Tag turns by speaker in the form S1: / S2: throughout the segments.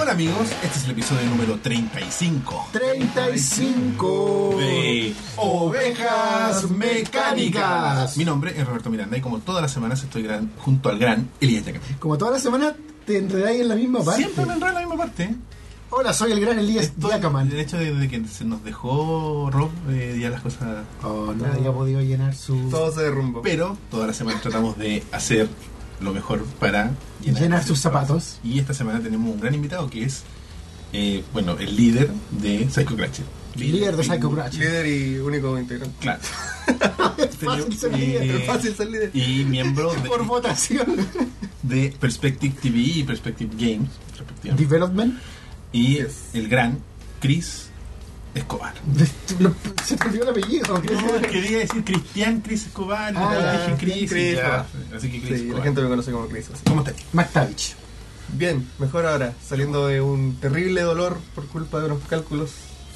S1: Hola amigos, este es el episodio número 35
S2: 35
S1: de
S2: Ovejas Mecánicas.
S1: Mi nombre es Roberto Miranda y como todas las semanas estoy gran- junto al gran Elías Yaca.
S2: Como toda la semana te enredáis en la misma parte.
S1: Siempre me enredo en la misma parte. ¿eh?
S2: Hola, soy el gran Elías
S1: Estoy- este
S2: Diakaman.
S1: De hecho, desde que se nos dejó Rob, eh, ya las cosas...
S2: Oh, no había podido llenar su.
S3: Todo se derrumbó.
S1: Pero todas las semanas tratamos de hacer lo mejor para
S2: Llenar sus zapatos.
S1: Y esta semana tenemos un gran invitado que es, eh, bueno, el líder de Psycho Cratchit.
S2: Líder de Psycho Cratchit.
S3: Líder y único integrante.
S1: Claro.
S2: Fácil ser líder,
S1: Eh,
S3: Es fácil ser líder.
S1: Y miembro de,
S2: Por votación.
S1: de Perspective TV y Perspective Games, respectivamente.
S2: Development.
S1: Y
S3: Yes.
S1: el gran Chris Escobar.
S2: Se te olvidó el apellido.
S1: No, quería decir Cristian Chris Escobar,
S2: Ah,
S1: pero
S2: ya.
S1: dije Chris, y
S3: Chris,
S1: ya.
S3: ah.
S1: Así que Chris
S3: Sí, la
S1: Escobar.
S3: gente me conoce como Chris. así.
S1: ¿Cómo estás?
S2: McTavish.
S3: Bien, mejor ahora, saliendo de un terrible dolor por culpa de unos cálculos.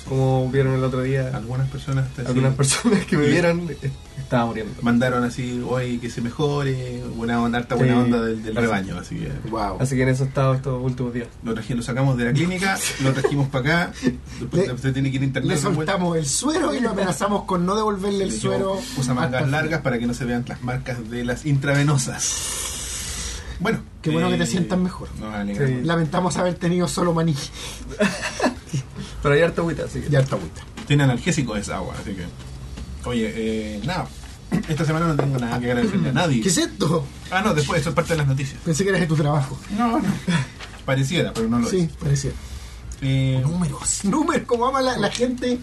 S3: Como vieron el otro día,
S1: Algunas personas te decían-
S3: algunas personas que me
S1: Ah, Sí.
S3: vieron eh, estaba muriendo.
S1: mandaron así, hoy que se mejore, buena onda, harta buena
S3: Sí.
S1: onda del, del rebaño, así que
S2: Wow.
S3: Así que en eso he estado estos últimos días.
S1: lo, traje- lo sacamos de la clínica, lo trajimos para acá, después
S2: Le-
S1: usted tiene que ir a internet.
S2: Le soltamos el suero y lo amenazamos con no devolverle el suero.
S1: Usa mangas
S2: hasta-
S1: largas para que no se vean las marcas de las intravenosas. Bueno. eh,
S2: Qué bueno que te sientas mejor.
S1: Nos alegramos.
S3: Sí.
S2: Lamentamos haber tenido solo maní
S3: Pero hay harta agüita, así que.
S2: y harta agüita.
S1: Tiene analgésico esa agua, así que... Oye, eh, nada. Esta semana no tengo nada que agradecerle a nadie.
S2: Mm. ¿Qué es esto?
S1: Ah, no, después, esto es parte de las noticias.
S2: Pensé que eras de tu trabajo.
S1: No, no. Pareciera, pero no lo
S2: Sí,
S1: es.
S2: parecía.
S1: Eh,
S2: Números. Números, como ama la, la gente.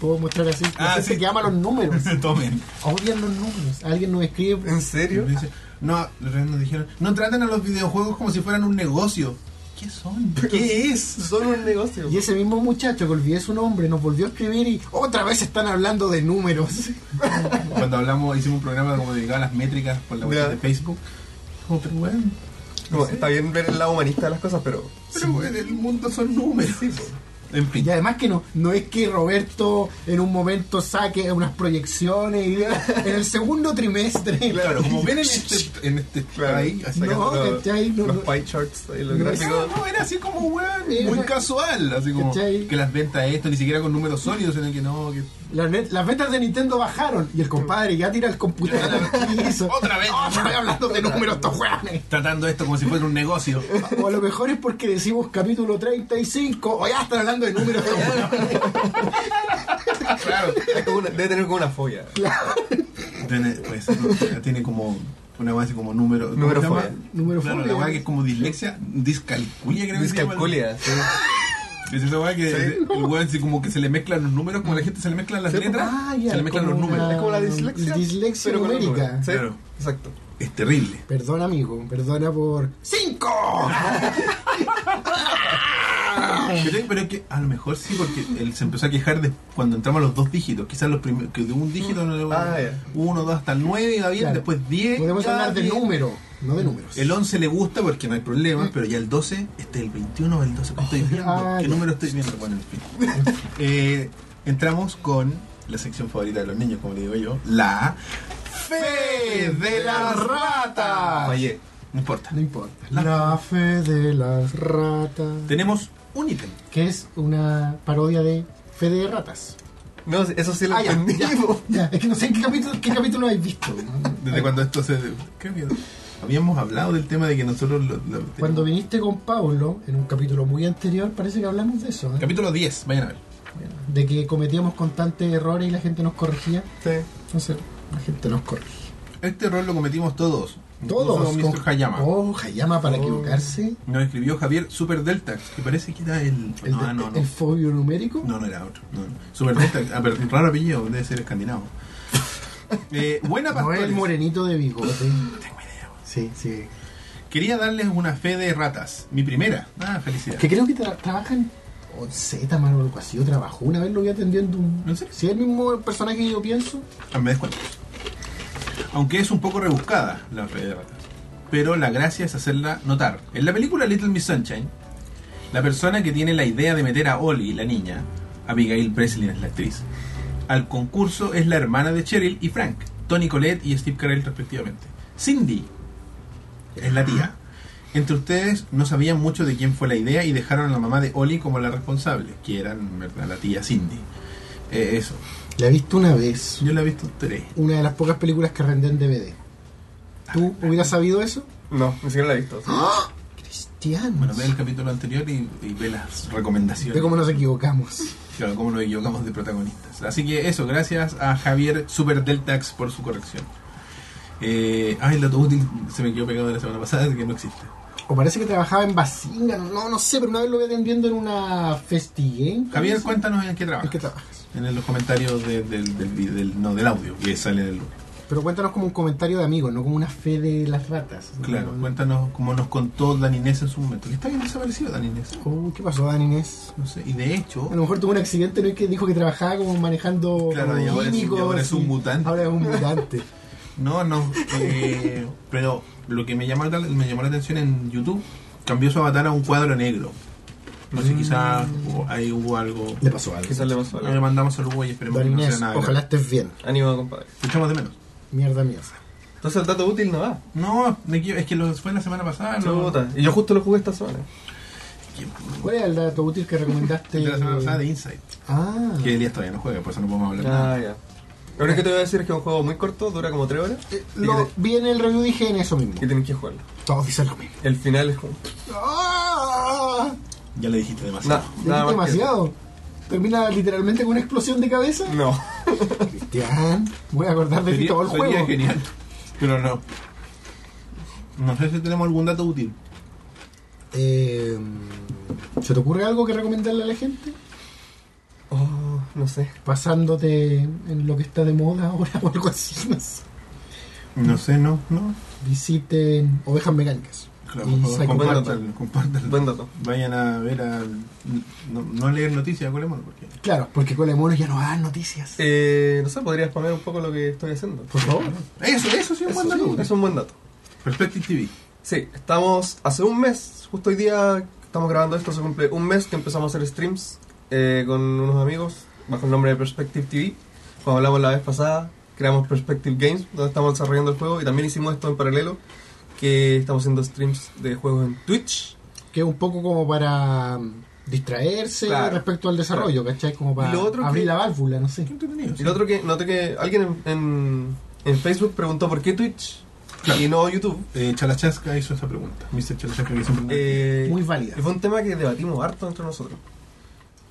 S2: Puedo mostrar así. La
S1: Ah,
S2: gente
S1: sí.
S2: que ama los números.
S1: tomen.
S2: Odian los números. Alguien nos escribe.
S3: ¿En serio?
S1: Dice, No, nos dijeron, no traten a los videojuegos como si fueran un negocio. ¿Qué son? ¿Qué es?
S3: Son un negocio.
S2: Y ese mismo muchacho que olvidé su nombre nos volvió a escribir y otra vez están hablando de números.
S1: Cuando hablamos, hicimos un programa como dedicado a las métricas por la web
S3: Ya.
S1: de Facebook. Como, pero bueno,
S3: Como, está bien ver el lado humanista de las cosas, pero.
S1: pero bueno, el mundo son números. En fin,
S2: Y además que no, no es que Roberto en un momento saque unas proyecciones y en el segundo trimestre.
S1: claro, como ven en este, en este
S3: Claro,
S1: ahí, así
S3: sacando
S2: No,
S3: los-
S2: ¿cachai? No,
S3: los
S2: no.
S3: pie charts y los
S2: No,
S1: que-
S3: gráficos.
S1: no, no, era así como, weón, muy
S2: Era-
S1: casual, así como
S2: ¿Cachai?
S1: que las ventas esto, ni siquiera con números sólidos en el que no, que
S2: Las, net- las ventas de Nintendo bajaron y el compadre ya tira el computador y eso.
S1: Otra vez.
S2: Otra vez hablando de números estos juegones.
S1: tratando esto como si fuera un negocio.
S2: O a lo mejor es porque decimos capítulo 35 o ya están hablando de números estos hueones.
S1: Claro.
S3: Es como una- debe tener como una folla.
S1: Tiene, pues, tiene como una base como número. ¿cómo
S3: Número
S1: se llama?
S3: fobia.
S2: Número
S1: Claro,
S2: fobia.
S1: la weá que es como dislexia, discalculia, creo que se llama.
S3: Discalculia. sí.
S1: Es esa weá que
S3: Sí.
S1: el weón sí, como que se le mezclan los números, como a la gente se le mezclan las
S3: Sí,
S1: letras,
S2: ah, ya,
S1: se le mezclan los
S2: como
S1: números.
S2: una-
S3: Es como la dislexia.
S2: Ah, Dislexia
S3: pero con los
S2: numérica.
S3: números, Sí,
S1: Claro.
S3: exacto.
S1: Es terrible.
S2: Perdona, amigo, perdona por. ¡Cinco!
S1: ¿Cachai? Pero es que a lo mejor sí, porque él se empezó a quejar de cuando entramos a los dos dígitos. Quizás los primeros, que de un dígito, no,
S3: Ah, ya.
S1: uno, dos, hasta el nueve, iba bien,
S2: Claro.
S1: después diez.
S2: Podemos
S1: ya
S2: hablar de
S1: bien.
S2: número, no de números.
S1: El 11 le gusta porque no hay problema, pero ya el 12, este es el 21 o el 12, ¿qué estoy viendo?
S2: Ah,
S1: ¿Qué
S2: ya.
S1: número estoy viendo? Bueno, en fin. Eh, entramos con la sección favorita de los niños, como le digo yo, la fe de las ratas.
S3: Fallé.
S1: No importa.
S2: No importa.
S1: La-
S2: La fe de las ratas.
S1: Tenemos un ítem.
S2: Que es una parodia de fe de ratas.
S3: No, eso sí lo
S2: Ah, ya,
S3: entendí.
S2: ya,
S3: po.
S2: ya. Es que no sé en qué capítulo, qué capítulo habéis visto.
S1: Desde cuando esto se... creo que Habíamos hablado del tema de que nosotros... Lo, lo-
S2: Cuando viniste con Pablo, en un capítulo muy anterior, parece que hablamos de eso. ¿eh?
S1: Capítulo 10, vayan a ver.
S2: De que cometíamos constantes errores y la gente nos corregía.
S3: Sí.
S2: Entonces, la gente nos corregía.
S1: Este error lo cometimos todos.
S2: Todos.
S1: Incluso Mr. Hayama.
S2: Oh, Hayama para
S3: Oh.
S2: equivocarse.
S1: Nos escribió Javier Super Deltax, que parece que era el...
S2: El,
S1: Ah,
S2: de- el fobio numérico.
S1: No, no era otro. No, no. Super Delta, ah, pero raro apellido, debe ser escandinavo. Eh, buena
S2: No es
S1: pastores.
S2: el morenito de bigote. Sí, sí.
S1: Quería darles una fe de ratas. Mi primera. Ah, felicidad.
S2: Que creo que tra- trabajan. O Z, mano, algo así. Yo trabajó una vez, lo vi atendiendo. Un...
S1: ¿En serio?
S2: Si es el mismo personaje que yo pienso.
S1: Ah, me des cuenta. Aunque es un poco rebuscada la fe de ratas. Pero la gracia es hacerla notar. En la película Little Miss Sunshine, la persona que tiene la idea de meter a Ollie, la niña, Abigail Breslin es la actriz, al concurso es la hermana de Cheryl y Frank, Tony Collette y Steve Carell respectivamente. Cindy es la tía. Entre ustedes no sabían mucho de quién fue la idea y dejaron a la mamá de Oli como la responsable, que era en verdad la tía Cindy. Eh, eso,
S2: La he visto una vez.
S1: yo la he visto tres.
S2: Una de las pocas películas que rendé en DVD. ¿Tú hubieras sabido eso?
S3: No, ni siquiera la he visto.
S2: Cristiano.
S1: Bueno, ve el capítulo anterior y, y ve las recomendaciones.
S2: Ve cómo nos equivocamos.
S1: Claro, cómo nos equivocamos de protagonistas. Así que eso, gracias a Javier Super Deltax por su corrección. Eh, ah, el dato útil se me quedó pegado de la semana pasada, así que no existe.
S2: O parece que trabajaba en Basinga, no, no sé, pero una vez lo vi atendiendo en una FestiGame.
S1: Javier, cuéntanos en qué
S2: ¿En
S1: trabajas.
S2: qué trabajas?
S1: En los comentarios de- del, del, vi- del- no, del audio que sale del lunes.
S2: Pero cuéntanos como un comentario de amigos, no como una fe de las ratas.
S1: Claro,
S2: No,
S1: cuéntanos cómo nos contó Dan Inés en su momento. Que está bien desaparecido Dan Inés.
S2: Oh, ¿Qué pasó, Dan Inés?
S1: No sé. Y de hecho,
S2: A lo mejor tuvo un accidente, no es que dijo que trabajaba como manejando
S1: Claro, y ahora es un-
S2: químicos,
S1: y ahora es un
S2: y
S1: mutante.
S2: Ahora es un mutante.
S1: no, no. eh, pero lo que me llamó, la- me llamó la atención en YouTube, cambió su avatar a un cuadro negro. No sé, quizás
S2: Mm.
S1: hubo- ahí hubo algo.
S2: Le pasó algo.
S3: Quizás le pasó
S1: Ahora le
S3: algo.
S1: mandamos saludos y esperemos
S2: Dan
S1: que no
S2: Inés,
S1: sea nada.
S2: ojalá
S1: grave.
S2: estés bien.
S3: Ánimo, compadre.
S1: Te echamos de menos.
S2: Mierda mierda.
S3: Entonces el dato útil no va.
S1: No, me equivo- es que lo, fue la semana pasada. Ah, No,
S3: Chuta. Y yo justo lo jugué esta semana.
S2: ¿Cuál era el dato útil que recomendaste?
S1: de la semana pasada de Inside.
S2: Ah.
S1: Que Elías todavía no juega, por eso no podemos hablar. nada.
S3: Ah, ya. Lo único que te voy a decir es que es un juego muy corto, dura como 3 horas.
S2: Eh,
S3: y
S2: Lo,
S3: que
S2: vi en el review dije en eso mismo.
S3: te- que tienes que jugarlo.
S2: Todos dicen lo mismo.
S3: El final es como.
S2: ¡Ah!
S1: Ya le dijiste demasiado.
S3: No, nada más. que eso.
S2: demasiado. Termina literalmente con una explosión de cabeza.
S3: No.
S2: Cristian, voy a acordar de ti
S1: Sería-
S2: todo el
S1: sería
S2: juego.
S1: genial. Pero no. No sé si tenemos algún dato útil.
S2: Eh, ¿Se te ocurre algo que recomendarle a la gente?
S3: Oh, no sé.
S2: Pasándote en lo que está de moda ahora o algo así. no sé.
S1: No sé, no, no.
S2: Visiten Ovejas Mecánicas.
S1: Claro,
S2: Y
S1: por favor,
S2: Psycho
S1: compártanlo, compártanlo.
S3: Buen dato.
S1: Vayan a ver a. No, no leer noticias, Colemono, porque.
S2: Claro, porque con mono ya no dan noticias.
S3: Eh, no sé, podrías poner un poco lo que estoy haciendo.
S2: Por favor.
S1: Eso, eso sí es un
S3: Eso
S1: buen dato
S3: sí,
S1: útil.
S3: es un buen dato.
S1: Perspective TV.
S3: Sí, estamos hace un mes, justo hoy día que estamos grabando esto, se cumple un mes que empezamos a hacer streams eh, con unos amigos bajo el nombre de Perspective TV. Como hablamos la vez pasada, creamos Perspective Games, donde estamos desarrollando el juego y también hicimos esto en paralelo, que estamos haciendo streams de juegos en Twitch.
S2: Que es un poco como para mm, distraerse
S3: Claro.
S2: respecto al desarrollo, ¿cachai? Como para
S3: Y lo otro
S2: abrir
S3: que-
S2: la válvula, no sé.
S1: Qué entretenido.
S3: Y lo otro que noté que alguien en, en- en Facebook preguntó por qué Twitch
S1: Claro.
S3: y no YouTube.
S1: Eh, Chalachasca hizo esa pregunta. Mr. Chalachasca que siempre.
S3: Eh,
S2: Muy válida.
S3: Y fue un tema que debatimos harto entre nosotros.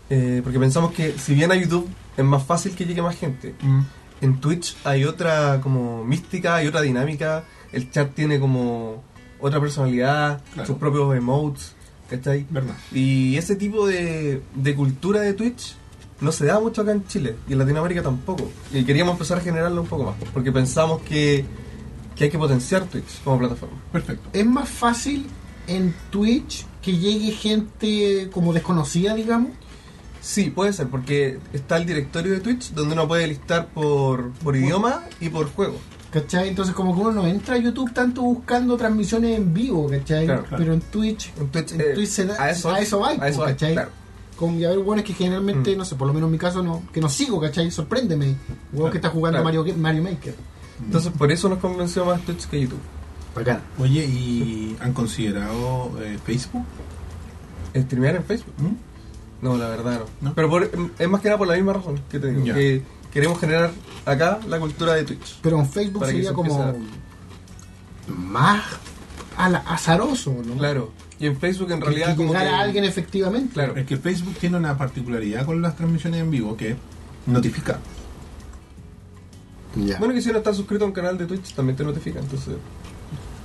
S3: Eh, porque pensamos que si bien a YouTube es más fácil que llegue más gente,
S1: Mm.
S3: en Twitch hay otra como mística, hay otra dinámica, el chat tiene como otra personalidad,
S1: Claro.
S3: sus propios emotes, ¿cachai?
S1: Verdad.
S3: Y ese tipo de, de cultura de Twitch no se da mucho acá en Chile y en Latinoamérica tampoco. Y queríamos empezar a generarlo un poco más, porque pensamos que, que hay que potenciar Twitch como plataforma.
S1: Perfecto.
S2: es más fácil en Twitch que llegue gente como desconocida, digamos.
S3: Sí, puede ser, porque está el directorio de Twitch donde uno puede listar por, por idioma y por juego.
S2: ¿Cachai? Entonces como que uno no entra a YouTube tanto buscando transmisiones en vivo, ¿cachai?
S3: Claro, claro.
S2: Pero en Twitch,
S3: En Twitch,
S2: en
S3: eh,
S2: Twitch se da-
S3: a eso-
S2: va,
S3: a eso va,
S2: ¿cachai?
S3: claro.
S2: Con, y a ver, bueno, es que generalmente,
S3: Mm.
S2: no sé, por lo menos en mi caso, no, que no sigo, ¿cachai? Sorpréndeme, weón,
S1: Claro,
S2: que está jugando
S3: claro.
S2: Mario, Mario Maker.
S3: Entonces por eso nos convenció más Twitch que YouTube.
S2: Bacán.
S1: Oye, ¿y han considerado eh, Facebook?
S3: ¿Streamear en Facebook?
S1: ¿Mm?
S3: No, la verdad no.
S1: No.
S3: Pero por- es más que nada por la misma razón que te digo,
S1: Ya.
S3: que queremos generar acá la cultura de Twitch.
S2: Pero en Facebook
S3: Para que
S2: sería
S3: se
S2: como
S3: empiece
S2: más a la- azaroso, ¿no?
S3: Claro. Y en Facebook en
S2: Que-
S3: realidad...
S2: que
S3: como
S2: llegara
S3: que-
S2: alguien efectivamente.
S3: Claro.
S1: Es que Facebook tiene una particularidad con las transmisiones en vivo que notifica.
S2: Ya.
S3: Bueno, que si uno está suscrito a un canal de Twitch también te notifica, entonces...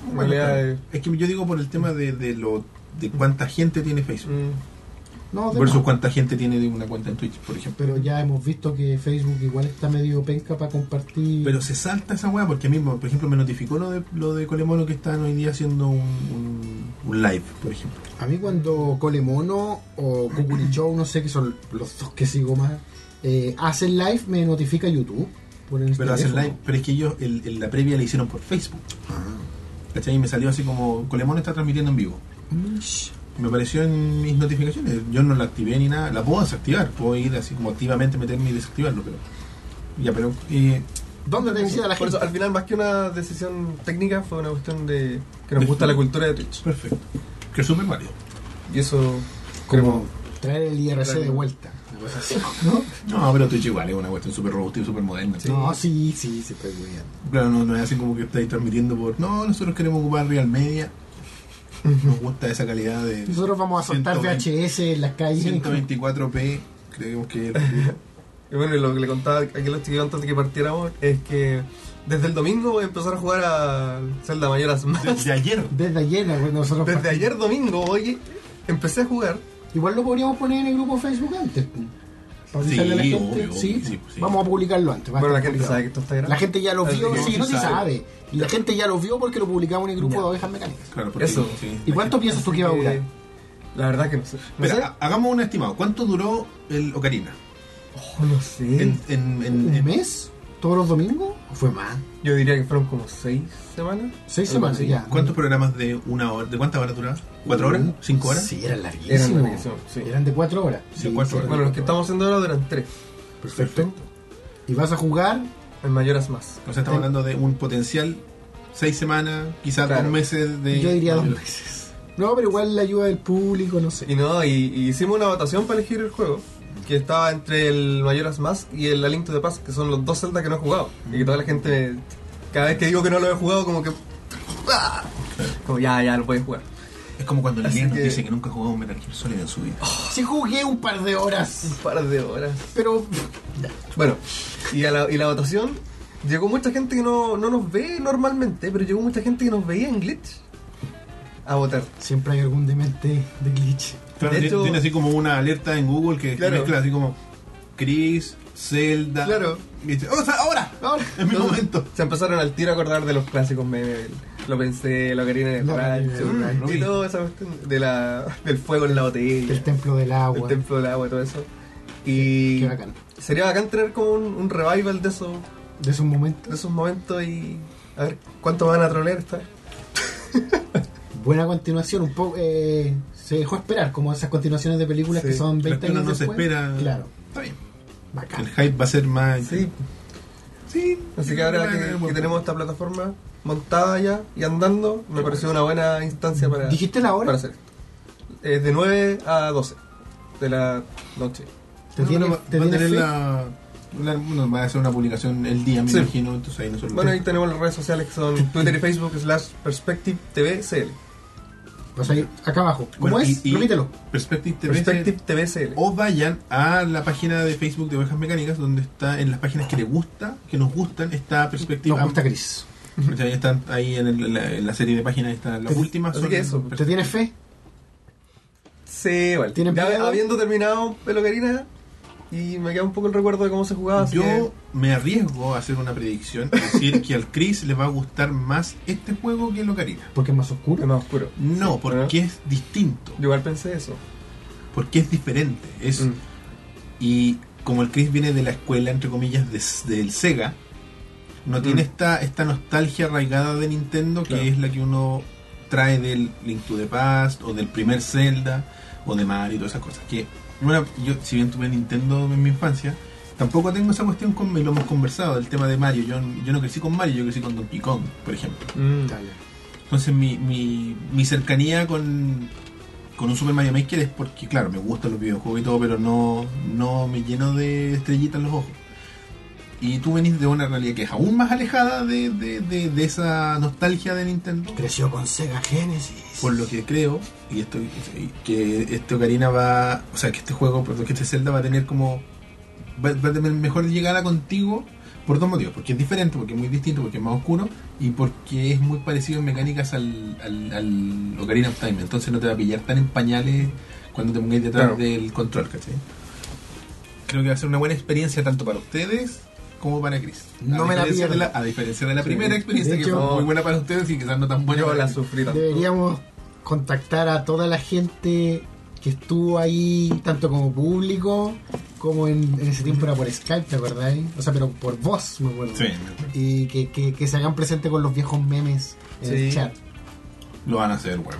S3: En
S1: Bueno,
S3: realidad,
S1: claro.
S3: eh,
S1: Es que yo digo por el tema de, de lo de cuánta gente tiene Facebook
S3: mm,
S2: no, de
S1: versus
S2: más.
S1: cuánta gente tiene una cuenta en Twitch, por ejemplo.
S2: pero ya hemos visto que Facebook igual está medio penca para compartir.
S1: Pero se salta esa weá porque mismo, por ejemplo, me notificó lo de lo de Colemono que están hoy día haciendo un, un- un live, por ejemplo.
S2: A mí cuando Colemono o Cucurichou, no sé que son los dos que sigo más, eh, hacen live, me notifica YouTube. Por el
S1: Pero hacen
S2: teléfono.
S1: live, pero es que ellos el- el- la previa la hicieron por Facebook.
S2: Ah.
S1: ¿Cachai? Y me salió así como Colemono está transmitiendo en vivo.
S2: Mish.
S1: Me apareció en mis notificaciones. Yo no la activé ni nada. La puedo desactivar. Puedo ir así como activamente meterme y desactivarlo, pero. Ya, pero. eh,
S2: ¿Dónde te visita la
S3: Por
S2: gente?
S3: eso, al final, más que una decisión técnica, fue una cuestión de que nos
S1: De
S3: gusta la
S1: fútbol.
S3: cultura de Twitch.
S1: Perfecto. Que es súper válido.
S3: Y eso,
S2: Como
S3: creo,
S2: traer el IRC de vuelta. una cosa así, ¿no?
S1: No, pero Twitch igual es una cuestión súper robusta y súper moderna.
S2: No, sí, sí, se estoy cuidando.
S1: Claro, no, no es así como que estáis transmitiendo por. No, nosotros queremos ocupar Real Media. Nos gusta esa calidad de.
S2: Nosotros vamos a soltar
S1: 120.
S2: VHS en las calles.
S1: 124p. Creemos que.
S3: Y bueno, y lo que le contaba a aquel chiquillos antes de que partiéramos es que desde el domingo voy a empezar a jugar a Zelda Mayoras Mask.
S1: Desde ayer.
S2: Desde ayer, güey, nosotros.
S3: Desde ayer domingo, oye, empecé a jugar.
S2: Igual lo podríamos poner en el grupo Facebook antes. pues, Para
S1: Sí,
S2: avisarle a la gente.
S1: obvio,
S2: sí,
S1: sí, sí.
S2: Vamos a publicarlo antes. va a
S3: Bueno, la
S2: estar
S3: gente
S2: publicado.
S3: sabe que esto está grabado.
S2: La gente ya lo
S3: Así
S2: vio,
S3: que
S2: sí,
S1: sí
S2: no se
S1: sabe.
S2: sabe. Y la gente ya lo vio porque lo publicamos en el grupo
S3: Ya.
S2: de ovejas mecánicas.
S1: Claro, porque.
S3: Eso.
S1: sí.
S2: ¿Y cuánto piensas tú que va a ah, durar?
S3: Eh, La verdad que no sé. No
S1: Espera,
S3: sé.
S1: ha- hagamos un estimado. ¿Cuánto duró el Ocarina?
S3: Oh, no sé.
S1: En, en, en,
S2: ¿Eh? ¿Un
S1: en-
S2: mes? ¿Todos los domingos? ¿O fue más?
S3: Yo diría que fueron como seis semanas.
S2: Seis
S3: Algo
S2: semanas
S3: así.
S2: ya. Mm,
S1: ¿Cuántos programas de una hora? ¿De cuántas horas duraba? ¿Cuatro horas? ¿Cinco horas?
S2: Uh, Sí, eran
S3: Eran
S2: larguísimos.
S3: larguísimos, sí.
S2: Eran de cuatro horas.
S1: Sí, cuatro horas.
S3: Bueno, los que estamos haciendo ahora duran tres.
S2: Perfecto. Y vas a jugar
S3: En Mayoras más.
S1: O sea,
S2: Eh.
S1: estamos hablando de un potencial seis semanas, quizás
S3: Claro.
S1: dos meses de.
S2: Yo diría dos meses. No, pero igual la ayuda del público, no sé.
S3: Y no, y, y hicimos una votación para elegir el juego. Que estaba entre el Mayoras Mask y el A Link to the Past, que son los dos celdas que no he jugado. Y que toda la gente, cada vez que digo que no lo he jugado, como que. ¡Ah! Como ya, ya lo puedes jugar.
S1: Es como cuando el
S3: Así
S1: día nos
S3: que-
S1: dice que nunca ha jugado un Metal Gear Solid en su vida.
S2: Sí jugué un par de
S3: Un
S2: horas,
S3: par de horas.
S2: pero
S3: Bueno, y, a la, y la votación. Llegó mucha gente que no, no nos ve normalmente, pero llegó mucha gente que nos veía en Glitch a votar.
S2: siempre hay algún demente de glitch.
S1: Claro,
S3: De
S1: tiene-
S3: hecho-
S1: tiene así como una alerta en Google que
S3: Claro.
S1: mezcla así como Chris, Zelda.
S3: Claro.
S1: Y dice, "Oh, o sea, ahora,
S2: Ahora,
S1: en mi
S3: Entonces,
S1: momento.
S3: Se empezaron al tiro a acordar de los clásicos memes. del- Lo pensé, la ocarina de
S2: La Ocarina de
S3: Rancho.
S1: Rancho.
S3: Y todo esa cuestión de la, del fuego en la botella.
S2: el templo del agua.
S3: El templo del agua, todo eso. Y
S2: Qué bacán.
S3: sería bacán tener como un, un revival de esos,
S2: De esos
S3: de
S2: momentos.
S3: esos momentos y a ver cuánto van a trolear esta vez.
S2: Buena continuación, un poco eh, se dejó esperar, como esas continuaciones de películas
S3: Sí,
S2: que son
S1: Las
S2: 20
S1: que uno
S2: años
S1: no se
S2: después.
S1: espera.
S2: Claro,
S1: Está bien. El
S2: bacán.
S1: hype va a ser más.
S3: Sí,
S1: Sí.
S3: así que ahora que, que tenemos esta plataforma montada ya y andando, me pareció una buena instancia para,
S2: ¿Dijiste la hora?
S3: para hacer esto. Eh, de 9 a 12 de la noche.
S2: ¿Te tiene,
S1: va,
S2: te
S1: va a
S2: tiene
S1: tener
S2: fe?
S1: la, la- bueno, va a hacer una publicación el día, me
S3: Sí.
S1: imagino. Entonces ahí nosotros.
S3: Bueno, ahí tenemos las redes sociales que son Twitter y Facebook slash Perspective TV CL.
S2: Vas a ir acá abajo. ¿Cómo
S1: Bueno,
S2: es?
S1: y- y
S2: Repítelo.
S1: Perspective TV.
S3: Perspective TV CL.
S1: O vayan a la página de Facebook de Ovejas Mecánicas, donde está en las páginas que les gusta, que nos gustan, está perspectiva.
S2: Nos gusta Chris.
S1: Ahí están ahí en, el- la, en la serie de páginas están las
S2: Así
S1: últimas.
S3: que
S1: son-
S3: eso,
S2: ¿Te tienes fe?
S3: Sí, vale.
S2: ¿Tienen
S3: Ya
S2: miedo?
S3: habiendo terminado Pelocarina y me queda un poco el recuerdo de cómo se jugaba. así
S1: Yo me arriesgo a hacer una predicción, a decir que al Chris le va a gustar más este juego que el Ocarina.
S2: Porque es más
S3: que es
S2: oscuro.
S3: más oscuro.
S1: No, porque
S3: ¿verdad?
S1: es distinto,
S3: Yo igual pensé eso.
S1: porque es diferente. Es,
S3: Mm.
S1: Y como el Chris viene de la escuela, entre comillas, de- del Sega, no tiene
S3: Mm.
S1: esta, esta nostalgia arraigada de Nintendo que
S3: Claro.
S1: es la que uno trae del Link to the Past o del primer Zelda o de Mario y todas esas cosas. Que bueno, yo, si bien tuve Nintendo en mi infancia, tampoco tengo esa cuestión con, y lo hemos conversado, el tema de Mario. Yo, yo no crecí con Mario, yo crecí con Donkey Kong, por ejemplo.
S3: Mm.
S2: Dale.
S1: Entonces mi, mi, mi cercanía con, con un Super Mario Maker es porque, claro, me gustan los videojuegos y todo, pero no, no me lleno de estrellitas en los ojos. Y tú venís de una realidad que es aún más alejada de, de- de- de esa nostalgia de Nintendo.
S2: Creció con Sega Genesis.
S1: Por lo que creo, y esto que este Ocarina va, o sea, que este juego, perdón, que este Zelda va a tener como, va, va a tener mejor llegada contigo por dos motivos, porque es diferente, porque es muy distinto, porque es más oscuro y porque es muy parecido en mecánicas al, al, al Ocarina of Time, entonces no te va a pillar tan en pañales cuando te pongáis detrás
S3: Claro.
S1: del control, ¿cachai? Creo que va a ser una buena experiencia tanto para ustedes como para Chris. A
S2: No me la
S1: diferencia de
S2: pierdo.
S1: A diferencia de la
S3: Sí.
S1: primera experiencia,
S2: De
S1: que
S2: hecho-
S1: fue muy buena para ustedes y quizás no tan buena
S3: Yo
S1: para
S3: la
S1: Chris.
S3: sufrí tanto.
S2: Deberíamos contactar a toda la gente que estuvo ahí, tanto como público, como en, en ese tiempo era por Skype, ¿te acordáis? O sea, pero por voz, me acuerdo.
S1: Sí.
S2: Y que, que, que se hagan presente con los viejos memes en
S3: Sí.
S2: el chat.
S1: Lo van a hacer, weón.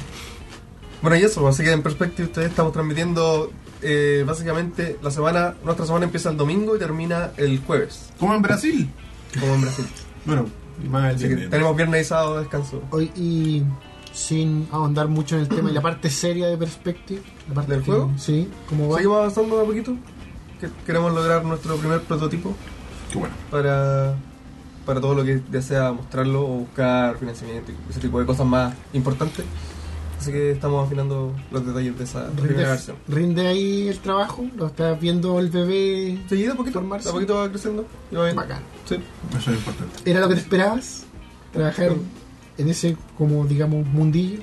S3: Bueno, y eso, así que en Perspective ustedes estamos transmitiendo eh, básicamente la semana, nuestra semana empieza el domingo y termina el jueves.
S1: Como en Brasil.
S3: como en Brasil.
S1: Bueno, más el
S3: Así que
S1: viernes.
S3: tenemos viernes y sábado de descanso.
S2: Hoy, y sin ahondar mucho en el tema y la parte seria de Perspective, la parte
S3: ¿Del
S2: que-
S3: juego?
S2: Sí, como va.
S3: Seguimos avanzando de a poquito. Que- Queremos lograr nuestro primer prototipo
S1: Qué bueno.
S3: para, para todo lo que desea mostrarlo o buscar financiamiento y ese tipo de cosas más importantes. Así que estamos afinando los detalles de esa primera
S2: Rinde,
S3: versión.
S2: rinde ahí el trabajo, lo estás viendo el bebé.
S3: Seguido de a poquito,
S2: Formarse.
S3: de a poquito va creciendo y va bien.
S2: Bacán.
S3: Sí.
S1: Eso es importante.
S2: ¿Era lo que te esperabas? Trabajar en ese, como digamos, mundillo.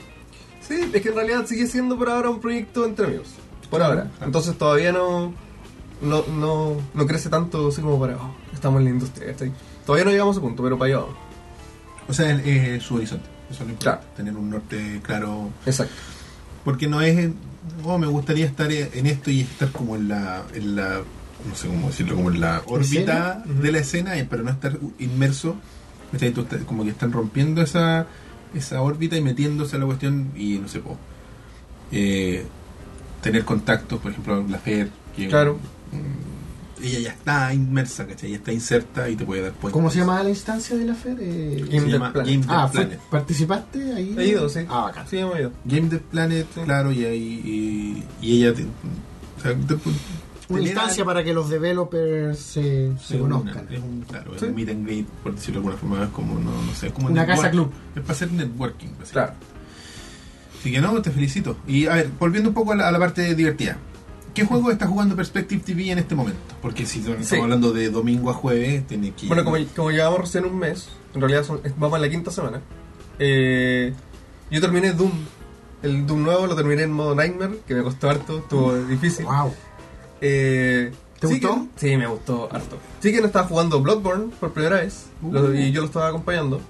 S3: Sí, es que en realidad sigue siendo por ahora un proyecto entre amigos. Por
S2: Claro,
S3: ahora.
S1: claro.
S3: Entonces todavía no, no, no, no crece tanto así como para, "Oh, estamos en la industria. ¿cachai? Todavía no llegamos a ese punto, pero para allá vamos.
S1: O sea, es, es su horizonte. Eso es lo importante.
S3: Claro.
S1: Tener un norte claro.
S3: Exacto.
S1: Porque no es. Oh, me gustaría estar en esto y estar como en la. En la no sé cómo decirlo, como en la órbita
S3: Ujú.
S1: de la escena, eh, pero no estar inmerso. ¿Cachai? Tú estás- Como que están rompiendo esa, esa órbita y metiéndose a la cuestión y no sé, po, eh, tener contactos, por ejemplo, la FED. que-
S3: Claro.
S1: mm, Ella ya está inmersa, ¿cachai? Ya está inserta y te puede dar cuenta.
S2: ¿Cómo se llamaba la instancia de la FED? Eh,
S3: Game
S1: Se
S3: Dev
S1: llama
S3: Planet.
S1: Game
S2: ah,
S1: Dev
S2: fue-
S1: Planet.
S2: ¿participaste ahí?
S3: He ido, sí.
S2: Ah, bacán.
S3: Sí, hemos ido.
S1: Game the Planet, claro, y, ahí- y, y ella. te- o sea, te-
S2: Una
S1: te
S2: instancia para que los developers se, se
S1: es una-
S2: conozcan.
S1: es un, claro, es
S3: Sí.
S1: un meet and greet, por decirlo de alguna forma, es como, no, no sé, es como
S2: Una
S1: network-
S2: casa club.
S1: Es para hacer networking, básicamente.
S3: Claro.
S1: Así que no, pues, te felicito. Y a ver, volviendo un poco a la, a la parte divertida. ¿Qué juego está jugando Perspective TV en este momento? Porque si estamos
S3: Sí.
S1: hablando de domingo a jueves, tiene que.
S3: Bueno, como, como llevamos recién un mes, en realidad son- es- vamos en la quinta semana. eh, yo terminé Doom. El Doom nuevo lo terminé en modo Nightmare, que me costó harto, estuvo difícil.
S2: Wow.
S3: Eh,
S2: ¿Te
S3: sí
S2: gustó?
S3: que- sí, me gustó harto. Sí que no estaba jugando Bloodborne por primera vez lo-
S1: Uh.
S3: y yo lo estaba acompañando.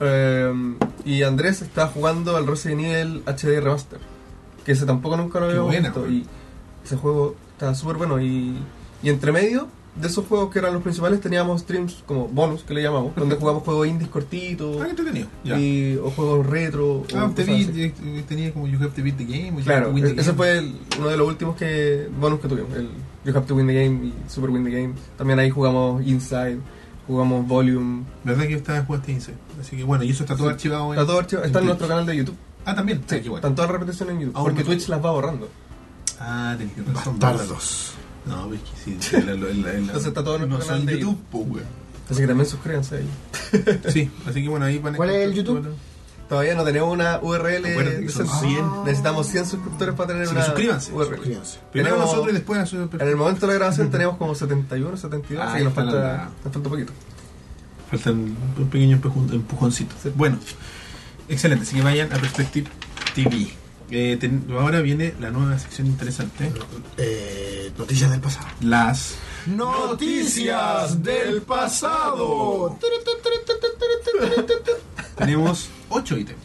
S3: Eh, y Andrés estaba jugando al Resident Evil HD Remaster, que ese tampoco nunca lo
S1: Qué
S3: había
S1: buena,
S3: visto.
S1: güey.
S3: Y ese juego está súper bueno. Y, y entre medio de esos juegos que eran los principales teníamos streams como bonus, que le llamamos, donde jugamos juegos indies cortitos
S1: Ah, qué entretenido. Ya.
S3: y, o juegos retro. o
S1: ah, te
S3: cosas
S1: vi,
S3: así.
S1: eh, eh, tenía como You Have to Beat the Game. o You Have to
S3: Claro, e-
S1: Win the
S3: ese
S1: Game.
S3: fue el- uno de los últimos que bonus que tuvimos. El You Have to Win the Game y Super Win the Game. También ahí jugamos Inside, jugamos Volume.
S1: ¿Verdad que yo estaba jugando este Inside? Así que bueno, y eso está todo
S3: Sí.
S1: archivado en.
S3: Está todo archivado, está en
S1: Twitch.
S3: nuestro canal de YouTube.
S1: Ah, también.
S3: Sí,
S1: Ah, qué bueno.
S3: están todas las repeticiones en YouTube.
S1: Ah,
S3: porque
S1: bueno.
S3: Twitch las va borrando.
S1: Ah, tenés razón.
S2: Bastardos.
S1: No, pues que sí. sí, la- la- la- la-
S3: Entonces está todo en
S1: no
S3: nuestro
S1: son
S3: canal de
S1: YouTube, pues, güey.
S3: Así que también suscríbanse ahí.
S1: Sí, así que bueno, ahí van a
S2: ¿Cuál es el
S1: encontrar
S2: YouTube?
S1: todo
S3: Todavía no tenemos una URL.
S1: Acuérdate que son
S3: decente.
S1: 100.
S3: Necesitamos 100 suscriptores para tener
S1: Así que
S3: una
S1: suscríbanse,
S3: URL.
S2: Suscríbanse.
S1: lo- Primero
S3: Tenemos-
S1: nosotros y después a su
S3: En el momento de la grabación tenemos como 71, 72,
S1: Ah,
S3: así que nos
S1: está la
S3: falta,
S1: nada.
S3: nos falta poquito.
S1: Faltan un pequeño empujun- empujoncito.
S3: Sí.
S1: Bueno, excelente. Así que vayan a Perspective TV. Eh, ten- ahora viene la nueva sección interesante.
S2: Eh, noticias del pasado.
S1: Las...
S2: Noticias del pasado.
S1: Tenemos ¡Oh! 8 ítems.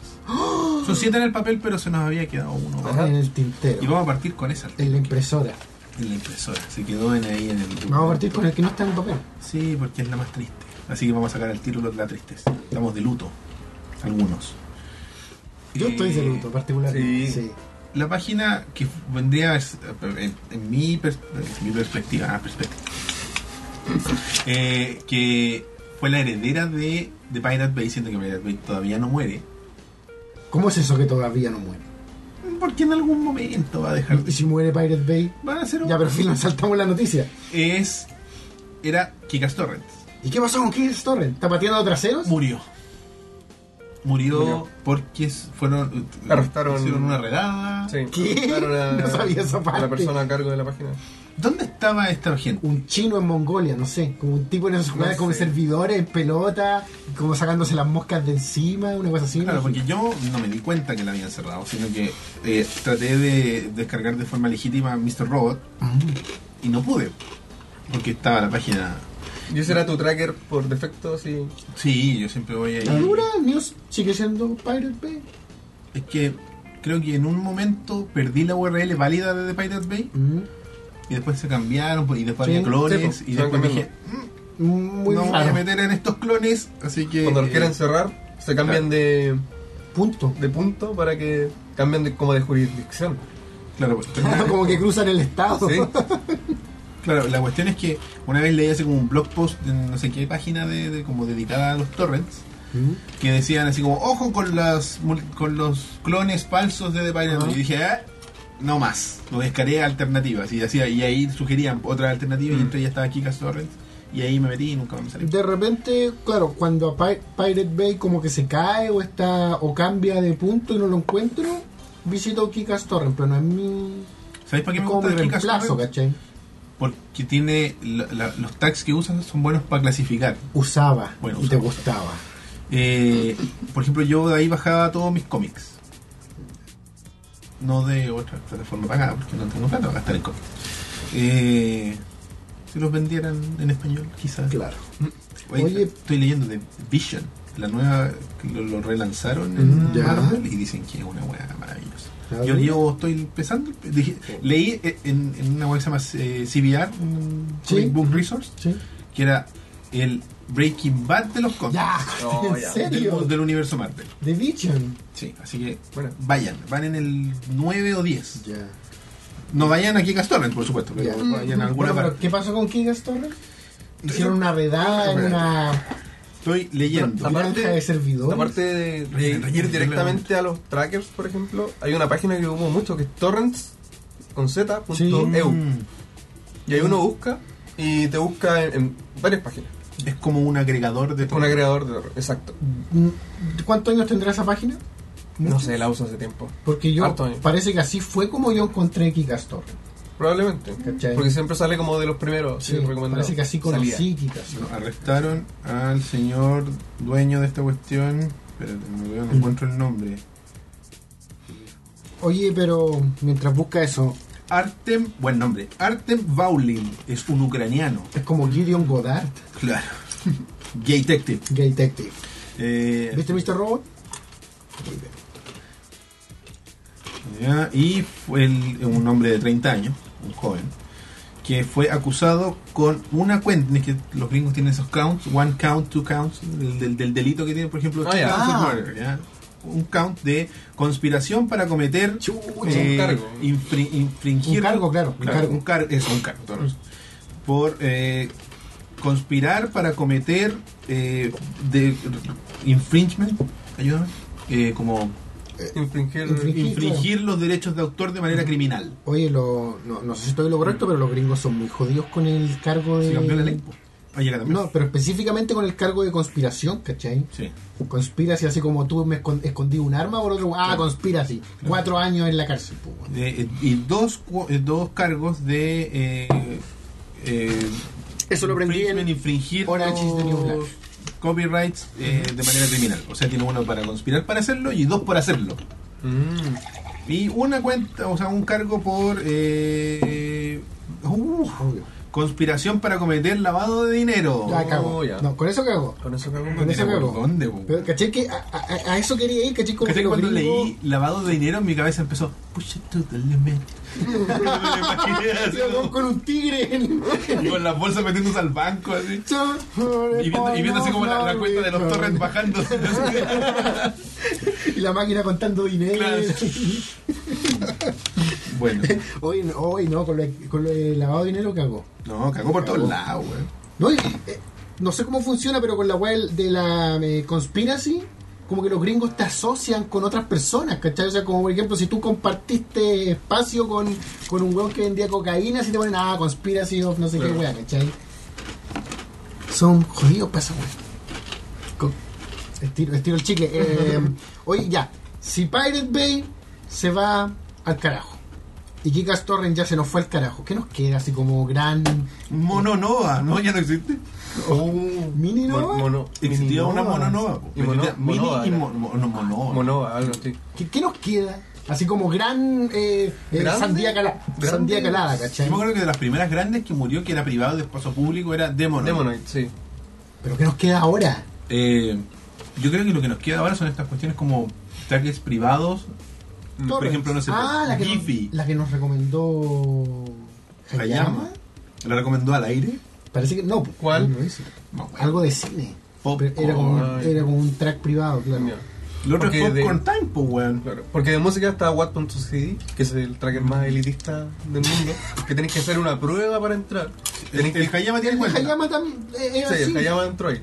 S1: Son 7 en el papel, pero se nos había quedado uno.
S3: Ajá.
S2: En el
S1: Y
S2: tintero,
S1: vamos a partir con esa.
S2: en la impresora.
S1: En la impresora. Se quedó en ahí en el...
S2: Vamos a partir con el que no está en papel.
S1: Sí, porque es la más triste. Así que vamos a sacar el título de la tristeza. Estamos de luto, algunos.
S2: Yo
S1: Eh,
S2: estoy de luto, particularmente.
S3: sí.
S2: Sí.
S1: La página que vendría es, eh, en, en mi, pers- en mi perspectiva, ah, perspectiva. Eh, que fue la heredera de, de Pirate Bay, siendo que Pirate Bay todavía no muere,
S2: ¿Cómo es eso que todavía no muere?
S1: porque en algún momento va a dejar
S2: Y
S1: de...
S2: si muere Pirate Bay,
S1: Va a ser un-
S2: ya, pero fin, nos saltamos la noticia.
S1: Es... Era Kikas Torrents.
S2: ¿Y qué pasó con Keith Torrent? ¿Está pateando traseros?
S1: Murió. Murió,
S3: Murió.
S1: porque s- fueron.
S3: Arrestaron-
S1: Hicieron una redada.
S3: Sí,
S2: ¿Qué?
S3: claro, la-
S2: No sabía esa
S3: La
S2: parte.
S3: persona a cargo de la página.
S1: ¿Dónde estaba esta gente?
S2: Un chino en Mongolia, no sé, como un tipo en esos lugares como
S3: sé.
S2: servidores, en pelota, como sacándose las moscas de encima, una cosa así.
S1: Claro, porque yo no me di cuenta que la habían cerrado, sino que eh, traté de descargar de forma legítima Mr. Robot
S2: Ah,
S1: y no pude. Porque estaba la página.
S3: Y ese era tu tracker por defecto, así.
S1: Sí, yo siempre voy ahí.
S2: La dura News sigue siendo Pirate Bay.
S1: Es que creo que en un momento perdí la URL válida de The Pirate Bay
S2: Mm,
S1: y después se cambiaron pues, y después
S2: Sí,
S1: había clones
S3: sí, pues,
S1: y
S3: se van
S1: después me dije,
S3: cambiando.
S2: Muy
S1: no me voy a
S2: raro.
S1: meter en estos clones, así que.
S3: Cuando los
S1: eh,
S3: quieren cerrar, se cambian de,
S2: Punto.
S3: de punto para que cambien de, como de jurisdicción.
S1: Claro, pues,
S2: como que cruzan el estado.
S3: ¿sí?
S1: Claro, la cuestión es que una vez leí así como un blog post en no sé qué página de, de- como dedicada a los torrents
S2: Mm.
S1: que decían así como ojo con las mul- con los clones falsos de The Pirate
S2: Ajá.
S1: Bay". y dije "Ah, no más no descaré alternativas y hacía y ahí sugerían otras alternativas y
S3: Mm.
S1: entre ellas estaba Kika Torrents y ahí me metí y nunca me salí
S2: De repente, claro, cuando a Pi- Pirate Bay como que se cae o está o cambia de punto y no lo encuentro, visito Kikas Torrent, pero no es mi
S1: ¿sabéis para qué me
S2: es como mi
S1: gusta Kika
S2: reemplazo,
S1: Torrents?
S2: ¿cachai?
S1: porque tiene la- la- los tags que usan son buenos para clasificar
S2: Usaba
S1: Bueno,
S2: y te
S1: usaba.
S2: gustaba.
S1: Eh, por ejemplo, yo de ahí bajaba todos mis cómics. No de otra plataforma pagada, porque no tengo plata para gastar en cómics. Eh, si los vendieran en español, quizás.
S2: Claro.
S1: Oye,
S2: Oye.
S1: estoy leyendo de Vision, la nueva que lo, lo relanzaron en
S2: Mm, ya.
S1: Marvel y dicen que es una weá maravillosa.
S2: Ah,
S1: Yo
S2: mira.
S1: llevo, estoy empezando. dije- leí en, en una web que se llama eh, CBR, un
S2: Sí.
S1: Comic Book Resource,
S2: ¿Sí?
S1: que era el Breaking Bad de los cómics.
S2: Ya,
S3: No,
S2: en
S3: ya.
S1: del,
S2: serio.
S1: mu- del universo Marvel.
S2: The Vision.
S1: Sí, así que
S3: Bueno,
S1: vayan, van en el 9 o 10.
S2: Ya.
S1: No vayan aquí a Castorrent, por supuesto, pero
S2: Ya.
S1: vayan a alguna
S2: Bueno, pero
S1: parte.
S2: ¿qué pasó con Kikas Torrent? Hicieron
S1: Yo
S2: una redada en
S1: Espérate.
S2: una
S1: Estoy leyendo.
S3: Pero- Aparte-
S2: granja de servidores.
S3: Aparte de, de
S1: Recién,
S3: ir
S1: recién,
S3: directamente a los trackers, por ejemplo, hay una página que hubo mucho que es torrents con z punto
S2: Sí.
S3: eu.
S1: Mm,
S3: Y ahí uno busca y te busca en, en varias páginas.
S1: Es como un agregador de
S3: Un agregador de torrents, exacto.
S2: Mm, ¿Cuántos años tendrá esa página?
S3: No sé, la uso hace tiempo.
S2: Porque yo
S3: Harto año.
S2: parece que así fue como yo encontré Kikas Torrent.
S3: Probablemente.
S2: ¿Cachai?
S3: Porque siempre sale como de los primeros
S2: Sí,
S3: sí, recomendados.
S2: parece que así conocí
S3: Salía.
S2: Kikas
S1: No,
S2: Torrent.
S1: Arrestaron al señor dueño de esta cuestión. Espérate, no, no encuentro el nombre.
S2: Oye, pero mientras busca eso,
S1: Artem, buen nombre. Artem Vaulin es un ucraniano.
S2: es como Gideon Goddard,
S1: Claro. Gay detective.
S2: Gay Detective.
S1: Eh,
S2: ¿Viste Mr. Robot?
S1: Ya, Y fue el- un hombre de 30 años, un joven, que fue acusado con una cuenta. Es que los gringos tienen esos counts, one count, two counts, del, del- del delito que tiene, por ejemplo,
S3: Ah, ya.
S1: two counts of
S2: Ah.
S1: murder, ya. un count de conspiración para cometer,
S2: Chucha.
S1: eh,
S3: Un cargo.
S1: infri- infringir.
S2: Un cargo, claro, un cargo.
S1: un car- eso, un cargo, todos. Por eh, conspirar para cometer eh, de infringement, ayúdame, eh, como
S3: Infringir.
S2: Infringir.
S1: infringir los derechos de autor de manera criminal.
S2: Oye, lo, no, no sé si estoy en lo correcto, pero los gringos son muy jodidos con el cargo de...
S1: Se cambió la ley. po. Ah, llega también.
S2: No, pero específicamente con el cargo de conspiración, ¿cachai?
S1: Sí.
S2: Conspiracy, así como tú me escon- escondí un arma por otro... Ah, conspiracy. Cuatro años en la cárcel. pues, bueno.
S1: De- y dos, cu- eh, dos cargos de. Eh, eh,
S2: Eso lo aprendí en-
S1: infringement, infringir
S2: Orange is the New Black.
S1: los copyrights eh, de manera criminal. O sea, tiene uno para conspirar para hacerlo y dos por hacerlo.
S3: Mm.
S1: Y una cuenta, o sea, un cargo por. eh, uh,
S2: Obvio.
S1: conspiración para cometer lavado de dinero.
S2: Ya cago.
S3: Oh, ya.
S2: No, con eso cago.
S3: Con eso cago
S2: Con
S1: Mira
S2: eso
S1: por
S2: cago.
S1: dónde, po.
S2: Pero, ¿cachai? Que a, a- a eso quería ir, ¿cachai? Como
S1: ¿Cachai?
S2: que los
S1: cuando
S2: gringos-
S1: leí lavado de dinero en mi cabeza empezó push it to the limit Me imaginé así, como-
S2: con un tigre en
S1: con las bolsas metiéndose al banco así y viendo, y viendo así como la, la cuenta de los torrents bajando
S2: y la máquina contando dinero
S1: Claro. bueno
S2: hoy no, hoy no con lo, con lo de lavado de dinero cagó
S1: no cagó por todos lados güey.
S2: no, y, eh, no sé cómo funciona pero con la web de la eh, conspiracy como que los gringos te asocian con otras personas, ¿cachai? O sea, como por ejemplo, si tú compartiste espacio con, con un weón que vendía cocaína, si te ponen, ah, conspiracy of no sé qué
S3: Claro.
S2: weá, ¿cachai? Son jodidos para esa weá. Co- Estiro, estiro el chicle. Eh, oye, ya. Si Pirate Bay se va al carajo y Kikas Torrent ya se nos fue al carajo, ¿qué nos queda así como gran
S1: Mononova no ya no existe
S2: mini
S3: Oh, Mon-
S2: nova?
S3: mono-
S1: existía
S2: Mini
S1: una
S2: Nova.
S1: mononova po.
S3: Y mono-
S1: Existía mini
S3: Monova
S1: y
S3: era.
S1: mon- mono- monova
S3: Monova, algo así.
S2: ¿Qué, qué nos queda? Así como gran eh, eh,
S3: Grande.
S2: sandía, cala-
S3: Grande.
S2: sandía calada,
S1: yo
S2: ¿cachai?
S1: me acuerdo que de las primeras grandes que murió que era privado de espacio público era Demonoid,
S3: Demonoid, sí.
S2: Pero ¿qué nos queda ahora?
S1: Eh, yo creo que lo que nos queda ahora son estas cuestiones como tags privados
S3: Mm,
S1: por
S2: Torrents.
S1: ejemplo, no sé,
S2: ah, la que,
S1: Giphy.
S2: nos, la que nos recomendó Hayama.
S1: Hayama. ¿La recomendó al aire?
S2: Parece que no. pues,
S3: ¿Cuál?
S2: no lo hizo.
S1: No, bueno.
S2: Algo de cine.
S1: Popcorn.
S2: Pero Era como, era como un track privado, claro.
S3: Ya.
S1: Lo otro es
S3: Porque de-
S1: Popcorn Time, pues, weón.
S3: Claro, porque de música está Watt.cd, que es el tracker más elitista del mundo, que tenéis que hacer una prueba para entrar.
S1: El,
S3: Tenéis que...
S1: el Hayama tiene
S2: El
S1: cuenta.
S2: Hayama también eh, era
S3: Sí, el
S2: así.
S3: Hayama entró ahí.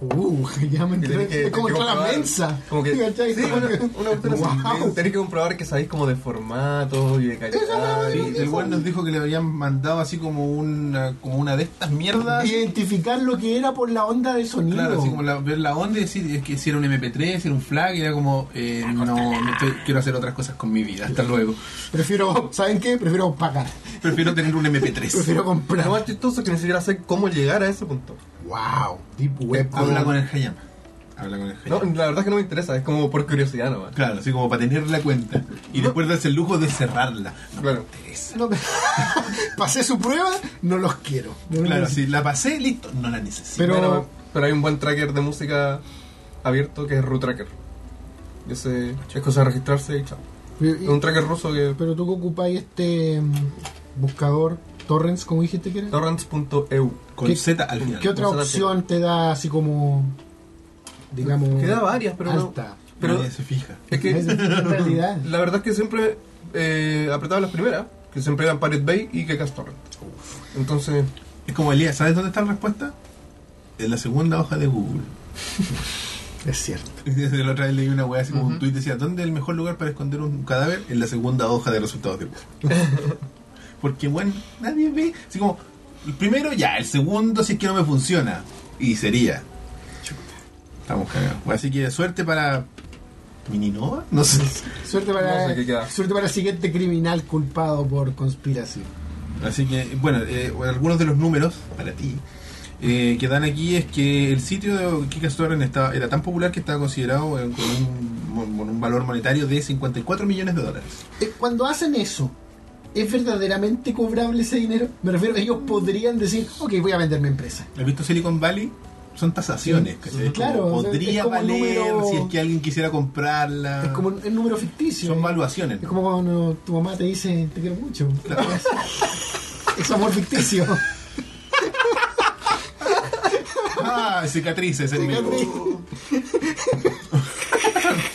S2: Uh, Hayama
S3: Y
S2: entró-
S3: tenés que-
S2: Es como
S3: tenés que
S2: entrar a la
S3: comprobar-
S2: mensa.
S3: Como que,
S2: ¿Cachai?
S3: sí,
S2: Como
S3: una,
S2: que-
S3: una cuestión así.
S2: Wow.
S3: Tenés que comprobar que sabéis como de formato y de calidad.
S1: Sí,
S3: y-
S1: el weón nos dijo que le habían mandado así como una, como una de estas mierdas.
S2: Identificar lo que era por la onda de sonido.
S1: Claro, así como la- ver la onda y decir es que si era un MP3, si era un flag, y era como, eh, no, no estoy- quiero hacer otras cosas con mi vida, hasta luego.
S2: Prefiero, ¿saben qué? Prefiero pagar.
S1: Prefiero tener un MP3.
S2: Prefiero
S3: Lo más
S2: comprar.
S3: chistoso es que ni siquiera sé cómo llegar a ese punto.
S2: Wow, Deep Web.
S1: Habla con el Hayama. Habla con el
S3: No,
S1: Hayama.
S3: la verdad es que no me interesa, es como por curiosidad nomás.
S1: Claro, así como para tener la cuenta. Y
S3: No.
S1: después darse el lujo de cerrarla. No me
S3: Claro.
S1: interesa.
S2: No me- Pasé su prueba, no los quiero. No los
S1: Claro,
S2: necesito.
S1: si la pasé, listo, no la necesito.
S2: Pero-
S3: Pero, pero hay un buen tracker de música abierto que es Root Tracker. Y ese es cosa de registrarse y chao. Es
S2: Y-
S3: un tracker ruso que
S2: Pero tú que ocupáis este mm, buscador torrents, como dijiste que era.
S3: torrents.eu.
S1: Con
S2: ¿Qué-
S1: Z al final.
S2: ¿Qué otra
S3: Vamos a la
S2: opción te da así como, digamos,
S3: Queda varias, pero no.
S2: alta?
S3: Pero
S1: Nadie se fija.
S3: es que
S2: Es en realidad.
S3: la verdad es que siempre eh, apretaba las primeras, que siempre eran Pirate Bay y que Torrent. Entonces,
S1: Es como Elías, ¿sabes dónde está la respuesta? En la segunda hoja de Google.
S2: Es cierto.
S1: Desde la otra vez leí una weá así como un tuit decía, ¿dónde es el mejor lugar para esconder un cadáver? En la segunda hoja de resultados de Google. Porque bueno, nadie ve. Así como, el primero ya, el segundo si es que no me funciona. Y sería. Chuta, Estamos cagados. Bueno, así que suerte para. Mininova? No sé.
S2: Suerte
S3: No
S2: para,
S3: sé qué queda.
S2: suerte para el siguiente criminal culpado por conspiración.
S1: Así que, bueno, eh, bueno, algunos de los números para ti eh, que dan aquí es que el sitio de Kickstarter estaba, era tan popular que estaba considerado eh, con un, mon- mon- un valor monetario de 54 millones de dólares.
S2: Eh, Cuando hacen eso, ¿es verdaderamente cobrable ese dinero? Me refiero, ellos podrían decir, ok, voy a vender mi empresa.
S1: ¿Has visto Silicon Valley? Son tasaciones. ¿cachai?
S2: Claro,
S1: Como
S2: o sea,
S1: podría
S2: es como el
S1: valer
S2: número-
S1: si es que alguien quisiera comprarla.
S2: Es como un, un número ficticio.
S1: Son
S2: eh.
S1: valuaciones.
S2: Es
S1: ¿no?
S2: como cuando tu mamá te dice, te quiero mucho.
S1: Claro.
S2: Es amor ficticio.
S1: Ah, cicatrices en mi-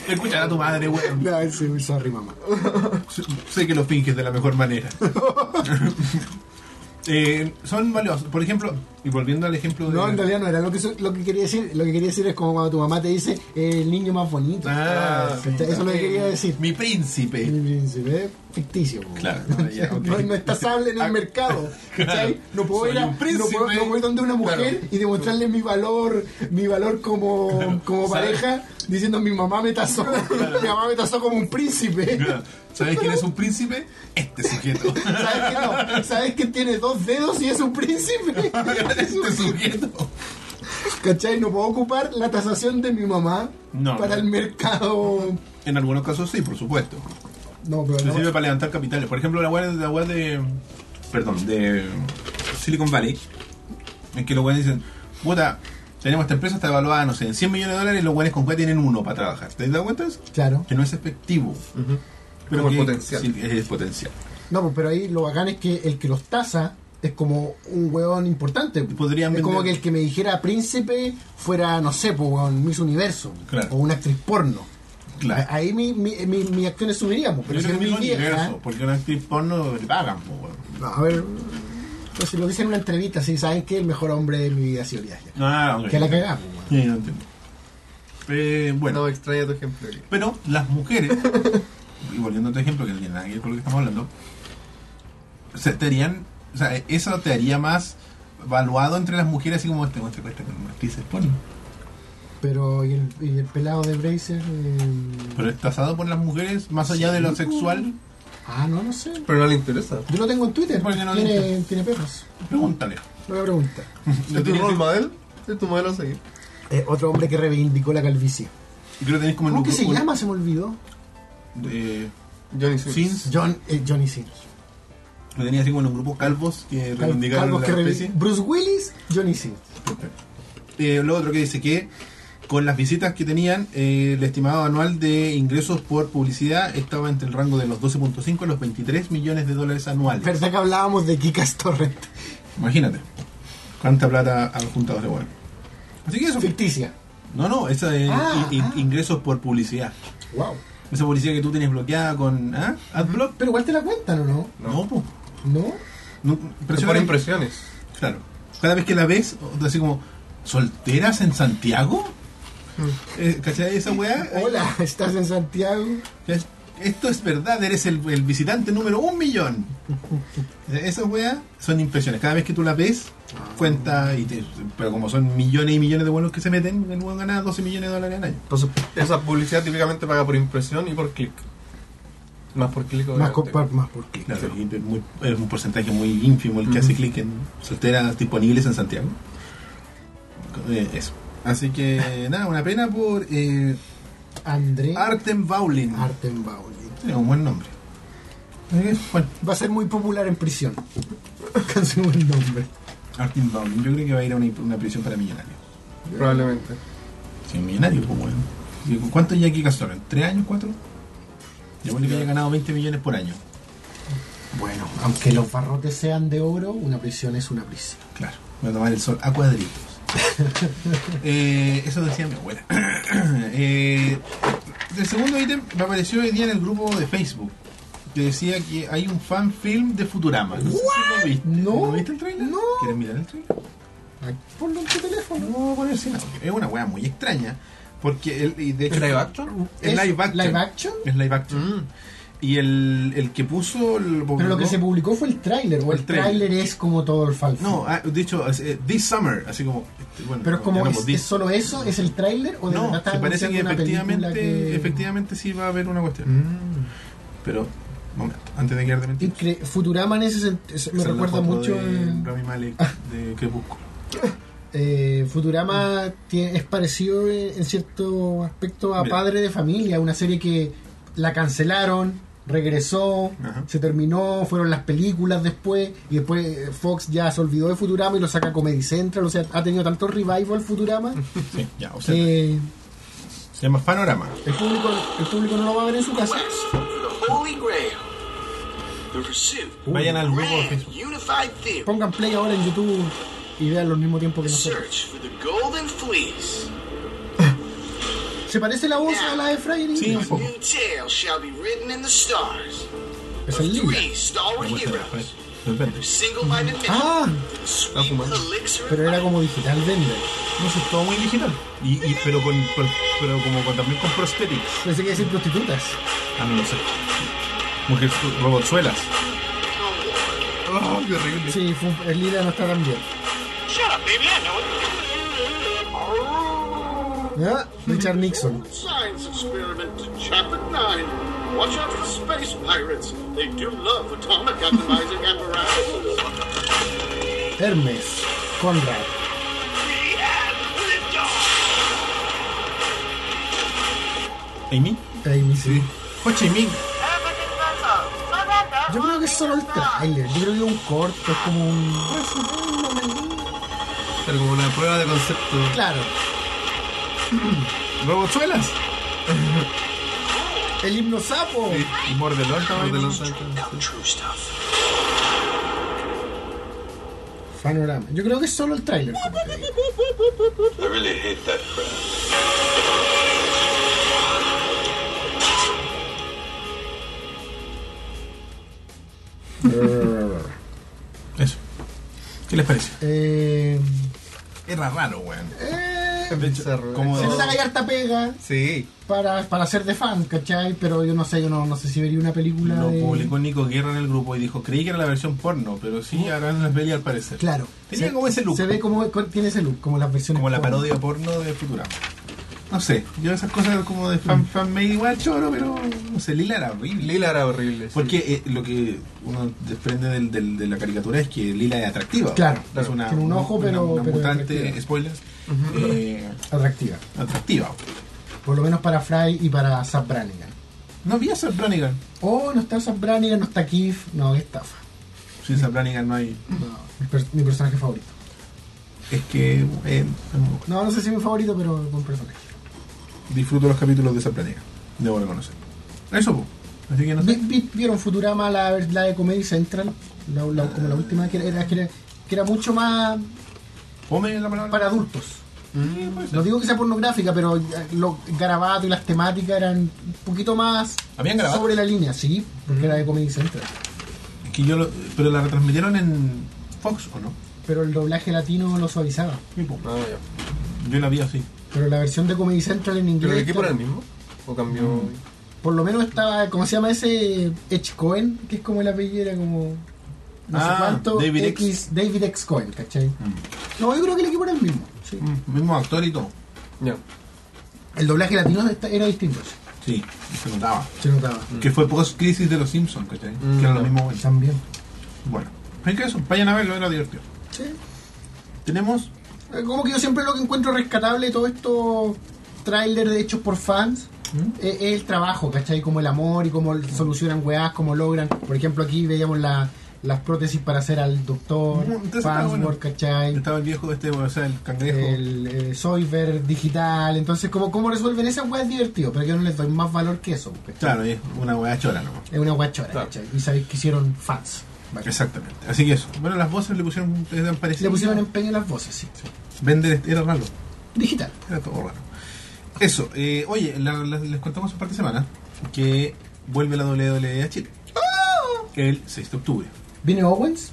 S1: Escuchar a tu madre, weón.
S2: No, sí, sorry, mamá.
S1: Sé que lo finges de la mejor manera. Eh, son valiosos. Por ejemplo, y volviendo al ejemplo de.
S2: No, en realidad no era lo que, su- lo que quería decir. Lo que quería decir es como cuando tu mamá te dice eh, el niño más bonito.
S1: Ah, sí.
S2: Eso es lo que quería decir.
S1: Mi
S2: Mi
S1: príncipe.
S2: príncipe es ficticio. po.
S1: Claro, no, ya, ok.
S2: No, no está sable en
S1: Ah,
S2: el mercado.
S1: claro.
S2: ¿cachai? No puedo
S1: Soy
S2: ir a-
S1: un
S2: no
S1: príncipe.
S2: puedo- no puedo ir donde una mujer
S3: Claro.
S2: y demostrarle mi valor, mi valor como, como
S1: ¿Sabe?
S2: pareja, diciendo mi mamá me tasó, mi mamá me tasó como un príncipe.
S1: Claro. Ah, ¿Sabes quién es un príncipe? Este sujeto.
S2: ¿Sabes que no? ¿Sabes que tiene dos dedos y es un príncipe?
S1: este sujeto.
S2: ¿Cachai? No puedo ocupar la tasación de mi mamá
S1: No,
S2: para
S1: no.
S2: el mercado.
S1: En algunos casos sí, por supuesto.
S2: No, pero
S1: Le
S2: no.
S1: sirve para levantar capitales. Por ejemplo, la web, la web de. Perdón, de Silicon Valley. En que los buenos dicen, puta, tenemos esta empresa, está evaluada, no sé, en 100 millones de dólares y los buenos con cuál tienen uno para trabajar. ¿Te has dado cuenta de eso?
S2: Claro.
S1: Que no es efectivo.
S3: Como el
S1: que
S3: potencial.
S1: sí, es potencial.
S2: No, pues, pero ahí lo bacán es que el que los tasa es como un huevón importante.
S1: Podrían
S2: es como que
S1: vender-
S2: el que me dijera príncipe fuera, no sé, pues, huevón, Miss Universo.
S1: Claro.
S2: O una actriz porno.
S1: Claro.
S2: A- Ahí mi, mi, mi, mis acciones subiríamos. ah,
S1: Pero
S2: Pero
S1: es
S2: si es
S1: el
S2: mi
S1: mismo
S2: vieja.
S1: universo, porque una actriz porno le pagan, po, weón.
S2: No, a ver. Pues si lo dicen en una entrevista, si saben que el mejor hombre de mi vida ha sido Uriah.
S1: Ah, ok.
S2: Que la cagamos, weón.
S1: Sí, no entiendo. Eh, bueno,
S3: No me extraña tu ejemplo. Eri.
S1: pero las mujeres, y volviendo a tu ejemplo que no tiene nada que ver con lo que estamos hablando, se te harían, o sea, eso te haría más valuado entre las mujeres, así como este muestra cuesta con una actriz porno.
S2: Pero, ¿y el, y el pelado de Bracer? eh?
S1: Pero es tasado por las mujeres, más allá de lo sexual,
S2: Ah, no, no sé.
S3: Pero no le interesa.
S2: Yo lo tengo en Twitter.
S1: ¿Por qué no lo
S2: tiene, tiene perros.
S1: pregúntale.
S2: No me pregunta.
S1: Lo
S3: ¿Es tu
S1: tenés-
S3: role model? ¿Es tu modelo a seguir?
S2: Eh, otro hombre que reivindicó la calvicie.
S1: creo que tenés como en
S2: ¿Cómo
S1: un
S2: que se
S1: grupo-
S2: llama? Se me olvidó.
S1: eh,
S3: Johnny
S1: Sims.
S3: Sims.
S2: John, eh, Johnny Sins.
S1: Lo tenía así como en un grupo calvos que
S2: Cal-
S1: reivindicaron
S2: calvos
S1: la
S2: que revi-
S1: especie.
S2: Bruce Willis, Johnny Sins.
S1: Eh, lo otro que dice que con las visitas que tenían, eh, el estimado anual de ingresos por publicidad estaba entre el rango de los 12.5 a los 23 millones de dólares anuales.
S2: ¿Verdad que hablábamos de Kikas Torrent?
S1: Imagínate. Cuánta plata han juntado de bueno. Así que eso,
S2: Ficticia.
S1: No, no, esa de
S2: Ah,
S1: in- in-
S2: ah.
S1: ingresos por publicidad.
S2: Wow.
S1: Esa publicidad que tú tienes bloqueada con ¿ah? AdBlock.
S2: Pero igual te la cuentan, ¿o no?
S1: No, po.
S2: ¿No?
S1: No,
S3: Es
S1: impresiona-
S3: por impresiones.
S1: Claro. Cada vez que la ves, o- así como, ¿solteras en Santiago? Eh, ¿Cachai esa weá?
S2: Hola, ¿estás en Santiago?
S1: Es- Esto es verdad, eres el, el visitante número un millón. Esas weas son impresiones. Cada vez que tú las ves, cuenta, y te- pero como son millones y millones de buenos que se meten, el weón gana 12 millones de dólares al año.
S3: Entonces, esa publicidad típicamente paga por impresión y por clic. Más por clic,
S2: Más,
S3: obviamente.
S2: con- pa- más por clic.
S1: Claro, y es, muy- es un porcentaje muy ínfimo el que
S3: Ujú.
S1: hace clic en solteras disponibles en Santiago. Eh, eso. Así que nada, una pena por eh,
S2: André
S1: Artem Baulin.
S2: Artenbauli.
S1: Tiene un buen nombre. Eh, bueno,
S2: Va a ser muy popular en prisión. Con su buen nombre.
S1: Artem Baulin. Yo creo que va a ir a una, una prisión para millonarios.
S3: Probablemente.
S1: Sí, millonario, pues bueno. ¿Y con ¿Cuánto ya aquí Castro? ¿En ¿Tres años? ¿Cuatro? Yo creo que haya ganado 20 millones por año.
S2: Bueno, aunque los barrotes sean de oro, una prisión es una prisión.
S1: Claro, voy a tomar el sol a cuadritos. Eh, eso decía mi abuela. Eh, el segundo ítem me apareció hoy día en el grupo de Facebook. Que decía que hay un fan film de Futurama. No sé si lo viste.
S2: No.
S1: ¿No viste el trailer?
S2: No.
S1: ¿Quieres mirar el trailer?
S2: Ponlo en tu teléfono.
S1: No, poner si no. Es una wea muy extraña. Porque el, y de hecho,
S3: ¿Live action?
S1: Es live action.
S2: live action?
S1: Es live action. Y el, el que puso. el-
S2: Pero lo que se publicó fue el tráiler, o
S1: Oh, El
S2: el, tráiler es como todo el falso.
S1: No, ah, de hecho, es, eh, This Summer, así como. este, bueno,
S2: pero es como,
S1: llamamos
S2: ¿es,
S1: This.
S2: es solo eso? ¿Es el tráiler? ¿O de
S1: No,
S2: verdad
S1: que
S2: están
S1: parece que
S2: anunciando una
S1: efectivamente,
S2: película que-
S1: efectivamente sí va a haber una cuestión.
S3: Mm.
S1: Pero, momento, antes de quedar de mentir.
S2: Incre- Futurama en ese sentido se- me recuerda mucho.
S1: De
S2: eh,
S1: Rami Malek de Crepúsculo.
S2: eh, Futurama tiene- es parecido eh, en cierto aspecto a
S1: Mira.
S2: Padre de Familia, una serie que la cancelaron, regresó,
S1: Ajá.
S2: se terminó, fueron las películas después, y después eh, Fox ya se olvidó de Futurama y lo saca Comedy Central, o sea, ha tenido tanto revival Futurama
S1: Sí, ya, o sea,
S2: que
S1: se llama Panorama.
S2: el público, el público no lo va a ver en su casa.
S4: quest for the Holy Grail. The pursuit.
S1: Vayan al grupo de
S4: Grand
S1: Facebook.
S4: unified theory.
S2: Pongan play ahora en YouTube y vean al mismo tiempo que nosotros.
S4: Search for the golden fleece.
S2: ¿Se parece la voz a la de Friday?
S1: Sí, un
S4: Whose
S1: poco.
S4: new tale shall be written in the stars.
S2: Es
S4: of
S2: el Lila.
S4: three stalwart
S1: Me gusta, me
S4: heroes.
S1: parece. Me
S4: Their
S1: encanta.
S4: single-minded mission.
S2: Ah,
S4: the sweet
S3: fumando.
S4: elixir of
S2: pero era
S4: life.
S2: como digital vender.
S1: No sé, todo muy digital. Y, y- pero, con, con- pero como con- también con prosthetics.
S2: Pensé que iba a decir prostitutas.
S1: Ah, no lo sé. Mujeres robotzuelas. Oh, qué horrible.
S2: Sí, fue un- el Lila no está tan bien.
S4: Shut up, baby. I know it.
S2: ¿Ah? Richard Nixon.
S4: Science experiment, chapter 9. Watch out for space pirates. They do love atomic atomizing apparatus.
S2: Hermes. Conrad.
S4: We have lived on.
S1: Amy.
S2: e Amy, sí.
S1: Ho Chi Minh.
S2: Yo creo que es solo el tráiler. Yo creo que es un corto, es como un...
S3: Pero como una prueba de concepto.
S2: Claro.
S1: Robotzuelas.
S2: El himno sapo.
S1: Y Mordelón
S3: Como
S1: también.
S3: de los años.
S4: True stuff.
S2: Panorama. Yo creo que es solo el tráiler. como te digo.
S5: I really hate that crap.
S1: Eso. ¿Qué les parece?
S2: Eh,
S1: Era raro, weón.
S2: eh,
S1: De hecho,
S3: Bizarro.
S1: como-
S2: se nota que hay harta pega
S3: Sí.
S2: para, para ser de fan, ¿cachai? Pero yo no sé, yo no, no sé si vería una película
S1: Lo
S2: de...
S1: publicó Nico Guerra en el grupo y dijo, creí que era la versión porno, pero sí, harán una peli al parecer.
S2: Oh. Claro.
S1: Tenía
S2: Se-
S1: como ese look.
S2: Se ve como tiene ese look, como las versiones.
S1: Como la
S2: porno.
S1: parodia porno de Futurama. No sé, yo esas cosas como de fan, fan made igual choro, pero no sé, Lila era horrible.
S3: Lila era horrible. sí.
S1: Porque eh, lo que uno desprende del- del- de la caricatura es que Lila es atractiva.
S2: Claro,
S1: es una,
S2: tiene un ojo, pero-
S1: una
S2: pero
S1: mutante,
S2: atractiva.
S1: spoilers, eh,
S2: Atractiva.
S1: atractiva.
S2: Por lo menos para Fry y para Sam Brannigan.
S1: No había Sam Brannigan.
S2: Oh, no está Sam Brannigan, no está Keith. No, qué estafa.
S1: Sin Sam Brannigan no hay.
S2: No, mi, per- mi personaje favorito.
S1: Es que eh,
S2: No, no sé si es mi favorito, pero buen personaje.
S1: disfruto los capítulos de Sam Brannigan. Debo reconocer. Eso, po. Así que no
S2: Vi-
S1: sé.
S2: vi- ¿Vieron Futurama, la, la de Comedy Central? La, la- como la última, que era, que, era, que era mucho más
S1: Pome la palabra.
S2: para adultos.
S1: Sí, Mm, puede ser.
S2: No digo que sea pornográfica, pero eh, los garabatos y las temáticas eran un poquito más
S1: ¿Habían garabatos?
S2: sobre la línea, sí, porque era de Comedy Central.
S1: Es que yo lo- pero la retransmitieron en Fox, ¿o no?
S2: Pero el doblaje latino lo suavizaba.
S3: Ah, ya.
S1: Yo la vi así.
S2: Pero la versión de Comedy Central en inglés.
S3: ¿Pero el equipo
S2: claro,
S3: era el mismo? ¿O cambió?
S2: Por lo menos estaba, ¿cómo se llama ese? H. Cohen, que es como el apellido, era como. No
S1: Ah,
S2: sé cuánto.
S1: David X.
S2: X, David X. Cohen, ¿cachai? No, yo creo que el equipo era el mismo. sí.
S1: Mm, mismo actor y todo.
S3: Ya.
S2: El doblaje latino esta- era distinto, sí,
S1: Sí, se notaba.
S2: se notaba.
S1: Que fue post-crisis de los Simpsons, ¿cachai?
S3: Mm,
S1: que era lo
S3: no.
S1: mismo.
S2: También.
S1: Bueno, pero es que eso, vayan a verlo, era divertido.
S2: Sí.
S1: Tenemos
S2: Eh, Como que yo siempre lo que encuentro rescatable de todo esto tráiler de hechos por fans
S1: ¿Mm?
S2: eh, es el trabajo, ¿cachai? Como el amor y cómo solucionan weás, cómo logran. Por ejemplo, aquí veíamos la- las prótesis para hacer al doctor,
S1: Mm, entonces está
S2: Farnsworth,
S1: bueno.
S2: ¿cachai?
S1: Estaba el viejo este, o sea, el cangrejo.
S2: El eh, Soyber digital. Entonces, como cómo resuelven esas weas es divertido, pero yo no les doy más valor que eso. ¿cachai?
S1: Claro, es una weá chora nomás.
S2: Es una guachora,
S3: Claro.
S2: ¿cachai? Y sabéis que hicieron fans. ¿vale?
S1: Exactamente. Así que eso. Bueno, las voces le pusieron, eran
S2: Le
S1: parecidas.
S2: pusieron empeño en las voces, sí.
S1: Vender era raro,
S2: Digital.
S1: era todo raro. Eso, eh, oye, la- la- les contamos un par de semanas que vuelve la WWE a Chile.
S2: ¡Oh!
S1: El 6 de octubre.
S2: Viene Owens,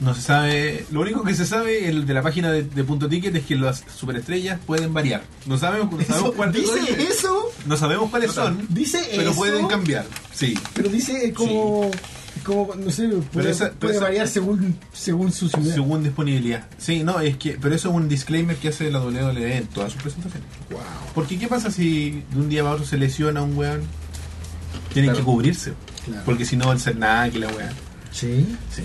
S1: No se sabe, lo único que se sabe el de la página de, de Punto Ticket es que las superestrellas pueden variar. No sabemos, no sabemos
S2: Eso-
S1: cuáles
S2: dice eso,
S1: No sabemos cuáles son,
S2: dice
S1: pero
S2: eso.
S1: pueden cambiar. Sí.
S2: Pero dice eh, como, como no sé, puede,
S1: esa- pero
S2: puede
S1: esa-
S2: variar según, según su ciudad.
S1: Según disponibilidad. Sí, no, es que, pero eso es un disclaimer que hace la WWE en todas sus presentaciones.
S2: Wow.
S1: Porque ¿qué pasa si de un día para otro se lesiona un weón? Tienen
S3: Claro.
S1: que cubrirse.
S2: Claro.
S1: Porque si no, el ser nada que la weón.
S2: Sí.
S1: Sí.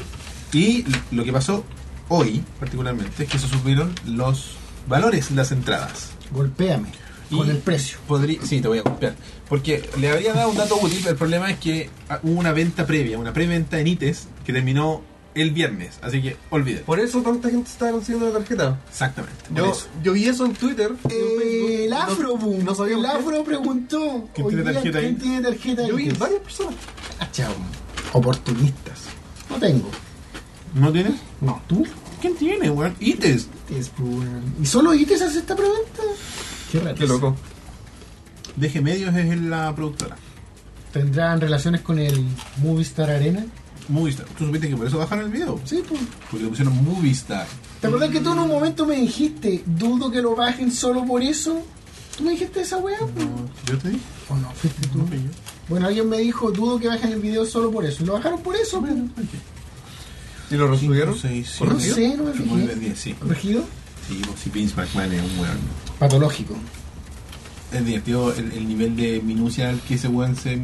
S1: Y lo que pasó hoy, particularmente, es que se subieron los valores de las entradas.
S2: Golpéame
S1: Y-
S2: con el precio.
S1: Podría, sí, te voy a copiar. Porque le habría dado un dato útil, pero el problema es que ah, hubo una venta previa, una preventa en ITES que terminó el viernes. Así que olviden.
S3: Por eso tanta gente estaba consiguiendo la tarjeta.
S1: Exactamente. por
S3: Yo,
S1: eso.
S3: yo vi eso en Twitter. y en Facebook.
S2: El
S3: No-
S2: afro, boom.
S3: No sabía
S2: el
S3: por qué.
S2: afro preguntó.
S1: ¿Quién
S2: hoy
S1: tiene
S2: día,
S1: tarjeta ahí?
S2: ¿Quién tiene tarjeta
S3: Yo vi
S2: ahí?
S3: varias personas.
S2: Ah, chao. Oportunistas. No tengo.
S1: ¿No tienes?
S2: No, tú.
S1: ¿Quién tiene, weón? E ITES.
S2: Es por- ¿Y solo ITES hace esta pregunta? Qué raro.
S3: Qué loco.
S1: DG Medios es la productora.
S2: ¿Tendrán relaciones con el Movistar Arena?
S1: Movistar. ¿Tú supiste que por eso bajaron el video?
S2: Sí, pues.
S1: Porque le pusieron Movistar.
S2: ¿Te acuerdas que tú en un momento me dijiste, dudo que lo bajen solo por eso? ¿Tú me dijiste esa weá? pues?
S1: No, ¿Yo te dije?
S2: ¿O no? Fuiste tú.
S1: No, fui yo.
S2: Bueno, alguien me dijo, dudo que bajen el video solo por eso. Y lo bajaron por eso, pero.
S3: ¿Y lo resubieron?
S1: Sí, sí.
S2: No sé, no me
S1: Sí, muy
S2: fijé.
S1: bien, diez, sí.
S2: ¿Corregido?
S1: Sí, pues, si Vince McMahon es un weón.
S2: Patológico.
S1: Es divertido el, el nivel de minucia al que ese weón se...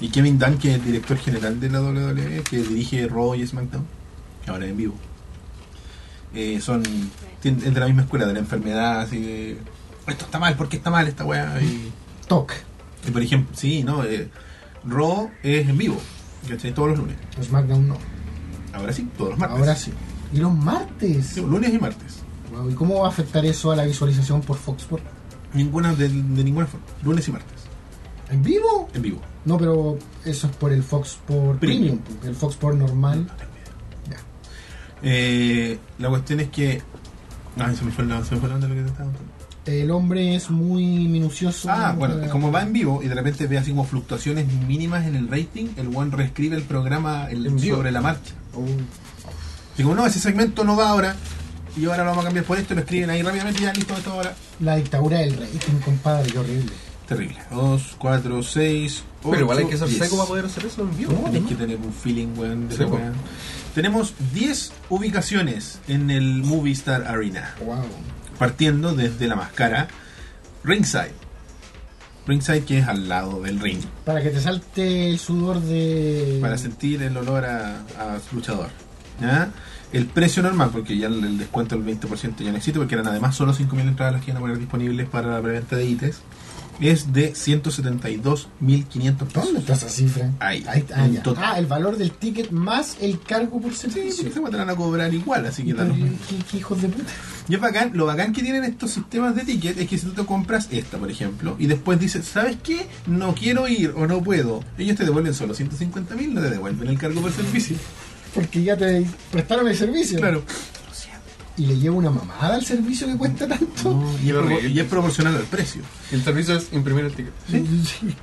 S1: Y Kevin Dunn, que es director general de la WWE, que dirige Raw y SmackDown, ahora en vivo. Eh, son... tien- Es de la misma escuela, de la enfermedad, así de... Esto está mal, ¿por qué está mal esta weá? Y...
S2: TOC.
S1: Y por ejemplo, sí, no, eh, Raw es en vivo, ¿cachai? Todos los lunes.
S2: Los SmackDown no.
S1: Ahora sí, todos los martes.
S2: Ahora sí. ¿Y los martes?
S1: Sí, lunes y martes.
S2: Wow, ¿Y cómo va a afectar eso a la visualización por Fox Sports?
S1: Ninguna de, de ninguna forma. Lunes y martes,
S2: ¿En vivo?
S1: en vivo.
S2: No, pero eso es por el Fox Sports Premium.
S1: Premium.
S2: porque El Fox Sports normal.
S1: No tengo idea.
S2: Ya.
S1: Eh, la cuestión es que. Ay, se me fue la, se me fue la onda lo que te estaba contando.
S2: El hombre es muy minucioso.
S1: Ah, bueno,
S2: para-
S1: como va en vivo y de repente ve así como fluctuaciones mínimas en el rating, el one reescribe el programa el-
S3: En vivo.
S1: sobre la marcha.
S3: Uh.
S1: Y como no, ese segmento no va ahora, y ahora lo vamos a cambiar por esto, lo escriben ahí rápidamente, ya listo, esto ahora.
S2: La dictadura del rating, compadre, qué horrible.
S1: Terrible. 2, 4, 6, 8.
S3: Pero igual hay que ser seco para poder hacer eso en vivo.
S1: Tienes que tener un feeling, weón. de
S3: Sí,
S1: la
S3: po.
S1: weá. Tenemos 10 ubicaciones en el Movistar Arena.
S2: Wow.
S1: Partiendo desde la máscara Ringside. Ringside que es al lado del ring.
S2: Para que te salte el sudor de.
S1: Para sentir el olor a, a luchador. ¿ya? El precio normal, porque ya el el descuento del 20% ya no existe, porque eran además solo 5.000 entradas las que iban a poner disponibles para la preventa de ITES, es de 172.500 pesos.
S2: ¿Dónde está esa cifra?
S1: Ahí.
S2: ah,
S1: En
S2: ya.
S1: total.
S2: Ah, el valor del ticket más el cargo por
S1: Sí,
S2: servicio.
S1: porque se van a cobrar igual, así que da lo
S2: Pero,
S1: mismo.
S2: ¿qué- qué hijos de puta?
S1: Y es bacán, lo bacán que tienen estos sistemas de ticket es que si tú te compras esta, por ejemplo, y después dices, ¿sabes qué? No quiero ir o no puedo. Ellos te devuelven solo 150 mil, no te devuelven el cargo por servicio.
S2: Porque ya te prestaron el servicio.
S1: Claro. Lo siento.
S2: y le lleva una mamada al servicio que cuesta tanto.
S1: No, y, es pro- y es proporcional al precio.
S3: Y el servicio es imprimir el ticket.
S2: Es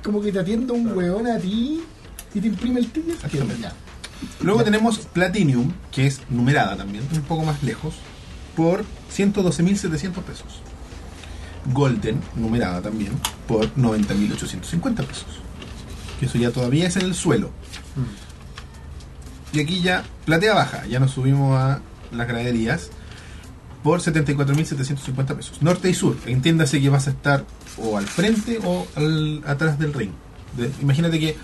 S2: como que te atienda un weón a ti y te imprime el ticket.
S1: Exactamente.
S2: Ya.
S1: Luego tenemos Platinum, que es numerada también, un poco más lejos, por 112.700 pesos. Golden, numerada también, por 90.850 pesos. Que eso ya todavía es en el suelo.
S2: Mm.
S1: Y aquí ya, platea baja, ya nos subimos a las graderías por 74.750 pesos. Norte y sur, entiéndase que vas a estar o al frente o al, atrás del ring. De- imagínate que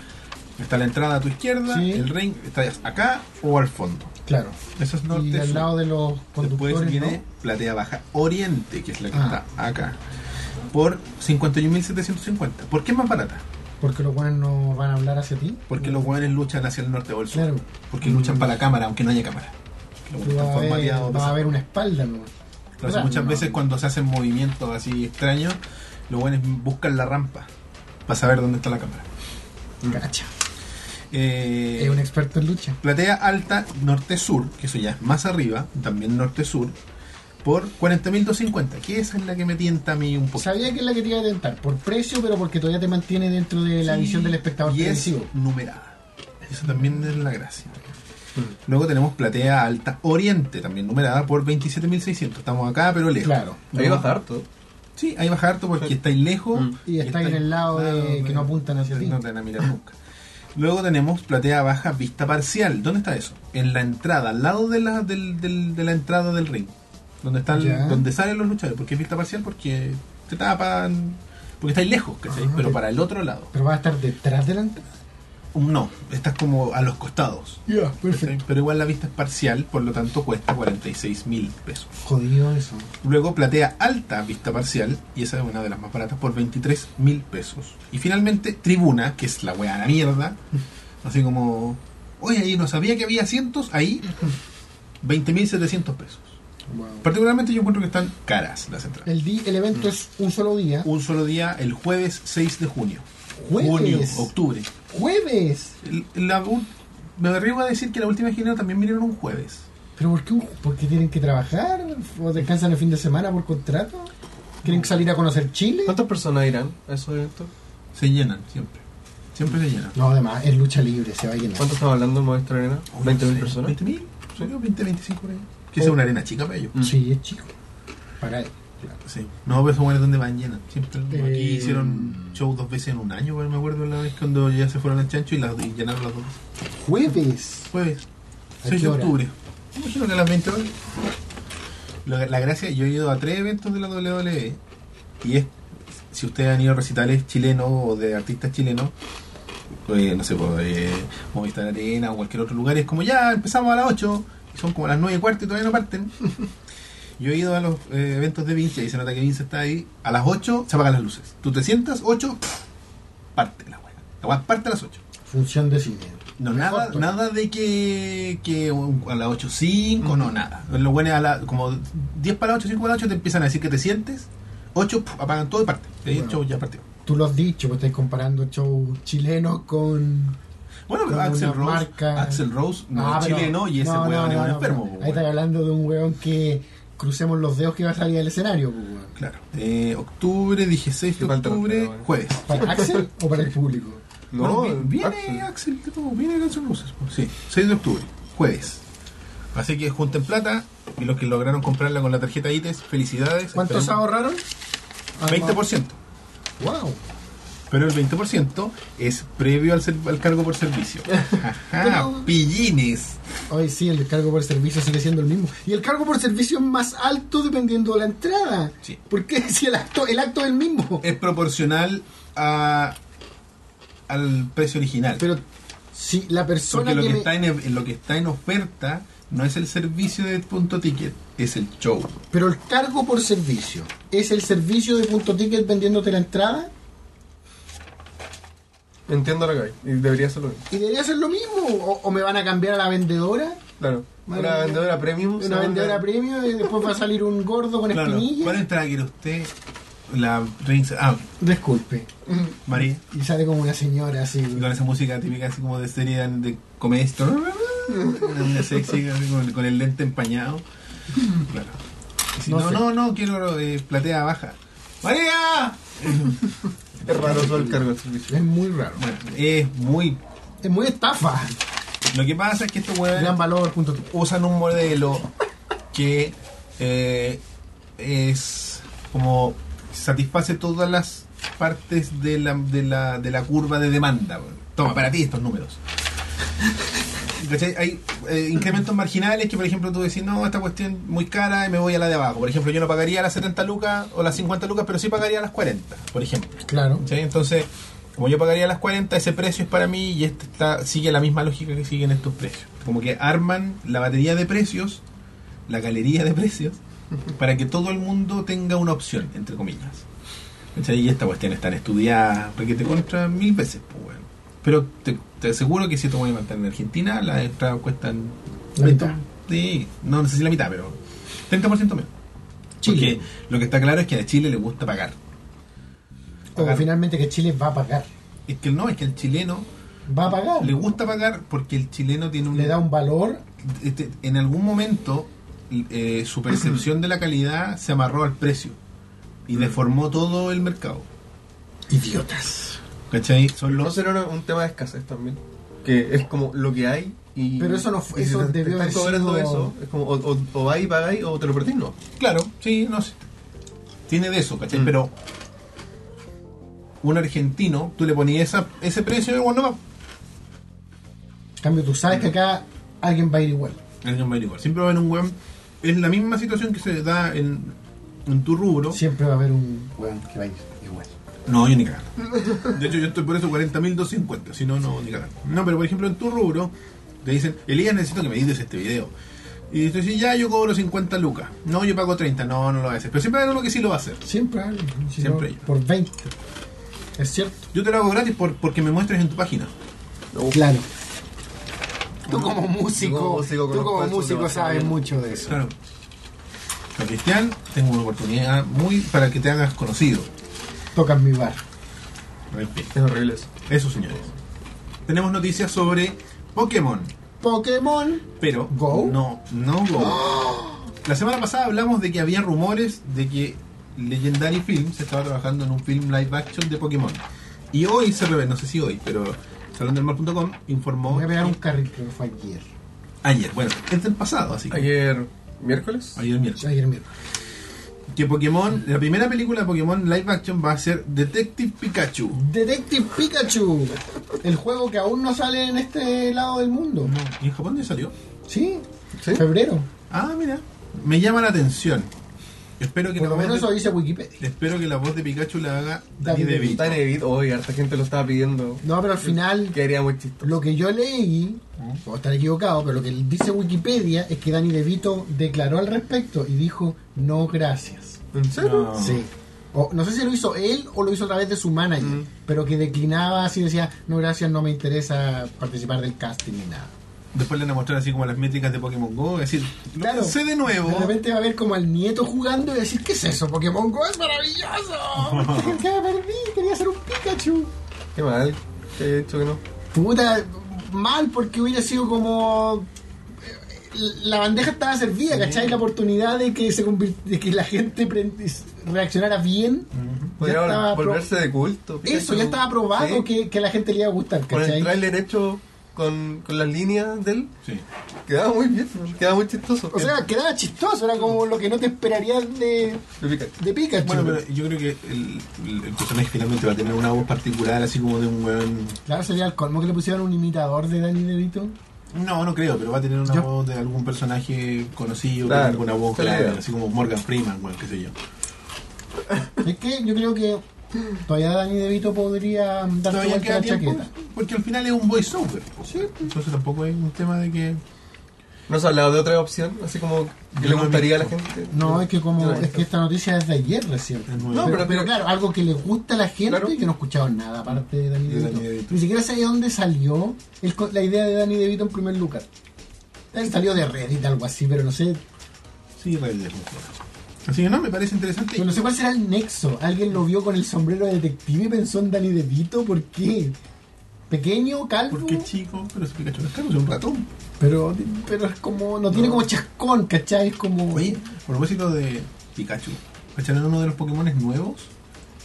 S1: está la entrada a tu izquierda,
S2: Sí.
S1: el ring está acá o al fondo.
S2: Claro.
S1: Eso es norte.
S2: y al
S1: sur.
S2: lado de los
S1: Después
S2: conductores,
S1: viene
S2: ¿no?
S1: platea baja oriente, que es la que
S2: Ah.
S1: está acá, por 51.750. ¿Por qué es más barata?
S2: Porque los weones no van a hablar hacia ti.
S1: Porque los hueones luchan hacia el norte o el sur.
S2: Claro.
S1: Porque luchan para la cámara, aunque no haya cámara. Los
S2: Tú
S1: hueones
S2: vas
S1: están
S2: a ver-
S1: formateados,
S2: vas a
S1: pesados.
S2: ver una espalda, ¿no?
S1: Entonces, muchas
S2: No.
S1: veces cuando se hacen movimientos así extraños, los buenos buscan la rampa para saber dónde está la cámara.
S2: Cacha.
S1: Eh,
S2: Es un experto en lucha.
S1: Platea alta norte-sur, que eso ya es más arriba, también norte-sur, por 40.250, que esa es la que me tienta a mí un poco.
S2: Sabía que es la que te iba a tentar, por precio, pero porque todavía te mantiene dentro de la visión del espectador
S1: y es
S2: televisivo.
S1: numerada. Eso también es la gracia. Luego tenemos platea alta oriente, también numerada por 27.600. Estamos acá, pero lejos.
S2: Claro.
S3: Ahí
S1: No.
S3: baja harto.
S1: Sí, ahí baja harto porque estáis lejos.
S3: Mm.
S2: Y estáis en el lado de- que no apuntan hacia ti.
S1: No te van a mirar nunca. Luego tenemos platea baja, vista parcial. ¿Dónde está eso? En la entrada, al lado de la, del- del- de la entrada del ring. Donde, están,
S2: Ya.
S1: donde salen los luchadores. ¿Por qué es vista parcial? Porque te tapan. Porque estáis lejos, ¿cachai?
S2: Ah,
S1: Pero
S2: te-
S1: para el otro lado.
S2: Pero va a estar detrás de la entrada.
S1: No, estás como a los costados.
S2: Ya,
S1: ¿cachai? Pero igual la vista es parcial, por lo tanto cuesta 46 mil pesos.
S2: Jodido eso.
S1: Luego platea alta vista parcial, y esa es una de las más baratas, por 23 mil pesos. Y finalmente tribuna, que es la weá de la mierda. Así como, oye, ahí no sabía que había asientos, ahí 20.700 pesos. Particularmente yo encuentro que están caras las entradas.
S2: El, di- el evento
S1: Mm.
S2: es un solo día.
S1: Un solo día, el jueves 6 de junio.
S2: Jueves.
S1: Junio, octubre.
S2: ¡Jueves!
S1: El- la u- me arriesgo a decir que la última gira también vinieron un jueves.
S2: ¿Pero por qué, un- por qué tienen que trabajar? ¿O descansan el fin de semana por contrato? ¿Quieren salir a conocer Chile?
S3: ¿Cuántas personas irán a esos eventos?
S1: Se llenan siempre. Siempre se llenan.
S2: No, además, es lucha libre, se va a llenar.
S3: ¿Cuánto estamos hablando en Maestra Arena?
S2: Oh,
S3: ¿20.000 personas?
S1: 20.000, soy yo, 20, 25 por ahí. Que sea una arena chica para ellos.
S2: Sí, es chico. Para él.
S1: Sí. No, pero esos lugares donde van llenas. Siempre aquí
S2: Eh,
S1: hicieron show dos veces en un año, bueno, me acuerdo la vez cuando ya se fueron al chancho y, las, y llenaron las dos. veces.
S2: ¡Jueves!
S1: Jueves,
S2: ¿A
S1: 6
S2: qué
S1: de
S2: hora?
S1: octubre. Me Imagino que a las 20 horas. La, la gracia, yo he ido a tres eventos de la WWE y es, si ustedes han ido a recitales chilenos o de artistas chilenos, eh, no sé, pues, eh, Movistar Arena o cualquier otro lugar, es como ya empezamos a las 8 y son como las 9 y cuarto y todavía no parten. Yo he ido a los eh, eventos de Vince y se nota que Vince está ahí. A las 8 se apagan las luces. Tú te sientas, 8, parte la weá. La weá parte a las 8.
S2: Función de cine.
S1: No,
S2: Mejor pues.
S1: nada,
S2: todavía.
S1: nada de que, que un- a las 8.05, no, nada. Lo bueno es a la, como 10 para las 8, 5 para las 8 te empiezan a decir que te sientes, 8 puf, apagan todo y parte. Y ahí el
S2: Bueno.
S1: show ya partió.
S2: Tú lo has dicho, pues estáis comparando show chileno con.
S1: Bueno, pero
S2: Con
S1: Axel
S2: una
S1: Rose,
S2: marca-
S1: Axel Rose no
S2: Ah,
S1: es
S2: pero-
S1: chileno y ese
S2: no,
S1: huevón
S2: no,
S1: es
S2: no,
S1: un
S2: no,
S1: enfermo.
S2: pero
S1: pues,
S2: Ahí estás
S1: bueno.
S2: hablando de un weón que crucemos los dedos que va a salir del escenario, pues, weón.
S1: Claro. Eh, octubre, 16 de
S3: Igual te
S1: octubre,
S3: rompe, bueno.
S1: jueves.
S2: ¿Para Axel o para el público?
S1: Bueno,
S3: No,
S1: vi- viene
S3: Axel.
S1: Axel, de nuevo, viene Axel Rose. pues, Sí, 6 de octubre, jueves. Así que junten plata y los que lograron comprarla con la tarjeta ITES, felicidades.
S2: ¿Cuántos
S1: Esperemos-
S2: ahorraron?
S1: 20%.
S2: ¡Wow!
S1: Pero el 20% es previo al, ser- al cargo por servicio. Ajá,
S2: Pero-
S1: pillines.
S2: Hoy sí, el cargo por servicio sigue siendo el mismo. Y el cargo por servicio es más alto dependiendo de la entrada.
S1: Sí.
S2: ¿Por qué? Si el acto, el acto es el mismo.
S1: Es proporcional a, al precio original.
S2: Pero si la persona
S1: Porque lo que,
S2: que me-
S1: está en, en lo que está en oferta no es el servicio de punto ticket, es el show.
S2: Pero el cargo por servicio es el servicio de punto ticket vendiéndote la entrada
S3: Entiendo lo que hay. Y debería ser lo mismo.
S2: y debería ser lo mismo. O, o me van a cambiar a la vendedora.
S3: Claro. Una
S2: Bueno,
S3: vendedora premium. se
S2: Una
S3: vende-
S2: vendedora premium y después va a salir un gordo con
S1: Claro,
S2: espinilla.
S1: ¿Cuál entrada quiere usted? La Rings Ah,
S2: Disculpe.
S1: María.
S2: Y sale como una señora así.
S1: Y con esa música típica así como de serie de, de comedia. Una sexy así, con, con el lente empañado. Claro. Y si,
S2: No
S1: no,
S2: sé.
S1: no, no, quiero eh, platea baja. ¡María!
S3: Es raro todo el cargo de servicio.
S2: Es muy raro.
S1: Bueno, es muy.
S2: Es muy estafa.
S1: Lo que pasa es que estos weones
S2: Gran valor, punto tú.
S1: usan un modelo que eh, es como satisface todas las partes de la, de la, de la curva de demanda. weón. Toma, para ti estos números. ¿Cachai? Hay eh, incrementos marginales que, por ejemplo, tú decís, no, esta cuestión muy cara y me voy a la de abajo. Por ejemplo, yo no pagaría las 70 lucas o las 50 lucas, pero sí pagaría las 40, por ejemplo.
S2: Claro.
S1: ¿Cachai? Entonces, como yo pagaría las 40, ese precio es para mí y este está, sigue la misma lógica que siguen estos precios. Como que arman la batería de precios, la galería de precios, para que todo el mundo tenga una opción, entre comillas. ¿Cachai? Y esta cuestión están estudiadas, porque te contra mil veces, pues bueno. Pero te, te aseguro que si esto voy a en Argentina, las extras cuestan.
S2: La mitad.
S1: Sí, no, no sé si la mitad, pero 30% menos.
S2: Chile.
S1: Porque lo que está claro es que a Chile le gusta pagar.
S2: O finalmente que Chile va a pagar.
S1: Es que no, es que el chileno
S2: Va a pagar.
S1: le gusta pagar porque el chileno tiene un,
S2: Le da un valor.
S1: este, en algún momento eh, su percepción de la calidad se amarró al precio y deformó todo el mercado.
S2: Idiotas.
S1: ¿Cachai? Son
S3: No
S1: los
S3: será una- un tema de escasez también. Que es como lo que hay y.
S2: Pero eso no fue-
S3: y
S2: eso
S3: te- te
S2: debió
S3: están
S2: haber
S3: cobrando
S2: sido-
S3: eso. Es como, o, o, o vais y pagáis o te lo perdís, no.
S1: Claro, sí, no sé. Tiene de eso, ¿cachai?
S3: Mm.
S1: Pero un argentino, tú le ponías esa- ese precio y igual no va.
S2: En cambio, tú sabes que acá alguien va a ir igual.
S1: Alguien va a ir igual. Siempre va a haber un weón. Es la misma situación que se da en, en tu rubro.
S2: Siempre va a haber un weón que va a ir igual.
S1: No, yo ni cagando. De hecho, yo estoy por eso 40.250, si no, no, ni cagando. No, pero por ejemplo, en tu rubro, te dicen, Elías, necesito que me edites este video. Y tú dices, ya, yo cobro 50 lucas. No, yo pago 30. No, no lo voy a hacer. Pero siempre hay uno que sí lo va a hacer.
S2: Siempre hay alguien. Si
S1: Siempre
S2: no,
S1: hay.
S2: Por 20. Es cierto.
S1: Yo te lo hago gratis por, porque me muestres en tu página.
S2: Claro. Tú como músico,
S3: Yo como músico
S2: tú
S3: conozco
S2: como
S3: eso,
S2: músico
S3: lo hace
S2: sabes
S3: bien.
S2: mucho de eso.
S1: Claro. Pero, Cristian, tengo una oportunidad muy para que te hagas conocido.
S2: Tocas mi bar.
S1: En fin,
S3: Es horrible eso.
S1: eso, señores. Tenemos noticias sobre Pokémon.
S2: Pokémon.
S1: Pero
S2: ¿Go?
S1: no, no Go. La semana pasada hablamos de que había rumores de que Legendary Films estaba trabajando en un film live action de Pokémon. Y hoy se reveló, no sé si hoy, pero salondelmar.com informó
S2: Voy a pegar un carril que fue ayer.
S1: ayer, bueno, es del pasado, así que
S3: Ayer. ¿Miércoles?
S1: ayer miércoles.
S2: Ayer mismo.
S1: Que Pokémon, la primera película de Pokémon live action va a ser Detective Pikachu.
S2: Detective Pikachu. El juego que aún no sale en este lado del mundo.
S1: ¿Y en Japón ya salió?
S2: ¿Sí?
S3: ¿Sí?
S2: Febrero.
S1: Ah, mira, me llama la atención. Espero que
S2: Por
S1: la
S2: lo menos
S1: voz
S2: eso
S1: de,
S2: dice Wikipedia.
S1: espero que la voz de Pikachu la haga Danny
S2: Danny
S1: DeVito.
S3: Está en Edith hoy, harta gente lo estaba pidiendo.
S2: No, pero al final,
S3: Que haría muy chistoso.
S2: lo que yo leí, puedo estar equivocado, pero lo que dice Wikipedia es que Danny DeVito declaró al respecto y dijo no gracias.
S3: ¿En serio?
S1: No.
S2: Sí. O, no sé si lo hizo él o lo hizo a través de su manager,
S3: Mm.
S2: pero que declinaba así, decía, no gracias, no me interesa participar del casting ni nada.
S1: Después le van a mostrar así como las métricas de Pokémon Go, es decir, lo
S2: Claro.
S1: pensé de nuevo.
S2: De repente va a ver como al nieto jugando y decir, ¿qué es eso? Pokémon Go es maravilloso. ¿Qué me perdí? Quería ser un Pikachu.
S3: Qué mal. Que haya dicho que no.
S2: Puta, mal porque hubiera sido como... La bandeja estaba servida, ¿cachai? La oportunidad de que se convir- de que la gente pre- reaccionara bien.
S3: Podría
S2: estaba pro-
S3: volverse de culto.
S2: Eso,
S3: Pikachu.
S2: ya estaba probado
S3: Sí.
S2: que, que a la gente le iba a gustar,
S3: Con el
S2: ¿cachai?
S3: trailer hecho con, con las líneas de él,
S1: Sí.
S3: quedaba muy bien, quedaba muy chistoso.
S2: O sea, quedaba chistoso, era como lo que no te esperarías de,
S3: De Pikachu.
S2: de Pikachu.
S1: Bueno, pero yo creo que el, el- el personaje finalmente va a tener una voz particular, así como de un weón.
S2: Claro, sería el colmo que le pusieran un imitador de Danny DeVito.
S1: No, no creo, pero va a tener una
S2: Yo-
S1: voz de algún personaje conocido,
S3: Claro,
S1: con una voz
S3: esa es la
S1: clara,
S3: idea.
S1: así como Morgan Freeman, weón, qué sé yo.
S2: Es que yo creo que todavía Dani DeVito podría darse
S1: Todavía
S2: vuelta
S1: queda
S2: la
S1: tiempo,
S2: chaqueta.
S1: porque al final es un voiceover. Entonces tampoco es un tema de que.
S3: No se ha hablado de otra opción, así como que
S1: Yo
S3: le
S1: no he
S3: gustaría a la
S1: visto.
S3: gente.
S2: No, es que como
S3: Yo no he
S2: es que
S3: visto.
S2: esta noticia es de ayer recién.
S1: Es muy bien.
S2: No, pero,
S3: pero-
S2: pero claro, algo que le gusta a la gente
S3: Claro.
S2: y que no escucharon nada aparte de Dani
S1: De
S2: DeVito.
S1: Danny DeVito.
S2: Ni siquiera sé de dónde salió el co- la idea de Dani DeVito en primer lugar. Él salió de Reddit, algo así, pero no sé,
S1: Sí, realidad. Así que no, me parece interesante.
S2: pero no sé cuál será el nexo. ¿Alguien lo vio con el sombrero de detective y pensó en Dani DeVito? ¿Por qué? pequeño, calvo,
S1: Porque es chico, pero es Pikachu no es calvo, es un ratón.
S2: pero, pero es como, no, tiene como chascón, ¿cachai? Es como...
S1: Oye, a propósito de Pikachu, ¿cacharon uno de los Pokémon nuevos?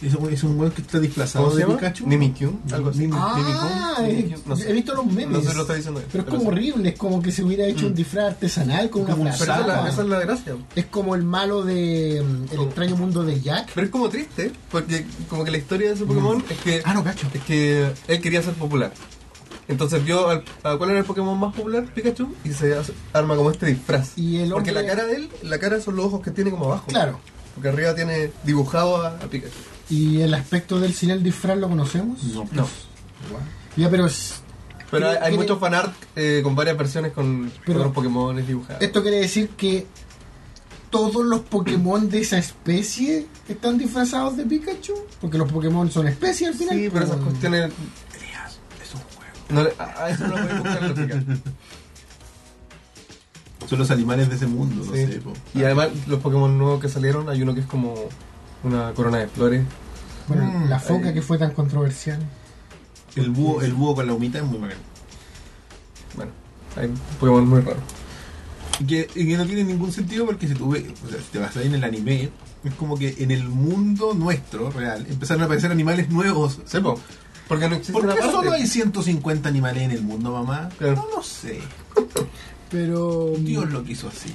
S1: Es un, es un weón que está disfrazado de Pikachu.
S3: Mimikyu, algo así.
S1: Mimi-
S2: Ah,
S3: Mimikyu,
S2: eh,
S3: Mimikyu, no sé.
S2: he visto los memes.
S3: No sé si lo está diciendo él,
S2: pero es
S3: pero
S2: como
S3: sí. Mm.
S2: horrible, es como que se hubiera hecho un disfraz artesanal con una
S1: Como un
S3: Pero esa es, la,
S2: frazada.
S3: esa es la Oh. gracia.
S2: Es como el malo de mm, El
S3: Como-
S2: extraño mundo de Jack.
S3: Pero es como triste, porque como que la historia de ese Pokémon
S1: Mm.
S3: es que
S2: Ah, no, cacho.
S3: es que él quería ser popular. Entonces vio al, a cuál era el Pokémon más popular, Pikachu, y se hace- arma como este disfraz.
S2: Y el
S3: Porque
S2: hombre-
S3: la cara de él, la cara son los ojos que tiene como abajo.
S2: Claro.
S3: Porque arriba tiene dibujado a, a Pikachu.
S2: ¿Y el aspecto del señor disfraz lo conocemos?
S1: No,
S3: No.
S2: Ya, pero es-
S3: Pero hay, hay
S2: Tiene-
S3: mucho fanart eh, con varias versiones con
S2: Pero-
S3: otros Pokémon dibujados.
S2: esto quiere decir que todos los Pokémon de esa especie están disfrazados de Pikachu. Porque los Pokémon son especies al final.
S3: Sí, pero esas
S2: Mm.
S3: cuestiones.
S1: Elías, es un juego.
S3: No, le- a, a eso no puedes buscar lógica.
S1: Son los animales de ese mundo, no
S3: Sí.
S1: sé. po.
S3: Y además, los Pokémon nuevos que salieron, hay uno que es como una corona de flores.
S2: Bueno,
S1: Mm,
S2: la foca
S3: ahí.
S2: que fue tan controversial.
S1: El búho, el búho con la humita es muy bacán.
S3: Bueno, hay un Pokémon muy raro.
S1: Y que, y que no tiene ningún sentido porque si tú ves, o sea, si te vas ahí en el anime, es como que en el mundo nuestro real empezaron a aparecer animales nuevos.
S3: Sepo, porque no existe
S1: ¿Por
S3: una
S1: qué
S3: parte.
S1: solo hay 150 animales en el mundo, mamá?
S3: Claro.
S1: No lo sé.
S2: Pero.
S1: Dios lo quiso así.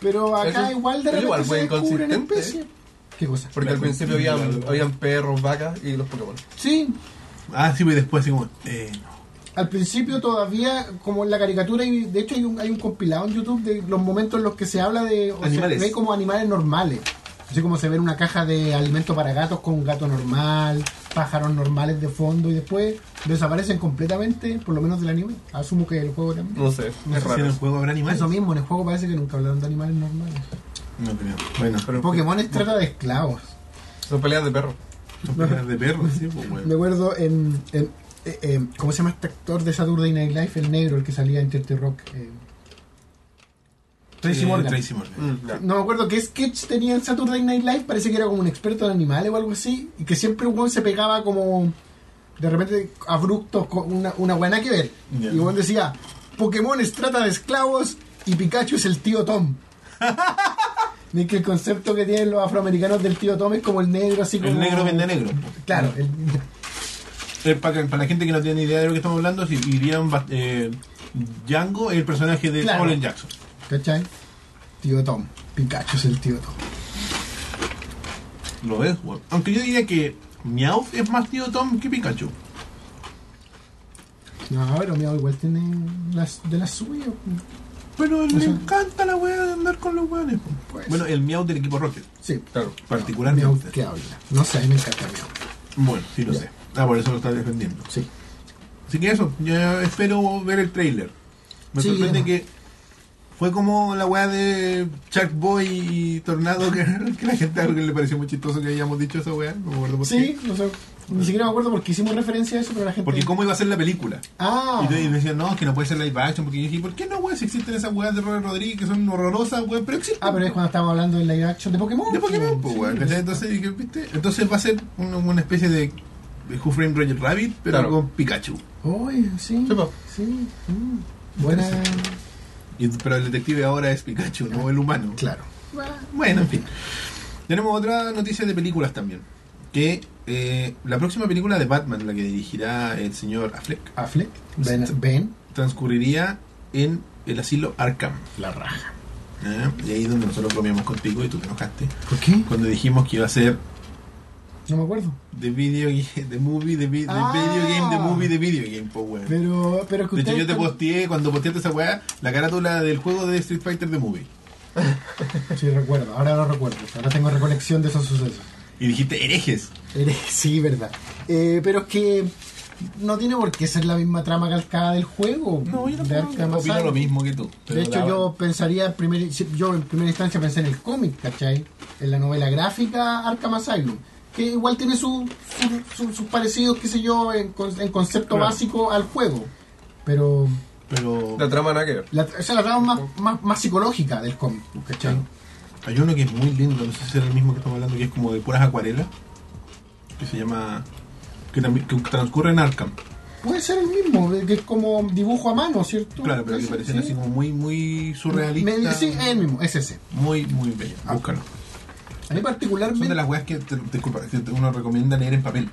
S2: Pero acá
S3: Eso es-
S2: igual de
S3: es
S2: repente
S3: igual, fue
S2: se descubren
S3: inconsistente.
S2: especies. ¿Qué cosa?
S3: Porque
S1: La
S3: al principio
S1: cultura,
S3: habían,
S1: ¿no?
S3: habían perros, vacas y los Pokémon.
S2: Sí,
S1: Ah, sí, y después así como, eh, no.
S2: al principio todavía, como en la caricatura, y de hecho hay un, hay un compilado en YouTube de los momentos en los que se habla de. O
S1: Animales.
S2: se ve como animales normales. Así como se ve en una caja de alimento para gatos con un gato normal, pájaros normales de fondo y después desaparecen completamente, por lo menos del anime. Asumo que el juego también.
S3: No sé,
S1: No
S3: es
S1: sé si en
S3: raro.
S1: el juego habrá animales.
S2: Eso mismo, en el juego parece que nunca hablaron de animales normales.
S1: No creo. Bueno,
S3: Pero-
S2: Pokémon es trata de esclavos.
S3: Son peleas de perros.
S1: son peleas de perros, sí, pues
S2: Me
S1: bueno.
S2: acuerdo en. en- eh, eh, ¿Cómo se llama este actor de Saturday Night Live? El negro, el que salía en Dirty Rock. eh. Tracy
S1: Eh,
S2: Morgan.
S1: Tracy Morgan.
S3: Mm,
S2: No me acuerdo qué sketch tenía en Saturday Night Live. Parece que era como un experto en animales o algo así. Y que siempre un weón se pegaba como. De repente, abruptos con una, una buena que ver.
S1: Ya.
S2: Y weón decía: Pokémon es trata de esclavos y Pikachu es el tío Tom. Ni que el concepto que tienen los afroamericanos del tío Tom es como el negro, así como.
S1: El negro vende negro. po.
S2: Claro, el,
S1: Eh, para, para la gente que no tiene idea de lo que estamos hablando, si y vieron Bat- eh, Django, el personaje de
S2: Claro.
S1: Colin Jackson.
S2: ¿Cachai? Tío Tom. Pikachu es el tío Tom.
S1: Lo es, weón. Aunque yo diría que Meowth es más tío Tom que Pikachu.
S2: No, pero mira, igual tiene las de las suyas. pues.
S1: Pero le
S2: sea-
S1: encanta la weá de andar con los weones. po.
S2: Pues. Ah,
S1: Bueno, el Meowth del equipo Rocket,
S2: Sí.
S3: Claro.
S1: particularmente.
S2: Miau que habla. No sé, a mí me encanta Miau.
S1: Bueno, sí lo
S2: Ya.
S1: sé. Ah, por eso lo está defendiendo.
S2: Sí.
S1: Así que eso, yo espero ver el trailer. Me
S2: Sí,
S1: sorprende
S2: ya.
S1: que fue como la weá de Shark Boy y Tornado que, que la gente algo que le pareció muy chistoso que hayamos dicho esa weá. No me acuerdo por
S2: Sí,
S1: qué.
S2: no sé. Ni siquiera me acuerdo porque hicimos referencia a eso, pero la gente.
S1: Porque cómo iba a ser la película.
S2: Ah,
S1: Y te- Y me decían, no, es que no puede ser live action. Porque yo dije, ¿por qué no, weá? Si existen esas weas de Robert Rodríguez que son horrorosas, weá, pero existen.
S2: ah, pero es cuando estábamos hablando del live action de Pokémon.
S1: De Pokémon, pues,
S2: Sí,
S1: weón, ¿cachai? Entonces, dije, ¿viste? Entonces va a ser un- una especie de de Who Framed Roger Rabbit, pero
S3: Claro.
S1: con Pikachu.
S2: Oye, sí.
S3: Sí,
S1: pues.
S3: po.
S2: Sí. mm. Buena.
S1: Y- pero el detective ahora es Pikachu, no el humano.
S2: Claro.
S1: Bueno, en fin. Tenemos otra noticia de películas también. Que eh, la próxima película de Batman, la que dirigirá el señor Affleck,
S2: Affleck, Ben, Ben,
S1: transcurriría en el asilo Arkham.
S2: la raja.
S1: ¿eh? Y ahí es donde nosotros bromeamos contigo y tú te enojaste.
S2: ¿Por qué?
S1: Cuando dijimos que iba a ser
S2: No me acuerdo.
S1: The Video Game, The Movie, The, vi- the
S2: Ah.
S1: Video Game, The Movie, The Video Game, po, weón.
S2: Pero, pero es que
S1: De hecho,
S2: ustedes
S1: yo te
S2: están-
S1: posteé, cuando posteaste esa weá, la carátula del juego de Street Fighter The Movie.
S2: Sí, recuerdo, ahora lo recuerdo. Ahora tengo recolección de esos sucesos.
S1: Y dijiste, herejes.
S2: Eres- Sí, verdad. Eh, pero es que no tiene por qué ser la misma trama calcada del juego. de Arkham
S1: opino
S2: Asylum.
S1: lo mismo que tú.
S2: De hecho, yo pensaría, en primer- yo en primera instancia pensé en el cómic, ¿cachai? En la novela gráfica Arkham Asylum. Que igual tiene su- su- su- sus parecidos, qué sé yo, en, con- en concepto
S1: Claro.
S2: básico al juego. Pero
S1: Pero
S3: La trama nada que ver.
S2: la, o sea, la trama más, más, más psicológica del cómic, ¿cachai?
S1: Claro. hay uno que es muy lindo, no sé si será el mismo que estamos hablando, que es como de puras acuarelas, que se llama. que, también, que transcurre en Arkham.
S2: Puede ser el mismo, que es como dibujo a mano, ¿cierto?
S1: Claro, pero que
S2: Ese,
S1: parecen
S2: sí.
S1: así como muy, muy surrealista.
S2: Me- sí, es el mismo, es ese.
S1: Muy, muy bello.
S2: Ah.
S1: Búscalo.
S2: A mí
S1: Son
S2: particularmente...
S1: de las weas que, te- disculpa, que te- uno recomienda leer en papel.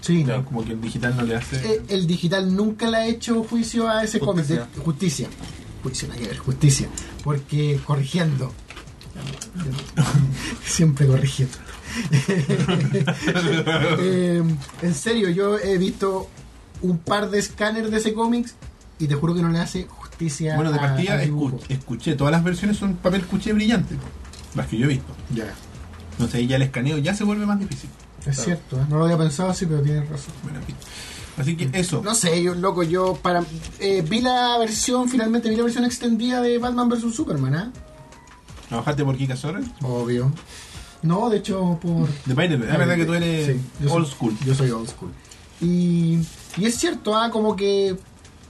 S2: Sí,
S1: ¿no? Como que el digital no le hace.
S2: Eh, el digital nunca le ha hecho juicio a ese cómic de
S3: Justicia.
S2: justicia. Juicio, nada que ver, justicia. Porque corrigiendo. Siempre corrigiendo. Eh, en serio, yo he visto un par de escáneres de ese cómic y te juro que no le hace justicia.
S1: bueno, de
S2: a-
S1: partida
S2: al dibujo.
S1: escu- escuché, todas las versiones son papel cuché brillante, las que yo he visto.
S2: Ya,
S1: Entonces ahí ya el escaneo ya se vuelve más difícil.
S2: es cierto, ¿eh? no lo había pensado así, pero tienes razón.
S1: Bueno, en fin. Así que eso.
S2: Mm. No sé, yo, loco, yo para eh, vi la versión, finalmente vi la versión extendida de Batman vs. Superman, ¿ah?
S1: ¿Trabajaste por Kika Soren?
S2: Obvio. No, de hecho, por.
S1: De Pirate Bay. Es verdad que tú eres
S2: Sí, yo
S1: old
S2: soy-
S1: school.
S2: Yo soy old school. Y, y es cierto, ah, como que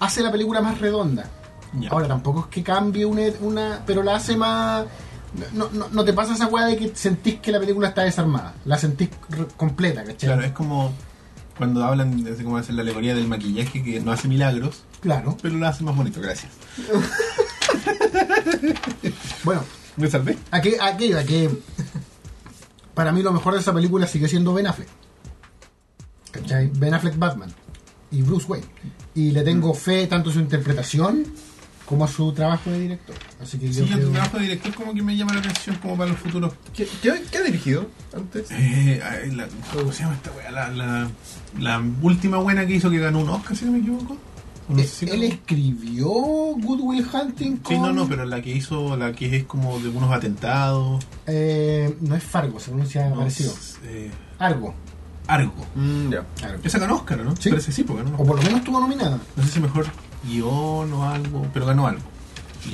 S2: hace la película más redonda.
S1: Ya.
S2: Ahora, tampoco es que cambie una, una- pero la hace más. No, no, no te pasa esa weá de que sentís que la película está desarmada. La sentís re- completa, ¿cachai?
S1: Claro, es como cuando hablan de cómo hacen la alegoría del maquillaje que no hace milagros,
S2: Claro.
S1: pero lo hace más bonito, gracias.
S2: Bueno,
S1: ¿Me salvé?
S2: ¿a qué, a qué iba? Que para mí lo mejor de esa película sigue siendo Ben Affleck. ¿Cachai? Ben Affleck Batman y Bruce Wayne. Y le
S1: Mm.
S2: tengo fe tanto a su interpretación como a su trabajo de director. Así que yo
S1: Sí, yo
S2: creo-
S1: tu trabajo de director como que me llama la atención como para los futuros.
S3: ¿Qué, qué, qué ha dirigido antes?
S1: Eh, ay, la- ¿Cómo se llama esta wea? La, la, la última buena que hizo que ganó un Oscar, si no me equivoco. O no sé si
S2: Eh, él
S1: ganó.
S2: escribió Good Will Hunting con...
S1: Sí, no, no, pero la que hizo, la que es como de unos atentados.
S2: eh, no es Fargo, se pronuncia
S1: no
S2: parecido.
S1: sé, eh,
S2: Argo.
S1: Argo.
S3: Mm, ya.
S2: Argo.
S1: Esa ganó Oscar, ¿no?
S2: Sí.
S1: Parece sí, porque ganó un
S2: O
S1: Oscar.
S2: por lo menos estuvo nominada.
S1: No sé si mejor guión o algo, pero ganó algo.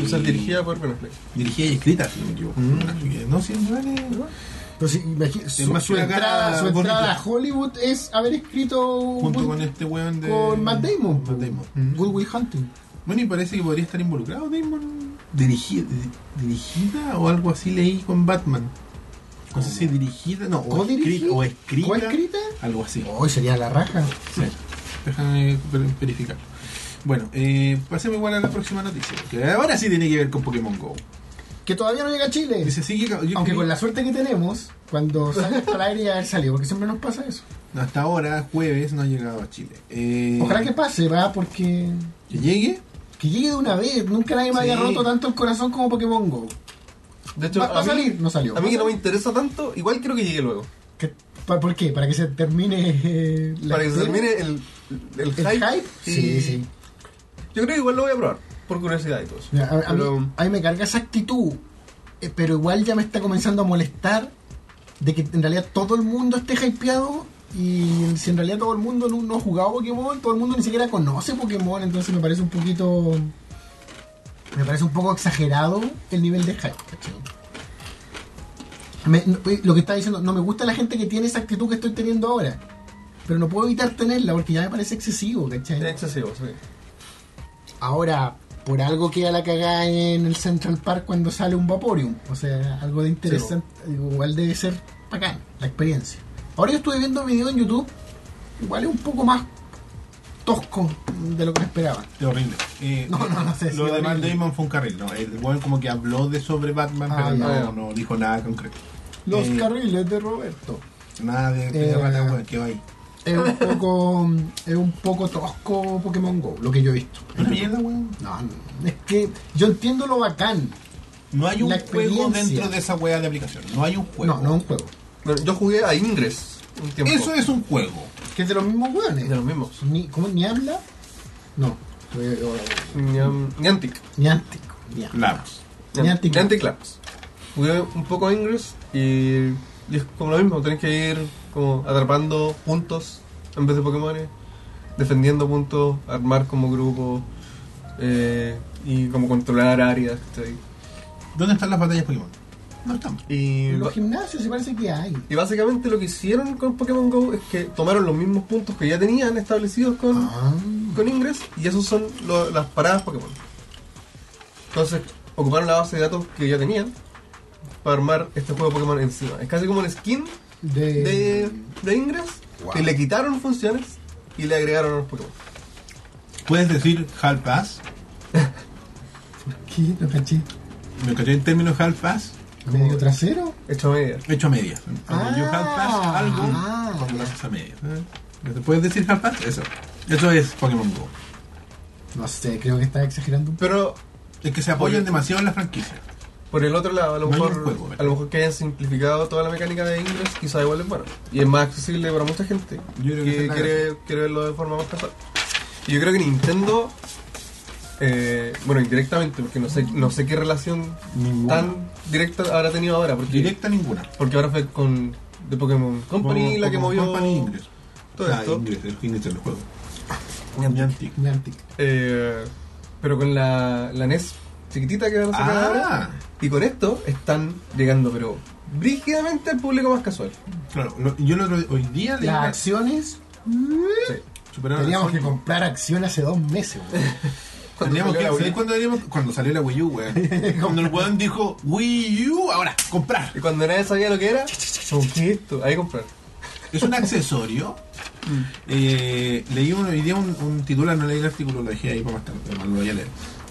S3: O sea, dirigida por Ben Affleck.
S1: Dirigida y escrita, si no me equivoco.
S3: Mm.
S1: Así que, no, sí, vale, ¿no?
S2: Entonces, imagínate, su,
S1: más
S2: su
S1: una
S2: entrada,
S1: cara
S2: su entrada
S1: bonita.
S2: a Hollywood es haber escrito un
S1: Junto
S2: buen-
S1: con este weón de.
S2: con Matt Damon.
S1: Matt Damon. Mm.
S3: Mm-hmm.
S2: Good Will Hunting.
S1: Bueno, y parece que podría estar involucrado Damon. Dirigi- di- dirigida o algo así leí con Batman. No sé si dirigida, no, o,
S2: ¿Codirigida?
S1: escri- o escrita.
S2: ¿Coescrita?
S1: Algo así.
S2: Hoy sería la raja.
S1: Sí. Déjame ver- verificar. Bueno, eh, pasemos igual a la próxima noticia. Que ahora sí tiene que ver con Pokémon Go.
S2: Que todavía no llega a Chile.
S1: Dice, sí, que- yo
S2: Aunque
S1: creí-
S2: con la suerte que tenemos, cuando sale para el aire ya haber salido, porque siempre nos pasa eso.
S1: Hasta ahora, jueves, no ha llegado a Chile. Eh,
S2: Ojalá que pase, va, porque.
S1: que llegue.
S2: Que llegue de una vez. Nunca nadie me
S1: Sí.
S2: había roto tanto el corazón como Pokémon Go.
S3: De hecho,
S2: ¿Va- va a salir? No salió.
S3: A mí que no me interesa tanto, igual quiero que llegue luego.
S2: ¿Qué- pa- ¿Por qué? Para que se termine. eh, la
S3: para que se
S2: espera.
S3: termine el, el
S2: el hype.
S3: hype. y-
S2: Sí, sí.
S3: Yo creo que igual lo voy a probar, por curiosidad y todo eso.
S2: Mira, a, a
S3: Pero,
S2: mí, a mí me carga esa actitud, eh, pero igual ya me está comenzando a molestar de que en realidad todo el mundo esté hypeado y si en realidad todo el mundo no, no ha jugado Pokémon, todo el mundo ni siquiera conoce Pokémon, entonces me parece un poquito... Me parece un poco exagerado el nivel de hype, ¿cachai? Me- no, pues, lo que está diciendo, no me gusta la gente que tiene esa actitud que estoy teniendo ahora. Pero no puedo evitar tenerla porque ya me parece excesivo, ¿cachai?
S3: es excesivo, sí.
S2: Ahora, por algo queda la cagada en el Central Park cuando sale un Vaporeon. O sea, algo de interesante. Igual debe ser bacán la experiencia. Ahora yo estuve viendo un video en YouTube. Igual es un poco más tosco de lo que me esperaba.
S1: Es horrible. Eh,
S2: No, no, no sé si
S1: Lo de Matt
S2: horrible.
S1: Damon fue un carril, ¿no? El weón como que habló de sobre Batman,
S2: Ah,
S1: pero
S2: ya.
S1: no, no dijo nada concreto.
S2: Los
S1: Eh,
S2: carriles de Roberto.
S1: Nada de, de
S2: Eh,
S1: rata, weón, que va ahí.
S2: Es un poco, es un poco tosco Pokémon Go, lo que yo he visto.
S1: Una mierda, weón.
S2: No, no, es que yo entiendo lo bacán.
S1: No hay un
S2: La
S1: juego
S2: experiencia.
S1: dentro de esa wea de aplicación. No hay un juego.
S2: No, no es un juego.
S3: Bueno, yo jugué a Ingress un tiempo.
S1: Eso es un juego.
S2: Que es de los mismos hueones.
S3: De los mismos.
S2: Ni, ¿Cómo? ¿Ni habla? No. Eh, o-
S3: Niam- Niantic.
S2: Niantic. ya.
S1: Claro.
S2: Niantic.
S3: Niantic Labs. Jugué un poco a Ingress y, y es como lo mismo, tenés que ir como atrapando puntos en vez de Pokémones, defendiendo puntos, armar como grupo eh, y como controlar áreas. ¿cachai?
S1: ¿Dónde están las batallas Pokémon? No están.
S3: Y
S2: En los
S3: ba-
S2: gimnasios se parece que hay.
S3: Y básicamente lo que hicieron con Pokémon Go es que tomaron los mismos puntos que ya tenían establecidos con,
S2: Ah,
S3: con Ingress y esos son lo- las paradas Pokémon. Entonces ocuparon la base de datos que ya tenían para armar este juego de Pokémon encima. Es casi como un skin
S2: de,
S3: de, de Ingress
S2: Wow.
S3: que le quitaron funciones y le agregaron los Pokémon.
S1: ¿Puedes decir half-ass?
S2: ¿Qué? Lo caché.
S1: ¿Me caché el término half-ass?
S2: ¿Medio trasero?
S3: Hecho a media.
S1: Hecho a medias. Cuando
S2: Ah,
S1: you half-ass algo,
S2: ah,
S1: cuando lo
S2: ya.
S1: haces a medias. ¿Eh? ¿Puedes decir half-ass? Eso. Eso es Pokémon Go.
S2: No sé, creo que estás exagerando un poco.
S3: Pero
S1: Es que se apoyan demasiado en la franquicia.
S3: por el otro lado, a lo,
S1: No hay
S3: mejor,
S1: un juego, ¿verdad?
S3: a lo mejor que hayan simplificado toda la mecánica de inglés, quizá igual es bueno. Y es más accesible para mucha gente
S1: Yo creo que esa es la
S3: quiere, quiere verlo de forma más casual. Y yo creo que Nintendo, eh, bueno, indirectamente, porque no sé, no sé qué relación
S1: Ninguna.
S3: tan directa habrá tenido ahora, porque,
S1: Directa ninguna.
S3: porque ahora fue con The Pokémon Company
S1: Pokémon-
S3: la que
S1: Pokémon
S3: movió
S1: Company Ingress.
S3: todo
S1: O sea,
S3: esto. Ah.
S1: Ingress, el Ingress del juego. Niantic.
S2: Niantic.
S3: Eh, pero con la, la NES chiquitita que van a sacar
S1: Ah,
S3: ahora. Y con esto están llegando, pero brígidamente al público más casual.
S1: claro. lo- yo el otro día- hoy día leí
S2: Las
S1: una-
S2: acciones.
S3: Sí.
S1: superaron a
S2: Teníamos
S1: Sonic.
S2: que comprar acción hace dos meses, weón.
S1: Teníamos
S3: salió
S1: que,
S3: la Wii.
S1: ¿sabes cuándo teníamos? Cuando salió la Wii U, weón. cuando el weón dijo Wii U, ahora, comprar.
S3: Y cuando nadie sabía lo que era, como, ¿qué es esto? Ahí comprar.
S1: Es un accesorio. Eh, leí un, hoy día un, un titular, no leí el artículo, lo dejé ahí para más tarde, pero lo voy a leer.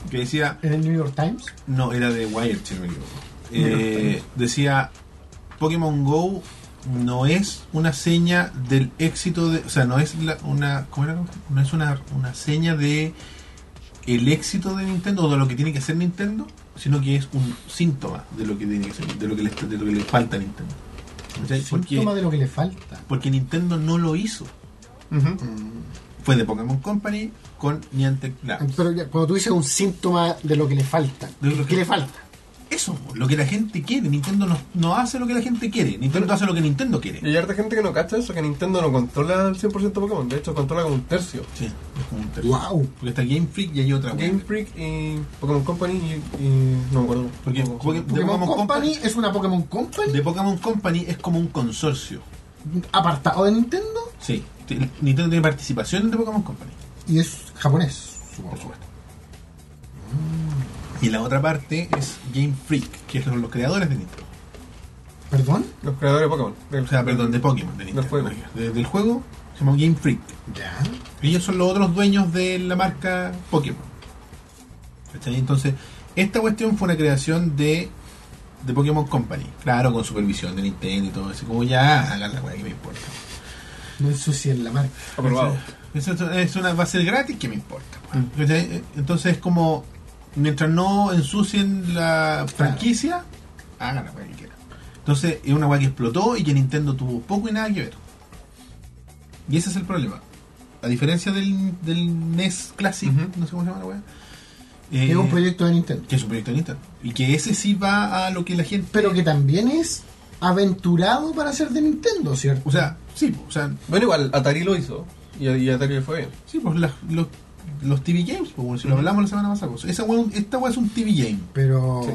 S1: Que decía,
S2: En el New York Times.
S1: no, era de Wired, si no me equivoco. Eh, decía, Pokémon Go no es una seña del éxito de, o sea, no es la- una, ¿cómo era? No es una, una seña de el éxito de Nintendo o de lo que tiene que hacer Nintendo, sino que es un síntoma de lo que tiene que ser, de lo que le, de lo que le falta a Nintendo. ¿Cachai? Porque-
S2: Síntoma de lo que le falta. Mm.
S1: porque Nintendo no lo hizo. Fue de Pokémon Company con Niantic Labs.
S2: Pero ya, cuando tú dices un síntoma de lo que le falta,
S1: De lo que-
S2: ¿qué le falta?
S1: Eso, lo que la gente quiere. Nintendo no, no hace lo que la gente quiere. Nintendo hace lo que Nintendo
S3: Y
S1: quiere.
S3: hay harta gente que no cacha eso, que Nintendo no controla el 100% Pokémon, de hecho controla como un tercio.
S1: Sí, es como un tercio.
S2: ¡Wow!
S1: Porque está Game Freak y hay otra. wea.
S3: Game Freak y Pokémon Company y, y- no me acuerdo.
S1: Porque
S3: ¿Cómo se
S1: Pokémon-
S3: llama?
S2: Pokémon,
S1: Pokémon
S2: Company,
S1: Company.
S2: es una Pokémon Company
S1: De Pokémon Company es como un consorcio.
S2: apartado de Nintendo
S1: Sí, t- Nintendo tiene participación de Pokémon Company.
S2: y es japonés.
S1: Por supuesto. Y la otra parte es Game Freak, que son los creadores de Nintendo.
S2: ¿Perdón?
S3: Los creadores de Pokémon. Del-
S1: O sea, perdón, de Pokémon, de Nintendo.
S3: juego.
S1: De- del juego se llama Game Freak.
S2: Ya.
S1: Ellos son los otros dueños de la marca Pokémon. ¿Cachai? Entonces, esta cuestión fue una creación de, de Pokémon Company. Claro, con supervisión de Nintendo y todo eso. Como ya, hagan la weá que me importa.
S2: No ensucien la marca.
S3: Aprobado.
S1: Eso es- es una, va a ser gratis, que me importa? weón?
S2: Mm.
S1: ¿Cachai? Eh, Entonces, es como, mientras no ensucien la franquicia, hagan la weá que quieran. Entonces, es una weá que explotó y que Nintendo tuvo poco y nada que ver. Y ese es el problema. A diferencia del, del NES Classic,
S3: Ujú.
S1: no sé cómo se llama la weá.
S2: es
S1: eh,
S2: un proyecto de Nintendo.
S1: que es un proyecto de Nintendo. Y que ese sí va a lo que la gente.
S2: Pero que también es aventurado para ser de Nintendo, ¿cierto?
S1: O sea, sí, po, o sea,
S3: Bueno, igual Atari lo hizo y, y Atari le fue bien.
S1: sí, pues las- los, los TV Games, pues bueno, si lo hablamos la semana pasada, pues, esa weá- esta weá es un TV Game.
S2: Pero
S1: Sí.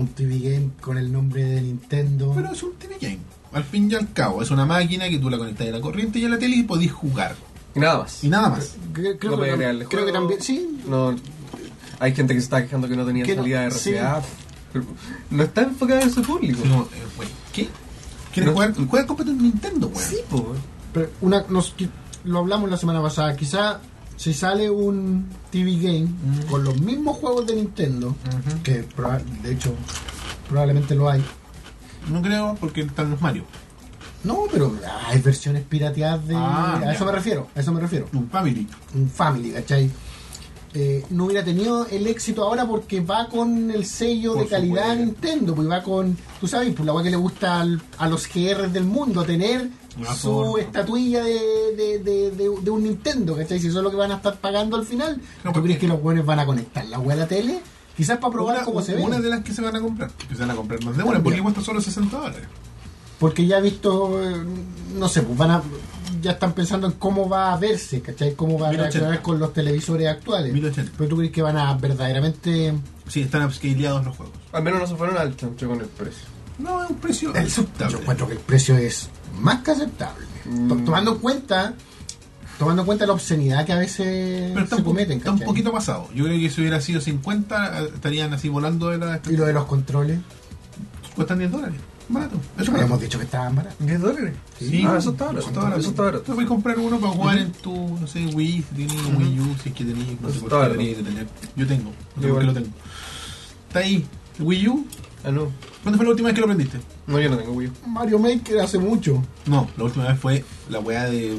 S2: un TV game con el nombre de Nintendo.
S1: Pero es un TV Game. Al fin y al cabo, es una máquina que tú la conectas a la corriente y a la tele y podés jugar.
S3: Y nada más.
S1: Y nada más.
S2: Cre- creo, que,
S3: No puede
S2: tam-
S3: crearle
S2: creo que
S3: juego.
S2: también, sí.
S3: No, hay gente que se está quejando que no tenía
S2: Que no-
S3: salida de
S2: sí.
S3: RCA. pero No está enfocada en su público.
S1: Así como, eh, wey, ¿qué? ¿Quieres
S3: No.
S1: jugar? Juega cómprate un Nintendo, weón.
S3: Sí, po.
S2: Pero una, nos- que- lo hablamos la semana pasada. Quizá si sale un TV game con los mismos juegos de Nintendo, que proba- de hecho probablemente lo hay.
S1: No creo porque están los Mario.
S2: No, pero hay versiones pirateadas de...
S1: Ah,
S2: a
S1: ya.
S2: eso me refiero, a eso me refiero.
S1: Un Family.
S2: un family, ¿cachai? Eh, no hubiera tenido el éxito ahora porque va con el sello
S1: Por
S2: de calidad
S1: supuesto.
S2: Nintendo, pues va con, tú sabes, pues la weá que le gusta al- a los GR del mundo, tener
S1: Una
S2: su
S1: forma.
S2: estatuilla de, de, de, de- de un Nintendo, ¿cachai? Si eso es lo que van a estar pagando al final,
S1: No,
S2: ¿tú
S1: porque-
S2: crees que los buenos van a conectar la weá a la tele? Quizás para probar
S1: Una-
S2: cómo se ve.
S1: Una de las que se van a comprar. Que se van a comprar más de una porque
S2: También.
S1: cuesta solo 60 dólares.
S2: Porque ya he visto, eh, no sé, pues van a, ya están pensando en cómo va a verse, ¿cachai? Cómo va a
S1: 1080.
S2: reaccionar con los televisores actuales.
S1: 1080.
S2: Pero tú crees que van a verdaderamente...
S1: Sí, están upscaleados los juegos.
S3: Al menos no se fueron al chancho con el precio.
S1: No, es un precio
S2: El-
S1: aceptable.
S2: Yo encuentro que el precio es más que aceptable. To- Tomando en cuenta tomando en cuenta la obscenidad que a veces
S1: Pero está
S2: se
S1: un, po-
S2: cometen,
S1: está un
S2: ¿cachai?
S1: poquito pasado. Yo creo que si hubiera sido 50, estarían así volando de la...
S2: Y lo de los controles.
S1: Cuestan 10 dólares. Barato. Eso
S2: Habíamos
S1: barato.
S2: dicho que estaban baratos.
S3: 10 dólares.
S1: Sí.
S3: Ah, eso está barato.
S1: Eso está barato.
S3: Eso está barato.
S1: Tú puedes comprar uno para jugar en tu, no sé, Wii, si tienes un Wii U, si es que tenés, no sé
S3: Eso está
S1: por qué
S3: barato.
S1: deberías de tener. Yo tengo, no sé
S3: Yo
S1: por qué
S3: igual.
S1: lo tengo. Está ahí, Wii U,
S3: Ah, no.
S1: ¿cuándo fue la última vez que lo aprendiste?
S3: No, yo no tengo Wii U.
S2: Mario Maker hace mucho.
S1: No, la última vez fue la weá de,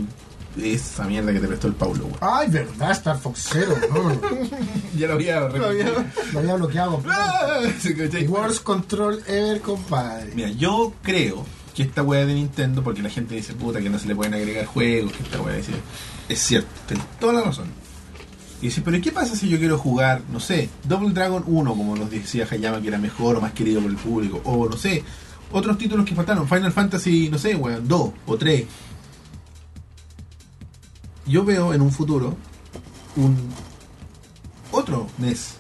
S1: de esa mierda que te prestó el Paulo, weón.
S2: Ay, verdad, Star Fox Zero. No, no, no.
S1: Ya lo había repetido.
S2: Lo había bloqueado.
S1: Sí, ¿cachai?
S2: Worst control ever, compadre.
S1: Mira, yo creo que esta weá de Nintendo, porque la gente dice puta que no se le pueden agregar juegos, que esta weá dice, es cierto, tenés toda la razón. Y dice, pero ¿y qué pasa si yo quiero jugar, no sé, Double Dragon 1, como nos decía Hayama, que era mejor o más querido por el público, o no sé, otros títulos que faltaron, Final Fantasy, no sé, weón, 2 o 3. Yo veo en un futuro un otro NES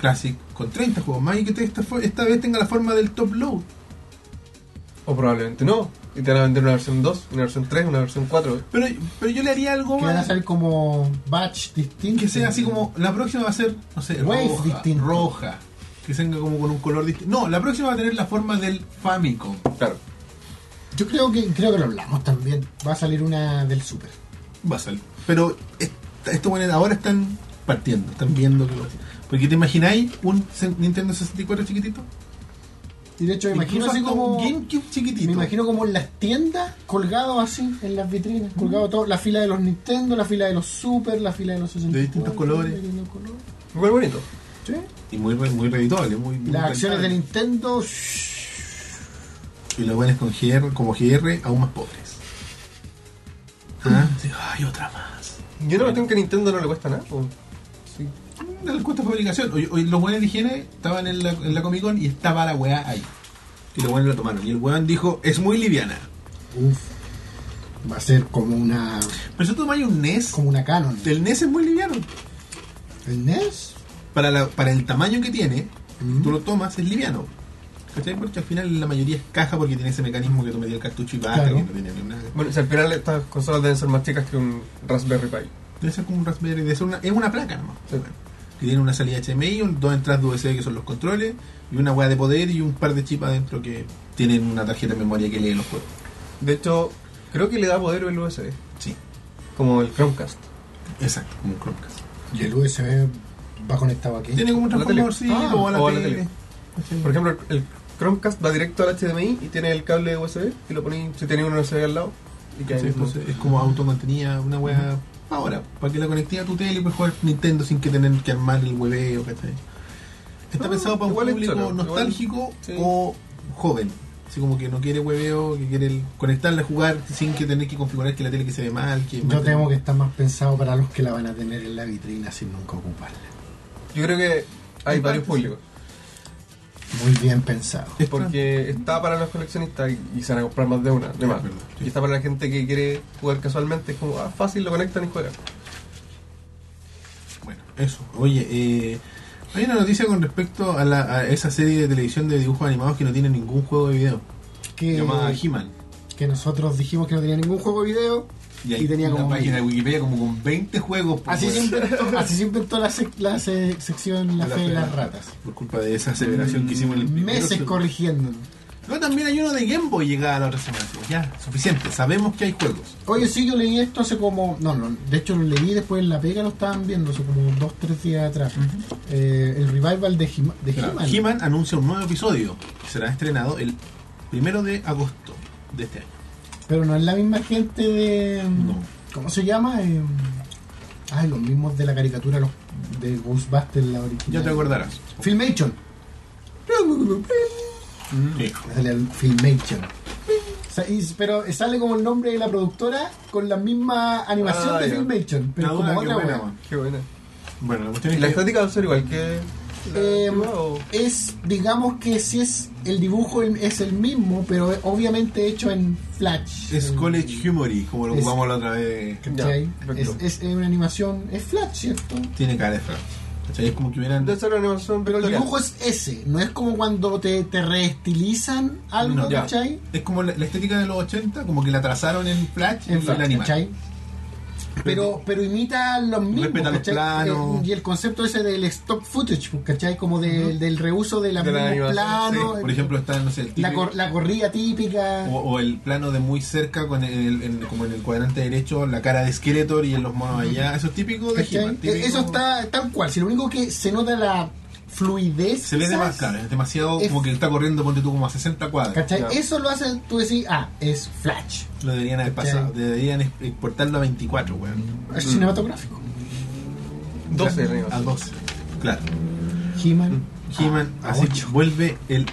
S1: Classic con 30 juegos más y que te- esta, fo- esta vez tenga la forma del top load.
S3: O probablemente no. Y te van a vender una versión 2, una versión 3, una versión 4.
S1: Pero, pero yo le haría algo
S2: Que van a
S1: más
S2: ser como batch distinto.
S1: que sea así como la próxima va a ser, no sé,
S2: Wave
S1: roja,
S2: distinto.
S1: roja, que tenga como con un color distinto. No, la próxima va a tener la forma del Famicom.
S3: Claro.
S2: Yo creo que, creo que lo hablamos también. Va a salir una del Super.
S1: Va a salir. Pero esta- estos buenos ahora están partiendo, están viendo que lo Porque te imagináis un se- Nintendo 64 chiquitito?
S2: Y de hecho, me imagino
S1: Incluso
S2: así
S1: hasta
S2: como.
S1: un GameCube chiquitito.
S2: Me imagino como en las tiendas, colgado así, en las
S1: Mm.
S2: vitrinas, colgado todo, la fila de los Nintendo, la fila de los Super, la fila de los 64,
S1: De distintos colores.
S2: de distintos colores.
S3: Igual bonito.
S2: Sí.
S1: Y muy, re- muy redituable, muy, muy
S2: Las acciones de
S1: rentable.
S2: Nintendo, shh,
S1: Y los buenos con GR, como GR, aún más pobres. ¿Ah? Sí, hay otra más.
S3: Yo no tengo que a Nintendo no le cuesta nada. po. Sí.
S1: No les cuesta fabricación. Hoy, hoy los buenos de higiene estaban en la, en la Comic Con y estaba la weá ahí. Y los buenos la tomaron. Y el weón dijo, es muy liviana.
S2: uf, va a ser como una
S1: Pero si tú tomáis un NES,
S2: como una Canon.
S1: el NES es muy liviano.
S2: ¿El E NES?
S1: Para, la- para el tamaño que tiene,
S2: Mm.
S1: tú lo tomas, es liviano. ¿Cachai? Porque al final la mayoría es caja porque tiene ese mecanismo que tú metías el cartucho y basta,
S2: Claro.
S1: que no tiene ni nada.
S3: Bueno, si al final estas consolas deben ser más chicas que un Raspberry Pi.
S1: Debe ser como un Raspberry, debe ser una, es una placa nomás.
S3: Sí.
S1: Que tiene una salida HDMI, un- dos entradas USB que son los controles, y una weá de poder y un par de chips adentro que tienen una tarjeta de memoria que lee los juegos.
S3: De hecho, creo que le da poder el USB,
S1: Sí,
S3: como el Chromecast.
S1: exacto, como un Chromecast.
S2: Y el USB va conectado aquí.
S1: Tiene como un
S3: A la tele.
S1: transformadorcito
S3: Ah,
S1: o a la,
S3: o a la
S1: tele.
S3: tele. Por ejemplo, el- el Chromecast va directo al HDMI y tiene el cable USB y lo ponéis, si tiene un USB al lado. Y que
S1: Sí, entonces es como autocontenida, una weá. Ahora, para que la conectes a tu tele y puedes jugar Nintendo sin que tener que armar el hueveo, ¿cachai? Está
S3: Ah,
S1: pensado para un
S3: igual es
S1: público
S3: choro, igual-
S1: nostálgico
S3: sí.
S1: o joven. Así como que no quiere hueveo, que quiere el- conectarla a jugar sin que tener que configurar que la tele que se ve mal, que
S2: Yo temo que está más pensado para los que la van a tener en la vitrina sin nunca ocuparla.
S3: Yo creo que hay
S1: En
S3: varios
S1: parte, sí.
S3: públicos.
S2: Muy bien pensado.
S1: Es
S3: Porque está para los coleccionistas y, y se van a comprar más de una, de más.
S1: Es verdad, sí.
S3: Y está para la gente que quiere jugar casualmente, es como, ah, fácil, lo conectan y juegan.
S1: Bueno, eso. Oye, eh, hay una noticia con respecto a, la- a esa serie de televisión de dibujos animados que no tiene ningún juego de video.
S2: Que,
S1: Llamada He-Man.
S2: que nosotros dijimos que no tenía ningún juego de video y,
S1: ahí
S2: tenía
S1: una
S2: como
S1: página de Wikipedia como con 20 juegos. pues,
S2: Así se
S1: weón.
S2: inventó, así se inventó la, sec- la se- sección La,
S1: La
S2: Fe
S1: fe
S2: de
S1: de
S2: las
S1: las
S2: Ratas.
S1: Por culpa de esa aseveración que hicimos en el primero,
S2: Meses
S1: se-
S2: corrigiendo.
S1: No, también hay uno de Game Boy llegada la otra semana. así, Ya, suficiente. Sabemos que hay juegos.
S2: Oye, sí, yo leí esto hace como. No, no, de hecho lo leí después en la pega, lo estaban viendo hace como dos, tres días atrás. Eh, el revival de He-Man. de
S1: Claro,
S2: He-Man.
S1: He-Man anuncia un nuevo episodio que será estrenado el primero de agosto de este año.
S2: pero no es la misma gente de.
S1: No.
S2: ¿Cómo se llama? Eh, ay, los mismos de la caricatura los de Ghostbusters, la original.
S1: Ya te acordarás.
S2: Filmation. Mm.
S1: Sí.
S2: Sale al Filmation. Sa- y- Pero sale como el nombre de la productora con la misma animación
S3: Ah,
S2: de
S3: ya.
S2: Filmation, pero
S1: La
S2: como
S1: duda que
S2: otra
S1: buena,
S2: wea.
S1: man.
S3: Qué buena.
S1: Bueno, la cuestión
S3: ¿Y
S1: es
S3: la
S1: que-
S3: estética va a ser igual que la
S2: Eh,
S3: antigua, o-
S2: es, digamos que si es el dibujo en- es el mismo, pero es obviamente hecho en Flash.
S1: es
S2: En-
S1: College Humory, como lo
S2: Es-
S1: jugamos la otra vez.
S2: ¿cachai?
S3: Ya,
S2: es,
S3: perfecto.
S2: es una animación, es Flash, ¿cierto?
S1: Tiene cara de fra. ¿Cachai? Es como que hubieran.
S3: Debe ser una animación
S2: Pero el
S3: vectorial.
S2: dibujo es ese, no es como cuando te, te reestilizan algo,
S1: No,
S3: ya.
S2: ¿cachai?
S1: Es como la, la estética de los 80, como que la trazaron en Flash
S2: En
S1: y
S2: Flash,
S1: la animaron.
S2: ¿cachai? Pero, pero imita los mismos.
S1: Respeta los
S2: ¿cachai?
S1: planos.
S2: Eh, y el concepto ese del stock footage, pues, ¿cachai? Como de- del reuso de los
S3: De la
S2: mismos
S3: animación,
S2: planos.
S1: Por ejemplo, está, no sé, el
S2: la,
S1: típico-
S2: cor- la corrida típica.
S1: O, o el plano de muy cerca, con el, en- como en el cuadrante derecho, la cara de Skeletor y en los monos allá. Eso es típico de
S2: Mm. ¿cachai? E-,
S1: He-Man. típico-
S2: Eso está tal cual. Si lo único que se nota la fluidez.
S1: Se ve
S2: quizás,
S1: demasiado, es demasiado
S2: Es-
S1: como que está corriendo, ponte tú como a 60 cuadras.
S2: ¿cachai?
S3: Claro.
S2: Eso lo hace, tú decís, ah, es Flash.
S1: Lo deberían haber
S2: ¿Cachai?
S1: pasado, deberían exportarlo a 24, weón.
S2: Es cinematográfico.
S3: 12 arriba.
S1: A 12. Claro.
S2: He-Man.
S1: Mm. He-Man,
S2: a
S1: así
S2: ocho.
S1: vuelve el.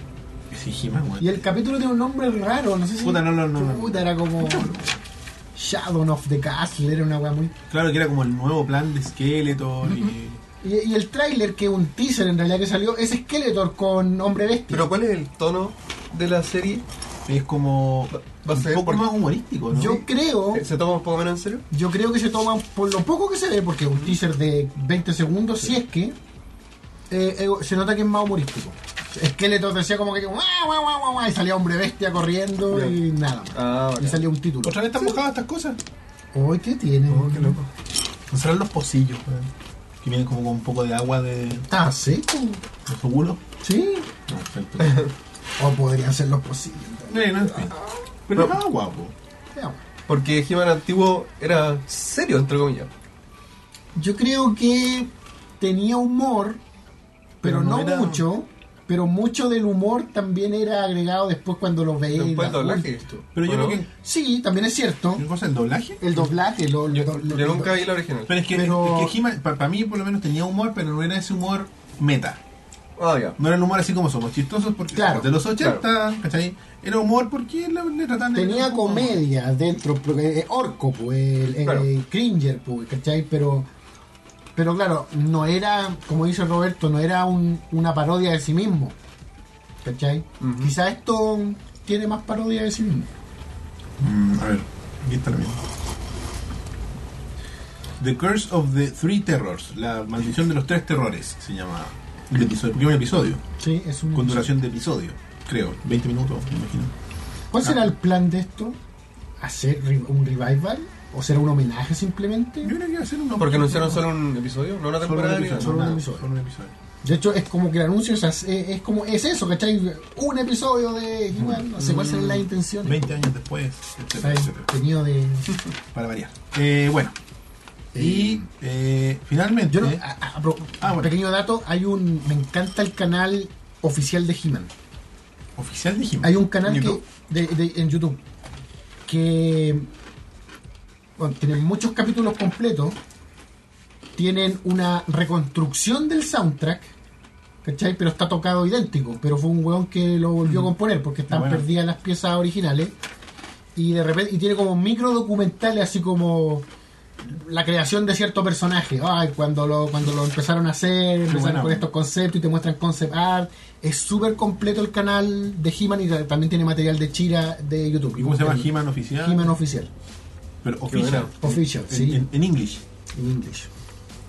S1: Sí, He-Man, weón.
S2: Y el capítulo tiene un nombre raro, no sé si.
S1: Puta, no, no, no, no.
S2: Puta, era como. Shadow of the Castle, era una weá muy.
S1: Claro que era como el nuevo plan de Skeletor y.
S2: Y, y el tráiler, que es un teaser en realidad que salió, es Skeletor con hombre bestia.
S3: Pero ¿cuál es el tono de la serie?
S1: Es como.
S3: Va a
S1: un
S3: ser
S1: poco
S3: por-
S1: más humorístico, ¿no?
S2: yo creo,
S3: ¿Se toma un poco menos en serio?
S2: yo creo que se toma por lo poco que se ve, porque es
S1: Mm.
S2: un teaser de 20 segundos, si es que eh, eh, se nota que es más humorístico. Skeletor decía como que "Guau, guau, guau, guau", y salía hombre bestia corriendo y
S3: Bien.
S2: nada más.
S3: Ah,
S2: Y
S3: vale.
S2: salía un título.
S1: ¿Otra vez están mojadas estas cosas?
S2: Uy, ¿qué tiene?
S3: Oh, qué loco.
S1: No serán los pocillos, weón. Que vienen como con un poco de agua de, de
S2: Está seco.
S1: su culo.
S2: Sí.
S1: No, perfecto.
S2: O podrían ser los posibles.
S1: bueno, en fin. Pero ah, es agua, po.
S2: Veamos.
S3: Porque He-Man antiguo era serio, entre comillas.
S2: Yo creo que tenía humor, pero,
S1: Pero no
S2: no,
S1: era-
S2: mucho. Pero mucho del humor también era agregado después cuando los veía. en
S3: Después el
S2: la-
S3: doblaje. esto.
S1: Pero yo
S3: ¿O
S1: lo
S3: no?
S1: que.
S2: Sí, también es cierto.
S1: ¿Qué cosa? ¿El doblaje?
S2: El doblaje, lo, lo-
S3: Yo,
S2: lo-
S3: yo nunca vi la original.
S1: Pero es que,
S2: Pero-
S1: es que He-Man, para mí por lo menos tenía humor, pero no era ese humor meta.
S3: Ah, ya.
S1: No era el humor así como somos chistosos, porque
S2: Claro,
S1: somos de los 80, ¿cachai? Era humor porque la- le trataban de-
S2: Tenía
S1: como-
S2: comedia dentro, porque, eh, Orco, pues, el, el-
S3: Claro.
S2: el Cringer, pues, ¿cachai? Pero, pero claro, no era, como dice Roberto, no era un- una parodia de sí mismo, ¿cachai?
S3: Ujú.
S2: Quizá esto tiene más parodia de sí mismo.
S1: Mm, a ver, aquí está lo mismo. The Curse of the Three Terrors, la maldición de los tres terrores, se llama. El episodio, porque es un episodio,
S2: Sí, es un...
S1: con duración de episodio, creo, 20 minutos, me imagino.
S2: ¿Cuál
S1: Ah.
S2: será el plan de esto? ¿Hacer re- un revival? ¿O será un homenaje simplemente?
S1: Yo creo que iba a ser una-
S3: Porque anunciaron solo un episodio, no
S1: Solo
S3: una
S1: un
S3: temporada. ni
S1: episodio,
S3: nada.
S2: solo un
S1: nada,
S2: episodio.
S1: solo un episodio.
S2: De hecho, es como que el anuncio es, as- eh, es como es eso, ¿cachai? Un episodio de... Igual, no sé cuáles serán las
S1: Mm.
S2: intenciones.
S1: 20 años después, etcétera,
S2: ¿Sabes?
S1: etcétera.
S2: Tenido de...
S1: para variar. Eh, bueno, y eh, finalmente,
S2: Yo no, a- a- a pro-
S1: Ah, bueno.
S2: pequeño dato, hay un... Me encanta el canal oficial de He-Man.
S1: oficial de He-Man.
S2: Hay un canal que,
S1: YouTube.
S2: de, de- en YouTube que bueno, tienen muchos capítulos completos, tienen una reconstrucción del soundtrack, ¿cachai? Pero está tocado idéntico, pero fue un weón que lo volvió a componer porque están
S1: Mm. Bueno.
S2: perdidas las piezas originales y de repente y tiene como micro documentales así como la creación de cierto personaje. Ay, cuando lo, cuando lo empezaron a hacer, empezaron
S1: buena,
S2: con
S1: man.
S2: estos conceptos y te muestran concept art. Es súper completo el canal de He-Man y ta- también tiene material de Chira de YouTube.
S1: ¿Y cómo se llama?
S2: El-
S1: He-Man oficial.
S2: He-Man Oficial.
S1: Pero oficial.
S3: bueno.
S2: Official,
S1: En,
S2: sí.
S1: en, en English.
S2: En inglés.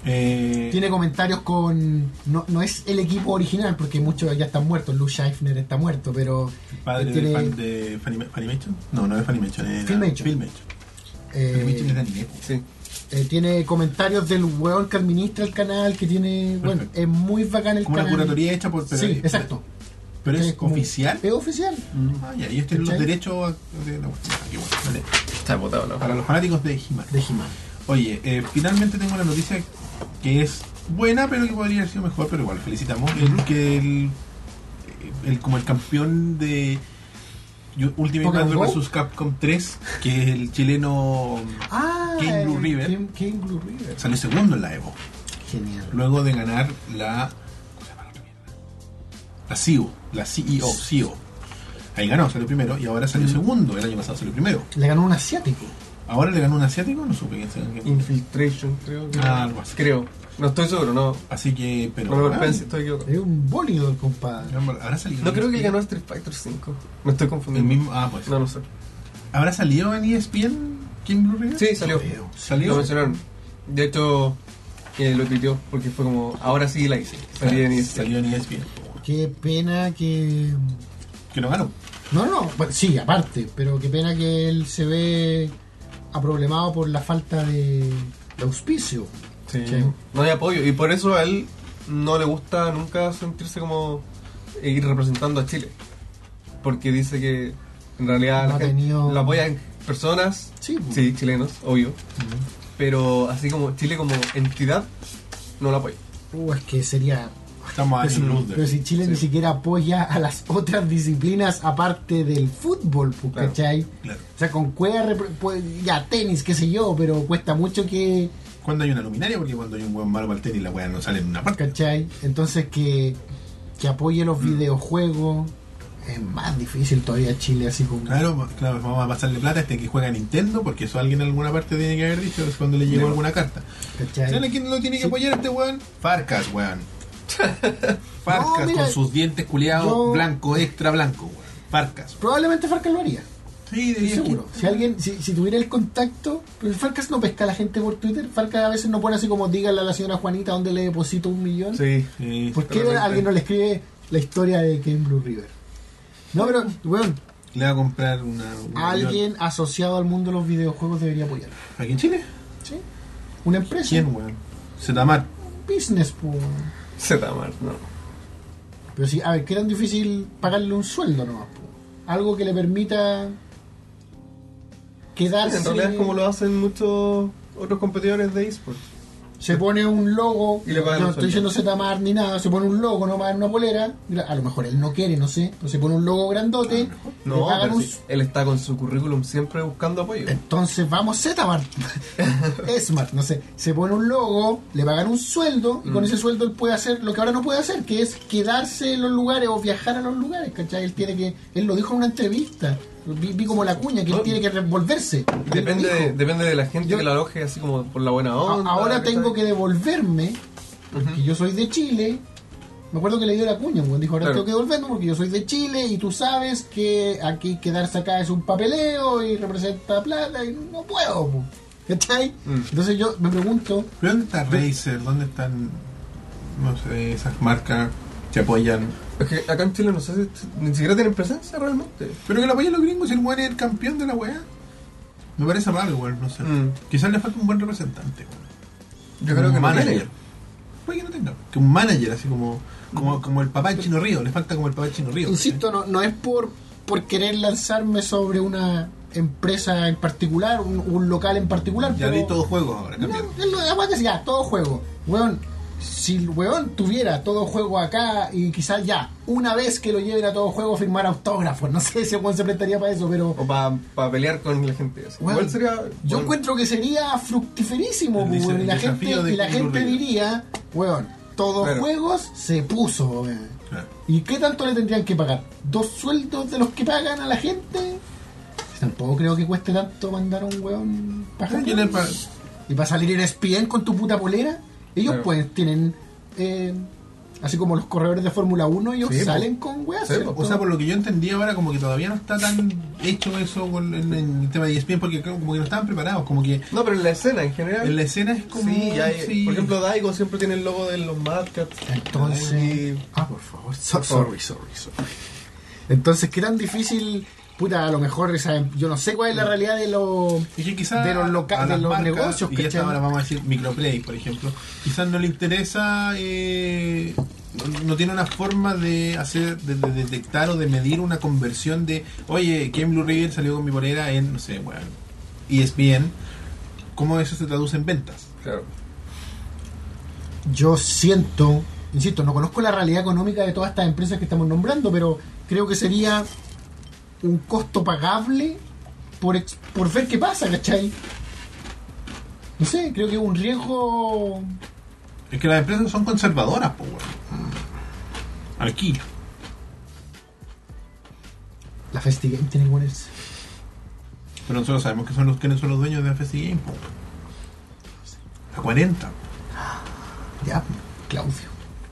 S1: Eh,
S2: Tiene comentarios con. No, no es el equipo original, porque muchos ya están muertos. Lou Scheifner está muerto, pero. eh,
S1: el padre
S2: tiene-
S1: de, fan- de Fanima- Funimation. No, no es Funimation. Era
S2: Filmation.
S1: Filmation.
S2: eh,
S1: Funimation es de anime.
S3: Sí.
S2: eh, tiene comentarios del weón que administra el canal, que tiene. Bueno,
S1: Perfecto.
S2: es muy bacán el
S1: Como una
S2: canal.
S1: curatoría hecha por. Pero,
S2: Sí, exacto.
S1: Pero es
S2: Es como-
S1: oficial.
S2: Es oficial.
S1: Mm, ah, ya, ellos tienen los
S2: ¿Cachai?
S1: derechos a- de la web. Ah, qué bueno, vale.
S3: Está botado, ¿no?
S1: Para los fanáticos de He-Man.
S2: De He-Man.
S1: Oye, eh, finalmente tengo una noticia que es buena, pero que podría haber sido mejor, pero igual felicitamos. El que el, eh, el- como el campeón de Yu- Ultimate
S2: ¿Pokémon
S1: Marvel
S2: Go?
S1: vs. Capcom 3, que es el chileno
S2: Ah,
S1: King Blue
S2: el
S1: River.
S2: King, King Blue River.
S1: salió segundo en la Evo,
S2: Genial.
S1: luego de ganar la ¿cómo se llama la otra mierda? la CEO, la E CEO, CEO. Ahí ganó, salió primero y ahora salió segundo. El año pasado salió primero.
S2: Le ganó un asiático.
S1: Ahora le ganó un asiático, no supe quién se
S3: Infiltration, creo. que-
S1: Ah, algo así.
S3: Creo. No estoy seguro, no.
S1: Así que, pero.
S3: No me
S1: ah,
S3: golpeen si estoy equivocado.
S2: Es un bólido el compadre.
S1: ¿Habrá salido?
S3: No
S1: en
S3: creo que él
S1: ESPN?
S3: ganó Street Fighter 5. Me estoy
S1: El
S3: confundiendo.
S1: mismo, ah, pues.
S3: No, no sé.
S1: ¿Habrá salido en E ESPN Kim Blue River?
S3: Sí, salió.
S2: Creo.
S1: ¿Salió?
S3: Lo mencionaron. De hecho, eh, lo tuiteó porque fue como, ahora sí la hice. Salí en E ESPN.
S1: Salió en E ESPN.
S2: Qué pena que.
S1: Que no ganó.
S2: No, no, bueno, sí, aparte, pero qué pena que él se ve aproblemado por la falta de, de auspicio.
S3: Sí.
S2: Sí.
S3: No hay apoyo. Y por eso a él no le gusta nunca sentirse como eh, ir representando a Chile. Porque dice que en realidad
S2: No
S3: la
S2: ha
S3: gente-
S2: tenido-
S3: lo apoyan personas,
S2: Sí, pues.
S3: sí, chilenos, obvio. Pero así como Chile como entidad, no lo apoya.
S2: Uh, es que sería.
S1: Estamos
S2: Pero
S1: años
S2: si,
S1: luz de-
S2: pero si Chile
S1: Sí.
S2: ni siquiera apoya a las otras disciplinas aparte del fútbol, pues,
S3: Claro.
S2: ¿cachai?
S1: Claro.
S2: O sea, con cueva, repre- pues, ya tenis, qué sé yo, pero cuesta mucho que.
S1: Cuando hay una luminaria, porque cuando hay un buen malo para el tenis, la weá no sale en una parte.
S2: ¿cachai? Entonces que, que apoye los videojuegos es más difícil todavía Chile, así como.
S3: Ah.
S1: Claro, ma- claro, vamos a pasarle plata a este que juega a Nintendo, porque eso alguien en alguna parte tiene que haber dicho es cuando le llegó
S3: Claro.
S1: alguna carta.
S2: ¿cachai?
S1: ¿Saben a quién lo tiene que apoyar este weón? Farcas, weón. Farcas
S2: No, mira,
S1: con sus dientes culiados,
S2: yo-
S1: blanco, extra blanco, weón. Farcas.
S2: Probablemente Farcas lo
S3: Eh,
S2: haría,
S1: Sí,
S2: estoy
S1: de
S2: seguro. Si alguien, si, si tuviera el contacto, pero Farcas no pesca a la gente por Twitter, Farcas a veces no pone así como díganle a la señora Juanita dónde le deposito un millón.
S3: Sí.
S1: Sí.
S2: ¿Por qué
S3: Realmente.
S2: alguien no le escribe la historia de Game Blue River? No, pero, weón,
S1: Le va a comprar una. un avión.
S2: alguien asociado al mundo de los videojuegos debería apoyar.
S1: ¿Aquí en Chile?
S2: ¿Sí? Una empresa.
S1: ¿Quién, weón? Zetamar.
S2: Un business, pues, po.
S3: Zetamar, no.
S2: Pero sí, a ver, que tan difícil pagarle un sueldo nomás, po. Algo que le permita quedarse.
S3: En realidad es como lo hacen muchos otros competidores de esports.
S2: Se pone un logo,
S3: Y le pagan
S2: yo no
S3: un
S2: estoy
S3: sueldo.
S2: diciendo Zetamar ni nada, se pone un logo nomás en una polera, y la- a lo mejor él no quiere, no sé, pero se pone un logo grandote, le
S3: No,
S2: pagan
S3: pero
S2: un
S3: sí, él está con su currículum siempre buscando apoyo.
S2: Eh, Entonces vamos Zmart. Smart, no sé. Se pone un logo, le pagan un sueldo
S3: Mm.
S2: y con ese sueldo él puede hacer lo que ahora no puede hacer, que es quedarse en los lugares o viajar a los lugares, ¿cachai? Él tiene que, él lo dijo en una entrevista, vi, vi como la cuña, que él
S3: No.
S2: tiene que revolverse. Él
S3: Depende,
S2: dijo,
S3: de, depende de la gente
S2: Yo-
S3: que lo aloje así como por la buena
S2: "A-
S3: onda.
S2: ahora tengo que
S3: ¿cachai?
S2: devolverme, porque yo soy de Chile. Me acuerdo que le dio la cuña, weón. dijo, ahora tengo
S3: Claro.
S2: que devolverme porque yo soy de Chile y tú sabes que aquí quedarse acá es un papeleo y representa plata y no puedo. po". ¿Cachai?
S3: Mm.
S2: Entonces yo me pregunto,
S1: ¿Pero dónde está Razer? ¿Dónde están, no sé, esas marcas que apoyan?
S3: Es que acá en Chile no sé si ni siquiera tienen presencia realmente.
S1: Pero que lo apoyen los gringos si el weón es el campeón de la weá. Me parece raro, weón, no sé.
S3: Mm.
S1: Quizás le falta un buen representante, weón.
S3: Yo creo
S1: un
S3: que no
S1: manager.
S3: tienen.
S1: Puede que no tenga. Que un manager, así como, como, como el papá de Chino Río. Le falta como el papá de Chino Río.
S2: insisto, no, no es por, por querer lanzarme sobre una empresa en particular, un, un local en particular.
S1: ¿cachai? Ya
S2: pero-
S1: vi todos juegos ahora,
S2: No,
S1: cambiaron.
S2: es lo de aguante, ya, todo juego. Weón, si el weón tuviera todo juego acá y quizás ya, una vez que lo lleven a todo juego, firmar autógrafos. No sé si el weón se prestaría para eso, pero.
S3: O para pelear con la gente. así.
S2: weón,
S3: Igual sería.
S2: yo
S3: bueno,
S2: encuentro que sería fructiferísimo,
S1: El dise-
S2: weón. Y
S1: el
S2: la gente,
S1: desafío de
S2: y la
S1: Keanu
S2: gente
S1: Reeves.
S2: diría, weón, todos
S3: Claro.
S2: juegos se puso, weón.
S1: Claro.
S2: ¿Y qué tanto le tendrían que pagar? ¿Dos sueldos de los que pagan a la gente? Tampoco creo que cueste tanto mandar a un weón pa'
S1: Pero
S2: Japón.
S1: tiene pa-
S2: Y para salir en E ESPN con tu puta polera, ellos
S3: Claro.
S2: pues tienen, eh, así como los corredores de Fórmula 1, ellos
S3: Sí, po.
S2: salen con weas.
S3: Sí,
S2: ¿cierto?
S1: O sea, por lo que yo entendí ahora, como que todavía no está tan hecho eso con, en, en el tema de E ESPN, porque creo como que no estaban preparados. Como que
S3: No, pero en la escena en general.
S1: en la escena es como.
S3: Sí, ya hay-
S1: sí.
S3: Por ejemplo, Daigo siempre tiene el logo de los Madcats.
S2: Entonces...
S3: Y-
S2: Ah, por favor. so- sorry, sorry, sorry. Entonces, ¿qué tan difícil? Puta, a lo mejor, esa- yo no sé cuál es la realidad de los...
S1: Es que quizás
S2: de los loca-
S1: a
S2: de
S1: las
S2: los negocios,
S1: y ya
S2: ¿cachai?
S1: está, ahora vamos a decir microplay, por ejemplo, quizás no le interesa, eh, no, no tiene una forma de hacer, de, de detectar o de medir una conversión de, oye, Ken Blue River salió con mi bolera en, no sé, E bueno, ESPN, ¿cómo eso se traduce en ventas?
S3: Claro.
S2: yo siento, insisto, no conozco la realidad económica de todas estas empresas que estamos nombrando, pero creo que sería un costo pagable por, ex- por ver qué pasa, ¿cachai? No sé, creo que es un riesgo...
S1: Es que las empresas son conservadoras, Mm. pues, Aquí.
S2: La FestiGame tiene que ponerse.
S1: Pero nosotros sabemos que son los que son los dueños de FSI Game, po, weón. La 40.
S2: Ya, Claudio.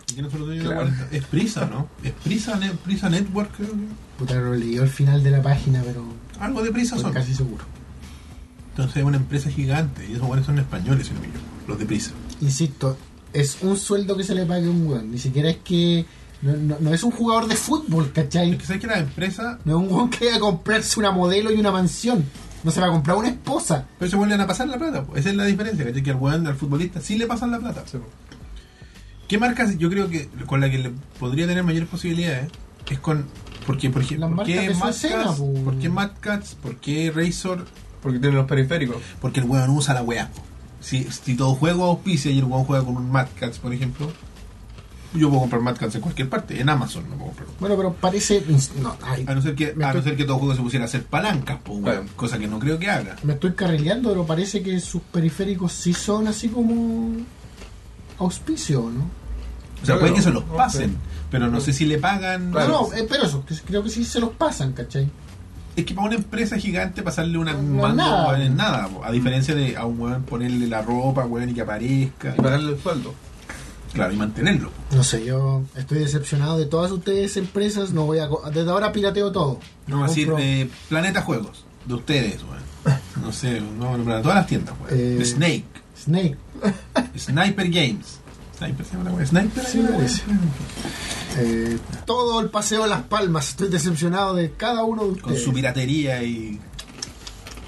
S1: ¿Y quiénes son los dueños
S3: Claro.
S1: de la 40? Es Prisa, ¿no? Es Prisa, Ne- Prisa Network, creo que.
S2: Puta, no leí al final de la página, pero
S1: Algo de prisa
S2: estoy
S1: son.
S2: Pues casi seguro.
S1: Entonces es una empresa gigante y esos buenos son españoles, si no me equivoco, los de prisa.
S2: Insisto, es un sueldo que se le pague a un weón. Ni siquiera es que... No, no- no es un jugador de fútbol,
S1: Es
S2: ¿cachai?
S1: que sabes que las empresas
S2: No es un weón que vaya a comprarse una modelo y una mansión. No se va a comprar una esposa.
S1: Pero se vuelven a pasar la plata. po. Esa es la diferencia, ¿cachai? Que al weón, al futbolista, sí le pasan la plata.
S3: Sí, po.
S1: ¿Qué marcas yo creo que con la que le podría tener mayores posibilidades ¿eh? es con. Porque, por ejemplo,
S2: Las
S1: ¿por qué
S2: marcas de pues? su
S1: Madcats?
S2: escena, po.
S1: ¿Por qué Mad Cats? ¿Por qué Razor?
S3: Porque tienen los periféricos.
S1: Porque el weón usa la weá. po. Si, si todo juego auspicia y el weón juega con un Mad Cats, por ejemplo, yo puedo comprar Mad Cats en cualquier parte. En Amazon no puedo comprar.
S2: Bueno, pero parece. No, ay,
S1: A Ah, no ser que,
S2: Me
S1: a no
S2: estoy-
S1: ser que todo juego se pusiera a hacer palancas, po, weón,
S3: Claro.
S1: cosa que no creo que haga.
S2: me estoy carrileando, pero parece que sus periféricos sí son así como. auspicio, ¿no?
S1: O sea,
S3: Claro,
S1: puede que se los
S3: no,
S1: pasen, pero no sé si le pagan.
S3: Claro.
S2: No, no, eh, pero eso, que creo que sí se los pasan, ¿cachai?
S1: Es que para una empresa gigante pasarle una, un
S2: No es
S1: mando
S2: nada.
S1: weón, es nada, po. a diferencia de a un weón ponerle la ropa, weón, y que aparezca.
S3: Y pagarle el sueldo.
S1: Claro, y mantenerlo. po.
S2: No sé, yo estoy decepcionado de todas ustedes empresas, no voy a... co- Desde ahora pirateo todo.
S1: No, así
S2: Compro-
S1: de Planeta Juegos, de ustedes, weón. No sé, no, no, para todas las tiendas, weón.
S2: Eh.
S1: Snake,
S2: Snake.
S1: Sniper Games. Sniper se llama la weón. Sniper hay
S2: Sí,
S1: una
S2: me
S1: weón.
S2: parece. eh, todo el paseo a Las Palmas, estoy decepcionado de cada uno de
S1: con
S2: ustedes.
S1: su piratería y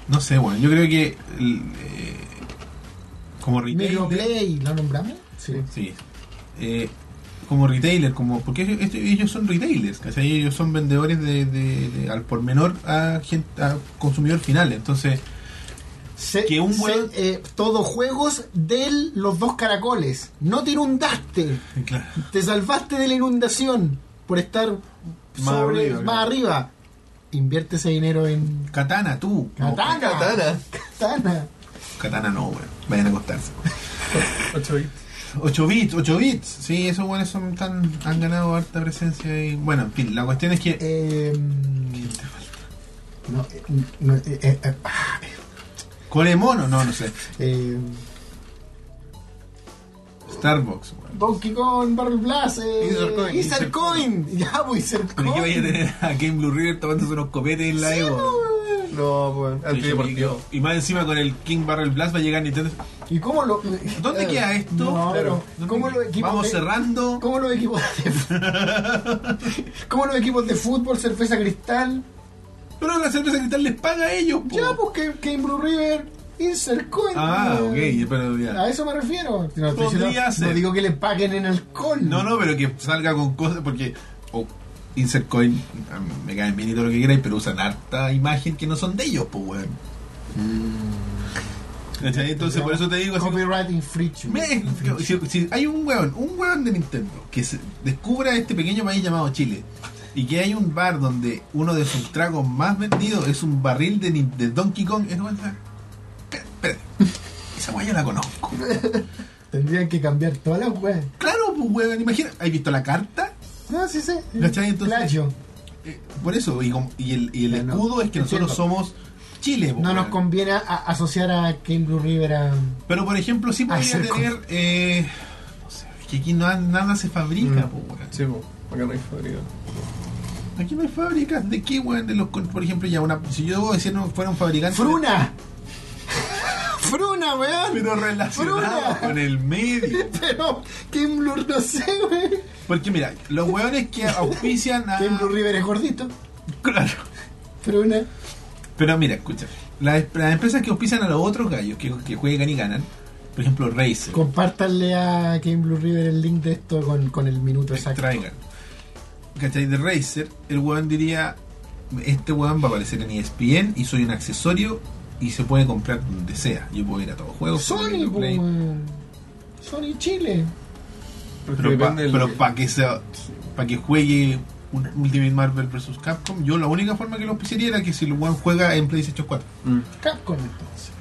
S1: no sé bueno yo creo que el, eh, como retailer
S2: Microplay, ¿la nombramos? Sí.
S1: sí eh, como retailer como porque ellos, este- ellos son retailers ¿cachai? ellos son vendedores de, de- de- al por menor a gente a consumidor final entonces
S2: Se-
S1: Que un
S2: se-
S1: buen-
S2: eh, todo juegos de los dos caracoles. No te inundaste.
S1: claro
S2: Te salvaste de la inundación por estar
S1: Más
S2: sobre-
S1: arriba,
S2: más
S1: claro.
S2: arriba. Invierte ese dinero en
S1: katana tú
S2: Katana.
S1: No,
S3: Katana.
S2: Katana.
S1: katana no bueno vayan a acostarse
S3: 8 bits.
S1: 8 bits 8 bits sí esos buenos son tan han ganado harta presencia y bueno en fin la cuestión es que
S2: Eh, no, eh, no, eh, eh, eh, ah,
S1: Cole mono no no sé
S2: eh,
S1: Starbucks weón.
S2: Donkey Kong, Barrel Blast, eh,
S3: Insert Coin,
S2: Insert
S1: Insert
S2: Coin. Ya, pues, Insert
S1: Pero que
S2: Coin. pues.
S1: vaya a tener a Game Blue River tomándose unos copetes en la Evo. Ah,
S3: No, bueno, antideportivo.
S1: Y más encima con el King Barrel Blast va a llegar Nintendo.
S2: ¿Y cómo lo.?
S1: ¿Dónde
S2: eh,
S1: queda esto?
S2: no,
S1: Claro.
S2: pero, ¿Cómo los equipos.?
S1: Vamos
S2: de-
S1: cerrando.
S2: ¿Cómo los equipos de.? ¿Cómo los equipos de fútbol, cerveza cristal?
S1: Pero la cerveza cristal les paga a ellos, po.
S2: Ya, pues, que, que en Blue River, Insert Coin.
S1: Oh. Ah, ok,
S2: eh,
S1: pero ya.
S2: A eso me refiero. No, estoy
S1: Podría
S2: diciendo- no
S1: ser.
S2: digo que le paguen en alcohol.
S1: No, no, pero que salga con cosas porque. o Insert Coin, a mí me caen bien y todo lo que quieran, pero usan harta imagen que no son de ellos, pues, weón.
S2: Mm.
S1: ¿Cachai? Entonces, por eso te digo, así como-
S2: Copyright infringement.
S1: Mira, es que- si, si hay un weón, un weón de Nintendo que se descubra este pequeño país llamado Chile y que hay un bar donde uno de sus tragos más vendidos es un barril de, Nin- de Donkey Kong, es una. Espera, espera. Esa weá yo la conozco.
S2: Tendrían que cambiar todas las weas.
S1: Claro, pues weón, imagina. ¿Has visto la carta?
S2: No, sí sé.
S1: ¿Cachai? Entonces-
S2: Plagio.
S1: Eh, por eso, y, como- y el, y el
S2: Ya, no.
S1: escudo es que
S2: Entiendo.
S1: nosotros somos Chile, pues,
S2: No nos
S1: weón.
S2: conviene a- asociar a Ken Blue River a.
S1: Pero por ejemplo, sí
S2: Ah,
S1: podría
S2: cerco.
S1: tener. eh, no sé, es que aquí no, nada se fabrica,
S3: Mm.
S1: pues weón.
S3: Sí, po. Acá no hay fábrica.
S1: Aquí no hay fábricas de qué, weón, de los con- por ejemplo, ya una si yo si no fuera un fabricante
S2: ¡Fruna! ¡Fruna, weón!
S1: pero relacionado
S2: Fruna.
S1: con el medio.
S2: Pero Ken Blue, no sé, weón.
S1: Porque mira, los weones que auspician a
S2: Ken Blue River es gordito.
S1: Claro.
S2: Fruna.
S1: Pero mira, escucha. Las, las empresas que auspician a los otros gallos que, que juegan y ganan, por ejemplo, Razer,
S2: Compártanle a Ken Blue River el link de esto con, con el minuto exacto.
S1: Traigan. ¿Cachai? De Razer, el weón diría, este weón va a aparecer en ESPN y soy un accesorio y se puede comprar donde sea. Yo puedo ir a todos juegos. puedo ir a
S2: Sony, po,
S1: Play.
S2: weón. Sony Chile.
S3: Porque
S1: Pero para
S3: depende del-
S1: que sea, para que juegue un Ultimate Marvel vs Capcom, yo la única forma que lo auspiciaría era que si el weón juega en PlayStation 4.
S3: Mm.
S2: Capcom, entonces.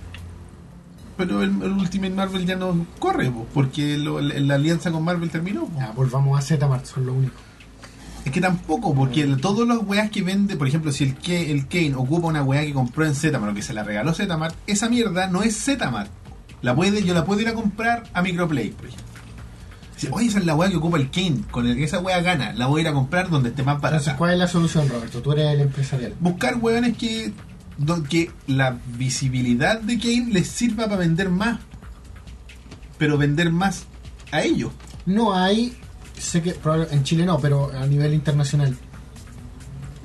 S1: Pero el, el Ultimate Marvel ya no corre, po, porque lo- la, la alianza con Marvel terminó. po.
S2: Ya, volvamos Ah, pues a Z-Mart, son lo único.
S1: Es que tampoco, porque el- todos los weas que vende, por ejemplo, si el, Ke- el Kane ocupa una wea que compró en Zmart o que se la regaló Zmart, esa mierda no es Zmart. La puede, yo la puedo ir a comprar a Microplay, por ejemplo. Si, Oye, esa es la wea que ocupa el Kane, con el que esa wea gana, la voy a ir a comprar donde esté más barata.
S2: Entonces, ¿cuál es la solución, Roberto? Tú eres el empresarial.
S1: buscar hueones que, do- que la visibilidad de Kane les sirva para vender más. Pero vender más a ellos.
S2: No hay, sé que probable- en Chile no, pero a nivel internacional,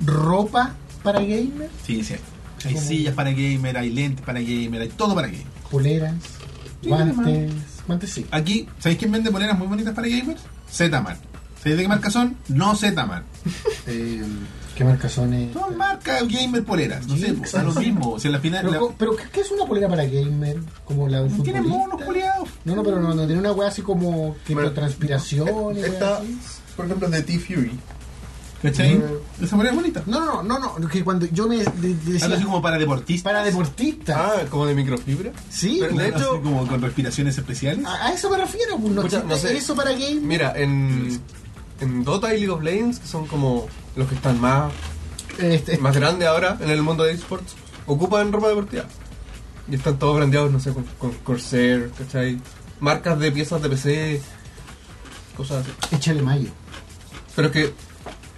S2: ropa para gamer.
S1: Sí, sí. Hay
S2: como
S1: sillas para gamer, hay lentes para gamer, hay todo para gamer.
S2: Poleras,
S1: Sí,
S2: guantes, guantes sí.
S1: Aquí, ¿sabéis quién vende poleras muy bonitas para gamers? Zman. ¿Sabéis de qué marca son? No Zman.
S2: Eh, ¿Qué marcas son? eh?
S1: Son marcas gamer poleras. No sé,
S2: Sí,
S1: pues, da lo
S2: exacto.
S1: mismo. Si en la final.
S2: Pero,
S1: la-
S2: co- pero ¿qué, qué es una polera para gamer? Como la de un
S1: Tienen
S2: futbolista?
S1: monos culiados.
S2: No, no, pero no, no tiene una weá así como que
S3: Bueno,
S2: transpiración y weá
S3: Esta,
S2: así.
S3: por ejemplo, es de T-Fury.
S1: ¿Cachai?
S3: Mm.
S1: Esa polera es bonita.
S2: No, no, no, no, no, que cuando yo me de- de- decía
S1: Algo así como para deportistas.
S2: para deportistas,
S3: Ah, como de microfibra.
S2: sí,
S3: pero
S2: pues,
S3: de hecho-
S1: Así como con respiraciones especiales.
S2: a, a eso me refiero, pues, no,
S3: Pucha, no sé.
S2: eso para gamer.
S3: Mira, en, en Dota y League of Legends, que son como los que están más,
S2: Este,
S3: más grandes ahora en el mundo de esports, ocupan ropa deportiva. Y están todos brandeados, no sé, con, con Corsair, ¿cachai? Marcas de piezas de PC, cosas así.
S2: échale mayo.
S3: Pero es que,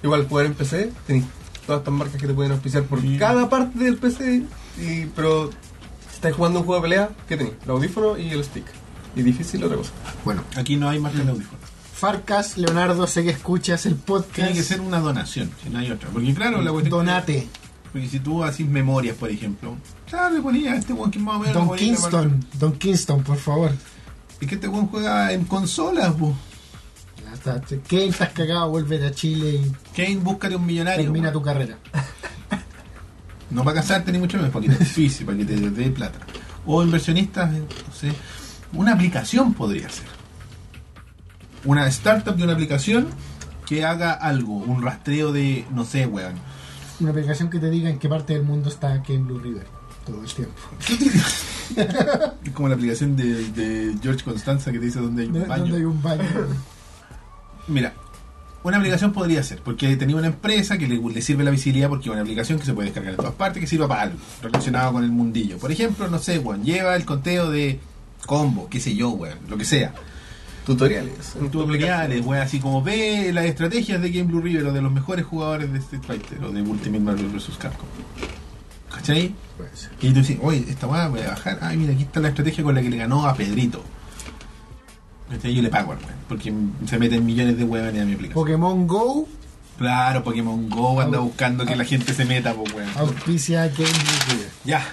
S3: igual, jugar en PC, tenéis todas estas marcas que te pueden auspiciar por cada parte del PC. Y, pero, si estáis jugando un juego de pelea, ¿qué tenéis? El audífono y el stick. Y difícil otra cosa.
S2: Bueno,
S1: Aquí no hay marca de audífonos.
S2: Mm. Farcas, Leonardo, sé que escuchas el podcast.
S1: Tiene que ser una donación, si no hay otra. Porque claro, la cuestión.
S2: Donate,
S1: Porque si tú haces memorias, por ejemplo. Claro, le ponía a este weón que más o menos. le
S2: Don
S1: ponía la marca.
S2: Kingston, Don Kingston, por favor.
S1: Es que este weón juega en consolas, po.
S2: Ya está, te- ¿Qué estás cagado? Vuelve a Chile y
S1: Kane, búscate un millonario.
S2: termina
S1: po.
S2: tu carrera.
S1: No para casarte ni mucho menos, para que te suicie, para que te te dé plata. O inversionistas, eh, no sé. Una aplicación podría ser. Una startup de una aplicación que haga algo, un rastreo de, no sé, weón.
S2: Una aplicación que te diga en qué parte del mundo está Ken Blue River todo el tiempo.
S1: Es como la aplicación de, de George Constanza que te dice dónde hay un
S2: ¿Dónde
S1: baño.
S2: hay un baño?
S1: Mira, una aplicación podría ser, porque tenía una empresa que le, le sirve la visibilidad porque es una aplicación que se puede descargar en todas partes, que sirva para algo relacionado con el mundillo. Por ejemplo, no sé, weón, lleva el conteo de combo, qué sé yo, weón, lo que sea.
S3: Tutoriales. en tu
S1: Tutoriales, weón, así como ve las estrategias de Game Blue River o de los mejores jugadores de Street Fighter o de Ultimate Marvel vs. Capcom. ¿Cachai?
S2: Puede ser.
S1: Y tú dices, oye, esta weá voy a bajar. Ay, mira, aquí está la estrategia con la que le ganó a Pedrito. Este, yo le pago al weón, porque se meten millones de weones a mi aplicación.
S2: Pokémon Go
S1: Claro, Pokémon Go anda
S2: Au-
S1: buscando que la gente se meta, pues, weón.
S2: auspicia Game Blue River.
S1: Ya.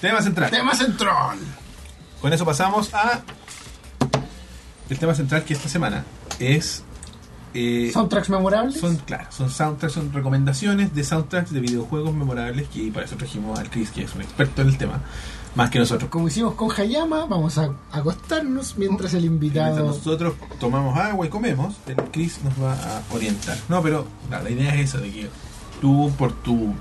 S1: Tema central.
S2: Tema central.
S1: Con eso pasamos a. El tema central que esta semana es. eh,
S2: Soundtracks memorables.
S1: son, claro, son soundtracks, son recomendaciones de soundtracks de videojuegos memorables. Que para eso trajimos al Chris, que es un experto en el tema, más que nosotros.
S2: Como hicimos con Hayama, vamos a acostarnos mientras el
S1: Mientras
S2: invitado.
S1: nosotros tomamos agua y comemos, el Chris nos va a orientar. No, pero claro, la idea es eso, de que tú por tu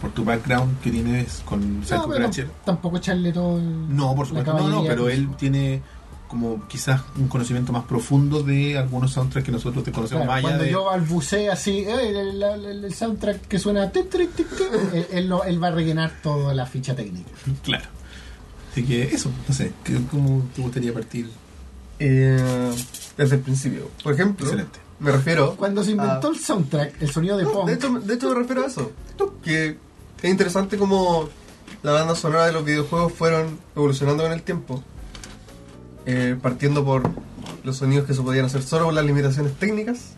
S1: por tu background que tienes con
S2: No,
S1: Psycho
S2: pero
S1: Crusher,
S2: tampoco echarle todo. el-
S1: No, por
S2: la
S1: supuesto, no, no,
S2: caballería. pues.
S1: pero él tiene como quizás un conocimiento más profundo de algunos soundtracks que nosotros te conocemos
S2: Claro,
S1: más allá
S2: cuando
S1: de...
S2: yo balbucé así, "Eh, el, el- el- el soundtrack que suena. tit, tit, tit, tit", él, él lo- él va a rellenar toda la ficha técnica.
S1: Claro. Así que eso, no sé, ¿qué- ¿cómo te gustaría partir?
S3: Eh, desde el principio. Por ejemplo,
S1: Excelente.
S3: me refiero.
S2: Cuando se inventó
S1: Ah.
S3: a-
S2: el soundtrack, el sonido de
S3: No,
S2: punk.
S3: de, hecho, de hecho me refiero a eso. Que es interesante como la banda sonora de los videojuegos fueron evolucionando con el tiempo. Eh, partiendo por los sonidos que se podían hacer solo con las limitaciones técnicas.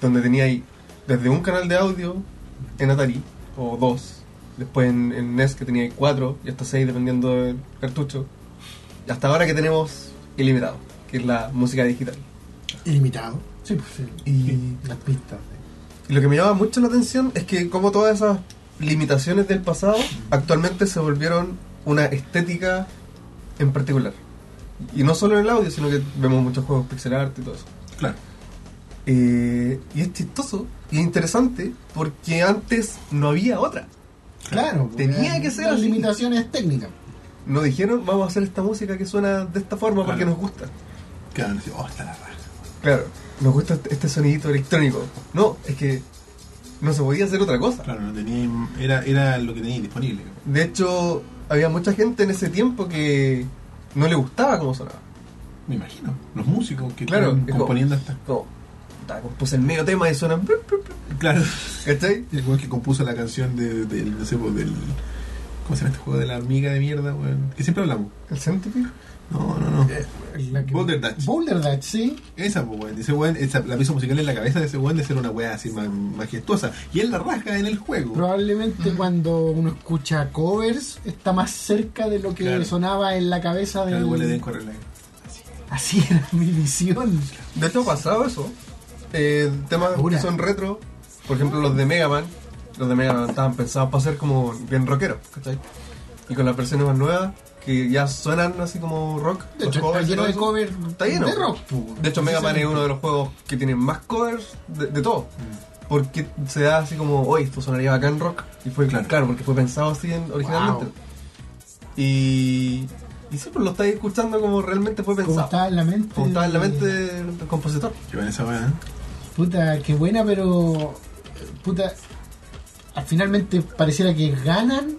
S3: Donde tenía ahí desde un canal de audio en Atari, o dos. Después en, en NES que tenía ahí cuatro y hasta seis dependiendo del cartucho. Y hasta ahora que tenemos ilimitado, que es la música digital.
S2: Ilimitado. Sí, pues sí.
S3: Y-
S2: las pistas.
S3: Y lo que me llama mucho la atención es que como todas esas limitaciones del pasado actualmente se volvieron una estética en particular. Y no solo en el audio, sino que vemos muchos juegos pixel art y todo eso.
S1: Claro.
S3: Eh, y es chistoso y es interesante porque antes no había otra.
S2: Claro,
S3: Tenía
S2: porque
S3: que ser
S2: las
S3: así.
S2: limitaciones técnicas.
S3: No dijeron, vamos a hacer esta música que suena de esta forma porque
S1: Claro.
S3: nos gusta.
S1: Claro, así, oh, está la raja.
S3: Claro, nos gusta este- este sonidito electrónico. No, es que no se podía hacer otra cosa.
S1: Claro, no tenía... Era, era lo que tenía disponible.
S3: De hecho, había mucha gente en ese tiempo que no le gustaba cómo sonaba.
S1: Me imagino. Los músicos que
S3: Claro,
S1: están
S3: es como-
S1: componiendo estas...
S3: Como, puta, compuse el medio tema y suena. blup, blup, blup,
S1: Claro.
S3: ¿Cachai?
S1: El weón que compuso la canción de, del, no sé, pues, del... ¿Cómo se llama este juego de la hormiga de mierda, weón? Que siempre hablamos.
S2: ¿El Centipede?
S1: No, no,
S2: Eh,
S1: no.
S2: La que-
S1: Boulder Dash.
S2: Boulder Dash, sí.
S1: Esa, pues, weón. Ese weón, esa- la pieza musical en la cabeza de ese weón de ser una weá así ma- majestuosa. Y él la rasga en el juego.
S2: Probablemente cuando uno escucha covers está más cerca de lo que
S1: Claro.
S2: sonaba en la cabeza
S1: Claro,
S2: del...
S1: weón, le den correla.
S2: Así era mi visión.
S3: De hecho, ha pasado eso. Eh, temas
S2: Ahora.
S3: que son retro, por ejemplo, los de Mega Man. Los de Mega Man estaban pensados para ser como bien rockeros, ¿cachai? Y con las versiones más nuevas, que ya suenan así como rock.
S2: De
S3: los
S2: hecho, está
S3: covers y
S2: lleno
S3: todo
S2: de
S3: eso,
S2: cover
S3: Está lleno.
S2: de rock. po.
S3: De hecho, Mega Man es uno de los juegos que tiene más covers de, de todo. Porque se da así como, oye, esto sonaría bacán rock. Y fue
S1: Claro.
S3: claro, porque fue pensado así en- originalmente.
S2: Wow.
S3: Y, y siempre lo estáis escuchando como realmente fue
S2: Como
S3: pensado.
S2: estaba en la mente.
S3: Como estaba en la mente del compositor.
S1: Qué buena esa weá, ¿eh?
S2: Puta, qué buena, pero. Puta. al- Finalmente pareciera que ganan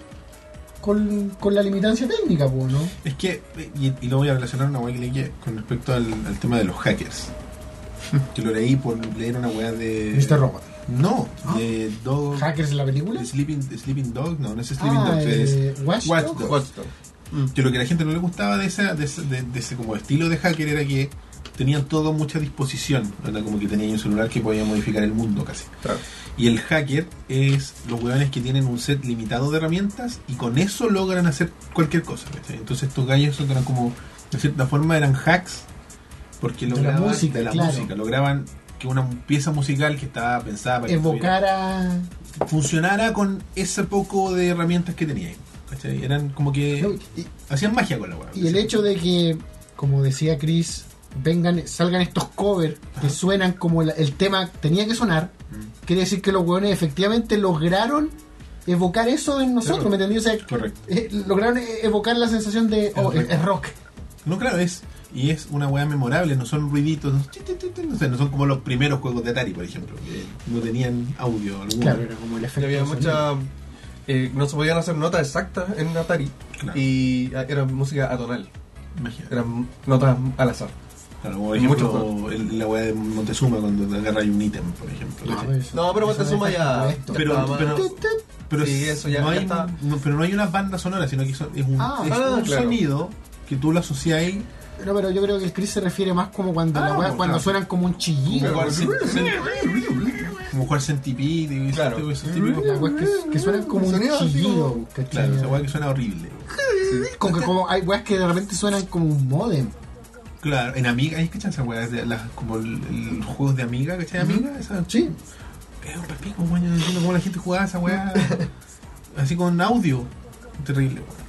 S2: con, con la limitancia técnica, po, ¿no?
S1: Es que, y, y lo voy a relacionar a una weá que leí que- con respecto al, al tema de los hackers. que lo leí por leer una weá de.
S2: Mr. Robot.
S1: No,
S2: ¿Ah?
S1: de Dog.
S2: ¿Hackers en la película?
S1: de Sleeping, de Sleeping Dog, no, no es Sleeping
S2: Ah,
S1: Dog, es.
S2: eh, Watch
S1: Watch
S2: Dogs.
S1: Dogs. Que lo que a la gente no le gustaba de, esa, de, ese- de- de ese como estilo de hacker era que tenían todo mucha disposición, ¿verdad? como que tenían un celular que podía modificar el mundo casi.
S3: Claro.
S1: Y el hacker es los hueones que tienen un set limitado de herramientas y con eso logran hacer cualquier cosa. ¿cachai? Entonces estos gallos son- eran como, de cierta forma, eran hacks porque
S2: la
S1: lograban
S2: música,
S1: de la
S2: claro.
S1: música, lograban que una pieza musical que estaba pensada para que
S2: Evocar a.
S1: estuviera- funcionara con ese poco de herramientas que tenían. ¿cachai? Eran como que
S2: Y,
S1: hacían magia con la hueá.
S2: y el hecho de que, como decía Chris, vengan, salgan estos covers que suenan como la- el tema tenía que sonar,
S1: Mm.
S2: quiere decir que los hueones efectivamente lograron evocar eso en nosotros,
S1: Claro.
S2: ¿me entendí? O sea,
S1: Correcto.
S2: eh, lograron eh, evocar la sensación de, oh, es,
S1: Correcto.
S2: es rock.
S1: No, claro, es. Y es una weá memorable, no son ruiditos, no, ti, ti, ti, ti, no sé, no son como los primeros juegos de Atari, por ejemplo, que no tenían audio alguno.
S2: Claro, Ah, era como el
S3: Y
S2: efecto.
S3: había
S2: de sonido.
S3: mucha. eh, no se podían hacer notas exactas en Atari.
S1: Claro.
S3: Y ah, era música atonal.
S1: Imagínate.
S3: Eran notas al azar.
S1: Claro, como por ejemplo,
S3: Mucho.
S1: el- la weá de Montezuma cuando agarra un ítem, por ejemplo.
S2: No,
S3: Ah,
S1: ¿cachai?
S2: pero pues eso-
S3: No, pero
S2: eso
S3: Montezuma
S2: deja
S3: ya-
S2: puesto.
S1: pero,
S3: estaba mal.
S1: pero,
S2: Tut, tut.
S1: pero
S3: Sí, eso ya-
S1: no
S3: ya
S1: hay,
S3: está.
S1: no, pero no hay una banda sonora, sino que son- es un,
S2: Ah,
S1: es
S3: ah,
S1: un
S3: claro.
S1: sonido que tú lo asocias ahí.
S2: No, pero yo creo que el Chris se refiere más como cuando,
S1: Ah,
S2: la weá-
S1: no,
S2: cuando
S1: claro.
S2: suenan como un chillido.
S3: Igual, sí, sí.
S1: Como jugar centipede y
S3: Claro. Mm.
S1: ese tipo- esos típicos-
S2: La weá que, que suenan como un
S3: Sonido así
S2: chillido.
S3: como-
S2: ¿cachai?
S1: Claro, esa weá que suena horrible.
S2: Como que como hay weas que de repente suenan como un modem.
S1: Claro, en Amiga, ¿hay que echar esas weas? de las- Como el- el- los juegos de Amiga, ¿cachai? Amiga, esa-
S2: Sí.
S1: Es un papico, weón. Yo no entiendo cómo la gente jugaba esa weá. así con audio. Terrible, weón.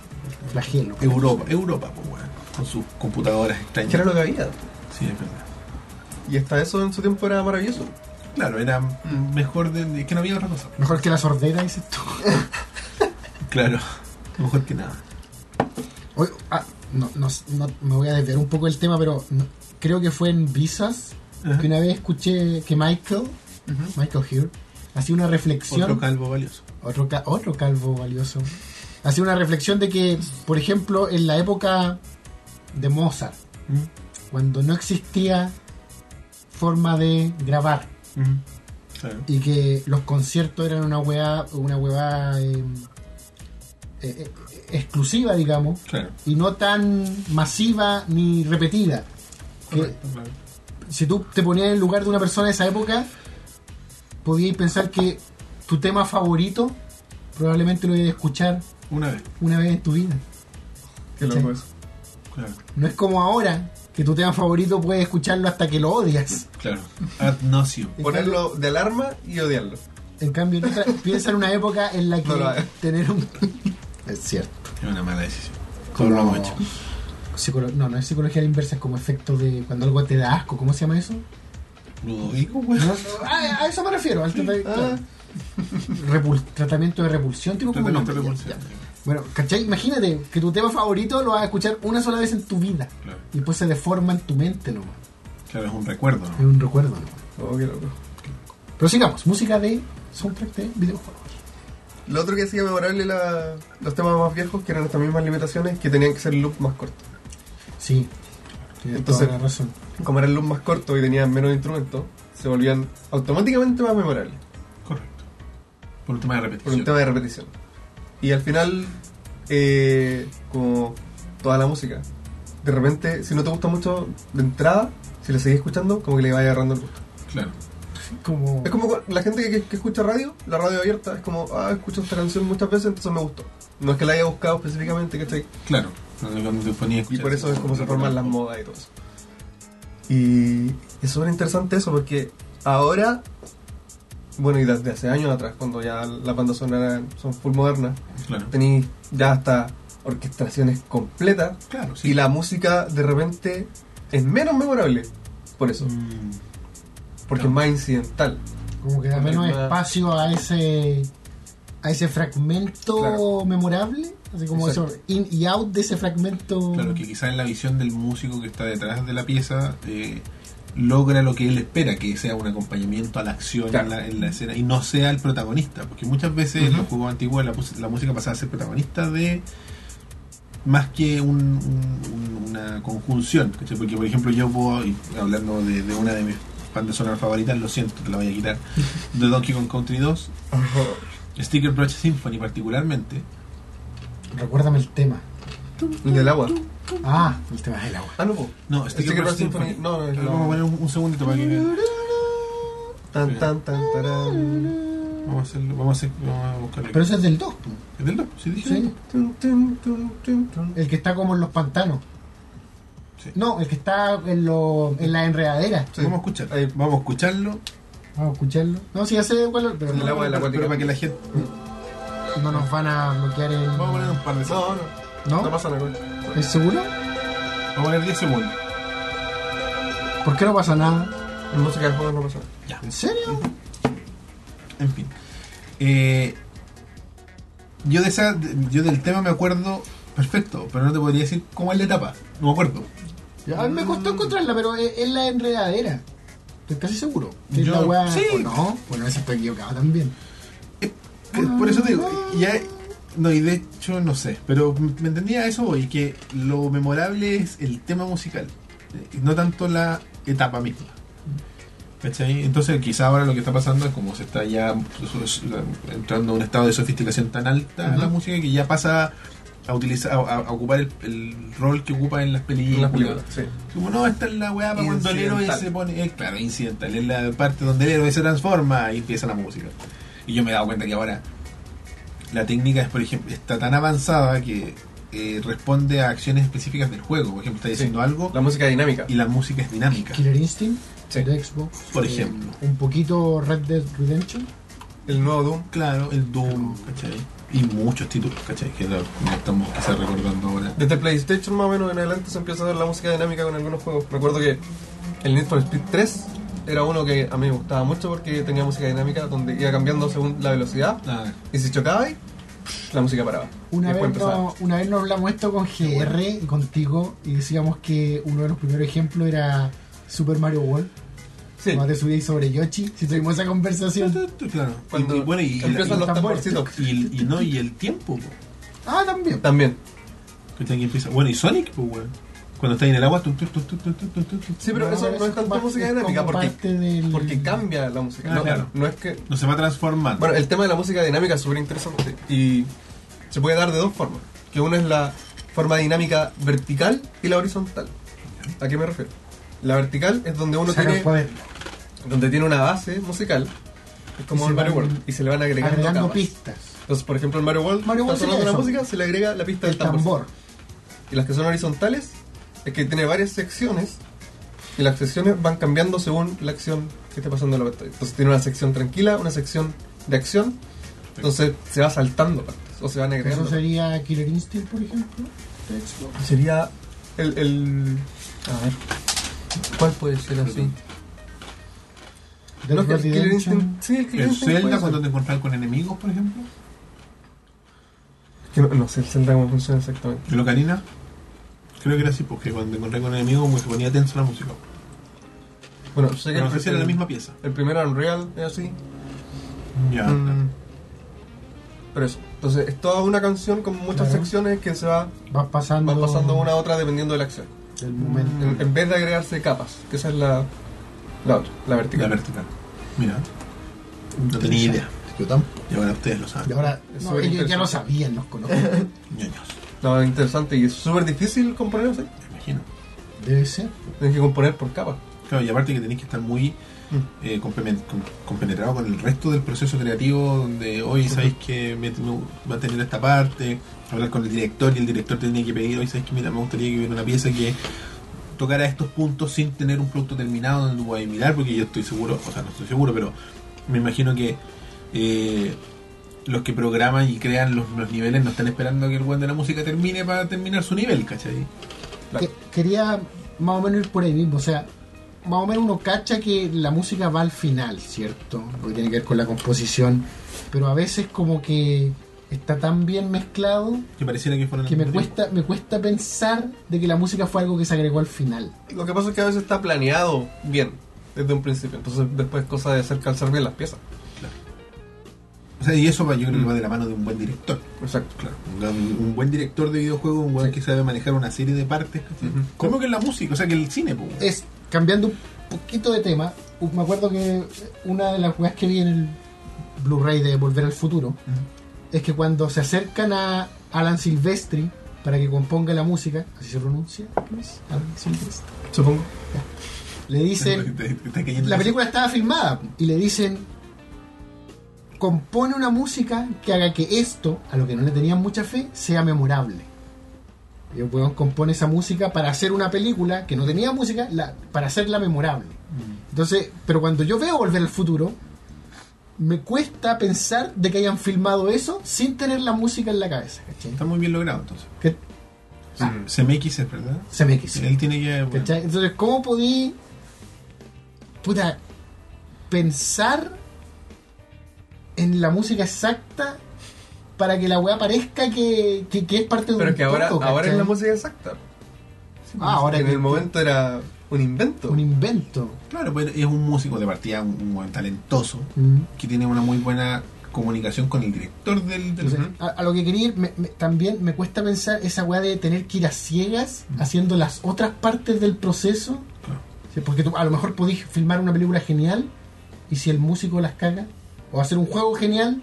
S2: Flagelo.
S1: Europa, Europa, pues, weón. Con sus computadoras
S3: Que era
S1: extrañas.
S3: lo que había.
S1: Sí, es verdad.
S3: Y hasta eso en su tiempo era maravilloso.
S1: Claro, era mejor de. Es que no había otra cosa.
S2: Mejor que la sordera, dices tú.
S1: Claro, mejor que nada.
S2: Oye, ah, no, no, no, me voy a desviar un poco del tema, pero no- creo que fue en Visas
S1: Ajá.
S2: que una vez escuché que Michael, Michael Here, hacía una reflexión.
S1: Otro calvo valioso.
S2: Otro, ca- otro calvo valioso. Hace una reflexión de que, por ejemplo, en la época de Mozart,
S1: ¿Mm?
S2: cuando no existía forma de grabar
S1: ¿Mm? Claro.
S2: y que los conciertos eran una weá, una weá eh, eh, eh, exclusiva, digamos,
S1: Claro.
S2: y no tan masiva ni repetida. Que
S1: Correcto, claro.
S2: si tú te ponías en el lugar de una persona de esa época, podías pensar que tu tema favorito probablemente lo ibas a escuchar
S1: Una vez,
S2: una vez en tu vida.
S3: Qué
S2: loco
S3: eso.
S1: claro.
S2: No es como ahora, que tu tema favorito puedes escucharlo hasta que lo odias.
S1: Claro. Ad nauseam.
S2: En cambio-
S3: Ponerlo de alarma y odiarlo.
S2: En cambio, en otra- piensa en una época en la que
S3: No lo hagas.
S2: tener un... es cierto.
S1: Es una mala decisión. Como lo hemos hecho.
S2: Psicolo- no, no es psicología a la inversa, es como efecto de cuando algo te da asco. ¿Cómo se llama eso?
S1: Ludovico, weón.
S2: Ah, a eso me refiero. al trata-
S3: Ah.
S2: claro. Repul- tratamiento de repulsión. Tipo como
S1: Tratamiento de
S2: nombre, ya,
S1: repulsión.
S2: ya. Bueno, ¿cachai? Imagínate que tu tema favorito lo vas a escuchar una sola vez en tu vida.
S1: Claro.
S2: Y después se deforma en tu mente nomás.
S1: Claro, es un recuerdo,
S2: Es
S1: ¿no?
S2: un recuerdo nomás.
S3: Oh, qué loco.
S2: Pero sigamos. Música de soundtrack de videojuegos.
S3: Lo otro que hacía memorable la, los temas más viejos, que eran estas mismas limitaciones, que tenían que ser loop más cortos.
S2: Sí. Tienes
S3: Entonces-
S2: toda la razón.
S3: Como eran loop más cortos y tenían menos instrumentos, se volvían automáticamente más memorables.
S1: Correcto. Por un tema de repetición.
S3: Por un tema de repetición. Y al final, eh, como toda la música. De repente, si no te gusta mucho de entrada, si la seguís escuchando, como que le vaya agarrando el gusto.
S1: Claro.
S2: Como...
S3: Es como cu- la gente que, que escucha radio, la radio abierta, es como, ah, escucho esta canción muchas veces, entonces me gustó. No es que la haya buscado específicamente, ¿cachai?
S1: Claro. Cuando te ponía a
S3: Y
S1: escuchar
S3: por eso es como se
S1: rock
S3: forman
S1: and
S3: las
S1: roll.
S3: modas y todo eso. Y es súper interesante eso porque ahora, bueno, y desde hace años atrás, cuando ya las bandas sonoras son full modernas,
S1: Claro.
S3: tenéis ya hasta orquestaciones completas
S1: Claro, sí.
S3: y la música de repente es menos memorable por eso,
S1: Mm,
S3: porque
S1: claro.
S3: es más incidental.
S2: Como que da menos espacio a ese a ese fragmento
S3: Claro.
S2: memorable, así como eso,
S3: Exacto.
S2: in y out de ese fragmento.
S1: Claro, que quizás en la visión del músico que está detrás de la pieza eh, logra lo que él espera, que sea un acompañamiento a la acción
S3: Claro.
S1: en, la, en la escena y no sea el protagonista, porque muchas veces en los juegos antiguos la, mus- la música pasaba a ser protagonista de más que un- un- un- una conjunción, ¿cachai? porque por ejemplo yo puedo, y hablando de, de una de mis bandas sonoras favoritas, lo siento, te la voy a quitar, de Donkey Kong Country 2, Sticker Brush Symphony particularmente,
S2: Recuérdame el tema.
S3: El del agua.
S2: Ah, el tema del agua.
S3: Ah, no, po.
S1: no,
S3: Sticker
S1: Sticker Brush
S3: Brush Symphony.
S1: Symphony,
S3: No, no, es Mm. la-
S1: vamos a poner un, un segundito para que vean.
S3: Tan, tan, tan, tarán.
S1: Vamos a hacerlo, vamos a, hacer- vamos a buscarlo.
S2: Pero ese es del 2,
S1: ¿Es del dos? Sí, dije.
S2: ¿sí?
S3: Tun, tun, tun, tun, tun.
S2: El que está como en los pantanos.
S1: Sí.
S2: No, el que está en, lo, en la enredadera.
S3: Sí.
S1: Vamos a escucharlo.
S3: Ahí.
S1: Vamos a escucharlo.
S2: Vamos a escucharlo. No, si ya sé cuál es, pero
S3: El
S2: no,
S3: agua de la
S1: pero
S3: acuática.
S1: para que la gente.
S2: no nos van a bloquear el.
S1: Vamos a poner un par de
S3: No,
S1: segundos.
S3: no. No
S2: ¿No?
S3: pasa nada.
S2: ¿Es seguro?
S1: Vamos a poner 10 segundos.
S2: ¿Por qué no pasa nada?
S3: En música de juego no pasa nada.
S1: Ya.
S2: ¿En serio?
S1: En fin. Eh, yo, de esa, de- yo del tema me acuerdo perfecto, pero no te podría decir cómo es la etapa. No me acuerdo.
S2: Ya, a mí me
S3: Mm.
S2: costó encontrarla, pero es, es la enredadera. Estoy casi seguro. Que es
S1: Yo-
S2: la weá-
S1: sí.
S2: o no, bueno, esa estoy equivocado también.
S1: Eh, Por eso te digo, ya. No, y de hecho no sé, pero me entendía a eso hoy, que lo memorable es el tema musical, eh, no tanto la etapa misma. ¿Cachai? Entonces quizá ahora lo que está pasando es como se está ya su- su- entrando a un estado de sofisticación tan alta
S2: Ujú.
S1: la música que ya pasa a utilizar a, a- a ocupar el, el rol que ocupa en las películas.
S3: En las películas, sí.
S1: Como no, esta es la weá para cuando el héroe
S3: Incidental.
S1: se pone. eh, claro, incidental. Es la parte donde el héroe se transforma y empieza la música. Y yo me he dado cuenta que ahora la técnica es, por ejemplo, está tan avanzada que eh, responde a acciones específicas del juego. Por ejemplo, está diciendo
S3: Sí.
S1: algo
S3: La música dinámica.
S1: y la música es dinámica.
S2: Killer Instinct,
S3: Sí.
S2: el Xbox.
S1: Por
S2: eh,
S1: ejemplo.
S2: un poquito Red Dead Redemption.
S3: El nuevo Doom.
S1: Claro, el Doom, ¿cachai? Y muchos títulos, ¿cachai? Que lo, lo estamos quizás recordando ahora.
S3: Desde PlayStation más o menos en adelante se empieza a hacer la música dinámica con algunos juegos. Me acuerdo que el Need for Speed 3 era uno que a mí me gustaba mucho porque tenía música dinámica donde iba cambiando según la velocidad.
S1: Ah,
S3: Y si chocaba ahí, la música paraba.
S2: Una
S3: y después
S2: vez,
S3: empezaba.
S2: no, una vez nos hablamos esto con GR y contigo y decíamos que uno de los primeros ejemplos era Super Mario World.
S3: Sí.
S2: Cuando te subíais sobre Yoshi, si tuvimos esa conversación.
S1: Claro. Y-
S3: Cuando
S1: y, bueno, y, y-
S3: empiezan los
S2: tambores.
S3: tamborcitos.
S1: y el- y no, y el tiempo, po.
S2: Ah, también.
S3: También.
S1: ¿Cachai? Que empieza. Bueno, y Sonic, pues, weón. Cuando está ahí en el agua. tum, tum, tum, tum, tum, tum, tum, tum.
S3: Sí, pero
S2: No,
S3: eso
S2: pero
S3: no
S2: eso
S3: es tanto
S2: parte-
S3: música
S2: es
S3: dinámica
S2: como
S3: porque,
S2: parte del-
S3: porque cambia la música.
S1: Ah,
S3: no,
S1: claro.
S3: no es que.
S1: No se va transformando.
S3: Bueno, el tema de la música dinámica es súper interesante y se puede dar de dos formas. Que una es la forma dinámica vertical y la horizontal. ¿A qué me refiero? La vertical es donde uno
S2: Saca el
S3: tiene,
S2: poder.
S3: donde tiene una base musical, es
S2: Y
S3: como
S2: se
S3: el Mario
S2: van
S3: World, y se le van agregando,
S2: Agregando
S3: capas.
S2: pistas.
S3: Entonces, por ejemplo, el Mario World,
S2: Mario World
S3: está sonando
S2: sería
S3: la
S2: eso.
S3: música, se le agrega la pista
S2: El
S3: del tambor.
S2: tambor.
S3: Y las que son horizontales es que tiene varias secciones y las secciones van cambiando según la acción que esté pasando en la pantalla. Entonces tiene una sección tranquila, una sección de acción, entonces se va saltando partes, o se van agregando.
S2: Eso sería Killer Instinct, por ejemplo. de Xbox.
S3: Sería el, el... A ver, ¿cuál puede ser así?
S2: Dead
S3: No, que
S2: Red
S3: el Killer
S2: Redemption.
S3: Instinct- sí, el Killer
S1: el
S3: Instinct puede
S1: Zelda
S3: ser.
S1: cuando te encontrás con enemigos, por ejemplo.
S3: Que no, no sé el Zelda cómo funciona exactamente.
S1: El Ocarina. Creo que era así, porque cuando te encontré con enemigos me ponía tenso la música.
S3: Bueno, sé que
S1: Pero no sé si era la
S3: el-
S1: misma pieza.
S3: El primero Unreal es así,
S1: Ya.
S3: Mm. Pero eso. Entonces, es toda una canción con muchas
S2: Claro.
S3: secciones que se va,
S2: Vas pasando.
S3: van pasando una a otra dependiendo de la acción.
S2: Del momento.
S3: En, en vez de agregarse capas, que esa es la, la otra, la vertical.
S1: La vertical. Mira. No tenía idea.
S2: Yo tampoco.
S1: Y ahora ustedes lo saben.
S2: Y ahora,
S3: Es
S2: no,
S3: súper
S2: ellos ya
S3: interesante.
S2: lo sabían, nos conocen.
S1: Ñoños,
S3: No, interesante y es súper difícil componer, ¿sí?
S1: me imagino.
S2: Debe ser.
S3: Tienes que componer por capa.
S1: Claro, y aparte que tenéis que estar muy
S3: Mm.
S1: eh, compemen- com- compenetrado con el resto del proceso creativo, donde hoy sabéis que me, me va a tener esta parte, hablar con el director y el director te tiene que pedir, hoy sabéis que mira, me gustaría que hubiera una pieza que tocara estos puntos sin tener un producto terminado donde tú vas a mirar, porque yo estoy seguro, o sea, no estoy seguro, pero me imagino que eh, los que programan y crean los, los niveles no están esperando que el buen de la música termine para terminar su nivel, ¿cachai?
S3: Claro.
S2: Que- quería más o menos ir por ahí mismo, o sea, más o menos uno cacha que la música va al final, ¿cierto? Lo que tiene que ver con la composición, pero a veces como que está tan bien mezclado
S1: Que pareciera que fueron
S2: que me cuesta, me cuesta pensar de que la música fue algo que se agregó al final.
S3: Lo que pasa es que a veces está planeado bien desde un principio, entonces después es cosa de hacer calzar bien las piezas.
S1: O sea, y eso va, yo creo que
S3: Mm.
S1: va de la mano de un buen director.
S3: Exacto, claro.
S1: Un, un buen director de videojuegos, un buen
S2: Sí.
S1: que sabe manejar una serie de partes. ¿cachai?
S3: Ujú.
S1: ¿Cómo que en la música? O sea, que el cine, pues. weón.
S2: Es, cambiando un poquito de tema, u- me acuerdo que una de las weas que vi en el Blu-ray de Volver al Futuro es que cuando se acercan a Alan Silvestri para que componga la música, así se pronuncia, Luis? Alan Silvestri.
S3: Supongo.
S2: le dicen,
S1: Te- te- te cayendo
S2: la
S1: así.
S2: película estaba filmada y le dicen, compone una música que haga que esto, a lo que no le tenían mucha fe, sea memorable. Y el weón compone esa música para hacer una película que no tenía música, la- para hacerla memorable. Entonces, pero cuando yo veo Volver al Futuro, me cuesta pensar de que hayan filmado eso sin tener la música en la cabeza. ¿cachai?
S1: Está muy bien logrado, entonces.
S2: Que- Ah.
S1: CMX es, ¿verdad?
S2: Se me quiso.
S1: Él tiene que. bueno,
S2: ¿Cachai? Entonces, ¿cómo podí puta, pensar en la música exacta para que la weá parezca que, que, que es parte de
S3: Pero
S2: un
S3: que ahora,
S2: todo,
S3: ahora es
S2: ¿cachai?
S3: la música exacta.
S2: Ah, ahora
S3: en
S2: que-
S3: el momento era un invento.
S2: Un invento.
S1: Claro, pues es un músico de partida, un, un buen talentoso, que tiene una muy buena comunicación con el director del. del-
S2: Entonces, a, a lo que quería ir, me- me- también me cuesta pensar esa weá de tener que ir a ciegas haciendo las otras partes del proceso.
S1: Claro.
S2: Sí, Porque tú a lo mejor podís filmar una película genial y si el músico las caga, o hacer un juego genial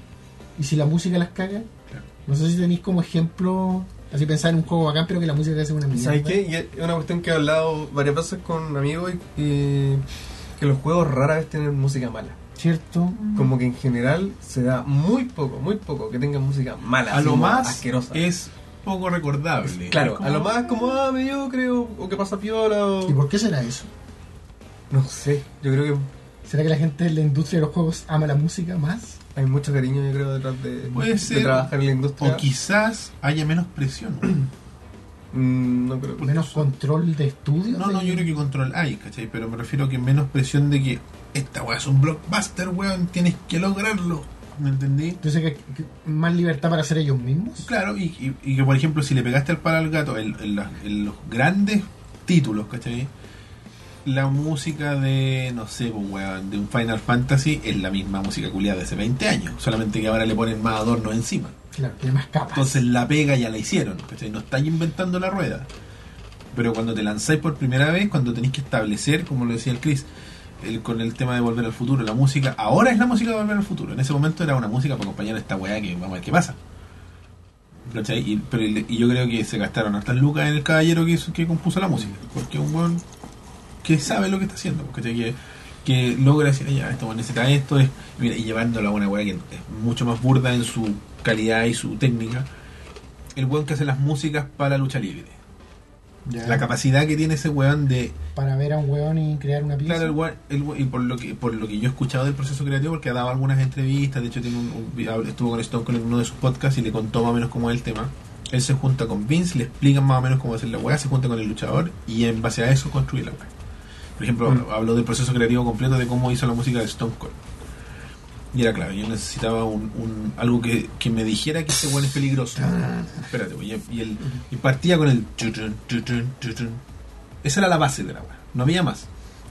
S2: y si la música las caga.
S1: Claro.
S2: No sé si tenéis como ejemplo, así pensar en un juego bacán, pero que la música te hace una mierda.
S3: ¿Sabes qué? Y es una cuestión que he hablado varias veces con amigos y, y que los juegos rara vez tienen música mala.
S2: ¿Cierto?
S3: Como que en general se da muy poco, muy poco que tengan música mala.
S1: a
S3: así
S1: lo
S3: como
S1: más
S3: asquerosa.
S1: es poco recordable.
S3: claro,
S1: Es como-
S3: a lo más como ah, mediocre o, o que pasa piola
S2: ¿Y
S3: o
S2: por qué será eso?
S3: no sé. Yo creo que
S2: ¿Será que la gente de la industria de los juegos ama la música más?
S3: hay mucho cariño yo creo detrás de,
S1: Puede
S3: de
S1: ser.
S3: trabajar en la industria.
S1: O quizás haya menos presión. weón.
S3: Mm, no creo.
S2: ¿Menos control de estudios?
S1: No, no, yo creo que control hay, ¿cachai? Pero me refiero que menos presión de que esta weá es un blockbuster, weón, tienes que lograrlo. ¿Me entendí?
S2: Entonces, ¿que- que ¿más libertad para ser ellos mismos?
S1: Claro, y, y- y que por ejemplo, si le pegaste el palo al gato en, en las- en los grandes títulos, ¿cachai? La música de, no sé, pues, weón, de un Final Fantasy es la misma música culiada de hace 20 años, solamente que ahora le ponen más adornos encima.
S2: Claro, tiene más capas.
S1: Entonces la pega ya la hicieron, ¿cachai? No están inventando la rueda. Pero cuando te lanzáis por primera vez, cuando tenéis que establecer, como lo decía el Chris, el, con el tema de volver al futuro, la música, ahora es la música de volver al futuro. En ese momento era una música para acompañar a esta weá que vamos a ver qué pasa. ¿Cachai? Y, pero el- y yo creo que se gastaron hartas lucas en el caballero que, hizo- que compuso la música. Porque es un weón que sabe lo que está haciendo, ¿cachai? Que, que logra decir, ya, esto necesita esto, es, mira, y llevándolo a una weá que es mucho más burda en su calidad y su técnica. El weón que hace las músicas para lucha libre.
S2: Ya.
S1: La capacidad que tiene ese weón de
S2: para ver a un weón y crear una pieza.
S1: Claro, el gua- el gua- y por lo que por lo que yo he escuchado del proceso creativo, porque ha dado algunas entrevistas, de hecho tiene un- un- hab- estuvo con Stone con uno de sus podcasts y le contó más o menos cómo es el tema. Él se junta con Vince, le explican más o menos cómo hacer la weá, se junta con el luchador y en base a eso construye la weá. Por ejemplo,
S3: Mm.
S1: habló del proceso creativo completo de cómo hizo la música de Stone Cold. Y era claro, yo necesitaba un, un- algo que, que me dijera que este weón es peligroso. Espérate, güey, y, y el- y partía con el tutun, tutun, tutun. Esa era la base de la weá, no había más.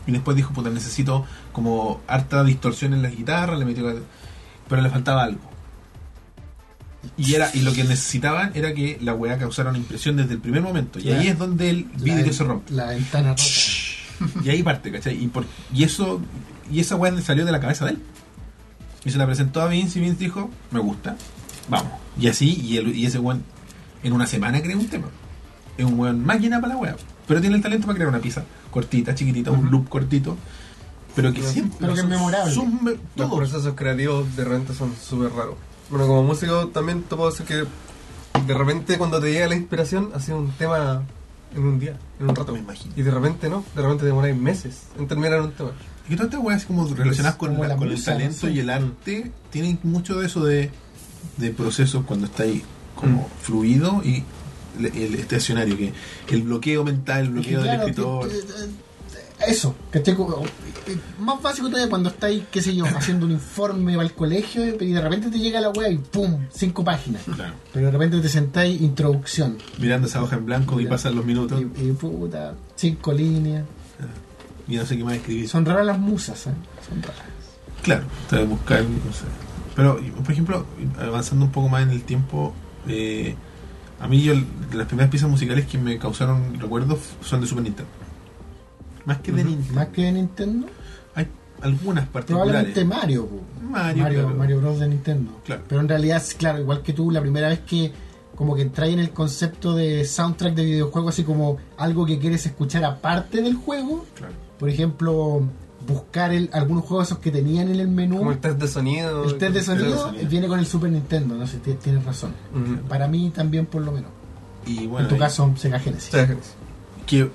S1: Y después dijo, puta, necesito como harta distorsión en las guitarras, le metió... Pero le faltaba algo. Y era y lo que necesitaban era que la weá causara una impresión desde el primer momento. Y ahí es donde el
S2: La
S1: vidrio
S2: ven-
S1: se rompe.
S2: La ventana rota.
S1: Y ahí parte, ¿cachai? Y, por, y eso y esa weá le salió de la cabeza de él. Y Y se la presentó a Vince y Vince dijo, me gusta, vamos. Y así, y, el- y ese weón en una semana creó un tema. Es un weón máquina para la weá. Pero tiene el talento para crear una pieza cortita, chiquitita, un loop cortito. Pero que siempre...
S2: Pero que es memorable.
S1: sus me-
S3: Los
S1: todo.
S3: procesos creativos de repente son súper raros. Bueno, como músico también te puedo decir que de repente cuando te llega la inspiración haces un tema en un día, en un rato.
S1: Me imagino.
S3: Y de repente no, de repente demoráis meses en terminar un tema.
S1: Y que todas estas weas como relacionadas con,
S2: como
S1: la-
S2: la
S1: con
S2: musa,
S1: el talento
S2: no sé.
S1: y el arte tienen mucho de eso de, de procesos cuando está ahí como
S2: Mm.
S1: fluido y le- el estacionario, que el bloqueo mental, el
S2: Es que
S1: bloqueo
S2: claro,
S1: del escritor.
S2: que- que- eh, Eso, ¿cachai? Como- eh, Más básico todavía cuando estáis, qué sé yo, haciendo un informe para el colegio y de repente te llega la wea y ¡pum! Cinco páginas.
S1: Claro.
S2: Pero de repente te sentáis, introducción.
S1: Mirando esa hoja en blanco y
S2: Ya.
S1: pasan los minutos
S2: Y, y puta, cinco líneas.
S1: y no sé qué más escribir.
S2: Son raras las musas, ¿eh? Son raras.
S1: Claro, está de buscar, no sé. Pero, y, por ejemplo, avanzando un poco más en el tiempo, eh, a mí yo, de las primeras piezas musicales que me causaron recuerdos son de Super Nintendo. Más que de Nintendo.
S2: Más que de Nintendo,
S1: Hay algunas particulares.
S2: probablemente Mario. po.
S1: Mario,
S2: Mario,
S1: claro.
S2: Mario Bros. de Nintendo.
S1: Claro.
S2: Pero en realidad, es claro, igual que tú, la primera vez que como que entras en el concepto de soundtrack de videojuego, así como algo que quieres escuchar aparte del juego,
S1: Claro.
S2: por ejemplo, buscar el, algunos juegos esos que tenían en el menú.
S3: Como el test de sonido.
S2: El test de
S1: test de
S2: sonido
S1: sonido.
S2: viene con el Super Nintendo, no sé, ti- tienes razón.
S3: Ujú.
S2: Para mí también, por lo menos.
S1: Y bueno,
S2: en tu
S1: y-
S2: caso, Sega Genesis.
S3: Sí, Genesis.
S1: que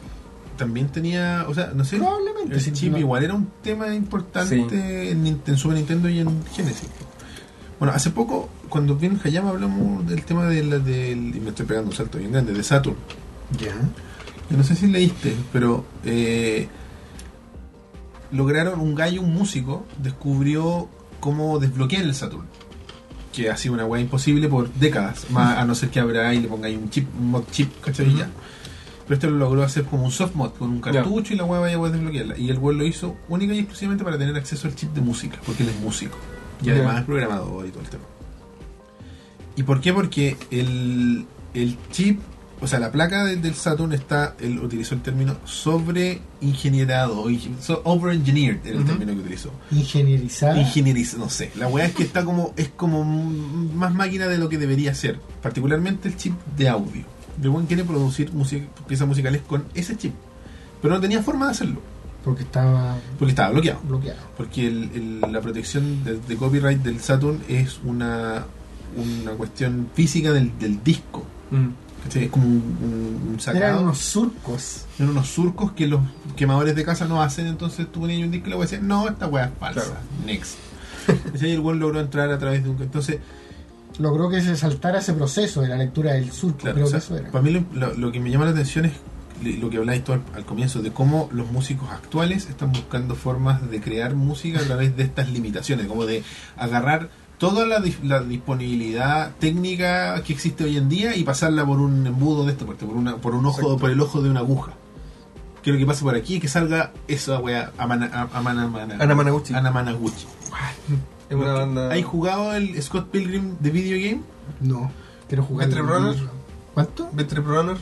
S1: también tenía, o sea, no sé,
S2: Probablemente,
S1: ese
S2: sí,
S1: chip
S2: no.
S1: igual era un tema importante
S3: Sí.
S1: en, Nin- en Super Nintendo y en Genesis. Bueno, hace poco, cuando vino Hayama, hablamos del tema de la- del. Y me estoy pegando un salto bien grande, de Saturn.
S2: Ya.
S1: Yo no sé si leíste, pero eh, lograron un gallo, un músico, descubrió cómo desbloquear el Saturn. Que ha sido una weá imposible por décadas, más a no ser que abra y le pongáis un chip, un mod chip, ¿cachai? Y ya. Pero este lo logró hacer como un soft mod, con un cartucho y la weá vaya a poder desbloquearla. Y el weón lo hizo única y exclusivamente para tener acceso al chip de música, porque él es músico. Y
S3: Ya.
S1: además es programador y todo el tema. ¿Y por qué? Porque el, el chip, o sea, la placa de- del Saturn está, él utilizó el término sobre ingenierado, o ingen- so- over-engineered era el
S3: Ujú.
S1: término que utilizó.
S2: Ingenierizada.
S1: Ingenieriz, no sé. La weá es que está como, es como m- más máquina de lo que debería ser, particularmente el chip de audio. El weón quiere producir música- piezas musicales con ese chip, pero no tenía forma de hacerlo,
S2: porque estaba
S1: porque estaba bloqueado.
S2: bloqueado.
S1: Porque el- el- la protección de, de copyright del Saturn es una, una cuestión física del, del disco.
S3: Mm.
S1: ¿cachai? Es como un, un- un sacado.
S2: Eran unos surcos.
S1: eran unos surcos que los quemadores de casa no hacen. Entonces tú ponías un disco y la decía, no, esta weá es falsa.
S3: Claro.
S1: Next. ¿Cachai? y el weón logró entrar a través de un. Entonces,
S2: Logró que se saltara ese proceso de la lectura del surco.
S1: Claro,
S2: creo
S1: o sea,
S2: que eso era.
S1: Para mí lo, lo- lo que me llama la atención es li- lo que habláis tú al, al comienzo, de cómo los músicos actuales están buscando formas de crear música a través de estas limitaciones, como de agarrar toda la, dis- la disponibilidad técnica que existe hoy en día y pasarla por un embudo de esto, por, por una, por un ojo,
S3: Exacto.
S1: por el ojo de una aguja. Que lo que pase por aquí y que salga esa wea Amana, a- Amana- Amana-
S3: Ana Managuchi.
S1: Ana Managuchi.
S3: Es una banda.
S1: ¿Hay jugado el Scott Pilgrim de video game?
S2: No, quiero jugar.
S3: ¿Metro
S2: el-
S3: Runner?
S2: ¿Cuánto?
S3: Beat Trip Runner.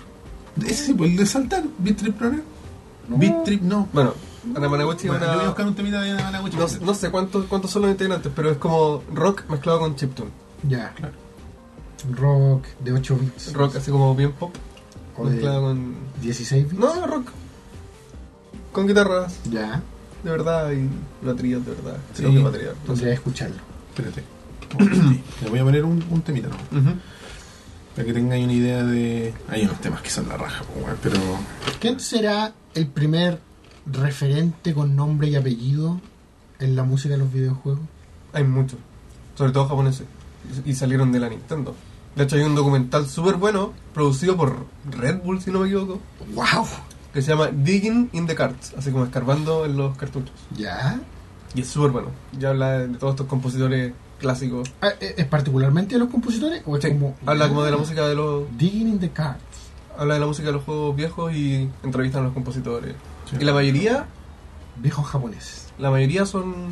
S1: Ese sí, pues, el de saltar, Beat Trip Runner. Beat Trip, no.
S3: Bueno, Ana Managuchi es
S1: Bueno, yo voy a
S3: una.
S1: buscar un temita de Managuchi.
S3: No, no sé cuántos cuántos son los integrantes, pero es como rock mezclado con chiptune.
S2: Ya.
S1: Claro.
S2: Rock de 8 bits.
S3: Rock así como bien pop,
S2: O de
S3: mezclado con
S2: 16 bits.
S3: No, rock. Con guitarras,
S2: Ya,
S3: de verdad, y baterías, de verdad.
S1: Sí.
S3: Creo que batería. no sé.
S2: tendría que escucharlo.
S1: Espérate. Sí, Le voy a poner un, un temita nomás,
S3: Ujú.
S1: Para que tengáis una idea de. Hay unos temas que son la raja, po, weón, pero.
S2: ¿Quién será el primer referente con nombre y apellido en la música de los videojuegos?
S3: Hay muchos. Sobre todo japoneses. Y salieron de la Nintendo. De hecho, hay un documental súper bueno, producido por Red Bull, si no me equivoco,
S2: ¡Wow!
S3: que se llama Digging in the Cards, así como escarbando en los cartuchos.
S2: Ya.
S3: Y es súper bueno. Ya habla de todos estos compositores clásicos.
S2: Ah, ¿Es es particularmente de los compositores o es
S3: Sí,
S2: como.
S3: Habla como de la música de los
S2: Digging in the Cards.
S3: habla de la música de los juegos viejos y entrevistan a los compositores.
S1: Sí.
S3: Y la mayoría
S2: Viejos japoneses.
S3: La mayoría son.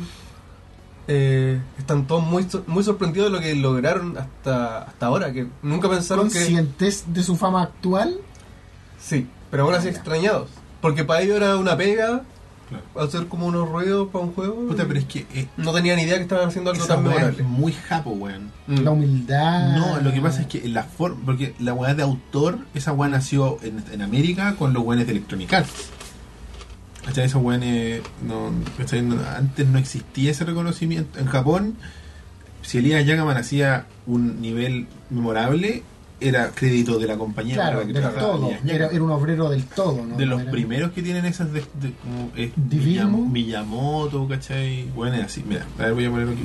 S3: eh, están todos muy, sor- muy sorprendidos de lo que lograron hasta, hasta ahora, que nunca pensaron que.
S2: conscientes de su fama actual,
S3: Sí, pero ahora sí
S2: Ah, ya.
S3: extrañados. Porque para ellos era una pega
S1: Claro.
S3: hacer como unos ruidos para un juego.
S1: Puta, pero es que eh,
S3: No tenía ni idea que estaban haciendo algo
S1: esa
S3: tan
S1: weá es
S3: memorable.
S1: muy japo, weón.
S3: Mm.
S2: La humildad.
S1: No, lo que pasa es que la forma, porque la weá de autor, esa weá nació en, en América con los weones de Electronic Arts. ¿Cachai? Esos weones, no, ¿cachai? No, antes no existía ese reconocimiento. En Japón, si Elías Yagaman hacía un nivel memorable, era crédito de la compañía.
S2: Claro,
S1: para que
S2: del
S1: trabajaba
S2: todo.
S1: Elías
S2: Era,
S1: Yagaman.
S2: era un obrero del todo, ¿no?
S1: de los
S2: Era-
S1: primeros que tienen esas de, de- como, eh,
S2: Divismo.
S1: Miyam- Miyamoto, ¿cachai? Bueno, es así, mira, a ver voy a ponerlo aquí.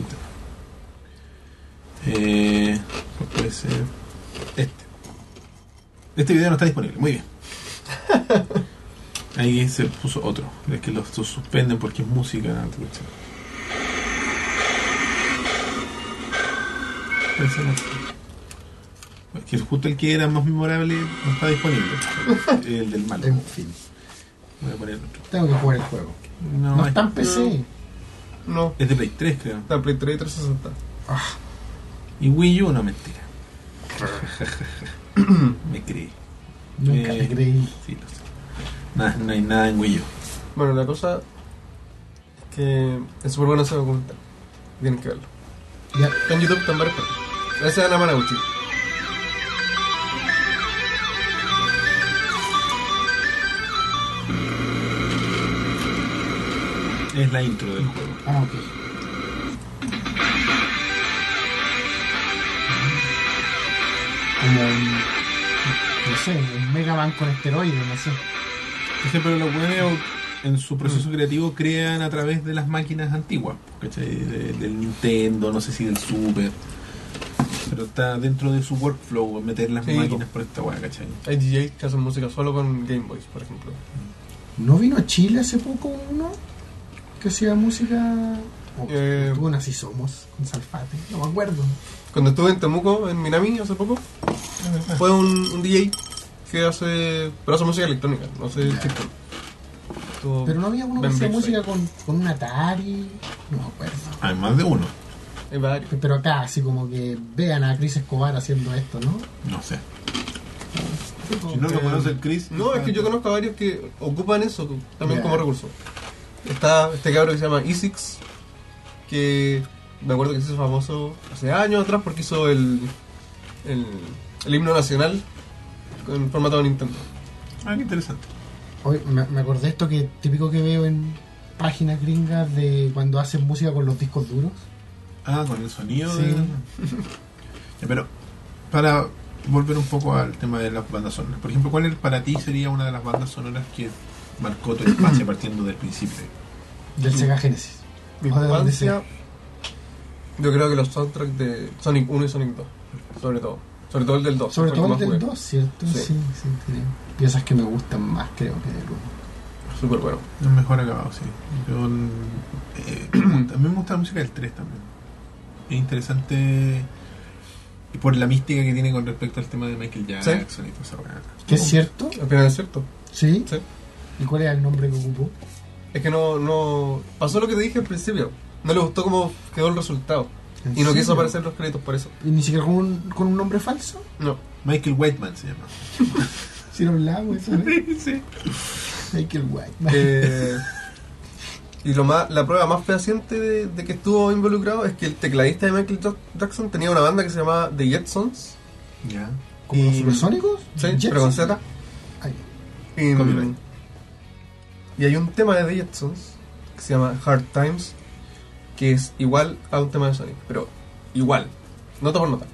S1: Eh, ¿cuál puede ser? Este. Este video no está disponible, muy bien. Ahí se puso otro, es que los, los suspenden porque es música. ¿cachai? Parece más- Es que justo el que era más memorable no está disponible. El del malo.
S2: En fin,
S1: Voy a poner otro.
S2: tengo que jugar el juego.
S1: No,
S2: No,
S1: es,
S2: está en PC.
S3: No,
S1: es de Play 3, creo.
S3: la Play 3 y 360.
S1: Y Wii U, no mentira. Me creí.
S2: Nunca
S1: Eh,
S2: le creí.
S1: Sí, lo sé. Nada, no hay nada en Wii U.
S3: Bueno, la cosa es que es súper bueno ese documental. Tienen que verlo.
S2: Ya,
S3: Está en YouTube, está en varias partes. Ese es Ana Managuchi.
S1: Es la intro del juego.
S2: ah, ok. Como un, no sé, un Megaman con esteroides, no sé.
S1: Entonces, pero los weones en su proceso creativo crean a través de las máquinas antiguas. ¿cachai? De- del Nintendo, no sé si del Super. Pero está dentro de su workflow meter las
S3: Sí,
S1: máquinas por esta weá, ¿cachai?
S3: Hay DJs que hacen música solo con Game Boys, por ejemplo.
S2: ¿No vino a Chile hace poco uno que hacía música? Oh,
S3: Eh,
S2: Tuvo una Así Somos con Salfate, no me acuerdo.
S3: Cuando estuve en Temuco, en Minami, hace poco, fue un, un DJ que hace. pero hace música electrónica, no sé
S2: Ya.
S3: chip. Estuvo-
S2: Pero no había uno que
S3: Ben
S2: hacía
S3: Bixby.
S2: música con, con un Atari, no me acuerdo.
S1: Hay más de uno.
S3: Hay varios.
S2: Pero acá, así como que vean a Chris Escobar haciendo esto, ¿no?
S1: No sé. Si no lo
S3: Eh,
S1: conoce el Chris.
S3: No, es que yo conozco a varios que ocupan eso también
S2: Ya.
S3: como recurso. Está este cabro que se llama Isix, que me acuerdo que se hizo famoso hace años atrás porque hizo el, el, el himno nacional en formato de Nintendo.
S1: Ah, qué interesante.
S2: Hoy me, me acordé esto que típico que veo en páginas gringas de cuando hacen música con los discos duros.
S1: Ah, con el sonido.
S2: Sí.
S1: de- Ya, Pero para volver un poco al tema de las bandas sonoras, por ejemplo, ¿cuál es- para ti sería una de las bandas sonoras que marcó tu infancia partiendo del principio?
S2: Del Sega Genesis.
S3: Mi
S2: O de donde
S3: infancia, yo creo que los soundtracks de Sonic 1 y Sonic 2, sobre todo. Sobre todo el del 2.
S2: Sobre
S3: Oh, fue el
S2: todo el
S3: que más
S2: del
S3: jugué.
S2: 2, ¿cierto? Sí,
S3: Sí.
S2: sí, creo. Piezas que me gustan más, creo que del 1.
S3: Súper bueno.
S1: Es mejor acabado, sí. Yo, mm, eh, me gusta- a mí me gusta la música del 3 también. Es interesante. Y por la mística que tiene con respecto al tema de Michael Jackson y toda esa weá.
S2: ¿Qué es cierto?
S3: Al final es cierto.
S2: ¿Sí?
S3: Sí.
S2: ¿Y cuál era el nombre que ocupó?
S3: Es que no, no. Pasó lo que te dije al principio. No le gustó cómo quedó el resultado.
S2: ¿En
S3: Y no quiso
S2: serio?
S3: aparecer los créditos por eso.
S2: ¿Y ni siquiera con un, con un nombre falso?
S3: No.
S1: Michael Whiteman se llama.
S2: Si lo hablamos, ¿sabes?
S1: sí.
S2: Michael White.
S3: Eh, y lo más, la prueba más fehaciente de, de que estuvo involucrado es que el tecladista de Michael Jack- Jackson tenía una banda que se llamaba The Jetsons.
S1: Ya.
S2: ¿Como los
S3: y-
S2: supersónicos?
S3: Sí,
S2: Jets.
S3: pero con Z.
S2: Ah, ya.
S3: Y,
S1: Copyright.
S3: y hay un tema de The Jetsons que se llama Hard Times, que es igual a un tema de Sonic, pero igual. Nota por nota.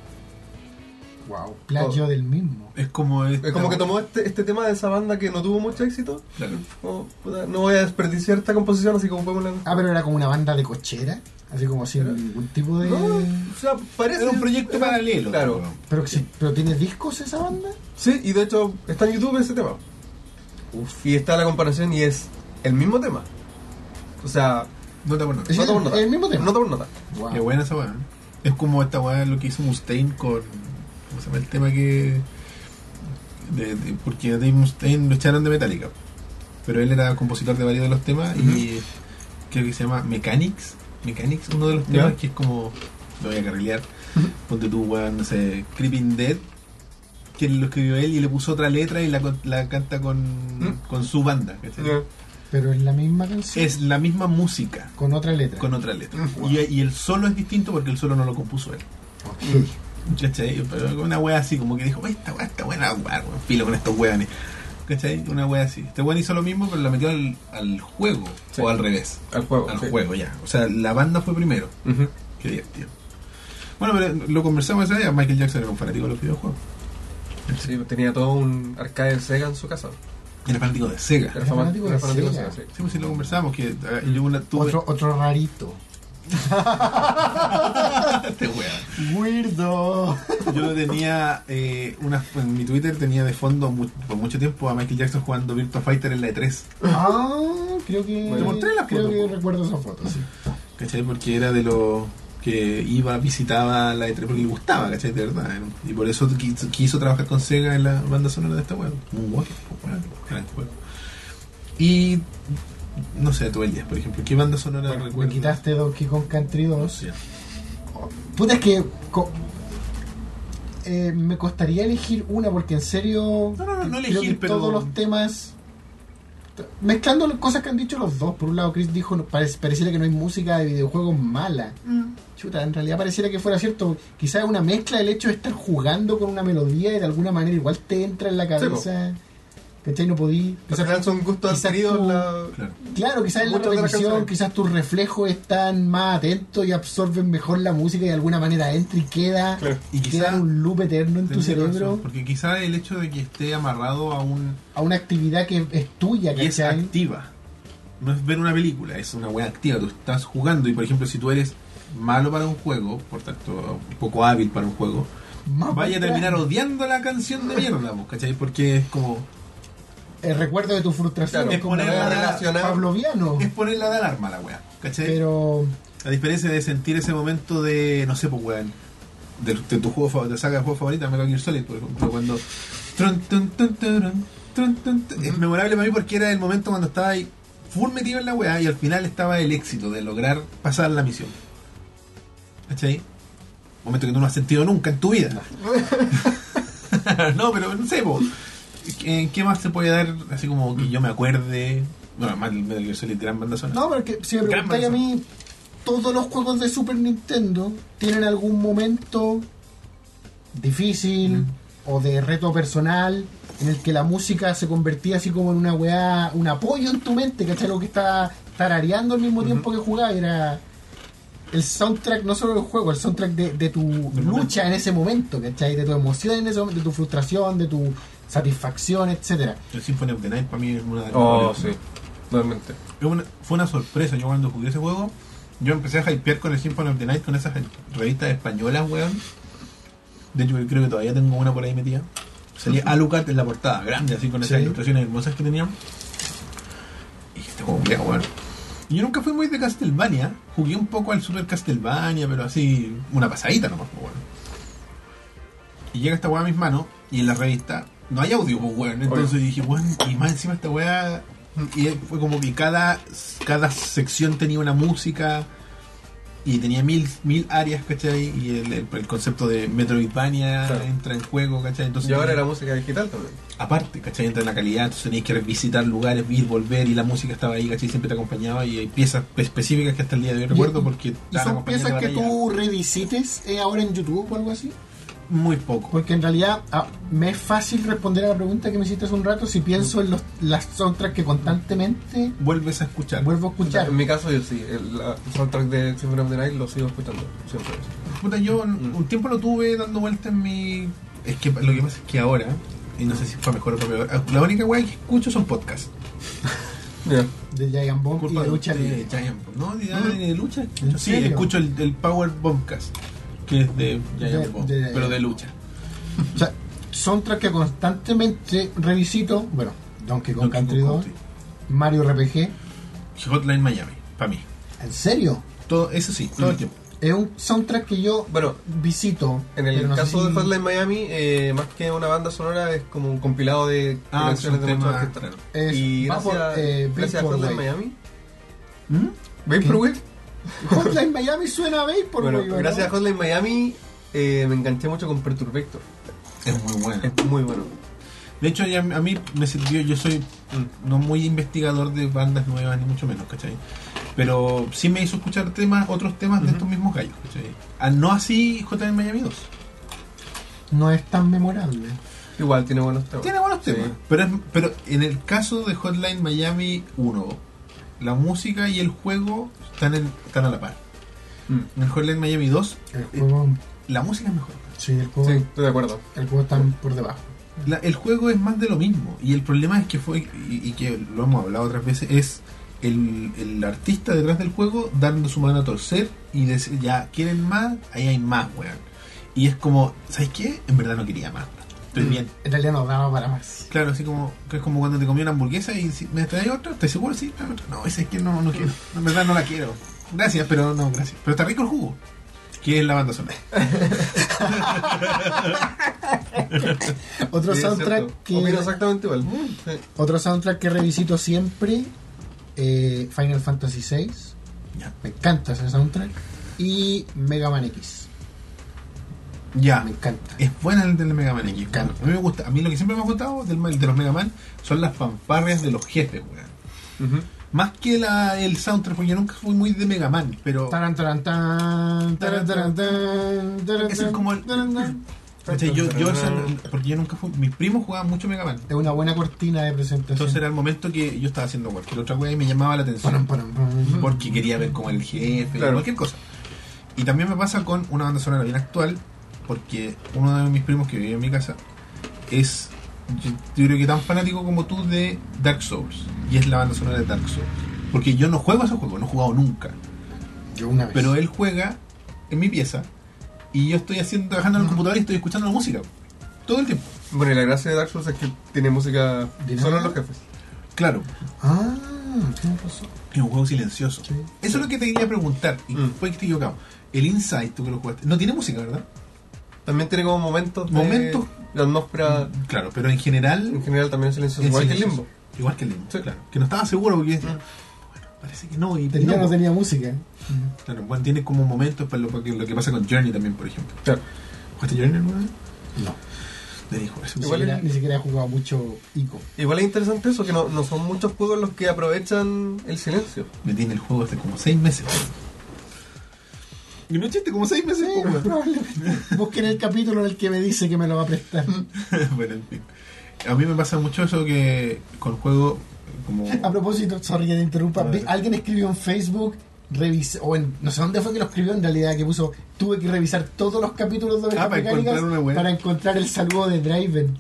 S2: Wow, plagio del mismo.
S1: Es como.
S3: Es como que tomó este, este tema de esa banda que no tuvo mucho éxito.
S1: Claro.
S3: como, puta, no voy a desperdiciar esta composición, así como podemos
S2: Ah, pero era como una banda de cochera, así como sin
S3: Pero-
S2: ningún tipo de.
S3: No, o sea, parece.
S1: Era un proyecto
S3: era-
S1: paralelo.
S3: Claro.
S1: weón.
S2: Pero, que sí- pero tiene discos esa banda.
S3: Sí, y de hecho está en YouTube ese tema.
S2: Uf.
S3: Y está la comparación y es el mismo tema. O sea,
S1: No te acuerdas.
S2: Es
S3: nota
S2: el-
S3: por nota.
S2: el mismo tema.
S3: Nota por nota.
S2: Wow.
S1: Qué buena esa weá. ¿no? Es como esta weá lo que hizo Mustaine con. ¿Cómo se llama el tema que.? de- de- porque a Dave Mustaine lo echaron de Metallica. Pero él era compositor de varios de los temas y creo que se llama Mechanics. Mechanics, uno de los
S3: Ya.
S1: temas que es como. Lo voy a carrilear. Ponte tú, weón, no sé. Creeping Dead. Que lo escribió él y le puso otra letra y la, con- la canta con,
S3: Mm.
S1: con su banda. ¿cachai?
S3: Ya.
S2: Pero es la misma canción.
S1: Es la misma música
S2: Con otra letra.
S1: con otra letra. Y, y el solo es distinto porque el solo no lo compuso él.
S2: Ok.
S1: ¿Cachai? Pero con una wea así, como que dijo, "Oye, esta wea está buena, weón, filo con estos weones. ¿Cachai? Una wea así. Este weón hizo lo mismo, pero la metió al, al juego,
S3: Sí.
S1: o al revés.
S3: Al juego.
S1: Al
S3: sí.
S1: juego, ya. O sea, la banda fue primero.
S3: Ujú.
S1: Qué divertido. Bueno, pero lo conversamos ese día. Michael Jackson era un fanático de los videojuegos.
S3: Sí, tenía todo un arcade de Sega en su casa.
S1: Era fanático de Sega.
S3: Era
S2: Era
S3: fama-
S2: fanático
S3: era
S2: de
S3: fanático de
S2: Sega.
S3: Sega, sí.
S1: Sí, pues sí, lo conversamos. Que eh, yo una tuve.
S2: Otro, otro rarito.
S1: Este wea.
S2: Weirdo.
S1: Yo lo tenía eh, una, en mi Twitter tenía de fondo mu- por mucho tiempo a Michael Jackson jugando Virtua Fighter en la E E3.
S2: Ah, creo que.
S1: Te mostré la
S2: creo
S1: foto.
S2: que recuerdo esa foto, sí.
S1: ¿Cachai? Porque era de los que iba, visitaba la E3 porque le gustaba, ¿cachai? De verdad. era un- Y por eso quiso, quiso trabajar con Sega en la banda sonora de esta weón. Moonwalker, pues, weón, gran juego. Y no sé, tú Elías, por ejemplo, ¿qué banda sonora
S2: Me
S1: recuerdas?
S2: quitaste Donkey Kong Country 2.
S1: No sé.
S2: Puta, es que. co- eh, me costaría elegir una porque en serio.
S1: No, no, no, no
S2: creo
S1: elegir,
S2: que
S1: pero-
S2: Todos los temas. Mezclando las cosas que han dicho los dos. Por un lado, Chris dijo: no, parece, pareciera que no hay música de videojuegos mala.
S1: Mm.
S2: Chuta, en realidad pareciera que fuera cierto. Quizás una mezcla del hecho de estar jugando con una melodía y de alguna manera igual te entra en la cabeza. ¿Cachai? No podí.
S3: Al final son gustos
S2: quizás
S3: adquiridos.
S2: tú-
S3: la-
S1: Claro.
S2: Claro, quizás en la
S3: Muchas de las
S2: repetición,
S3: canciones.
S2: quizás tus reflejos están más atentos y absorben mejor la música y de alguna manera entra y queda,
S3: Claro.
S1: Y
S2: queda
S1: quizá-
S2: un loop eterno en tu
S1: Tenés
S2: cerebro
S1: razón, porque quizá el hecho de que esté amarrado a un
S2: a una actividad que es tuya,
S1: Y es
S2: ¿cachai?
S1: activa. No es ver una película, es una wea activa. Tú estás jugando y, por ejemplo, si tú eres malo para un juego, por tanto, poco hábil para un juego,
S2: Más
S1: vaya a
S2: para atrás.
S1: terminar odiando la canción de mierda, ¿vos? ¿cachai? Porque es como.
S2: El recuerdo de tu frustración
S3: Claro,
S2: es como
S1: es ponerla
S2: la
S3: relacionada-
S2: Pavloviano,
S1: Es ponerla de alarma la wea, ¿cachai?
S2: pero
S1: A diferencia de sentir ese momento de, no sé, pues weón, de, de tu juego favorito, de saga de juego favorita, Metal Gear Solid, por ejemplo, cuando. Trun, tun, tun, turun, trun, tun, tun. Es memorable para mí porque era el momento cuando estaba ahí full metido en la weá y al final estaba el éxito de lograr pasar la misión. ¿Cachai? Momento que tú no has sentido nunca en tu vida. no, pero no sé, po. ¿En qué más se puede dar? Así como que yo me acuerde. Bueno, más el Metal Gear Solid, gran banda sonora.
S2: no, porque si me
S1: Gran
S2: preguntáis a
S1: persona.
S2: mí todos los juegos de Super Nintendo tienen algún momento difícil o de reto personal en el que la música se convertía así como en una weá, un apoyo en tu mente, ¿cachai? Lo que está tarareando al mismo tiempo que jugaba era el soundtrack, no solo del juego, el soundtrack de, de tu lucha en ese momento, ¿cachai? De tu emoción en ese momento, de tu frustración, de tu satisfacción, etcétera.
S1: El Symphony of the Night para mí es una de las
S3: Oh,
S1: mejores.
S3: sí. Totalmente.
S1: Es una- fue una sorpresa. Yo cuando jugué ese juego, yo empecé a hypear con el Symphony of the Night con esas revistas españolas, weón. De hecho, yo creo que todavía tengo una por ahí metida. Salía Alucard en la portada, grande, así con esas
S2: Sí.
S1: ilustraciones hermosas que tenían. Y este juego, culiao, weón. Y yo nunca fui muy de Castlevania. Jugué un poco al Super Castlevania, pero así, una pasadita nomás, pues, weón. Y llega esta weá a mis manos, y en la revista no hay audio, pues, weón. Entonces
S3: Obvio.
S1: dije, weón, y más encima esta weá. Y fue como que cada, cada sección tenía una música y tenía mil, mil áreas, ¿cachai? Y el, el- el concepto de Metroidvania
S3: Claro.
S1: entra en juego, ¿cachai? Entonces,
S3: Y ahora la música digital también.
S1: aparte, ¿cachai? Entra en la calidad, entonces tenéis que visitar lugares, ir, volver, y la música estaba ahí, ¿cachai? Siempre te acompañaba y hay piezas pe- específicas que hasta el día de hoy recuerdo porque
S2: ¿Y
S1: estaban
S2: son
S1: acompañando
S2: piezas que
S1: la batalla.
S2: tú revisites eh, ahora en YouTube o algo así?
S1: Muy poco.
S2: Porque en realidad ah, me es fácil responder a la pregunta que me hiciste hace un rato si pienso en los, las soundtracks que constantemente
S1: Vuelves a escuchar.
S2: vuelvo a escuchar.
S3: En mi caso, yo sí. El, la- el soundtrack de Symphony of the Night lo sigo escuchando. Siempre.
S1: Puta, yo un un tiempo lo tuve dando vuelta en mi. Es que lo que pasa es que ahora, y no sé si fue mejor o fue peor, la única weá que escucho son podcasts.
S3: Ya.
S2: De Giant Bomb y
S1: Culpa
S2: de
S3: eh,
S2: lucha
S1: de
S2: libre.
S1: Giant Bomb. No, ni de,
S2: ¿No?
S1: ni de lucha.
S2: ¿En
S1: sí,
S2: serio?
S1: escucho el, el Power Bombcast, que es de Giant
S2: De-
S1: Bomb,
S2: de-
S1: pero de lucha.
S2: O sea, soundtracks que constantemente revisito, bueno, Donkey
S1: Donkey
S2: Kong
S1: Kong
S2: Country 2,
S1: Country.
S2: Mario RPG,
S1: Hotline Miami, para mí.
S2: ¿en serio?
S1: Todo, eso sí,
S3: Mm.
S1: todo el tiempo.
S2: Es un soundtrack que yo
S3: Bueno,
S2: visito.
S3: en el
S2: pero no sé
S3: caso
S2: si-
S3: de Hotline Miami, eh, más que una banda sonora, es como un compilado de
S1: Ah,
S3: canciones
S1: son
S3: de muchos
S1: temas,
S3: artistas.
S2: Es-
S3: Y
S2: va
S3: gracias,
S2: por, eh,
S3: gracias a
S2: Billboard,
S3: Hotline
S2: güey.
S3: Miami.
S1: ¿Mm?
S3: Vaporwave.
S2: Hotline Miami suena a Vapor,
S3: Bueno,
S2: güey, ¿no?
S3: gracias a Hotline Miami eh, me enganché mucho con Perturbator.
S1: Es muy bueno.
S3: Es muy bueno.
S1: De hecho, ya a mí me sirvió, yo soy mm, no muy investigador de bandas nuevas, ni mucho menos, ¿cachai? Pero sí me hizo escuchar temas, otros temas de estos mismos gallos, ¿cachai? Ah, no así JM Miami 2.
S2: No es tan memorable.
S3: Igual tiene buenos temas.
S1: Tiene buenos
S3: Sí.
S1: temas. Pero, es- pero en el caso de Hotline Miami 1, la música y el juego están, en- están a la par.
S3: Mm.
S1: En Hotline Miami 2,
S2: El juego.
S1: la música es mejor.
S2: Sí, el juego.
S3: Sí, estoy de acuerdo.
S2: El juego está por debajo.
S1: La- el juego es más de lo mismo. Y el problema es que fue, y, y que lo hemos hablado otras veces, es el, el artista detrás del juego dando su mano a torcer y decir, ya, ¿quieren más? Ahí hay más, weón. Y es como, ¿sabes qué? En verdad no quería más. Estoy bien.
S2: En realidad no daba para más.
S1: Claro, así como, que es como cuando te comí una hamburguesa y si, me traes otra, ¿te seguro? Sí, dame otra. No, esa es que no, no quiero. En verdad no la quiero. Gracias, pero no, gracias. Pero está rico el jugo. Que es la banda sonora.
S2: Otro
S3: Sí, es
S2: soundtrack
S3: cierto. Opino
S2: que.
S3: exactamente igual. Sí.
S2: Otro soundtrack que revisito siempre, eh, Final Fantasy VI.
S1: Ya.
S2: Me encanta ese soundtrack. Y Mega Man X.
S1: Ya.
S2: Me encanta.
S1: Es buena el del Mega Man X. weón.
S2: encanta.
S1: A mí me gusta. A mí lo que siempre me ha gustado del, de los Mega Man son las fanfarrias de los jefes, weón.
S3: Ujú.
S1: Más que la, el soundtrack, porque yo nunca fui muy de Mega Man, pero.
S2: Taran, taran, tan, taran, taran, tan, taran,
S1: Ese es como el-
S2: taran, tan.
S1: ¿cachai? yo, yo esa- porque yo nunca fui. Mis primos jugaban mucho Mega Man.
S2: Es una buena cortina de presentación.
S1: Entonces era el momento que yo estaba haciendo cualquier otra weá y me llamaba la atención.
S2: Param, param, param.
S1: porque quería ver como el jefe,
S3: Claro.
S1: cualquier cosa. Y también me pasa con una banda sonora bien actual, porque uno de mis primos que vive en mi casa es, yo, yo creo que tan fanático como tú de Dark Souls, y es la banda sonora de Dark Souls. Porque yo no juego ese juego, no he jugado nunca,
S2: Yo una vez.
S1: pero él juega en mi pieza y yo estoy haciendo, trabajando en el computador y estoy escuchando la música todo el tiempo.
S3: Bueno, y la gracia de Dark Souls es que tiene música
S2: ¿Dinámica?
S3: solo en los jefes.
S1: Claro,
S2: Ah, tienes razón.
S1: es un juego silencioso.
S2: Sí.
S1: Eso es lo que te quería preguntar, y
S3: Mm.
S1: fue que te equivocado. El Insight, tú que lo jugaste, no tiene música, ¿verdad?
S3: También tiene como momentos de-
S1: Momentos.
S3: de atmósfera
S1: Claro, pero en general
S3: en general también es silencioso.
S1: En
S3: Igual que el
S1: silencio.
S3: limbo.
S1: Igual que el limbo,
S3: Sí.
S1: claro. Que no estaba seguro porque
S3: Mm.
S1: bueno, parece que no. Y
S2: Tenía,
S1: no. pues.
S2: no tenía música.
S1: Claro, bueno, tiene como momentos para lo, para que, lo que pasa con Journey también, por ejemplo.
S3: Claro.
S1: ¿Jugaste Journey alguna vez?
S2: No.
S1: Le dijo eso.
S2: Ni
S3: Igual
S2: siquiera,
S3: es-
S2: ni siquiera he jugado mucho Ico.
S3: Igual es interesante eso, que no, no son muchos juegos los que aprovechan el silencio.
S1: Me tiene el juego hace como 6 meses. Y no chiste, como 6 meses. po, weón.
S2: probablemente. Busquen el capítulo en el que me dice que me lo va a prestar.
S1: bueno, en fin. A mí me pasa mucho eso que con juego como...
S2: A propósito, sorry que te interrumpa. vi- Alguien escribió en Facebook, revisé, o en, no sé dónde fue que lo escribió en realidad, que puso, tuve que revisar todos los capítulos de Ovejas
S1: Ah, para
S2: Mecánicas
S1: encontrar una buena.
S2: para encontrar el saludo de Draven.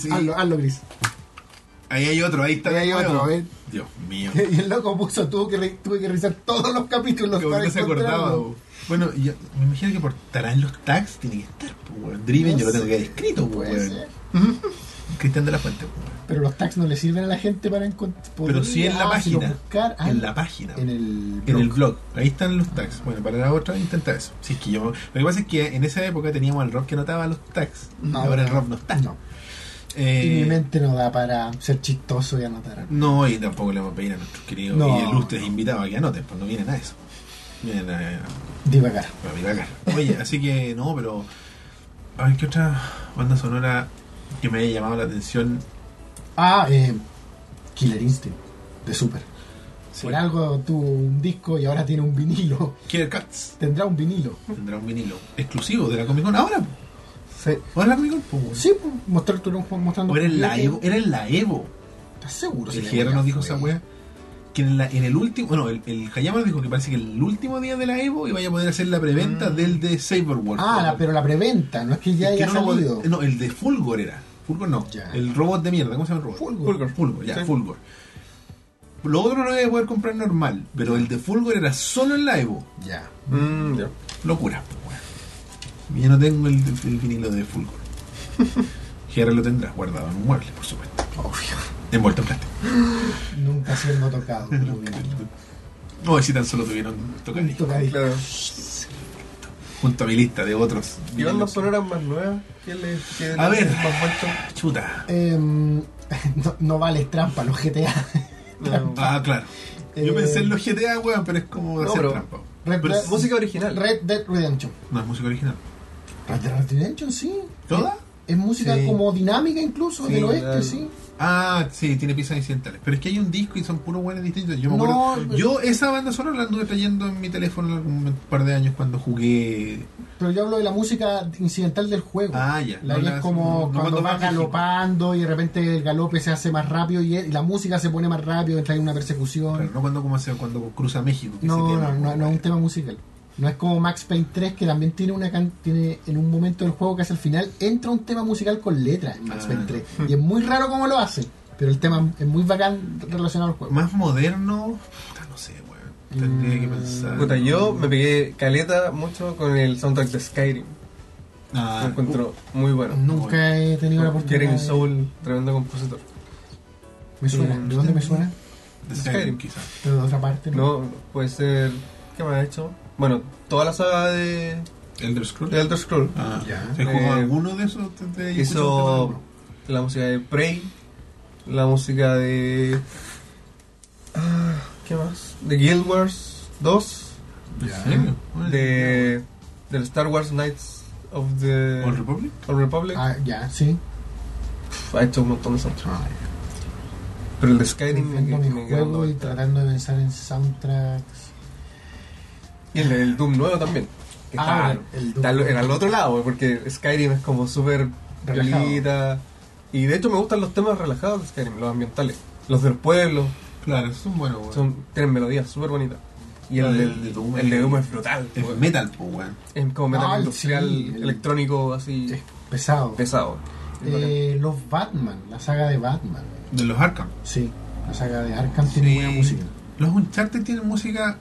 S1: Sí,
S2: Hazlo, hazlo, Gris.
S1: ahí hay otro, ahí está.
S2: Ahí hay
S1: de nuevo.
S2: otro, ¿eh?
S1: Dios mío.
S2: Y el loco puso, tuve que, re- tuve que revisar todos los capítulos
S1: que
S2: para
S1: no se acordaba.
S2: encontrarlo.
S1: bo. Bueno, y yo, me imagino que por estará en los tags, tiene que estar, po, weón. Driven
S2: No
S1: yo lo
S2: sé.
S1: tengo que haber escrito, po,
S2: Puede
S1: weón.
S2: ser.
S1: Cristian de la Fuente, po, weón.
S2: Pero los tags no le sirven a la gente para encontrar.
S1: Pero sí en la página.
S2: Buscar, ah,
S1: en la página.
S2: En
S1: En el,
S2: el.
S1: blog. Ahí están los tags. Bueno, para la otra intenta eso. Si es que yo. Lo que pasa es que en esa época teníamos al Rob que anotaba los tags.
S2: No,
S1: ahora el
S2: no.
S1: Rob no está.
S2: No.
S1: Eh,
S2: Y mi mente no da para ser chistoso y anotar.
S1: No, y tampoco le vamos a pedir a nuestros queridos
S2: No.
S1: y ilustres invitados a que anoten, pues no vienen a eso. Vienen a,
S2: Divagar.
S1: Para mirar acá. Oye, así que no, pero. A ver, ¿qué otra banda sonora que me haya llamado la atención?
S2: Ah, eh, Killer Instinct de Super. Por
S1: Killer
S2: algo tuvo un disco y ahora tiene un vinilo.
S1: Cats
S2: Tendrá un vinilo.
S1: tendrá un vinilo exclusivo de la Comic Con. Ahora, po.
S3: Sí.
S1: ahora la Comic Con. po, weón.
S2: Sí, pues, mostrar tu mostrando.
S1: O era en la
S2: juguete.
S1: Evo. Era en la Evo.
S2: ¿Estás seguro?
S1: El
S2: la
S1: GR nos dijo
S2: fue.
S1: esa wea. Que en, la- en el último. Bueno, el, el Hayama nos dijo que parece que el último día de la Evo iba a poder hacer la preventa del de Cyberworld.
S2: Mm. Ah, la- pero la preventa, no es que ya
S1: Es que
S2: haya
S1: no, lo pod-
S2: salido.
S1: no, el de Fulgor era. Fulgor no.
S2: Ya.
S1: El robot de mierda. ¿Cómo se llama el robot?
S2: Fulgor.
S1: Fulgor, Fulgor, ya,
S3: Sí.
S1: Fulgor. Lo otro no lo voy a poder comprar normal, pero el de Fulgor era solo en la Evo.
S2: Ya.
S3: Mm, ya.
S1: Locura. pues, weón. Yo no tengo el, el vinilo de Fulgor. GR lo tendrás guardado en un mueble, por supuesto.
S2: Obvio.
S1: Envuelto en plástico.
S2: Nunca siendo tocado. por un vinilo.
S1: No, si tan solo tuvieron tocadiscos.
S2: Tocadiscos.
S3: Claro.
S1: Junto a mi lista de otros.
S3: Y bandas
S1: vinilos.
S3: sonoras más nuevas que le que
S1: A
S3: le-
S1: ver.
S3: más vueltas.
S1: Ah, Chuta.
S2: Em, no, no vales trampa los GTA.
S3: No.
S1: Ah, claro. Yo
S2: Eh,
S1: pensé en los GTA, weón, pero es como
S3: No,
S1: hacer
S3: pero-
S1: trampa.
S2: Red
S1: Pero
S2: Dead-
S1: es-
S3: Música original.
S2: Red Dead Redemption.
S1: No es música original.
S2: Red Dead Redemption, sí.
S1: ¿Toda?
S2: Es música
S3: Sí.
S2: como dinámica incluso,
S3: Sí,
S2: del oeste,
S3: claro.
S2: sí.
S1: Ah, sí, tiene piezas incidentales. Pero es que hay un disco y son puros buenas distintas. Yo me
S2: No,
S1: acuerdo.
S2: pero-
S1: Yo esa banda sonora la anduve trayendo en mi teléfono en algún par de años cuando jugué.
S2: Pero yo hablo de la música incidental del juego.
S1: Ah, ya.
S2: La
S1: No
S2: que
S1: la-
S2: es como
S1: no
S2: cuando
S1: cuando
S2: vas
S1: va a México.
S2: galopando y de repente el galope se hace más rápido y, y la música se pone más rápido, entra en una persecución.
S1: Pero no cuando como hace, cuando cruza México. que
S2: No,
S1: ese
S2: no,
S1: tema,
S2: no, no es un
S1: bueno.
S2: tema musical. No es como Max Payne 3 que también tiene una can- tiene en un momento del juego que hace el final entra un tema musical con letra en Max
S1: Ah.
S2: Payne 3 y es muy raro como lo hace, pero el tema es muy bacán relacionado al juego.
S1: Más moderno. puta, no sé, weón. Tendría que pensar.
S3: Puta, yo me pegué caleta mucho con el soundtrack de Skyrim.
S1: Ah,
S3: lo encuentro muy bueno.
S2: Nunca he tenido la oportunidad.
S3: Jeremy
S2: de-
S3: Soul, tremendo compositor.
S2: Me suena,
S3: Mm.
S2: ¿de dónde me suena?
S1: de Skyrim, quizás.
S2: Pero de otra parte.
S3: No, puede ser. ¿Qué me ha hecho? Bueno, toda la saga de,
S1: Elder Scrolls.
S3: de Elder Scrolls.
S1: Ah,
S2: Ya.
S1: ¿Se jugó
S3: Eh,
S1: alguno de esos? ¿Te- te- escuchaste
S3: Hizo
S1: alguno?
S3: la música de Prey, la música de. ah, ¿Qué más? De Guild Wars 2,
S1: ¿En serio?
S3: de. del Star Wars Knights of the.
S1: ¿Old Republic?
S3: Old Republic.
S2: Ah, ya, sí.
S3: Pff, Ha hecho un montón de soundtracks. Pero el de Skyrim me,
S2: Viendo
S3: me-
S2: mis
S3: me quedó
S2: juegos y
S3: vuelta.
S2: tratando de pensar en soundtracks.
S3: Y el del Doom nuevo también. que
S2: Ah,
S3: está-
S2: el Doom.
S3: está al- era al otro lado, porque Skyrim es como súper
S2: Relajado.
S3: violita. Y de hecho me gustan los temas relajados de Skyrim, los ambientales. Los del pueblo,
S1: Claro, son buenos, weón.
S3: son, tienen melodías súper bonitas. Y
S1: Claro,
S3: el,
S1: Ah, el
S3: del
S1: de Doom
S3: el de
S1: es-
S3: Doom es brutal.
S1: Es
S3: weón.
S1: metal, po, weón.
S3: Es como metal
S2: Ah,
S3: industrial,
S2: sí, el-
S3: electrónico, así
S2: Es pesado.
S3: pesado. Es bacán.
S2: Eh, los Batman, la saga de Batman.
S1: De los Arkham.
S2: Sí, la saga de Arkham tiene buena música.
S1: Los Uncharted tienen música,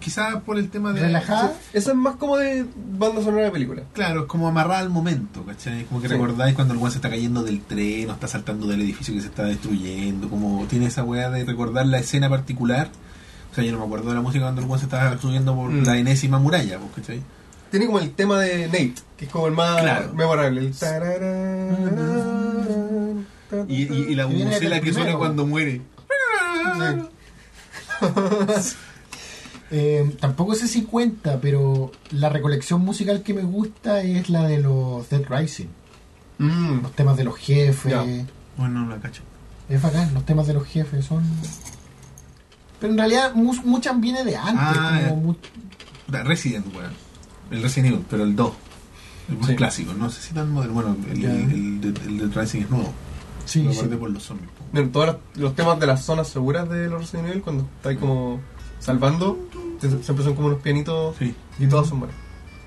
S1: quizás por el tema de.
S2: Relajada.
S3: Esa es más como de banda sonora de película.
S1: Claro, es como amarrada al momento, ¿cachai? Es Como que
S3: Sí.
S1: recordáis cuando el weón se está cayendo del tren o está saltando del edificio que se está destruyendo. Como tiene esa weá de recordar la escena particular. O sea, yo no me acuerdo de la música cuando el weón se está subiendo por
S3: Mm.
S1: la enésima muralla, pues, ¿cachai?
S3: Tiene como el tema de Nate, que es como el más
S1: Claro.
S3: memorable. el tararán,
S1: Y, y- y la
S2: Que viene desde
S1: bucela
S2: el
S1: que suena
S2: primero.
S1: cuando muere.
S2: Eh, tampoco sé si cuenta, pero la recolección musical que me gusta es la de los Dead Rising.
S3: Mm.
S2: Los temas de los jefes.
S3: Ya.
S1: Bueno, no la cacho.
S2: Es bacán, los temas de los jefes son. Pero en realidad mu- muchas viene de antes.
S1: Ah,
S2: como
S1: ya.
S2: mu-
S1: Puta, Resident, weón. El Resident Evil, pero el 2. El más
S3: Sí.
S1: clásico. No sé si tan moderno. Bueno, el,
S2: Ya.
S1: el, el, de- el de Rising es nuevo.
S2: sí,
S1: lo
S2: sí.
S1: guardé por los zombies. po.
S3: Bueno, todos los, los temas de las zonas seguras de los Resident Evil, cuando estáis como salvando, te- siempre son como unos pianitos
S1: Sí.
S3: y todos son buenos.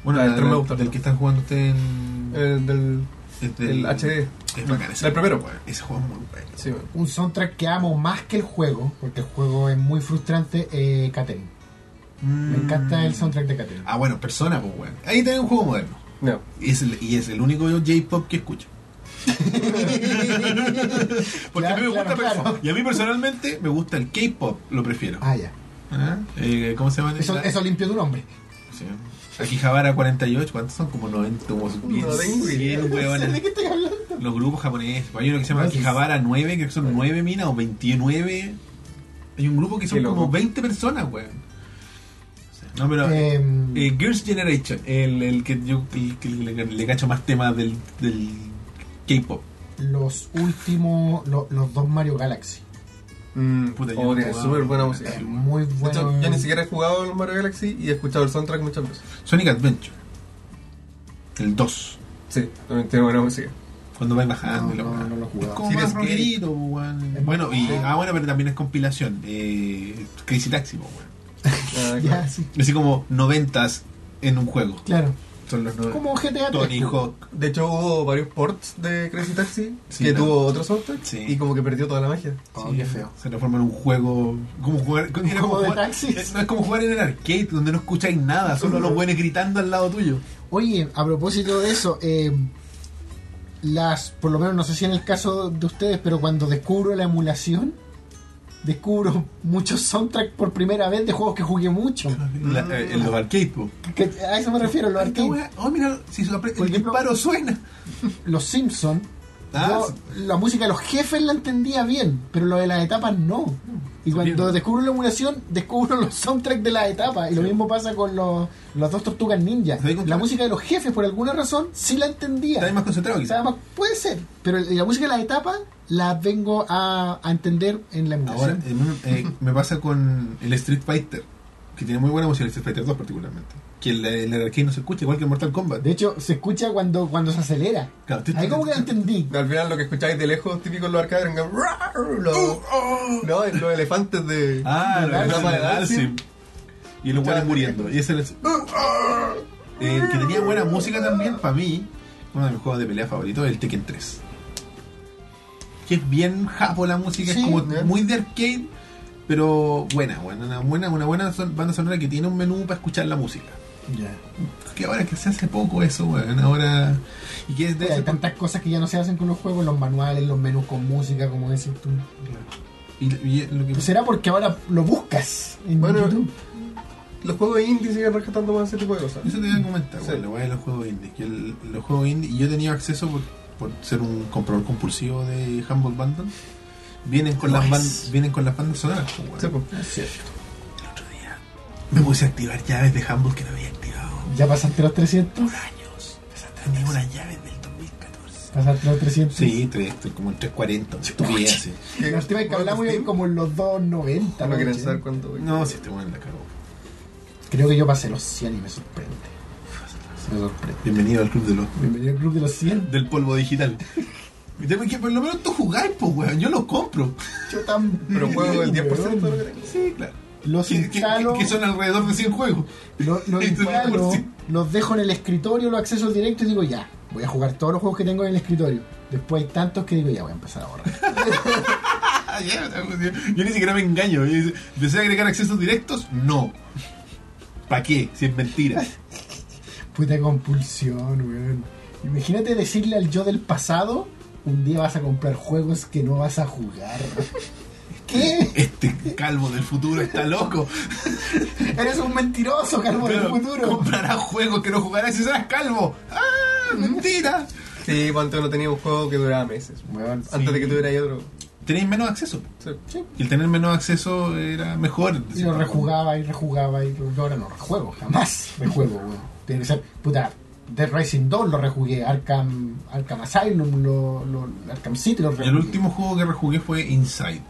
S1: Bueno,
S3: Ah, el
S1: la-
S3: tres me
S1: la-
S3: gusta,
S1: del
S3: no.
S1: que están jugando usted en.
S3: El del.
S1: es
S3: este, el HD.
S1: Es bacán ese.
S3: El primero.
S1: weón. Ese juego es muy bueno.
S3: Sí, bueno.
S2: Un soundtrack que amo más que el juego, porque el juego es muy frustrante, eh, Catherine. Me encanta el soundtrack de Catherine.
S1: Mm. Ah, bueno, Persona, pues, weón. Ahí tenés un juego moderno.
S3: No.
S1: Y es el, y es el único J-pop que escucho. Porque a mí me
S2: Claro,
S1: gusta
S2: claro,
S1: Persona.
S2: claro.
S1: Y a mí personalmente me gusta el K-pop, lo prefiero.
S2: Ah, ya.
S1: Ah, eh, ¿Cómo se llama?
S2: Eso, eso limpio tu nombre.
S1: Sí. Aquí Javara 48, ¿cuántos son? Como 90, como bien,
S3: No tengo idea.
S1: 100 huevones.
S2: ¿De qué estás hablando?
S1: Los grupos japoneses. Hay uno que se llama
S2: No sé.
S1: Akihabara 9, que son 9 minas o 29. Hay un grupo que son
S3: Qué loco.
S1: como 20 personas, weón. O sea, No, pero.
S2: Eh,
S1: eh, Girls' Generation, el, el que yo el que le, le cacho más temas del, del K-pop.
S2: los últimos, lo- los dos Mario Galaxy.
S3: Mm,
S1: Puta, yo
S3: oh,
S1: no
S3: tiene
S1: jugaba.
S3: súper buena música.
S2: Es muy
S3: De hecho,
S2: bueno.
S3: yo ni siquiera he jugado el Mario Galaxy y he escuchado el soundtrack muchas veces.
S1: Sonic Adventure. El 2.
S3: Sí, también tiene buena música.
S1: Cuando vais bajando y la
S2: No, no,
S1: weá.
S2: no lo he jugado.
S1: Es como
S3: Sí,
S1: más
S3: es que-
S1: rockerito, po, weón.
S2: Es
S1: Bueno, y,
S2: más-
S1: ah, bueno, pero también es compilación. Eh, Crazy Taxi, po, weón.
S3: Ah,
S2: Ya,
S3: claro.
S2: sí.
S1: Así como noventas en un juego.
S2: Claro.
S1: Son los noventas.
S2: Como GTA
S1: Tony
S2: 3.
S1: Hawk.
S3: De hecho, hubo varios ports de Crazy Taxi
S1: Sí,
S3: que
S1: claro.
S3: tuvo otro soundtrack
S1: Sí. Ah.
S3: y como que perdió toda la magia.
S2: Oh,
S1: Sí,
S2: qué feo.
S1: Se transforma en un juego. Como jugar. era
S2: juego de
S1: jugar-
S2: taxis.
S1: es- No es como jugar en el arcade donde no escucháis nada, solo los buenos gritando al lado tuyo.
S2: Oye, a propósito de eso, eh, las, por lo menos no sé si en el caso de ustedes, pero cuando descubro la emulación, descubro muchos soundtracks por primera vez de juegos que jugué mucho.
S1: La- eh, en los arcades, po.
S2: Que- a eso me refiero, los
S1: Ay, qué
S2: Mm. arcades.
S1: wea. Oh, mira, si su-
S2: Por
S1: el
S2: ejemplo-
S1: disparo suena.
S2: Los Simpsons,
S1: Ah,
S2: la música de los jefes la entendía bien, pero lo de las etapas no. Y cuando
S1: Entiendo.
S2: descubro la emulación, descubro los soundtracks de la etapa. Y lo mismo pasa con los, las dos tortugas ninja.
S1: ¿Te das cuenta?
S2: La música de los jefes, por alguna razón, sí la entendía.
S1: Estás más concentrado
S2: O sea,
S1: quizás.
S2: más- puede ser, pero la música de las etapas la vengo a, a entender en la
S1: Ahora
S2: emulación.
S1: en un- eh, me pasa con el Street Fighter, que tiene muy buena música el Street Fighter 2 particularmente. Que el, el arcade no se escucha, igual que en Mortal Kombat.
S2: De hecho, se escucha cuando, cuando se acelera.
S1: Claro, tu-
S2: Ahí
S1: tu-
S2: como que la
S1: tu-
S2: entendí.
S3: Al final lo que escucháis de lejos, típico en los arcades, eran como, "Rar", los, no, en los elefantes de...
S1: Ah,
S3: de
S1: la
S3: la
S1: verdad
S3: etapa
S1: de Dalsim. Y los
S3: Claro.
S1: buenos muriendo. Y ese es el. Eh, que tenía buena música también, para mí, uno de mis juegos de pelea favoritos, el Tekken 3. Que es bien japo la música,
S2: Sí,
S1: es como
S3: ¿no?
S1: muy de arcade, pero buena, buena, una buena, una buena son- banda sonora que tiene un menú para escuchar la música. Que ahora que se hace poco eso, weón, ahora. Y que es de
S2: Oye, hay
S1: ese-
S2: tantas cosas que ya no se hacen con los juegos, los manuales, los menús con música, como decís tú.
S1: y- y lo que-
S2: Pues será porque ahora lo buscas en
S3: Bueno,
S2: YouTube.
S3: Los juegos indie siguen rescatando más ese tipo de cosas.
S1: Eso te iba a comentar,
S3: Sí.
S1: weón, la weá de los juegos indie. Que el- los juegos indie, y yo he tenido acceso por, por ser un comprador compulsivo de Humble Bundle, vienen con,
S2: Lo
S1: las,
S2: es.
S1: ban- vienen con las bandas sonoras. pues, weón.
S3: Sí, pues.
S1: El otro día me puse a activar llaves de Humble que no había activado
S2: Ya pasaste los 300.
S1: por años. Tenía unas llaves del 2014.
S2: Pasaste los 300.
S1: Sí, tres- estoy como en 340, una estupidez así.
S2: Y La última vez que
S3: Bueno,
S2: hablamos
S3: Steam.
S2: era como en los 290.
S3: No quieren
S2: ¿no?
S3: saber cuánto. güey.
S1: No, si este weón la cagó.
S2: Creo que yo pasé los 100 y me sorprende. Me sorprende.
S1: Bienvenido al club de los,
S2: Bienvenido al club de los 100.
S1: del polvo digital. Y tengo que por lo menos tú jugáis, pues, weón. Yo los compro.
S2: Yo también.
S3: Pero juego el 10% de lo que tengo.
S1: Sí, claro.
S2: Los
S1: Que, que-
S2: instalo,
S1: que son alrededor de 100 juegos.
S2: lo-
S1: Esto
S2: los
S1: es
S2: instalo,
S1: 10%.
S2: los dejo en el escritorio, los acceso directo y digo ya, voy a jugar todos los juegos que tengo en el escritorio. Después hay tantos que digo ya, voy a empezar a borrar.
S1: Ah, ya, yo, ni siquiera me engaño. Yo dice, ¿Desea agregar accesos directos? No. ¿Para qué? Si es mentira.
S2: Puta compulsión, weón. Imagínate decirle al yo del pasado, un día vas a comprar juegos que no vas a jugar. ¿Qué?
S1: Este calvo del futuro está loco.
S2: Eres un mentiroso, Calvo del
S1: Pero
S2: futuro.
S1: comprará juegos que no jugará si serás calvo. ¡Ah! ¡Mentira!
S3: Sí, pues antes no tenía un juego que duraba meses.
S2: Weón,
S3: Antes de que tuviera ahí otro.
S1: Tenéis menos acceso.
S3: Sí.
S1: Y el tener menos acceso era mejor.
S2: Y lo rejugaba y rejugaba y yo ahora no rejuego, jamás rejuego, weón. Tiene que ser, puta, Dead Rising 2 lo rejugué, Arkham, Arkham Asylum, lo, lo, Arkham City lo rejugué.
S1: El último juego que rejugué fue Inside.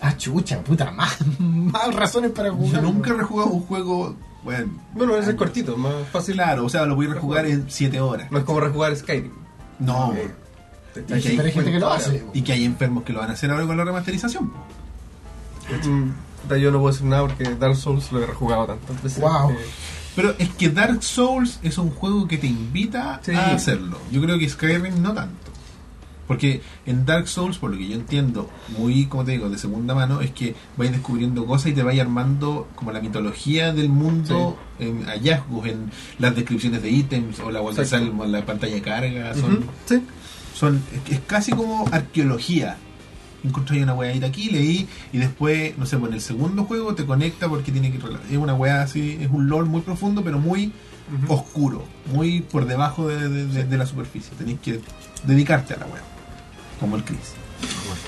S2: Ah, chucha, puta, más, más razones para
S1: Yo
S2: jugar.
S1: nunca he
S2: weón.
S1: rejugado un juego. Bueno,
S3: Bueno, es el cortito, más fácil.
S1: claro, o sea, lo voy a rejugar en 7 horas.
S3: No es como rejugar Skyrim.
S2: Ah,
S1: No,
S3: Eh, te- te-
S1: Y que-
S2: Pero hay gente que lo hace.
S1: Y que hay enfermos que lo van a hacer ahora con la remasterización. po.
S3: Mm, puta, Yo no puedo decir nada porque Dark Souls lo he rejugado tantas veces.
S2: Wow.
S3: Eh,
S1: Pero es que Dark Souls es un juego que te invita
S3: Sí.
S1: a hacerlo. Yo creo que Skyrim no tanto. Porque en Dark Souls, por lo que yo entiendo, muy, como te digo, de segunda mano, es que vais descubriendo cosas y te vais armando como la mitología del mundo en hallazgos, en las descripciones de ítems o la bolsa de
S3: Exacto.
S1: salmo, la pantalla de carga. Son,
S3: ujú, Sí.
S1: son es- es casi como arqueología encontré una weá aquí leí y después no sé pues en el segundo juego te conecta porque tiene que rela- es una weá así es un lore muy profundo pero muy
S3: Ujú.
S1: oscuro muy por debajo de, de- de- de la superficie tenés que dedicarte a la weá como el Chris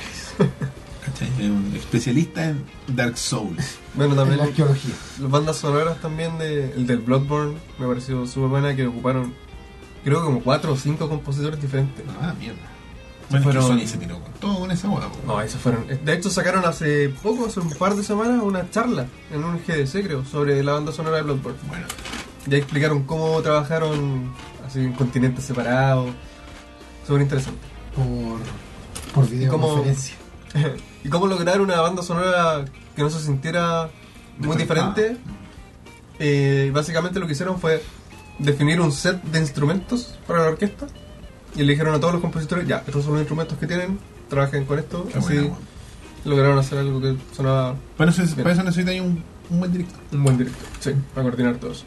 S1: ¿Cachai? Es un especialista en Dark Souls
S3: Bueno,
S2: En
S3: también
S2: la arqueología.
S3: las bandas sonoras también de, el del Bloodborne me pareció súper buena que ocuparon creo que como cuatro o cinco compositores diferentes.
S1: ah mierda bueno
S3: Fueron-
S1: es que Sony se tiró con todo con esa weá pues. po.
S3: No, esos fueron. eh, De hecho, sacaron hace poco, hace un par de semanas, una charla en un GDC, creo, sobre la banda sonora de Bloodborne.
S1: bueno
S3: Ya explicaron cómo trabajaron así en continentes separados. Súper interesante.
S2: Por, por videoconferencia.
S3: y cómo lograr una banda sonora que no se sintiera muy
S1: Desconectada.
S3: diferente. Eh, básicamente lo que hicieron fue definir un set de instrumentos para la orquesta y le dijeron a todos los compositores, ya, estos son los instrumentos que tienen, trabajen con esto.
S1: qué
S3: así
S1: buena weá.
S3: lograron hacer algo que sonaba
S1: para eso,
S3: Bien.
S1: para eso necesitáis un, un buen director
S3: un buen directo. Sí, para coordinar todos.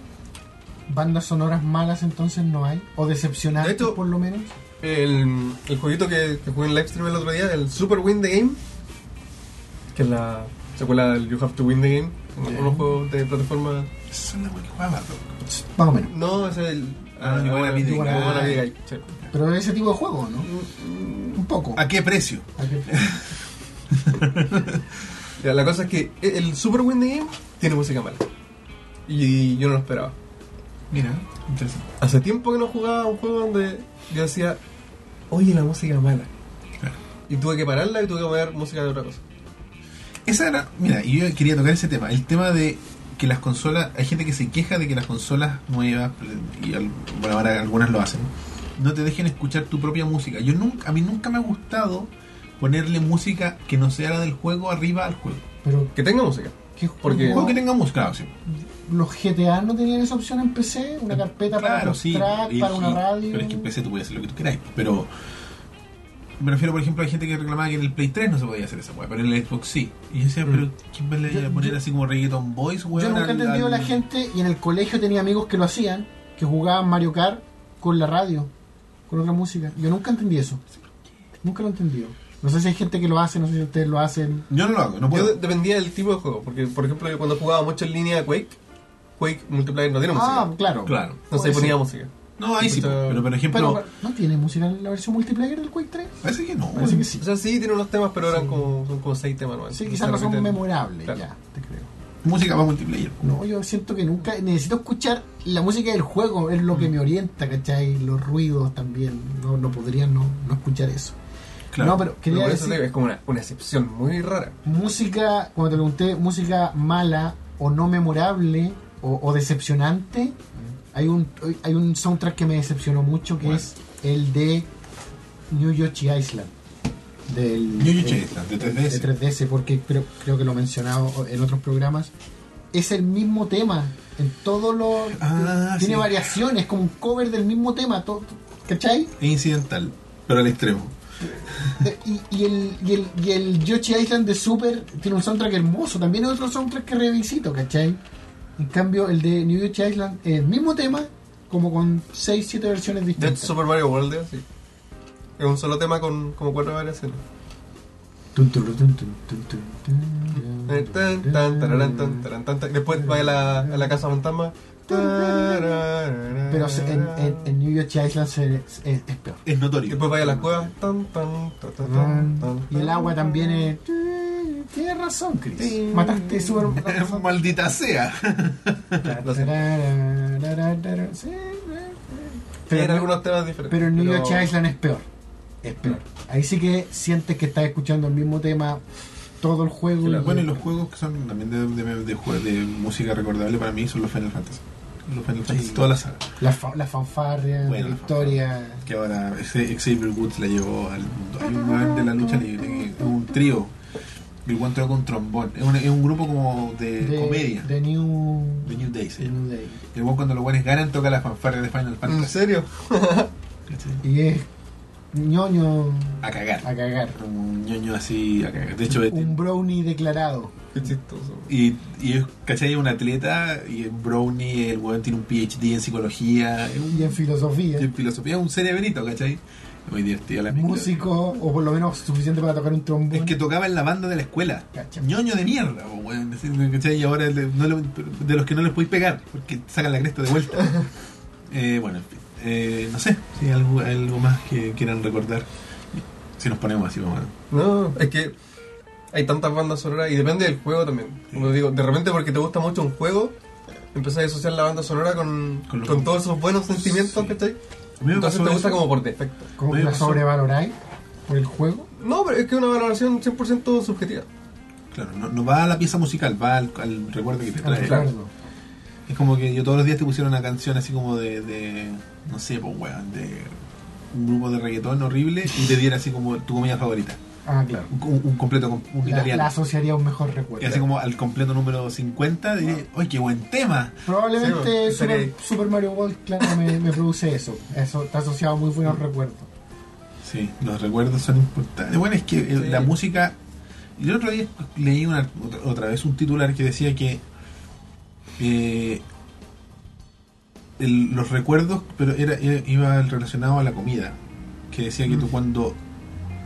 S2: Bandas sonoras malas entonces no hay. O decepcionantes
S3: De hecho-
S2: por lo menos.
S3: El, el jueguito que, que jugué en livestream el otro día, el Super Win the Game, que es la secuela del You Have to Win the Game,
S2: Ya.
S3: unos juegos de plataforma
S1: Esa es la weá que jugaba loco.
S2: Más o menos.
S3: No, es el.
S1: Ah,
S3: ah,
S1: igual
S3: bueno,
S1: a mí de
S3: igual a-
S1: igual.
S3: igual a mí de- sí.
S2: Pero ese tipo de juego,
S1: Mm, Ah.
S2: ¿no? Un poco.
S1: ¿A qué precio?
S2: ¿A qué-
S3: Ya, la cosa es que e-, el Super Win the Game tiene música mala. Y yo no lo esperaba.
S1: Mira, interesante.
S3: Hace tiempo que no jugaba un juego donde yo decía, oye, la música mala. Y tuve que pararla y tuve que poner música de otra cosa.
S1: Esa era, mira, y yo quería tocar ese tema, el tema de que las consolas, hay gente que se queja de que las consolas nuevas, y al- bueno, ahora algunas lo hacen, no te dejen escuchar tu propia música. Yo nunca, a mí nunca me ha gustado ponerle música que no sea la del juego arriba al juego.
S2: Pero
S3: Que tenga música.
S2: ¿qué
S3: Porque-
S1: Un
S2: juego?
S1: juego que tenga música, claro, sí.
S2: los GTA no tenían esa opción en PC, una carpeta para
S1: Claro,
S2: los
S1: sí.
S2: tracks,
S1: y-
S2: para una
S1: y-
S2: radio.
S1: Pero es que en PC tú puedes hacer lo que tú queráis. Pero me refiero, por ejemplo, a gente que reclamaba que en el Play 3 no se podía hacer esa weá, pero en el Xbox sí. Y yo decía,
S3: Mm.
S1: pero ¿quién va a
S2: Yo-
S1: poner
S2: yo-
S1: así como reggaeton voice, weón?
S2: Yo nunca he
S1: al-
S2: entendido
S1: al-
S2: la gente y en el colegio tenía amigos que lo hacían, que jugaban Mario Kart con la radio, con otra música. Yo nunca entendí eso. Nunca lo he entendido. No sé si hay gente que lo hace, no sé si ustedes lo hacen.
S1: Yo no lo hago, no
S3: Yo
S1: puedo.
S3: de- dependía del tipo de juego, porque por ejemplo yo cuando jugaba mucho en línea de Quake, Quake Multiplayer no tiene
S2: Ah,
S3: música.
S2: claro.
S1: Claro.
S3: Entonces
S2: puede
S3: ponía
S2: ser.
S3: música.
S1: No, ahí sí.
S3: Puta-
S1: Pero, por
S2: Pero,
S1: ejemplo,
S2: pero, ¿no tiene música en la versión multiplayer del Quake 3?
S1: parece que no.
S2: Parece
S1: weón.
S2: que sí.
S3: O sea, sí, tiene unos temas, pero eran
S2: Sí.
S3: como, son como seis temas nuevos.
S2: Sí, quizás no son memorables,
S3: Claro.
S2: ya, te creo.
S1: Música para multiplayer.
S2: No, yo siento que nunca necesito escuchar la música del juego, es lo que
S1: Mm.
S2: me orienta, ¿cachai? Los ruidos también, no, no podría no, no escuchar eso.
S1: Claro.
S2: No, pero
S3: Pero
S2: quería
S3: por eso
S2: decir,
S3: te digo, es como una, una excepción muy rara.
S2: música, cuando te pregunté, música mala o no memorable o, o decepcionante, hay un, hay un soundtrack que me decepcionó mucho que
S1: Mm. ¿Cuál?
S2: es el de New Yoshi Island. Del,
S1: New York
S2: del-
S1: Island, de 3DS.
S2: de 3DS, porque creo, creo que lo he mencionado en otros programas, es el mismo tema. En todos los.
S1: Ah,
S2: tiene
S1: sí.
S2: variaciones, como un cover del mismo tema. to- ¿Cachai?
S1: Es incidental, pero al extremo.
S2: Eh, Y, y el, y, el, y el Yoshi Island de Super tiene un soundtrack hermoso. También es otro soundtrack que revisito, ¿cachai? En cambio, el de New Yoshi Island es el mismo tema, como con 6, 7 versiones
S3: Dead
S2: distintas.
S3: Super Mario World, eh, sí. Es un solo tema con como cuatro variaciones.
S2: Tun, turun, tun, tun, tun, tun, tun,
S3: Eh, tan, tan, tararán, tan, tarán, tan, tan. Después va a la, a la casa fantasma.
S2: Pero
S3: Pero
S2: se- en, en, en New York Island se- es, es peor.
S1: Es notorio.
S3: Después vaya a las cuevas. Tan, tan, ta, ta, tan, tan,
S2: Y el agua también es. Tienes razón, Chris. Mataste super.
S1: Maldita sea.
S2: Sí,
S3: Tiene
S2: Pero,
S3: algunos temas diferentes.
S2: pero en New York
S3: pero-
S2: Island es peor. Es peor. Ahí sí que sientes que estás escuchando el mismo tema todo el juego.
S1: Claro, Bueno, y los juegos que son también de, de- de jue- de música recordable para mí son los Final Fantasy. Los Final Fantasy, toda la saga.
S2: Las fa- las fanfarrias,
S1: Bueno,
S2: la
S1: las
S2: historia.
S1: Que ahora ese Xavier Woods la llevó al mundo. Hay un man de la lucha libre, que es un trío. El guante toca un trombón. Es un, es un grupo como de,
S2: de,
S1: comedia.
S2: de New,
S1: The New Day se
S2: de
S1: llama.
S2: New Day.
S1: El guan cuando los guanes ganan toca la fanfarria de Final
S3: ¿En
S1: Fantasy.
S3: serio?
S1: ¿Cachai?
S2: Y es ñoño
S1: A
S2: a
S1: cagar.
S2: cagar.
S1: Un ñoño así a cagar. De hecho, este-
S2: Un brownie declarado.
S3: Qué chistoso.
S1: Y, y es, ¿cachai? Un atleta y en Brownie, el weón tiene un PhD en psicología, es un-
S2: Y en filosofía.
S1: en filosofía, es un cerebrito, ¿cachai? Muy divertida la mezcla.
S2: músico, o por lo menos suficiente para tocar un trombón.
S1: Es que tocaba en la banda de la escuela.
S2: Cacha.
S1: Ñoño de mierda, po, weón. Así, ¿cachai? Y ahora de, no lo- de los que no les podéis pegar, porque sacan la cresta de vuelta. Eh, bueno, en fin. Eh, no sé si hay algo, algo más que quieran recordar. Si nos ponemos así, vamos. a-
S3: No, es que hay tantas bandas sonoras y depende del juego también. Como digo, de repente porque te gusta mucho un juego, empezás a asociar la banda sonora con,
S1: Con
S3: con,
S1: los-
S3: todos esos buenos sentimientos,
S1: Sí.
S3: ¿cachai?
S1: A mí me
S3: Entonces
S1: pasó
S3: te gusta
S1: eso.
S3: como por defecto.
S2: como que
S1: Oye,
S2: la
S1: pasó.
S2: sobrevaloráis por el juego.
S3: No, pero es que es una valoración 100% subjetiva.
S1: Claro, no, no va a la pieza musical, va al, al recuerdo que te
S3: Ah,
S2: al
S1: trae.
S2: recuerdo.
S1: Es como que yo todos los días te pusiera una canción así como de, de no sé, pues weón, de un grupo de reggaetón horrible y te diera así como tu comida favorita.
S2: Ah, claro.
S1: Un, un completo, con- un
S2: La,
S1: italiano.
S2: la asociaría a un mejor
S1: y
S2: recuerdo.
S1: así como al completo número 50, diría,
S2: Ah.
S1: ¡ay, qué buen tema!
S2: Probablemente Super,
S3: Sí, sería-
S2: Super Mario World, claro, me, me produce eso. Eso está asociado a muy buenos recuerdos.
S1: Sí, los recuerdos son importantes. Bueno, es que eh,
S3: Sí.
S1: la música... Yo el otro día leí una, otra, otra vez un titular que decía que eh, el- los recuerdos, pero era, era- iba relacionado a la comida, que decía que tú cuando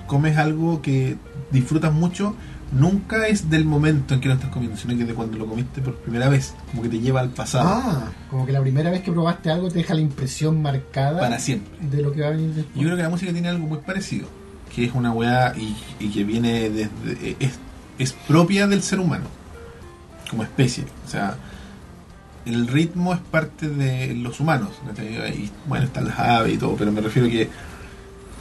S1: comes algo que disfrutas mucho, nunca es del momento en que lo estás comiendo, sino que de cuando lo comiste por primera vez, como que te lleva al pasado
S2: Ah, como que la primera vez que probaste algo te deja la impresión marcada
S1: para siempre.
S2: de lo que va a venir después.
S1: Yo creo que la música tiene algo muy parecido, que es una weá y, y que viene desde... es es propia del ser humano, como especie. O sea, el ritmo es parte de los humanos. ¿cachai? Y, bueno, están las aves y todo, pero me refiero que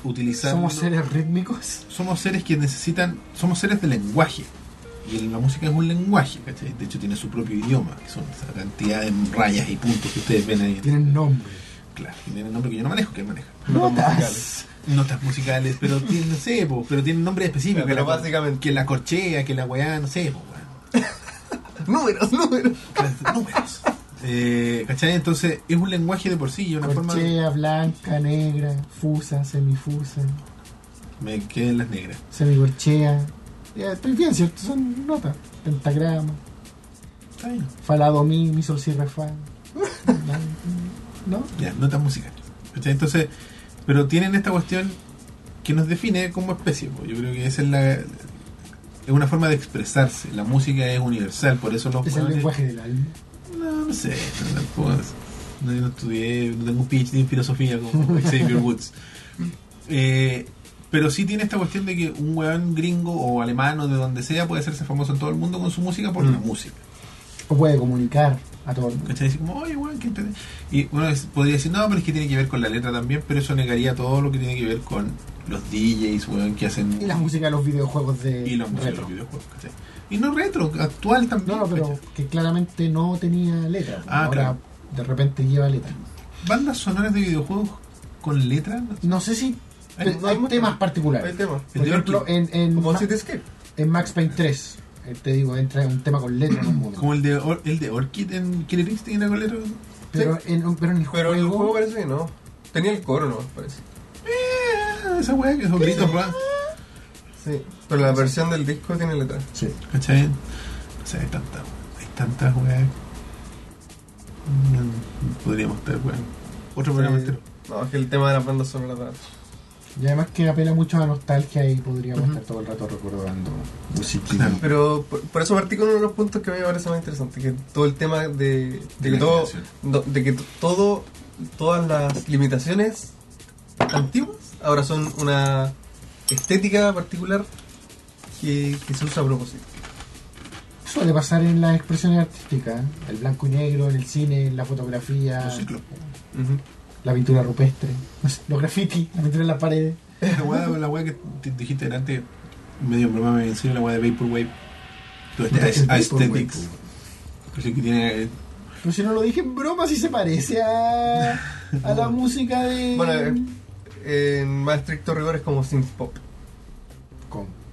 S1: utilizar
S2: Somos seres rítmicos.
S1: somos seres que necesitan, somos seres de lenguaje. Y el- la música es un lenguaje, ¿cachai? De hecho tiene su propio idioma, que son esa cantidad de rayas y puntos que ustedes ven ahí.
S2: Tienen nombre.
S1: Claro, y tienen nombre que yo no manejo, que él maneja.
S2: Notas.
S1: Notas musicales, pero tienen, no sé, po, pero tienen nombre específico.
S3: Pero
S1: que la-
S3: básicamente-
S1: Que la corchea, que la weá, no sé, po, weón.
S3: Números, números.
S1: Las- Números. Eh, ¿Cachai? Entonces es un lenguaje de por sí, y una forma de...
S2: Corchea, blanca, negra, fusa, semifusa,
S1: Me quedé en las negras.
S2: semicorchea. Ya, estoy bien, ¿cierto? Son notas. Pentagrama,
S1: Está bien.
S2: falado mi, mi sol, si, re, fa. ¿No?
S1: Ya, notas musicales. ¿Cachai? Entonces, pero tienen esta cuestión que nos define como especie. po. Yo creo que esa es la es una forma de expresarse. La música es universal, por eso los
S2: Es el
S1: hueones-
S2: lenguaje del alma.
S1: No, no sé, no, tampoco es- no, yo no estudié, no tengo un PhD en filosofía como Xavier Woods. Eh, pero sí tiene esta cuestión de que un weón gringo o alemán o de donde sea puede hacerse famoso en todo el mundo con su música por
S2: Mm.
S1: la música.
S2: O puede comunicar a todo el mundo.
S1: ¿Cachai? Así como, oye, weón, qué entreten-". Y uno es- podría decir, no, pero es que tiene que ver con la letra también, pero eso negaría todo lo que tiene que ver con los DJs, weón, que hacen.
S2: Y la música de los videojuegos de
S1: y la música de
S2: retro.
S1: los videojuegos, ¿cachai? Y no retro, actual también.
S2: No, no, pero
S1: ¿cachai?
S2: que claramente no tenía letra.
S1: Ah,
S2: Ahora
S1: claro.
S2: de repente lleva letra.
S1: Bandas sonoras de videojuegos con letra.
S2: No sé si
S1: Hay-
S2: pero
S1: hay
S2: hay,
S3: mucho-
S2: temas particulares.
S3: Hay temas.
S2: Por ejemplo, en, en,
S3: Como
S2: Ma-
S3: City Escape.
S2: en Max Payne 3, eh, te digo, entra un tema con letra en un mundo.
S1: Como el de, Or- el de Orchid en Killer Instinct en letra.
S2: Pero, en, un- pero en el
S3: Pero
S2: juego,
S3: el juego parece que no. Tenía el coro, ¿no? Parece.
S1: Eh, esa weá que son gritos, ra-
S3: Sí. Pero la versión del disco tiene letra.
S2: Sí.
S1: ¿Cachai? O sea, hay tantas, hay tantas weas. Mm, Podríamos estar, weón. Otro programa entero.
S3: No, es que el tema de las bandas sonoras da-
S2: Y además que apela mucho a la nostalgia y podríamos estar todo el rato recordando musiquita.
S1: Claro.
S3: Pero por, por eso partí con uno de los puntos que a mí me parece más interesante, que todo el tema de,
S1: De
S3: de que
S1: la
S3: todo,
S1: generación.
S3: no, de que t- todo, todas las limitaciones antiguas ahora son una estética particular que, que se usa a propósito.
S2: Suele pasar en las expresiones artísticas, ¿eh? el blanco y negro, en el cine, en la fotografía,
S1: Los ciclos, po.
S2: la pintura rupestre, no sé, los graffiti, la pintura en las paredes.
S1: La weá, la weá que te dijiste delante, medio en broma me enseñó la weá de Vaporwave. Todo este
S2: Entonces,
S1: aes-
S2: Vaporwave,
S1: aesthetics. Así que tiene. eh,
S2: Pero si no lo dije en broma, si se parece a, a la música de...
S3: Bueno, eh, en más estricto rigor es como synth pop.
S2: Con-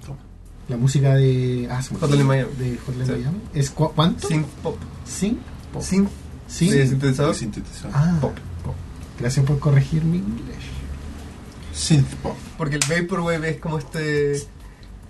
S2: La música de ah, Asmus.
S3: Hotline Miami.
S2: De Hotline
S3: Sí.
S2: Miami. ¿Es cu- cuánto?
S3: Synth pop.
S2: ¿Sin? Pop.
S3: Synth
S2: ¿Sin?
S3: de sintetizador.
S1: sintetizador.
S2: Ah,
S3: Pop.
S2: pop. Gracias por corregir mi inglés.
S1: Synth pop.
S3: Porque el Vaporwave es como este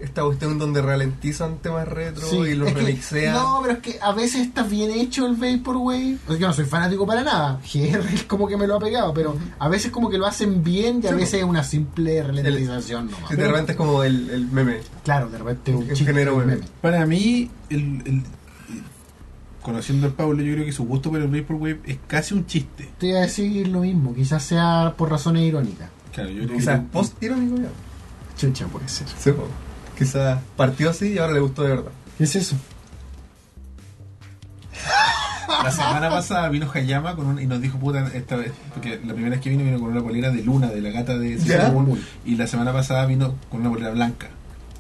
S3: esta cuestión donde ralentizan temas retro y los
S2: es que-
S3: remixean.
S2: no, pero es que a veces está bien hecho el Vaporwave. O sea, yo no soy fanático para nada. GR es como que me lo ha pegado, pero a veces como que lo hacen bien y a
S3: Sí,
S2: veces es una simple ralentización nomás.
S3: Que de repente es como el, el meme.
S2: Claro, de repente un
S3: Es
S2: chiste,
S3: género
S2: un
S3: meme.
S2: meme.
S1: Para mí, el, el- conociendo al Pablo, yo creo que su gusto por el Vaporwave es casi un chiste.
S2: Te iba a decir lo mismo, quizás sea por razones irónicas.
S1: Claro, yo creo
S3: Quizás
S1: que.
S3: post irónico ya.
S2: Chucha puede ser.
S3: Sí, po. Quizás partió así y ahora le gustó de verdad.
S2: ¿Qué es eso?
S1: La semana pasada vino Hayama con un- y nos dijo, puta, esta vez, porque la primera vez que vino vino con una polera de luna, de la gata de
S3: Ya.
S1: Sailor Moon, y la semana pasada vino con una polera blanca.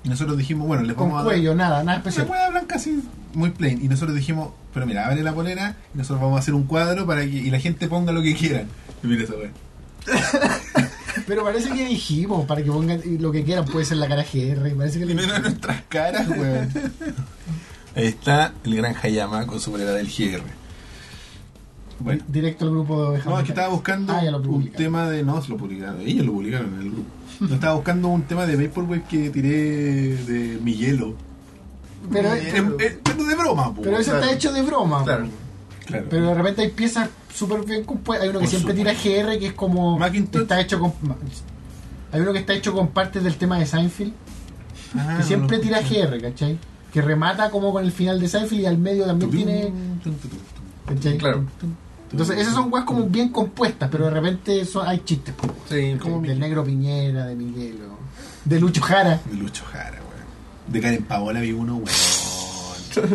S1: Y nosotros dijimos, bueno, les vamos
S2: Con
S1: a dar-
S2: cuello, nada, nada
S1: Una
S2: especial.
S1: hueá blanca así, muy plain. Y nosotros dijimos, pero mira, abre la polera y nosotros vamos a hacer un cuadro para que y la gente ponga lo que quieran. Y mira esa hueá.
S2: Pero parece que dijimos, para que pongan lo que quieran, puede ser la cara GR, parece que
S1: Y mira nuestras caras, weón. Ahí está el gran Hayama con su polera del GR. Bueno.
S2: directo al grupo de ovejas
S1: No, es que
S2: mecánicas.
S1: estaba buscando
S2: Ah, ya lo
S1: un
S2: publicaron.
S1: tema de. No, se lo publicaron, ellos lo publicaron en el grupo. No estaba buscando un tema de Vaporwave que tiré de mi hielo.
S2: Pero,
S1: Em- em- Pero de broma, po.
S2: pero eso
S3: Claro.
S2: está hecho de broma.
S3: Claro.
S1: Claro.
S2: Pero de repente hay piezas súper bien compuestas. Hay uno que
S1: Por
S2: siempre
S1: supuesto.
S2: tira GR, que es como.
S1: Macintosh.
S2: que Está hecho con. ma- Hay uno que está hecho con partes del tema de Seinfeld.
S1: Ah,
S2: que siempre
S1: no lo
S2: tira
S1: escuché.
S2: GR, ¿cachai? Que remata como con el final de Seinfeld y al medio también tiene. ¿cachai?
S3: Claro.
S2: Entonces, esas son weas como bien compuestas, pero de repente son, hay chistes. po.
S3: Sí,
S2: del negro Piñera, de Miguelo, de Lucho Jara.
S1: De Lucho Jara, weón. De Karen Paola vi uno, weón.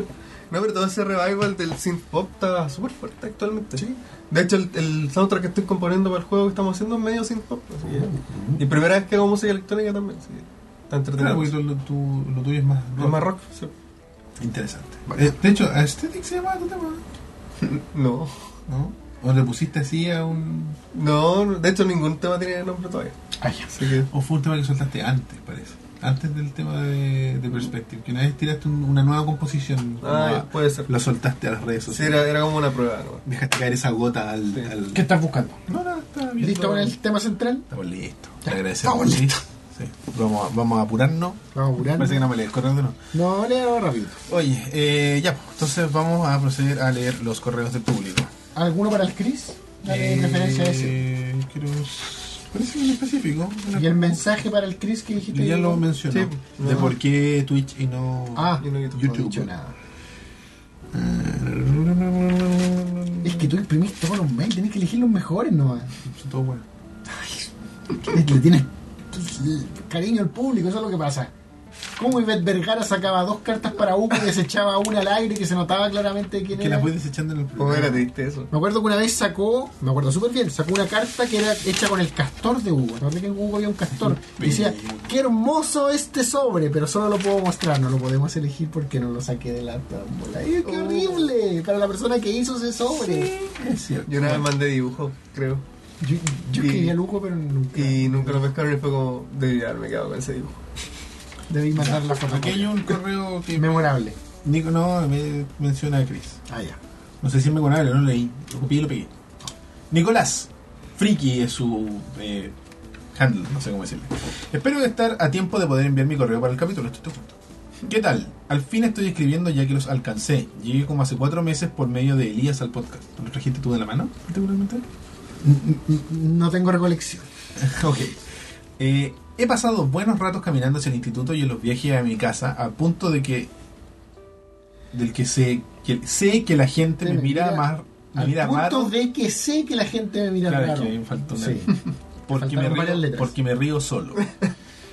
S3: No, pero todo ese revival del synth pop está súper fuerte actualmente. De hecho, el, el soundtrack que estoy componiendo para el juego que estamos haciendo es medio synth pop. así que- Y primera vez que hago música electrónica también. así que está entretenido.
S1: Claro, porque lo, lo tu- lo tuyo es más
S3: Es más Ah, rock, sí.
S1: Interesante. Eh, de hecho, Aesthetic se llama tu tema,
S3: No.
S1: ¿no? O le pusiste así a un.
S3: No, de hecho ningún tema tiene nombre todavía.
S2: Ah, ya.
S3: Así que
S1: O fue un tema que soltaste antes, parece. Antes del tema de, de Perspective. Que una vez tiraste un- una nueva composición.
S3: Ah,
S1: nueva,
S3: puede ser.
S1: La soltaste a las redes
S3: sí,
S1: sociales.
S3: era, era como una prueba. ¿no?
S1: Dejaste caer esa gota al.
S3: Sí.
S1: al-
S2: ¿Qué estás buscando?
S1: No, no, está bien.
S2: ¿Listo con el tema central?
S1: Estamos listos.
S2: Ya,
S1: Le agradecemos.
S2: estamos listos.
S1: Sí. Sí. Vamos, a, vamos a apurarnos.
S2: Vamos a apurar.
S1: Parece que no me lees el correo, ¿no?
S2: No, leo rápido.
S1: Oye, eh, ya, pues, entonces vamos a proceder a leer los correos del público.
S2: ¿Alguno para el Chris? Dale
S1: Eh,
S2: referencia a ese.
S1: Creo. Parece que en específico.
S2: ¿Y el mensaje para el Chris que dijiste?
S1: Ya lo mencionó.
S3: Sí,
S1: De
S3: no.
S1: por qué Twitch y no.
S2: Ah,
S3: Yo no he
S2: no he dicho nada. Es que tú imprimís todos los mails, tenés que elegir los mejores nomás.
S1: Son todos buenos.
S2: Le tienes cariño al público, eso es lo que pasa. ¿Cómo Ivette Vergara sacaba dos cartas para uno y desechaba una al aire que se notaba claramente quién
S1: Que
S2: era?
S1: las voy desechando en el
S3: ¿Cómo
S1: programa.
S3: era triste eso?
S2: Me acuerdo que una vez sacó, me acuerdo súper bien, sacó una carta que era hecha con el castor de Hugo. Me acuerdo que en Hugo había un castor. Y decía, qué hermoso este sobre, pero solo lo puedo mostrar, no lo podemos elegir porque no lo saqué de la tómbola. ¡Ay, ¡Qué horrible! Para la persona que hizo ese sobre.
S1: Es cierto.
S3: Yo una vez mandé dibujo, creo.
S2: Yo, yo
S3: Y-
S2: escribí a Hugo, pero nunca.
S3: Y nunca lo pescaron y fue como, debí haberme quedado con ese dibujo.
S2: Debí mandar la foto.
S1: Aquí hay un correo que.
S2: Memorable.
S1: Nico no me menciona a Chris.
S2: Ah, ya.
S1: No sé si es memorable, no lo leí. Lo copié y lo pegué. Nicolás, Friki es su eh, handle, no sé cómo decirle. Espero estar a tiempo de poder enviar mi correo para el capítulo, estoy justo. ¿Qué tal? Al fin estoy escribiendo ya que los alcancé. Llegué como hace cuatro meses por medio de Elías al podcast. ¿Lo trajiste tú de la mano, particularmente?
S2: N- n- No tengo recolección.
S1: Ok. Eh, he pasado buenos ratos caminando hacia el instituto y en los viajes a mi casa, a punto de que. del que sé que, sé que la gente
S2: Sí,
S1: me
S2: me
S1: mira,
S2: mira
S1: más. Me Ah,
S2: Al
S1: mira
S2: punto
S1: raro.
S2: de que sé que la gente me mira
S1: Claro,
S2: raro.
S1: que ahí me faltó una-
S2: Sí.
S1: porque, me
S2: faltaron varias
S1: río,
S2: letras.
S1: porque me río solo.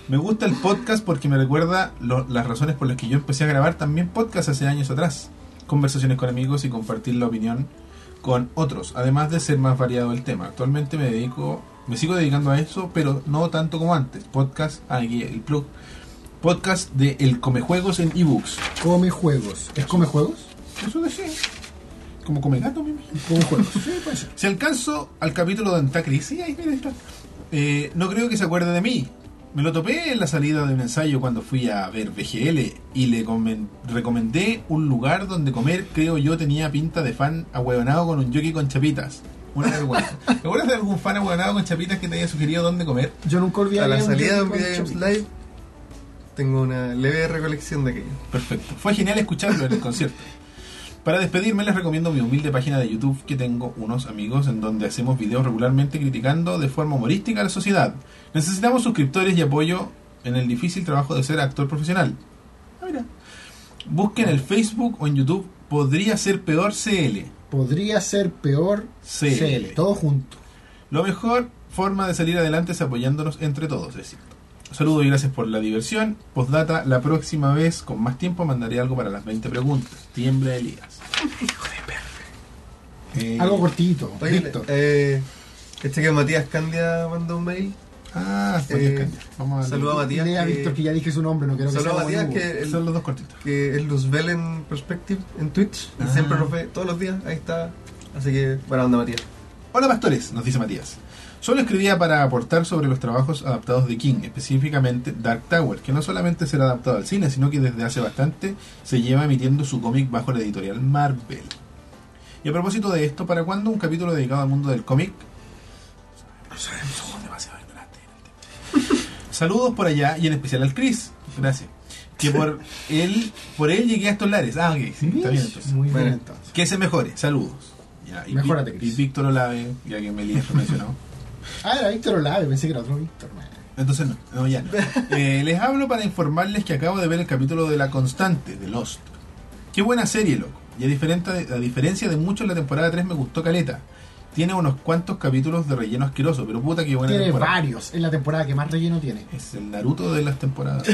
S1: Me gusta el podcast porque me recuerda lo- las razones por las que yo empecé a grabar también podcast hace años atrás. Conversaciones con amigos y compartir la opinión con otros, además de ser más variado el tema. Actualmente me dedico, me sigo dedicando a eso, pero no tanto como antes. Podcast, ah, aquí el plug. Podcast de El Come Juegos en eBooks.
S2: Come juegos. ¿Es come juegos?
S1: Eso decía. Como come gato, me imagino.
S2: Come juegos. Sí, puede ser.
S1: Si alcanzo al capítulo de Antacris, sí, ahí mira, está. Eh, no creo que se acuerde de mí. Me lo topé en la salida de un ensayo cuando fui a ver BGL y le comen- recomendé un lugar donde comer, creo yo tenía pinta de fan ahueonado con un jockey con chapitas. Una vergüenza. ¿Te acuerdas de algún fan ahueonado con chapitas que te haya sugerido dónde comer?
S2: Yo nunca olvidé
S3: A la
S2: un
S3: salida de un
S2: con
S3: Video Games
S2: chapita.
S3: Live, tengo una leve recolección de aquello.
S1: Perfecto. Fue genial escucharlo en el concierto. Para despedirme les recomiendo mi humilde página de YouTube que tengo unos amigos en donde hacemos videos regularmente criticando de forma humorística a la sociedad. Necesitamos suscriptores y apoyo en el difícil trabajo de ser actor profesional. Ah, mira. Busquen el Facebook o en YouTube Podría ser peor CL.
S2: Podría ser peor
S1: CL.
S2: CL. Todo junto.
S1: Lo mejor forma de salir adelante es apoyándonos entre todos, es cierto. Saludos y gracias por la diversión. Postdata, la próxima vez con más tiempo mandaré algo para las 20 preguntas. Tiembla Elías. Hijo de perra. Eh,
S2: Algo cortito.
S3: Oye,
S2: Víctor.
S3: eh, este que Matías Candia mandó un mail.
S1: Ah,
S3: Eh,
S1: Matías Caña. Vamos a
S3: saluda a Matías
S2: Dile a
S3: que-
S2: Víctor que ya dije su nombre, no quiero que
S3: Saludos
S2: sea
S3: a Matías
S2: boludo.
S3: que,
S1: Son
S3: el,
S1: los dos cortitos.
S3: que es Luzbel en Perspective, en Twitch. y
S1: Ah.
S3: Siempre lo ve todos los días, ahí está. Así que, buena onda Matías.
S1: Hola pastores, nos dice Matías. Solo escribía para aportar sobre los trabajos adaptados de King, específicamente Dark Tower, que no solamente será adaptado al cine, sino que desde hace bastante se lleva emitiendo su cómic bajo la editorial Marvel. Y a propósito de esto, ¿para cuándo un capítulo dedicado al mundo del cómic? No sabemos, somos demasiado ignorantes en el tema. Saludos por allá y en especial al Chris. Gracias. Que por él, por él llegué a estos lares. Ah, ok, sí, está bien entonces.
S2: Muy bien
S3: Bueno.
S2: entonces.
S1: Que se mejore, saludos. Ya, y
S2: Mejórate,
S1: Vic-
S2: Cris.
S1: Y Víctor Olave, ya que Melías lo mencionó.
S2: Ah, era Víctor Olave, pensé que era otro Víctor. man.
S1: Entonces no, no, ya no. Eh, les hablo para informarles que acabo de ver el capítulo de La Constante, de Lost. Qué buena serie, loco. Y a, diferente, a diferencia de muchos, la temporada 3 me gustó Caleta. Tiene unos cuantos capítulos de relleno asqueroso, pero puta que buena
S2: Tiene
S1: temporada.
S2: varios. Es la temporada que más relleno tiene.
S1: Es el Naruto de las temporadas.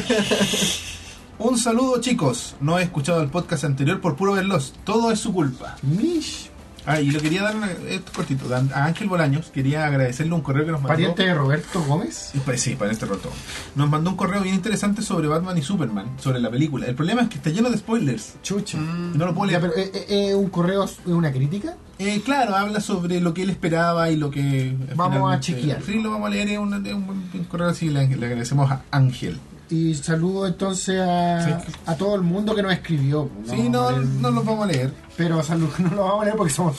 S1: Un saludo, chicos. No he escuchado el podcast anterior por puro verlos. Todo es su culpa.
S2: Mish.
S1: Ah, y le quería dar una- esto cortito. Dan- A Ángel Bolaños quería agradecerle un correo que nos mandó.
S2: Pariente de Roberto Gómez.
S1: Y, pues, Sí, para este roto. Nos mandó un correo bien interesante sobre Batman y Superman, sobre la película. El problema es que está lleno de spoilers.
S2: Chucha.
S1: Y No lo puedo
S2: Ya,
S1: leer.
S2: pero eh, ¿es un correo, es una crítica?
S1: Eh, claro, habla sobre lo que él esperaba y lo que. eh,
S2: Vamos a
S1: finalmente-
S2: chequear.
S1: Sí, lo vamos a leer. Es un, es un buen- un correo así. Le, le agradecemos a Ángel.
S2: Y saludo entonces a,
S1: Sí.
S2: a todo el mundo que nos escribió. pues,
S1: sí, no,
S2: vale.
S1: no lo vamos a leer.
S2: Pero saludo, no lo vamos a leer porque somos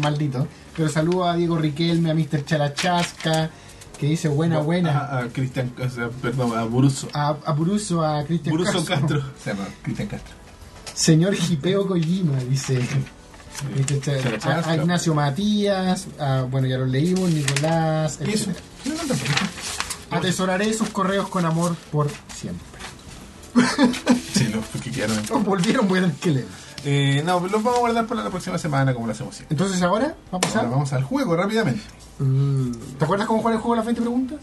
S2: malditos. Pero saludo a Diego Riquelme, a Mr. Charachasca, que dice buena, buena.
S1: A, a Cristian. o sea, perdón, a Buruso.
S2: A, a Buruso, a Cristian
S1: Buruso Castro. Se llama Cristian Castro.
S2: Señor Jipeo Kojima, dice. Mr. Chara- a- a,
S1: Charachasca.
S2: Ignacio Matías, a- bueno, ya los leímos, Nicolás,
S1: Y Eso.
S2: etc.
S1: No, no, tampoco.
S2: Atesoraré sus correos con amor por siempre.
S1: Sí, los que quedaron en-
S2: Volvieron, voy a tener que leer.
S1: Eh, no, los vamos a guardar para la próxima semana, como lo hacemos siempre.
S2: Entonces ahora, ¿va a pasar?
S1: Ahora vamos al juego rápidamente.
S2: Mm, ¿Te acuerdas cómo jugar el juego de las 20 preguntas?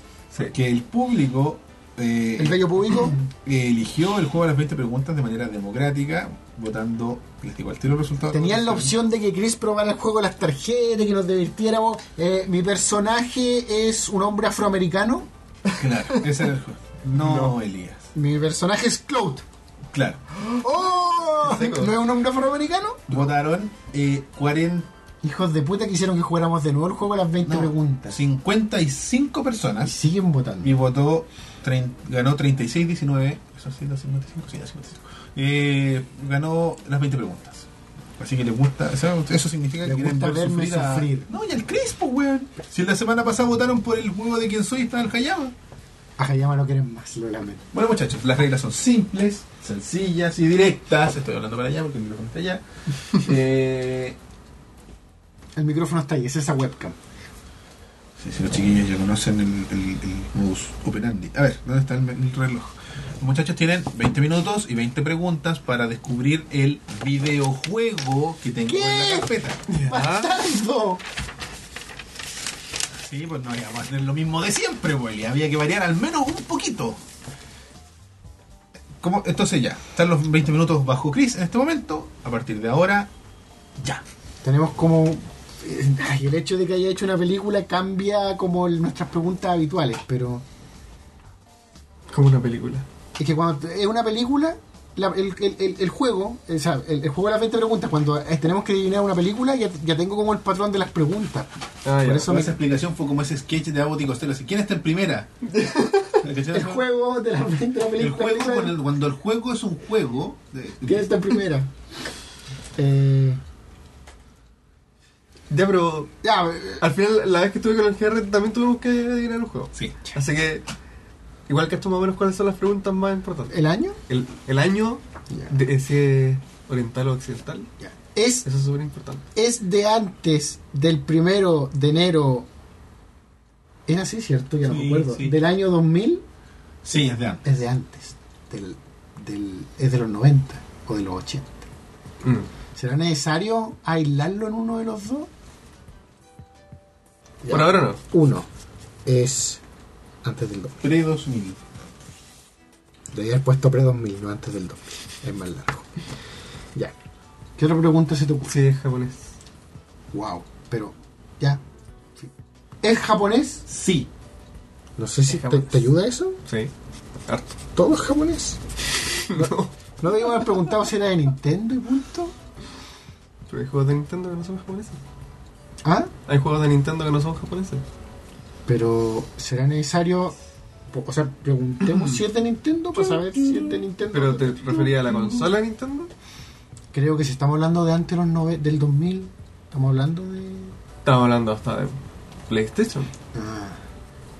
S1: Que el público eh,
S2: El bello público.
S1: eligió el juego de las 20 preguntas de manera democrática, votando, les digo, al tiro el resultado.
S2: Tenían la opción de que Chris probara el juego de las tarjetas, que nos divirtiéramos. Eh, mi personaje es un hombre afroamericano.
S1: Claro, ese era el juego. No, Elías.
S2: Mi personaje es Cloud.
S1: Claro.
S2: ¡Oh!
S3: Seco.
S2: ¿No es un hombre afroamericano?
S1: Votaron eh, 40,
S2: Hijos de puta quisieron que jugáramos de nuevo el juego de las 20
S1: no,
S2: preguntas.
S1: 55
S2: Y
S1: personas
S2: siguen votando.
S1: y votó, trein- ganó 36-19, eso sí, los 55, sí, los 55. Eh, ganó las 20 preguntas. Así que les gusta, o sea, eso significa
S2: Les
S1: que quieren
S2: gusta
S1: ver
S2: verme
S1: sufrir, a-
S2: sufrir.
S1: No, y al Crispo, weón. Si la semana pasada votaron por el juego de quién soy, está el Hayama.
S2: Ajá, ya no quieren más, lo lamento.
S1: Bueno, muchachos, las reglas son simples, sencillas y directas. Estoy hablando para allá porque el micrófono está allá. Eh,
S2: El micrófono está ahí, es esa webcam.
S1: Sí, sí, los chiquillos ya conocen el, el, el modus operandi. A ver, ¿dónde está el, el reloj? Los muchachos tienen 20 minutos y 20 preguntas para descubrir el videojuego que tengo en
S2: ¿Qué?
S1: la carpeta.
S2: ¡Bastardo!
S1: Sí, pues no íbamos a hacer lo mismo de siempre, güey. Había que variar al menos un poquito. ¿Cómo? Entonces ya, están los 20 minutos bajo Chris en este momento. A partir de ahora, ya.
S2: Tenemos como... eh, ay, el hecho de que haya hecho una película cambia como el- nuestras preguntas habituales, pero...
S3: Como una película.
S2: Es que cuando es una película, la- el, el- el- el juego, o sea, el, el juego de las 20 preguntas, cuando eh, tenemos que adivinar una película, ya, ya tengo como el patrón de las preguntas.
S3: Ah,
S2: Por
S3: ya.
S2: eso
S1: Toda
S2: me-
S1: esa explicación fue como ese sketch de Abbott y Costello. así, ¿Quién está en primera?
S2: El juego de las 20
S1: El
S2: películas.
S1: juego, cuando el, cuando el juego es un juego, de-
S2: ¿Quién está en primera? Eh,
S3: Ya, pero
S2: ya, eh,
S3: al final, la vez que estuve con el GR, también tuvimos que adivinar un juego.
S1: sí.
S3: Así que, igual que esto más o menos, ¿cuáles son las preguntas más importantes?
S2: ¿el año?
S3: El, el año de ese oriental o occidental,
S2: Ya. ¿Es,
S3: eso es súper importante.
S2: ¿Es de antes del primero de enero? ¿Era así, cierto? Ya no me
S1: Sí,
S2: acuerdo.
S1: sí.
S2: ¿Del año 2000?
S1: Sí, es de antes.
S2: Es de antes. Del, del, es de los 90 o de los 80.
S3: Mm.
S2: ¿Será necesario aislarlo en uno de los dos? Ya.
S3: Por ahora no.
S2: Uno es antes del 2.
S1: Pre-2000.
S2: Debería haber puesto pre-2000, no antes del 2. Es más largo. Ya. ¿Qué otra pregunta se te ocurre?
S3: Sí, es japonés.
S2: Wow. Pero, ya. Sí. ¿Es japonés?
S1: Sí.
S2: No sé si
S3: Es
S2: te,
S3: japonés.
S2: te ayuda eso.
S3: Sí. Harto.
S2: ¿Todo es japonés? No debíamos haber preguntado si era de Nintendo y punto.
S3: Pero hay juegos de Nintendo que no son japoneses.
S2: ¿Ah?
S3: Hay juegos de Nintendo que no son japoneses.
S2: Pero será necesario. po- O sea, preguntemos si es de Nintendo para saber si es de Nintendo.
S3: ¿Pero te refería a la consola de Nintendo?
S2: Creo que si estamos hablando de antes de los nove- del 2000, estamos hablando de.
S3: Estamos hablando hasta de PlayStation.
S2: Ah,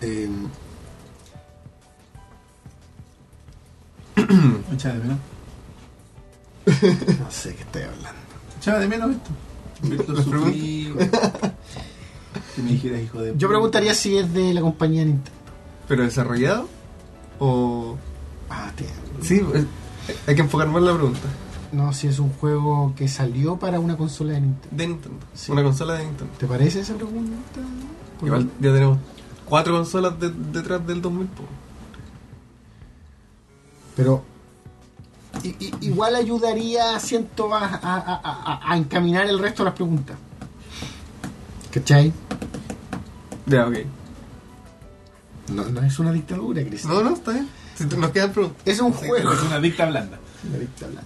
S2: em,
S1: Echaba de menos.
S2: no sé qué estoy hablando.
S1: Echaba de menos esto. Esto sufrí. que me dijeras, hijo de.
S2: Yo preguntaría si es de la compañía Nintendo.
S3: ¿Pero desarrollado? ¿O...?
S2: Ah, tío.
S3: Sí, es- hay que enfocar más la pregunta.
S2: No, si es un juego que salió para una consola de Nintendo.
S3: De Nintendo.
S2: Sí.
S3: Una consola de Nintendo.
S2: ¿Te parece esa pregunta?
S3: Igual ya tenemos cuatro consolas de- detrás del 2000. po.
S2: Pero i- i- igual ayudaría, siento, a, a- a- a- a encaminar el resto de las preguntas. ¿Cachai?
S3: Ya, ok.
S2: No, no es una dictadura, Cris.
S3: No, no, está bien. Si te- nos quedan preguntas.
S2: Es un juego.
S1: Es una dicta blanda.
S2: Una dictadura.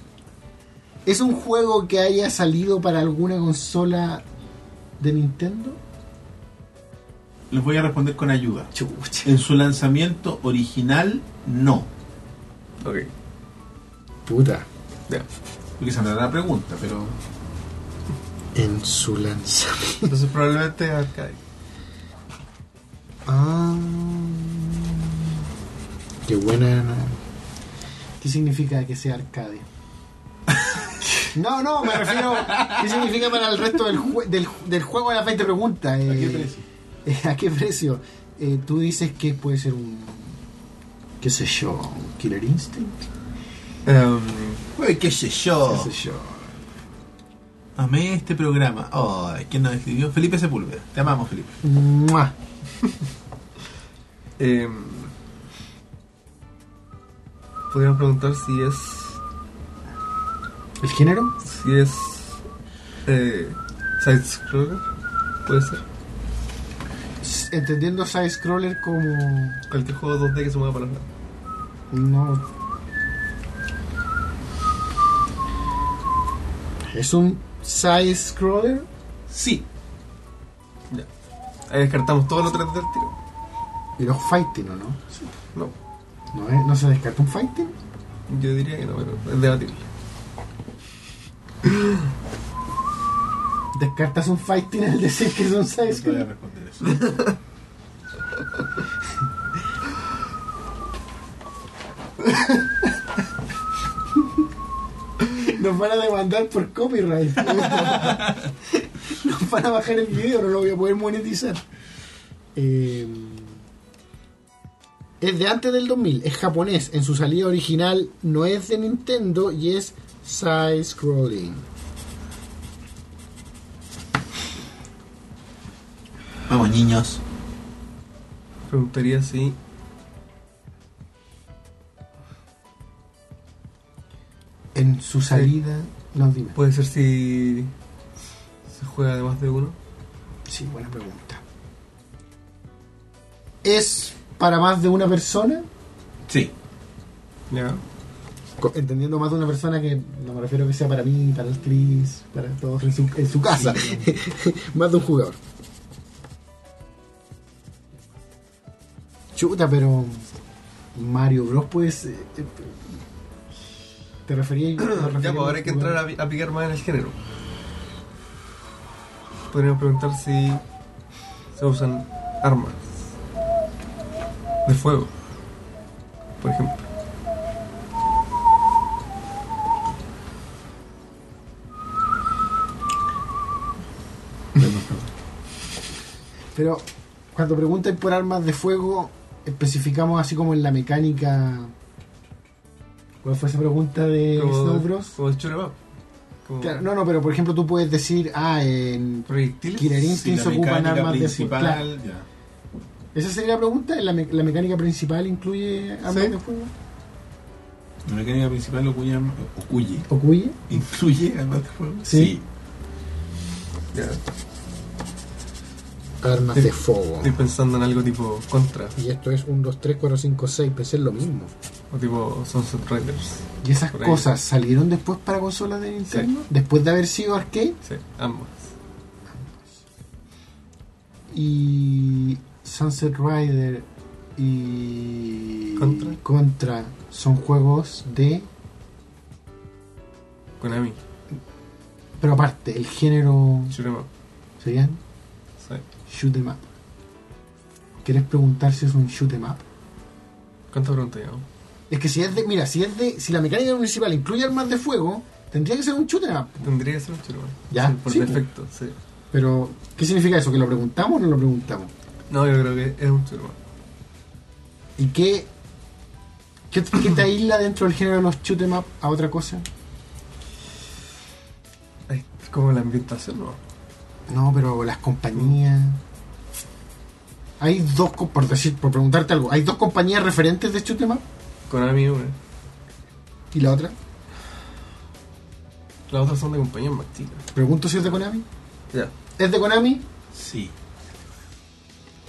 S2: ¿Es un juego que haya salido para alguna consola de Nintendo?
S1: Les voy a responder con ayuda.
S2: Chucha.
S1: En su lanzamiento original, no.
S3: Ok,
S2: Puta.
S3: ya.
S1: Porque esa no era la pregunta, pero.
S2: En su lanzamiento.
S3: Entonces probablemente arcade.
S2: Ah. Qué buena. ¿Qué significa que sea arcade? No, no, me refiero. ¿Qué significa para el resto del, jue- del, del juego de las 20 preguntas?
S1: ¿A qué
S2: Eh,
S1: precio?
S2: Eh, ¿A qué precio? Eh, tú dices que puede ser un. ¿Qué sé yo? ¿Un Killer Instinct?
S3: Em,
S1: Uy, qué sé yo.
S2: ¿Qué sé yo?
S1: Amé este programa. Oh, ¿quién nos escribió? Felipe Sepúlveda. Te amamos, Felipe.
S2: ¡Mua!
S3: em, podríamos preguntar si es
S2: ¿El género?
S3: Si es. Eh, Side Scroller, puede ser.
S2: S- Entendiendo side-scroller como.
S3: Cualquier juego 2D que se mueva para los lados.
S2: No. ¿Es un side-scroller?
S1: Sí.
S3: Ahí descartamos todos los 3D del tiro.
S2: Y no es fighting, ¿o no?
S3: No,
S2: ¿No, es- ¿No se descarta un fighting?
S3: yo diría que no, pero es debatible.
S2: ¿Descartas un fighting al decir que es un
S1: No te voy a
S2: side-scroller?
S1: responder eso.
S2: Nos van a demandar por copyright. Nos van a bajar el video, no lo voy a poder monetizar. Eh, es de antes del 2000, es japonés. En su salida original no es de Nintendo y es side-scrolling.
S1: Vamos, niños.
S3: Preguntaría si.
S2: En su salida, no dime.
S3: Puede ser si. Se juega de más de uno.
S2: Sí, buena pregunta. ¿Es para más de una persona?
S1: Sí.
S3: Ya.
S2: Co- Entendiendo más de una persona que no me refiero que sea para mí, para el Chris, para todos en su, en su casa. más de un jugador. Chuta, pero Mario Bros. pues... eh, eh, ¿Te referías? te referías
S3: Ya, pues ahora hay que entrar a, pi- a picar más en el género. Podríamos preguntar si. Se usan armas. De fuego. Por ejemplo.
S2: Pero cuando preguntan por armas de fuego, especificamos así como en la mecánica... ¿Cuál fue esa pregunta de Eh, Snow Bros?
S3: Como el shoot 'em up. Como
S2: Claro, no, no, pero por ejemplo tú puedes decir, ah, en
S3: proyectiles.
S2: Killer
S1: Si
S2: Instinct
S1: la
S2: se ocupan
S1: mecánica
S2: armas de fuego. Claro.
S1: principal. ya.
S2: Esa sería la pregunta. ¿La, me- la mecánica principal incluye armas
S3: Sí.
S2: de fuego?
S1: La mecánica principal lo cuya, ocuye.
S2: ¿O cuye?
S1: ¿Incluye armas de fuego?
S2: Sí.
S3: Ya,
S2: Armas
S3: de
S2: fuego.
S3: Estoy pensando en algo tipo Contra
S2: Y esto es 1, 2, 3, 4, 5, 6. Pensé en lo mismo.
S3: o tipo Sunset Riders.
S2: ¿Y esas
S3: Por ahí.
S2: cosas salieron después para consolas de Nintendo? Después de haber sido arcade.
S3: Sí, ambas.
S2: Y Sunset Rider y
S3: Contra.
S2: Contra son juegos de...
S3: Konami,
S2: Pero aparte, el género
S3: shoot 'em up.
S2: serían
S3: Sí.
S2: shoot 'em up. ¿Querés preguntar si es un shoot 'em up?
S3: ¿Cuántas preguntas llevamos?
S2: Es que si es de, mira, si es de, si la mecánica municipal incluye armas de fuego, tendría que ser un shooter up.
S3: Tendría que ser un shoot 'em up.
S2: Ya,
S3: Sí, por
S2: sí,
S3: defecto, sí.
S2: Pero, ¿qué significa eso? ¿Que lo preguntamos o no lo preguntamos?
S3: No, yo creo que es un shoot 'em up.
S2: ¿Y qué, qué, qué te aísla dentro del género de los shoot 'em up a otra cosa?
S3: Ay, Es como la ambientación, ¿no?
S2: No, pero las compañías. Hay dos, co- por decir, por preguntarte algo, hay dos compañías referentes de shoot 'em up
S3: Konami, una.
S2: este y la otra.
S3: Las otras son de compañías más chicas.
S2: Pregunto si es de Konami.
S3: Ya.
S2: ¿Es de Konami?
S1: Sí.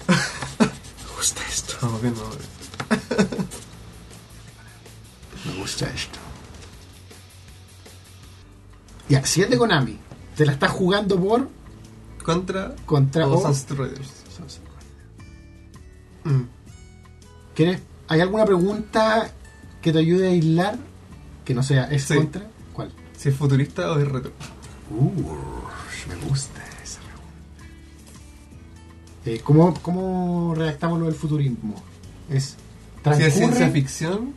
S2: Me gusta esto.
S3: Estamos viendo ahora.
S2: Me gusta esto. Ya, si es de Konami, te la estás jugando por
S3: Contra.
S2: contra
S3: Los
S2: o-
S3: Sunset Raiders.
S2: Mm. ¿Quieres? ¿Hay alguna pregunta que te ayude a aislar? Que no sea es
S3: Sí.
S2: contra. ¿Cuál?
S3: Si es futurista o es retro.
S2: Uh, me gusta esa pregunta. Eh, ¿cómo, ¿Cómo redactamos lo del futurismo? Es
S3: Si
S2: transcurre.
S3: es ciencia ficción.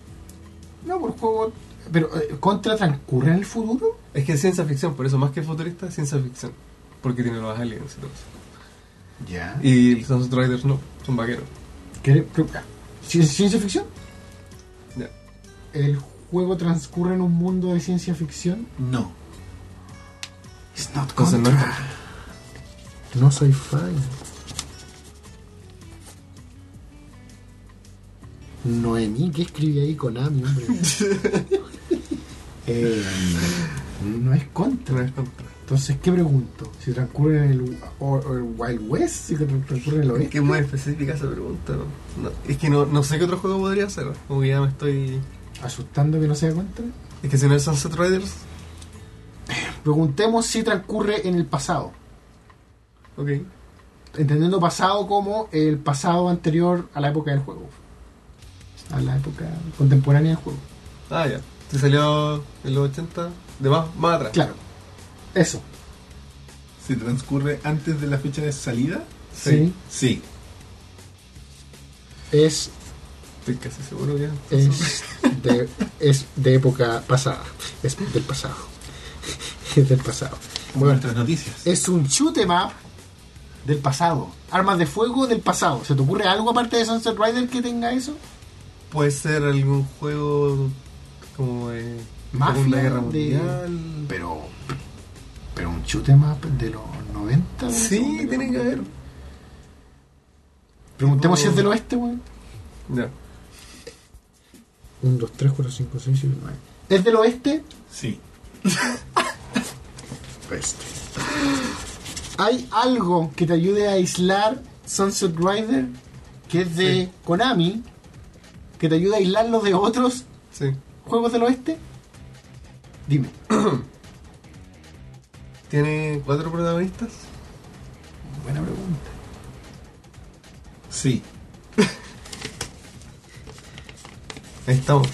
S2: no, por juego. Pero eh, contra transcurre en el futuro.
S3: Es que es ciencia ficción, por eso más que futurista es ciencia ficción. Porque tiene los aliens y todo eso.
S2: Ya.
S3: Y los Sunset Raiders no, son vaqueros.
S2: ah, ¿Ciencia ficción?
S3: Ya.
S2: El juego transcurre en un mundo de ciencia ficción.
S1: No.
S2: It's not
S3: Entonces no es
S2: contra. No soy fan. Noemí, ¿qué escribí ahí con Ami, hombre? Eh, no es
S3: no
S2: contra.
S3: es contra.
S2: Entonces, ¿qué pregunto? Si transcurre en el, o- o el Wild West, si transcurre en el
S3: Es
S2: oeste.
S3: que es muy específica esa pregunta. ¿no? No, es que no, no sé qué otro juego podría ser. Como que ya me estoy.
S2: Asustando que no sea contra.
S3: Es que si no es Sunset Riders,
S2: Preguntemos si transcurre en el pasado.
S3: ok.
S2: entendiendo pasado como el pasado anterior a la época del juego. A la época contemporánea del juego.
S3: Ah, ya. Si salió en los 80, de más, más atrás.
S2: Claro. Eso.
S1: ¿Se transcurre antes de la fecha de salida?
S2: Sí.
S3: Sí.
S1: Sí.
S2: Es,
S3: Estoy casi seguro ya.
S2: es, de, es de época pasada. Es del pasado. Es del pasado.
S1: Bueno,
S2: Bueno,
S1: nuestras noticias.
S2: es un shoot 'em up del pasado. Armas de fuego del pasado. ¿Se te ocurre algo aparte de Sunset Rider que tenga eso?
S3: Puede ser algún juego como de
S2: Mafia,
S3: Segunda Guerra
S2: de-
S3: Mundial.
S2: Pero. Pero un shoot 'em up de los 90. de la Segunda
S3: Sí,
S2: Guerra
S3: tiene que
S2: Mundial.
S3: haber.
S2: Preguntemos si es del oeste, weón.
S3: Ya.
S2: 1, 2, 3, 4, 5, 6, 7, 9. ¿Es del oeste?
S1: Sí.
S2: Oeste. ¿Hay algo que te ayude a aislar Sunset Rider, que es de Konami, que te ayude a aislarlo de otros
S3: Sí.
S2: juegos del oeste? Dime.
S3: Tiene cuatro protagonistas.
S2: Buena pregunta.
S1: Sí.
S3: Ahí estamos.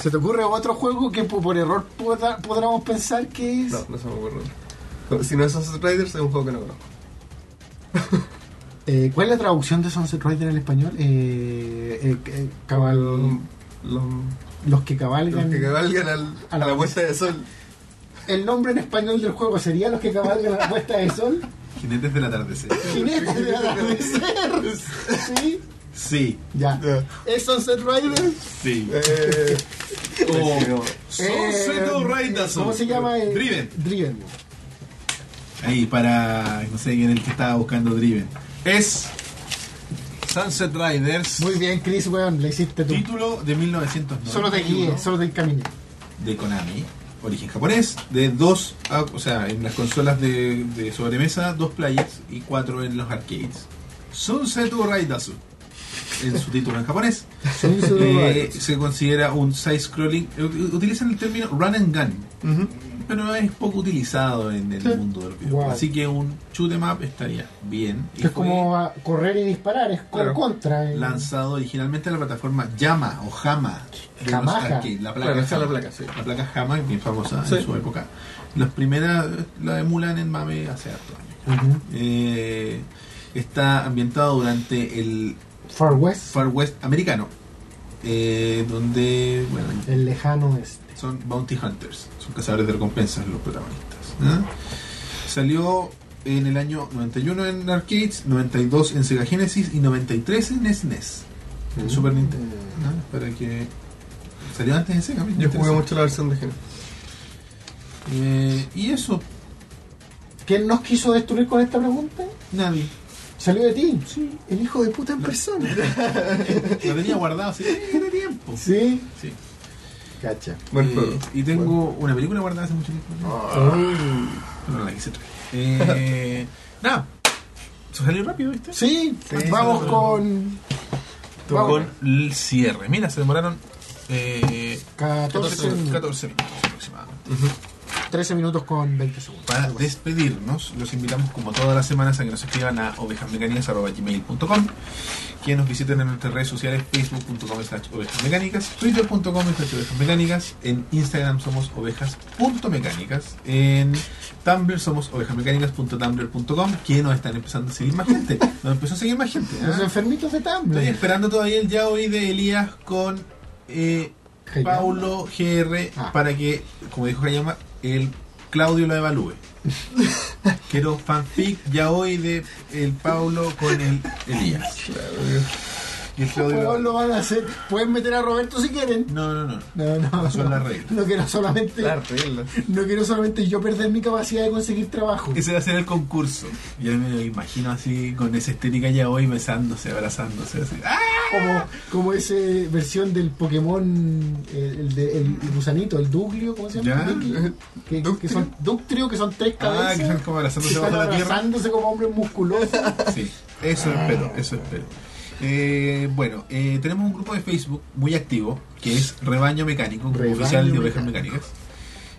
S2: ¿Se te ocurre otro juego que po- por error podra- podríamos pensar que es?
S3: No, no se me ocurre. Si no es Sunset Riders, es un juego que no conozco.
S2: Eh, ¿Cuál es la traducción de Sunset Rider en español? Eh, eh, eh, cabal-
S3: Los,
S2: los que
S3: los
S2: cabalgan.
S3: que cabalgan al- a la puesta de sol.
S2: El nombre en español del juego sería Los que cabalgan a la puesta de sol.
S1: Jinetes del atardecer.
S2: Jinetes del atardecer. ¿Sí?
S1: Sí.
S2: Ya.
S3: Ya.
S2: ¿Es Sunset Rider?
S1: Sí. Oh,
S3: Eh,
S1: O
S2: Eh,
S1: Sunset Raiders.
S2: ¿Cómo se llama? Eh,
S1: Driven.
S2: Driven.
S1: Ahí para. No sé quién es el que estaba buscando Driven. Es. Sunset Riders.
S2: Muy bien, Chris, weón, le hiciste tú.
S1: Título de 1991.
S2: Solo te guíe, solo te encaminé.
S1: de Konami, origen japonés, de dos, a- o sea, en las consolas de, de sobremesa, dos players y cuatro en los arcades. Sunsetu Raidasu, en su título en japonés,
S2: Sunset
S1: eh,
S2: Riders.
S1: se considera un side-scrolling. eh, u- Utilizan el término run and gun,
S3: ujú.
S1: pero es poco utilizado en el
S2: Sí.
S1: mundo de los videojuegos.
S2: Wow.
S1: Así que un shoot em up estaría bien. Y
S2: Que es
S1: fue
S2: como a correr y disparar, es con
S3: Claro.
S2: contra. eh.
S1: lanzado originalmente en la plataforma Yama o Jama de los
S2: Yamaha.
S1: arcades, la placa
S3: Claro, esa es la
S1: Yamaha.
S3: placa, sí.
S1: La placa Jama es bien famosa
S3: Sí.
S1: en su época. Las primeras eh, la emulan en Mame hace harto años.
S2: Ujú.
S1: Eh, está ambientado durante el
S2: Far West,
S1: Far West americano, eh, donde bueno,
S2: el lejano este.
S1: son bounty hunters, son cazadores de recompensas los protagonistas. ¿eh? Salió en el año 91 en arcades, 92 en Sega Genesis y 93 en SNES,
S3: Mm.
S1: en Super Nintendo. ¿no? Para que salió antes de Sega. mira,
S3: Yo jugué
S1: interesante.
S3: mucho la versión de Genesis.
S1: Eh, y eso,
S2: ¿Quién nos quiso destruir con esta pregunta?
S1: nadie.
S2: Salió de ti. Sí. El hijo de puta en persona.
S1: Lo tenía guardado hace tiempo.
S2: Sí.
S1: Sí.
S2: Cacha.
S3: Buen
S1: Eh,
S3: juego.
S1: y tengo una película guardada hace mucho tiempo. Ah. Pero no la quise traer. Eh, nada. Eso salió rápido, ¿viste?
S2: Sí,
S3: Sí,
S2: vamos
S3: sí.
S2: con Vamos.
S1: Con el cierre. Mira, se demoraron eh,
S2: 14,
S1: 14, 14 minutos aproximadamente.
S2: 13 minutos con 20 segundos.
S1: Para despedirnos, los invitamos como todas las semanas a que nos escriban a ovejasmecánicas.com que nos visiten en nuestras redes sociales facebook.com slash ovejasmecánicas twitter.com slash ovejasmecánicas en instagram somos ovejas.mecánicas en tumblr somos ovejasmecánicas.tumblr.com que nos están empezando a seguir más gente nos empezó a seguir más gente ¿ah?
S2: Los enfermitos de
S1: estoy
S2: Tumblr.
S1: esperando todavía el ya hoy de Elías con eh,
S2: Hayama.
S1: Paulo GR
S2: Ah.
S1: para que, como dijo Hayama, el Claudio lo evalúe. Quiero fanfic ya hoy de el Paulo con el Elías. Y el Claudio lo
S2: Pues
S1: evalúe.
S2: lo van a hacer. Pueden meter a Roberto si quieren.
S1: No, no, no. no.
S2: No, no.
S1: Son las reglas.
S2: No quiero solamente.
S3: La regla.
S2: No quiero solamente yo perder mi capacidad de conseguir trabajo.
S1: Ese va a ser el concurso. Yo me lo imagino así, con esa estética ya hoy, besándose, abrazándose. Así. ¡Ah!
S2: Como, como esa versión del Pokémon, el, el de- el gusanito, el Duglio, ¿cómo se llama?
S1: Ya.
S2: Duglio. Que, que son Ductrio, que son tres
S1: Ah,
S2: cabezas.
S1: que son como
S2: que
S1: abrazándose
S2: están
S1: bajo la tierra.
S2: abrazándose como hombres musculosos.
S1: Sí, eso espero, eso espero. Eh, bueno, eh, tenemos un grupo de Facebook muy activo que es Rebaño Mecánico, grupo
S2: Rebaño
S1: oficial de ovejas
S2: Mecánico.
S1: mecánicas.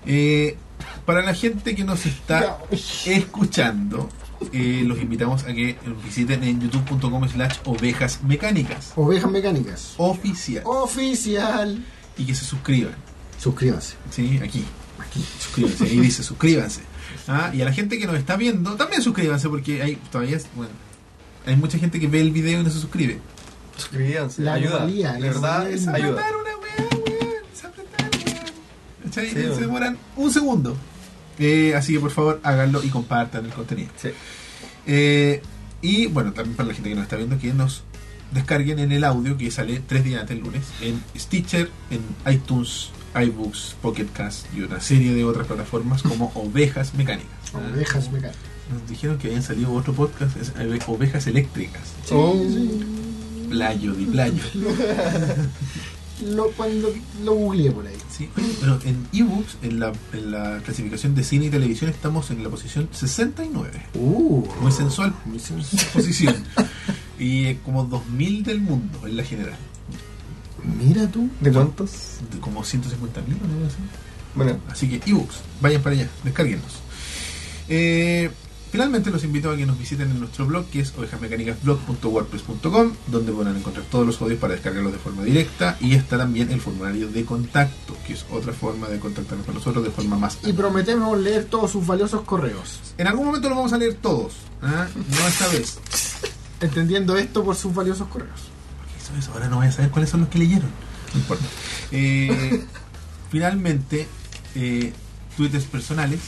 S1: Eh, para la gente que nos está
S2: Ya.
S1: escuchando, eh, los invitamos a que nos visiten en youtube.com slash ovejas mecánicas
S2: Ovejas mecánicas.
S1: oficial
S2: Oficial.
S1: y que se suscriban.
S2: Suscríbanse.
S1: Sí, aquí. Aquí, suscríbanse. Ahí dice, suscríbanse. Ah, y a la gente que nos está viendo, también suscríbanse porque hay todavía, es- bueno, hay mucha gente que ve el video y no se suscribe.
S3: Suscríbanse.
S2: La
S3: ayuda.
S2: anomalía,
S3: de
S2: la
S3: verdad,
S2: anomalía.
S3: es
S1: Se
S3: ayuda.
S1: apretaron una weá, weón. Se apretaron, weón. ¿Cachai?
S3: Sí,
S1: se
S3: weón.
S1: demoran un segundo. Eh, así que por favor háganlo y compartan el contenido.
S3: Sí.
S1: Eh, y bueno, también para la gente que nos está viendo, que nos descarguen en el audio que sale tres días antes el lunes en Stitcher, en iTunes, iBooks, Pocket Cast y una serie de otras plataformas como Ovejas Mecánicas.
S2: Ovejas mecánicas.
S1: Nos dijeron que habían salido otro podcast, es eh, Ovejas Eléctricas.
S2: Oh.
S1: Playo, di playo.
S2: Lo, cuando lo googleé por ahí.
S1: Sí, oye, pero en ebooks, en la, en la clasificación de cine y televisión, estamos en la posición 69.
S2: Uh,
S1: Muy sensual
S2: muy sensual.
S1: posición. Y eh, como 2000 del mundo en la general.
S2: Mira tú.
S3: ¿De cuántos?
S1: De Como 150.000 o algo así.
S3: Bueno,
S1: Así que ebooks, vayan para allá, descarguenlos. Eh, finalmente los invito a que nos visiten en nuestro blog que es ovejasmecánicasblog.wordpress.com donde podrán encontrar todos los audios para descargarlos de forma directa y está también el formulario de contacto que es otra forma de contactarnos con nosotros de forma más
S2: Y prometemos leer todos sus valiosos correos.
S1: En algún momento los vamos a leer todos. ¿ah? No esta vez.
S2: Entendiendo esto por sus valiosos correos.
S1: Porque eso es, ahora no voy a saber cuáles son los que leyeron. No importa. Eh, finalmente, eh, twitters personales.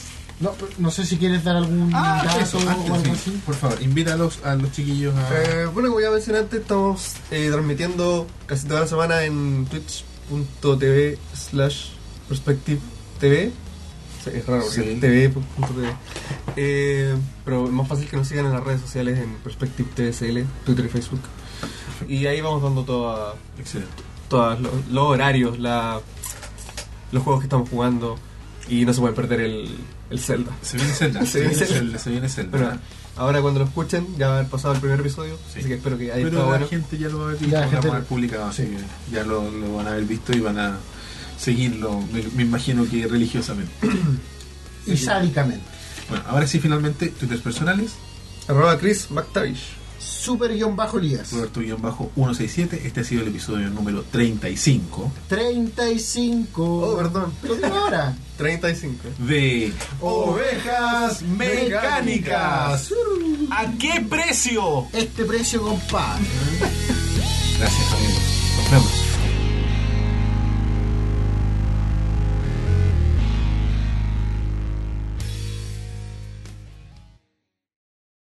S2: No, pero no sé si quieres dar algún dato
S1: eso,
S2: o
S1: antes,
S2: Ah, algo
S1: sí.
S2: así.
S1: Por favor, invítalos a los chiquillos a.
S3: eh, bueno, como ya mencioné antes, estamos eh, transmitiendo casi toda la semana en twitch.tv slash perspective TV. Sí, es raro porque
S1: Sí.
S3: es tv.tv. Eh, pero es más fácil que nos sigan en las redes sociales en Perspective TSL, Twitter y Facebook. Y ahí vamos dando toda
S1: Excelente.
S3: todos los, los horarios, la, los juegos que estamos jugando y no se pueden perder el, el Zelda.
S1: Se viene Zelda.
S3: Se viene Zelda.
S1: Se viene Zelda.
S3: Bueno, ahora cuando lo escuchen ya va a haber pasado el primer episodio,
S1: Sí.
S3: así que espero que haya
S1: Pero la
S3: estado bueno.
S1: gente ya lo va a haber
S2: Ya
S1: visto,
S2: la
S1: lo
S2: gente-
S1: vamos a haber publicado.
S2: Sí.
S1: así que Ya lo, lo van a haber visto y van a seguirlo, me- me imagino que religiosamente.
S2: Y sádicamente.
S1: Bueno, ahora sí, finalmente, twitters personales.
S3: Arroba Chris McTavish.
S2: Super guión bajo Lías.
S1: Roberto-167, este ha sido el episodio número 35
S2: 35.
S3: Oh, perdón.
S2: Pero de ahora.
S3: 35.
S1: de
S3: Ovejas Mecánicas.
S1: ¿A qué precio?
S2: Este precio, compadre.
S1: Gracias amigos. Nos vemos.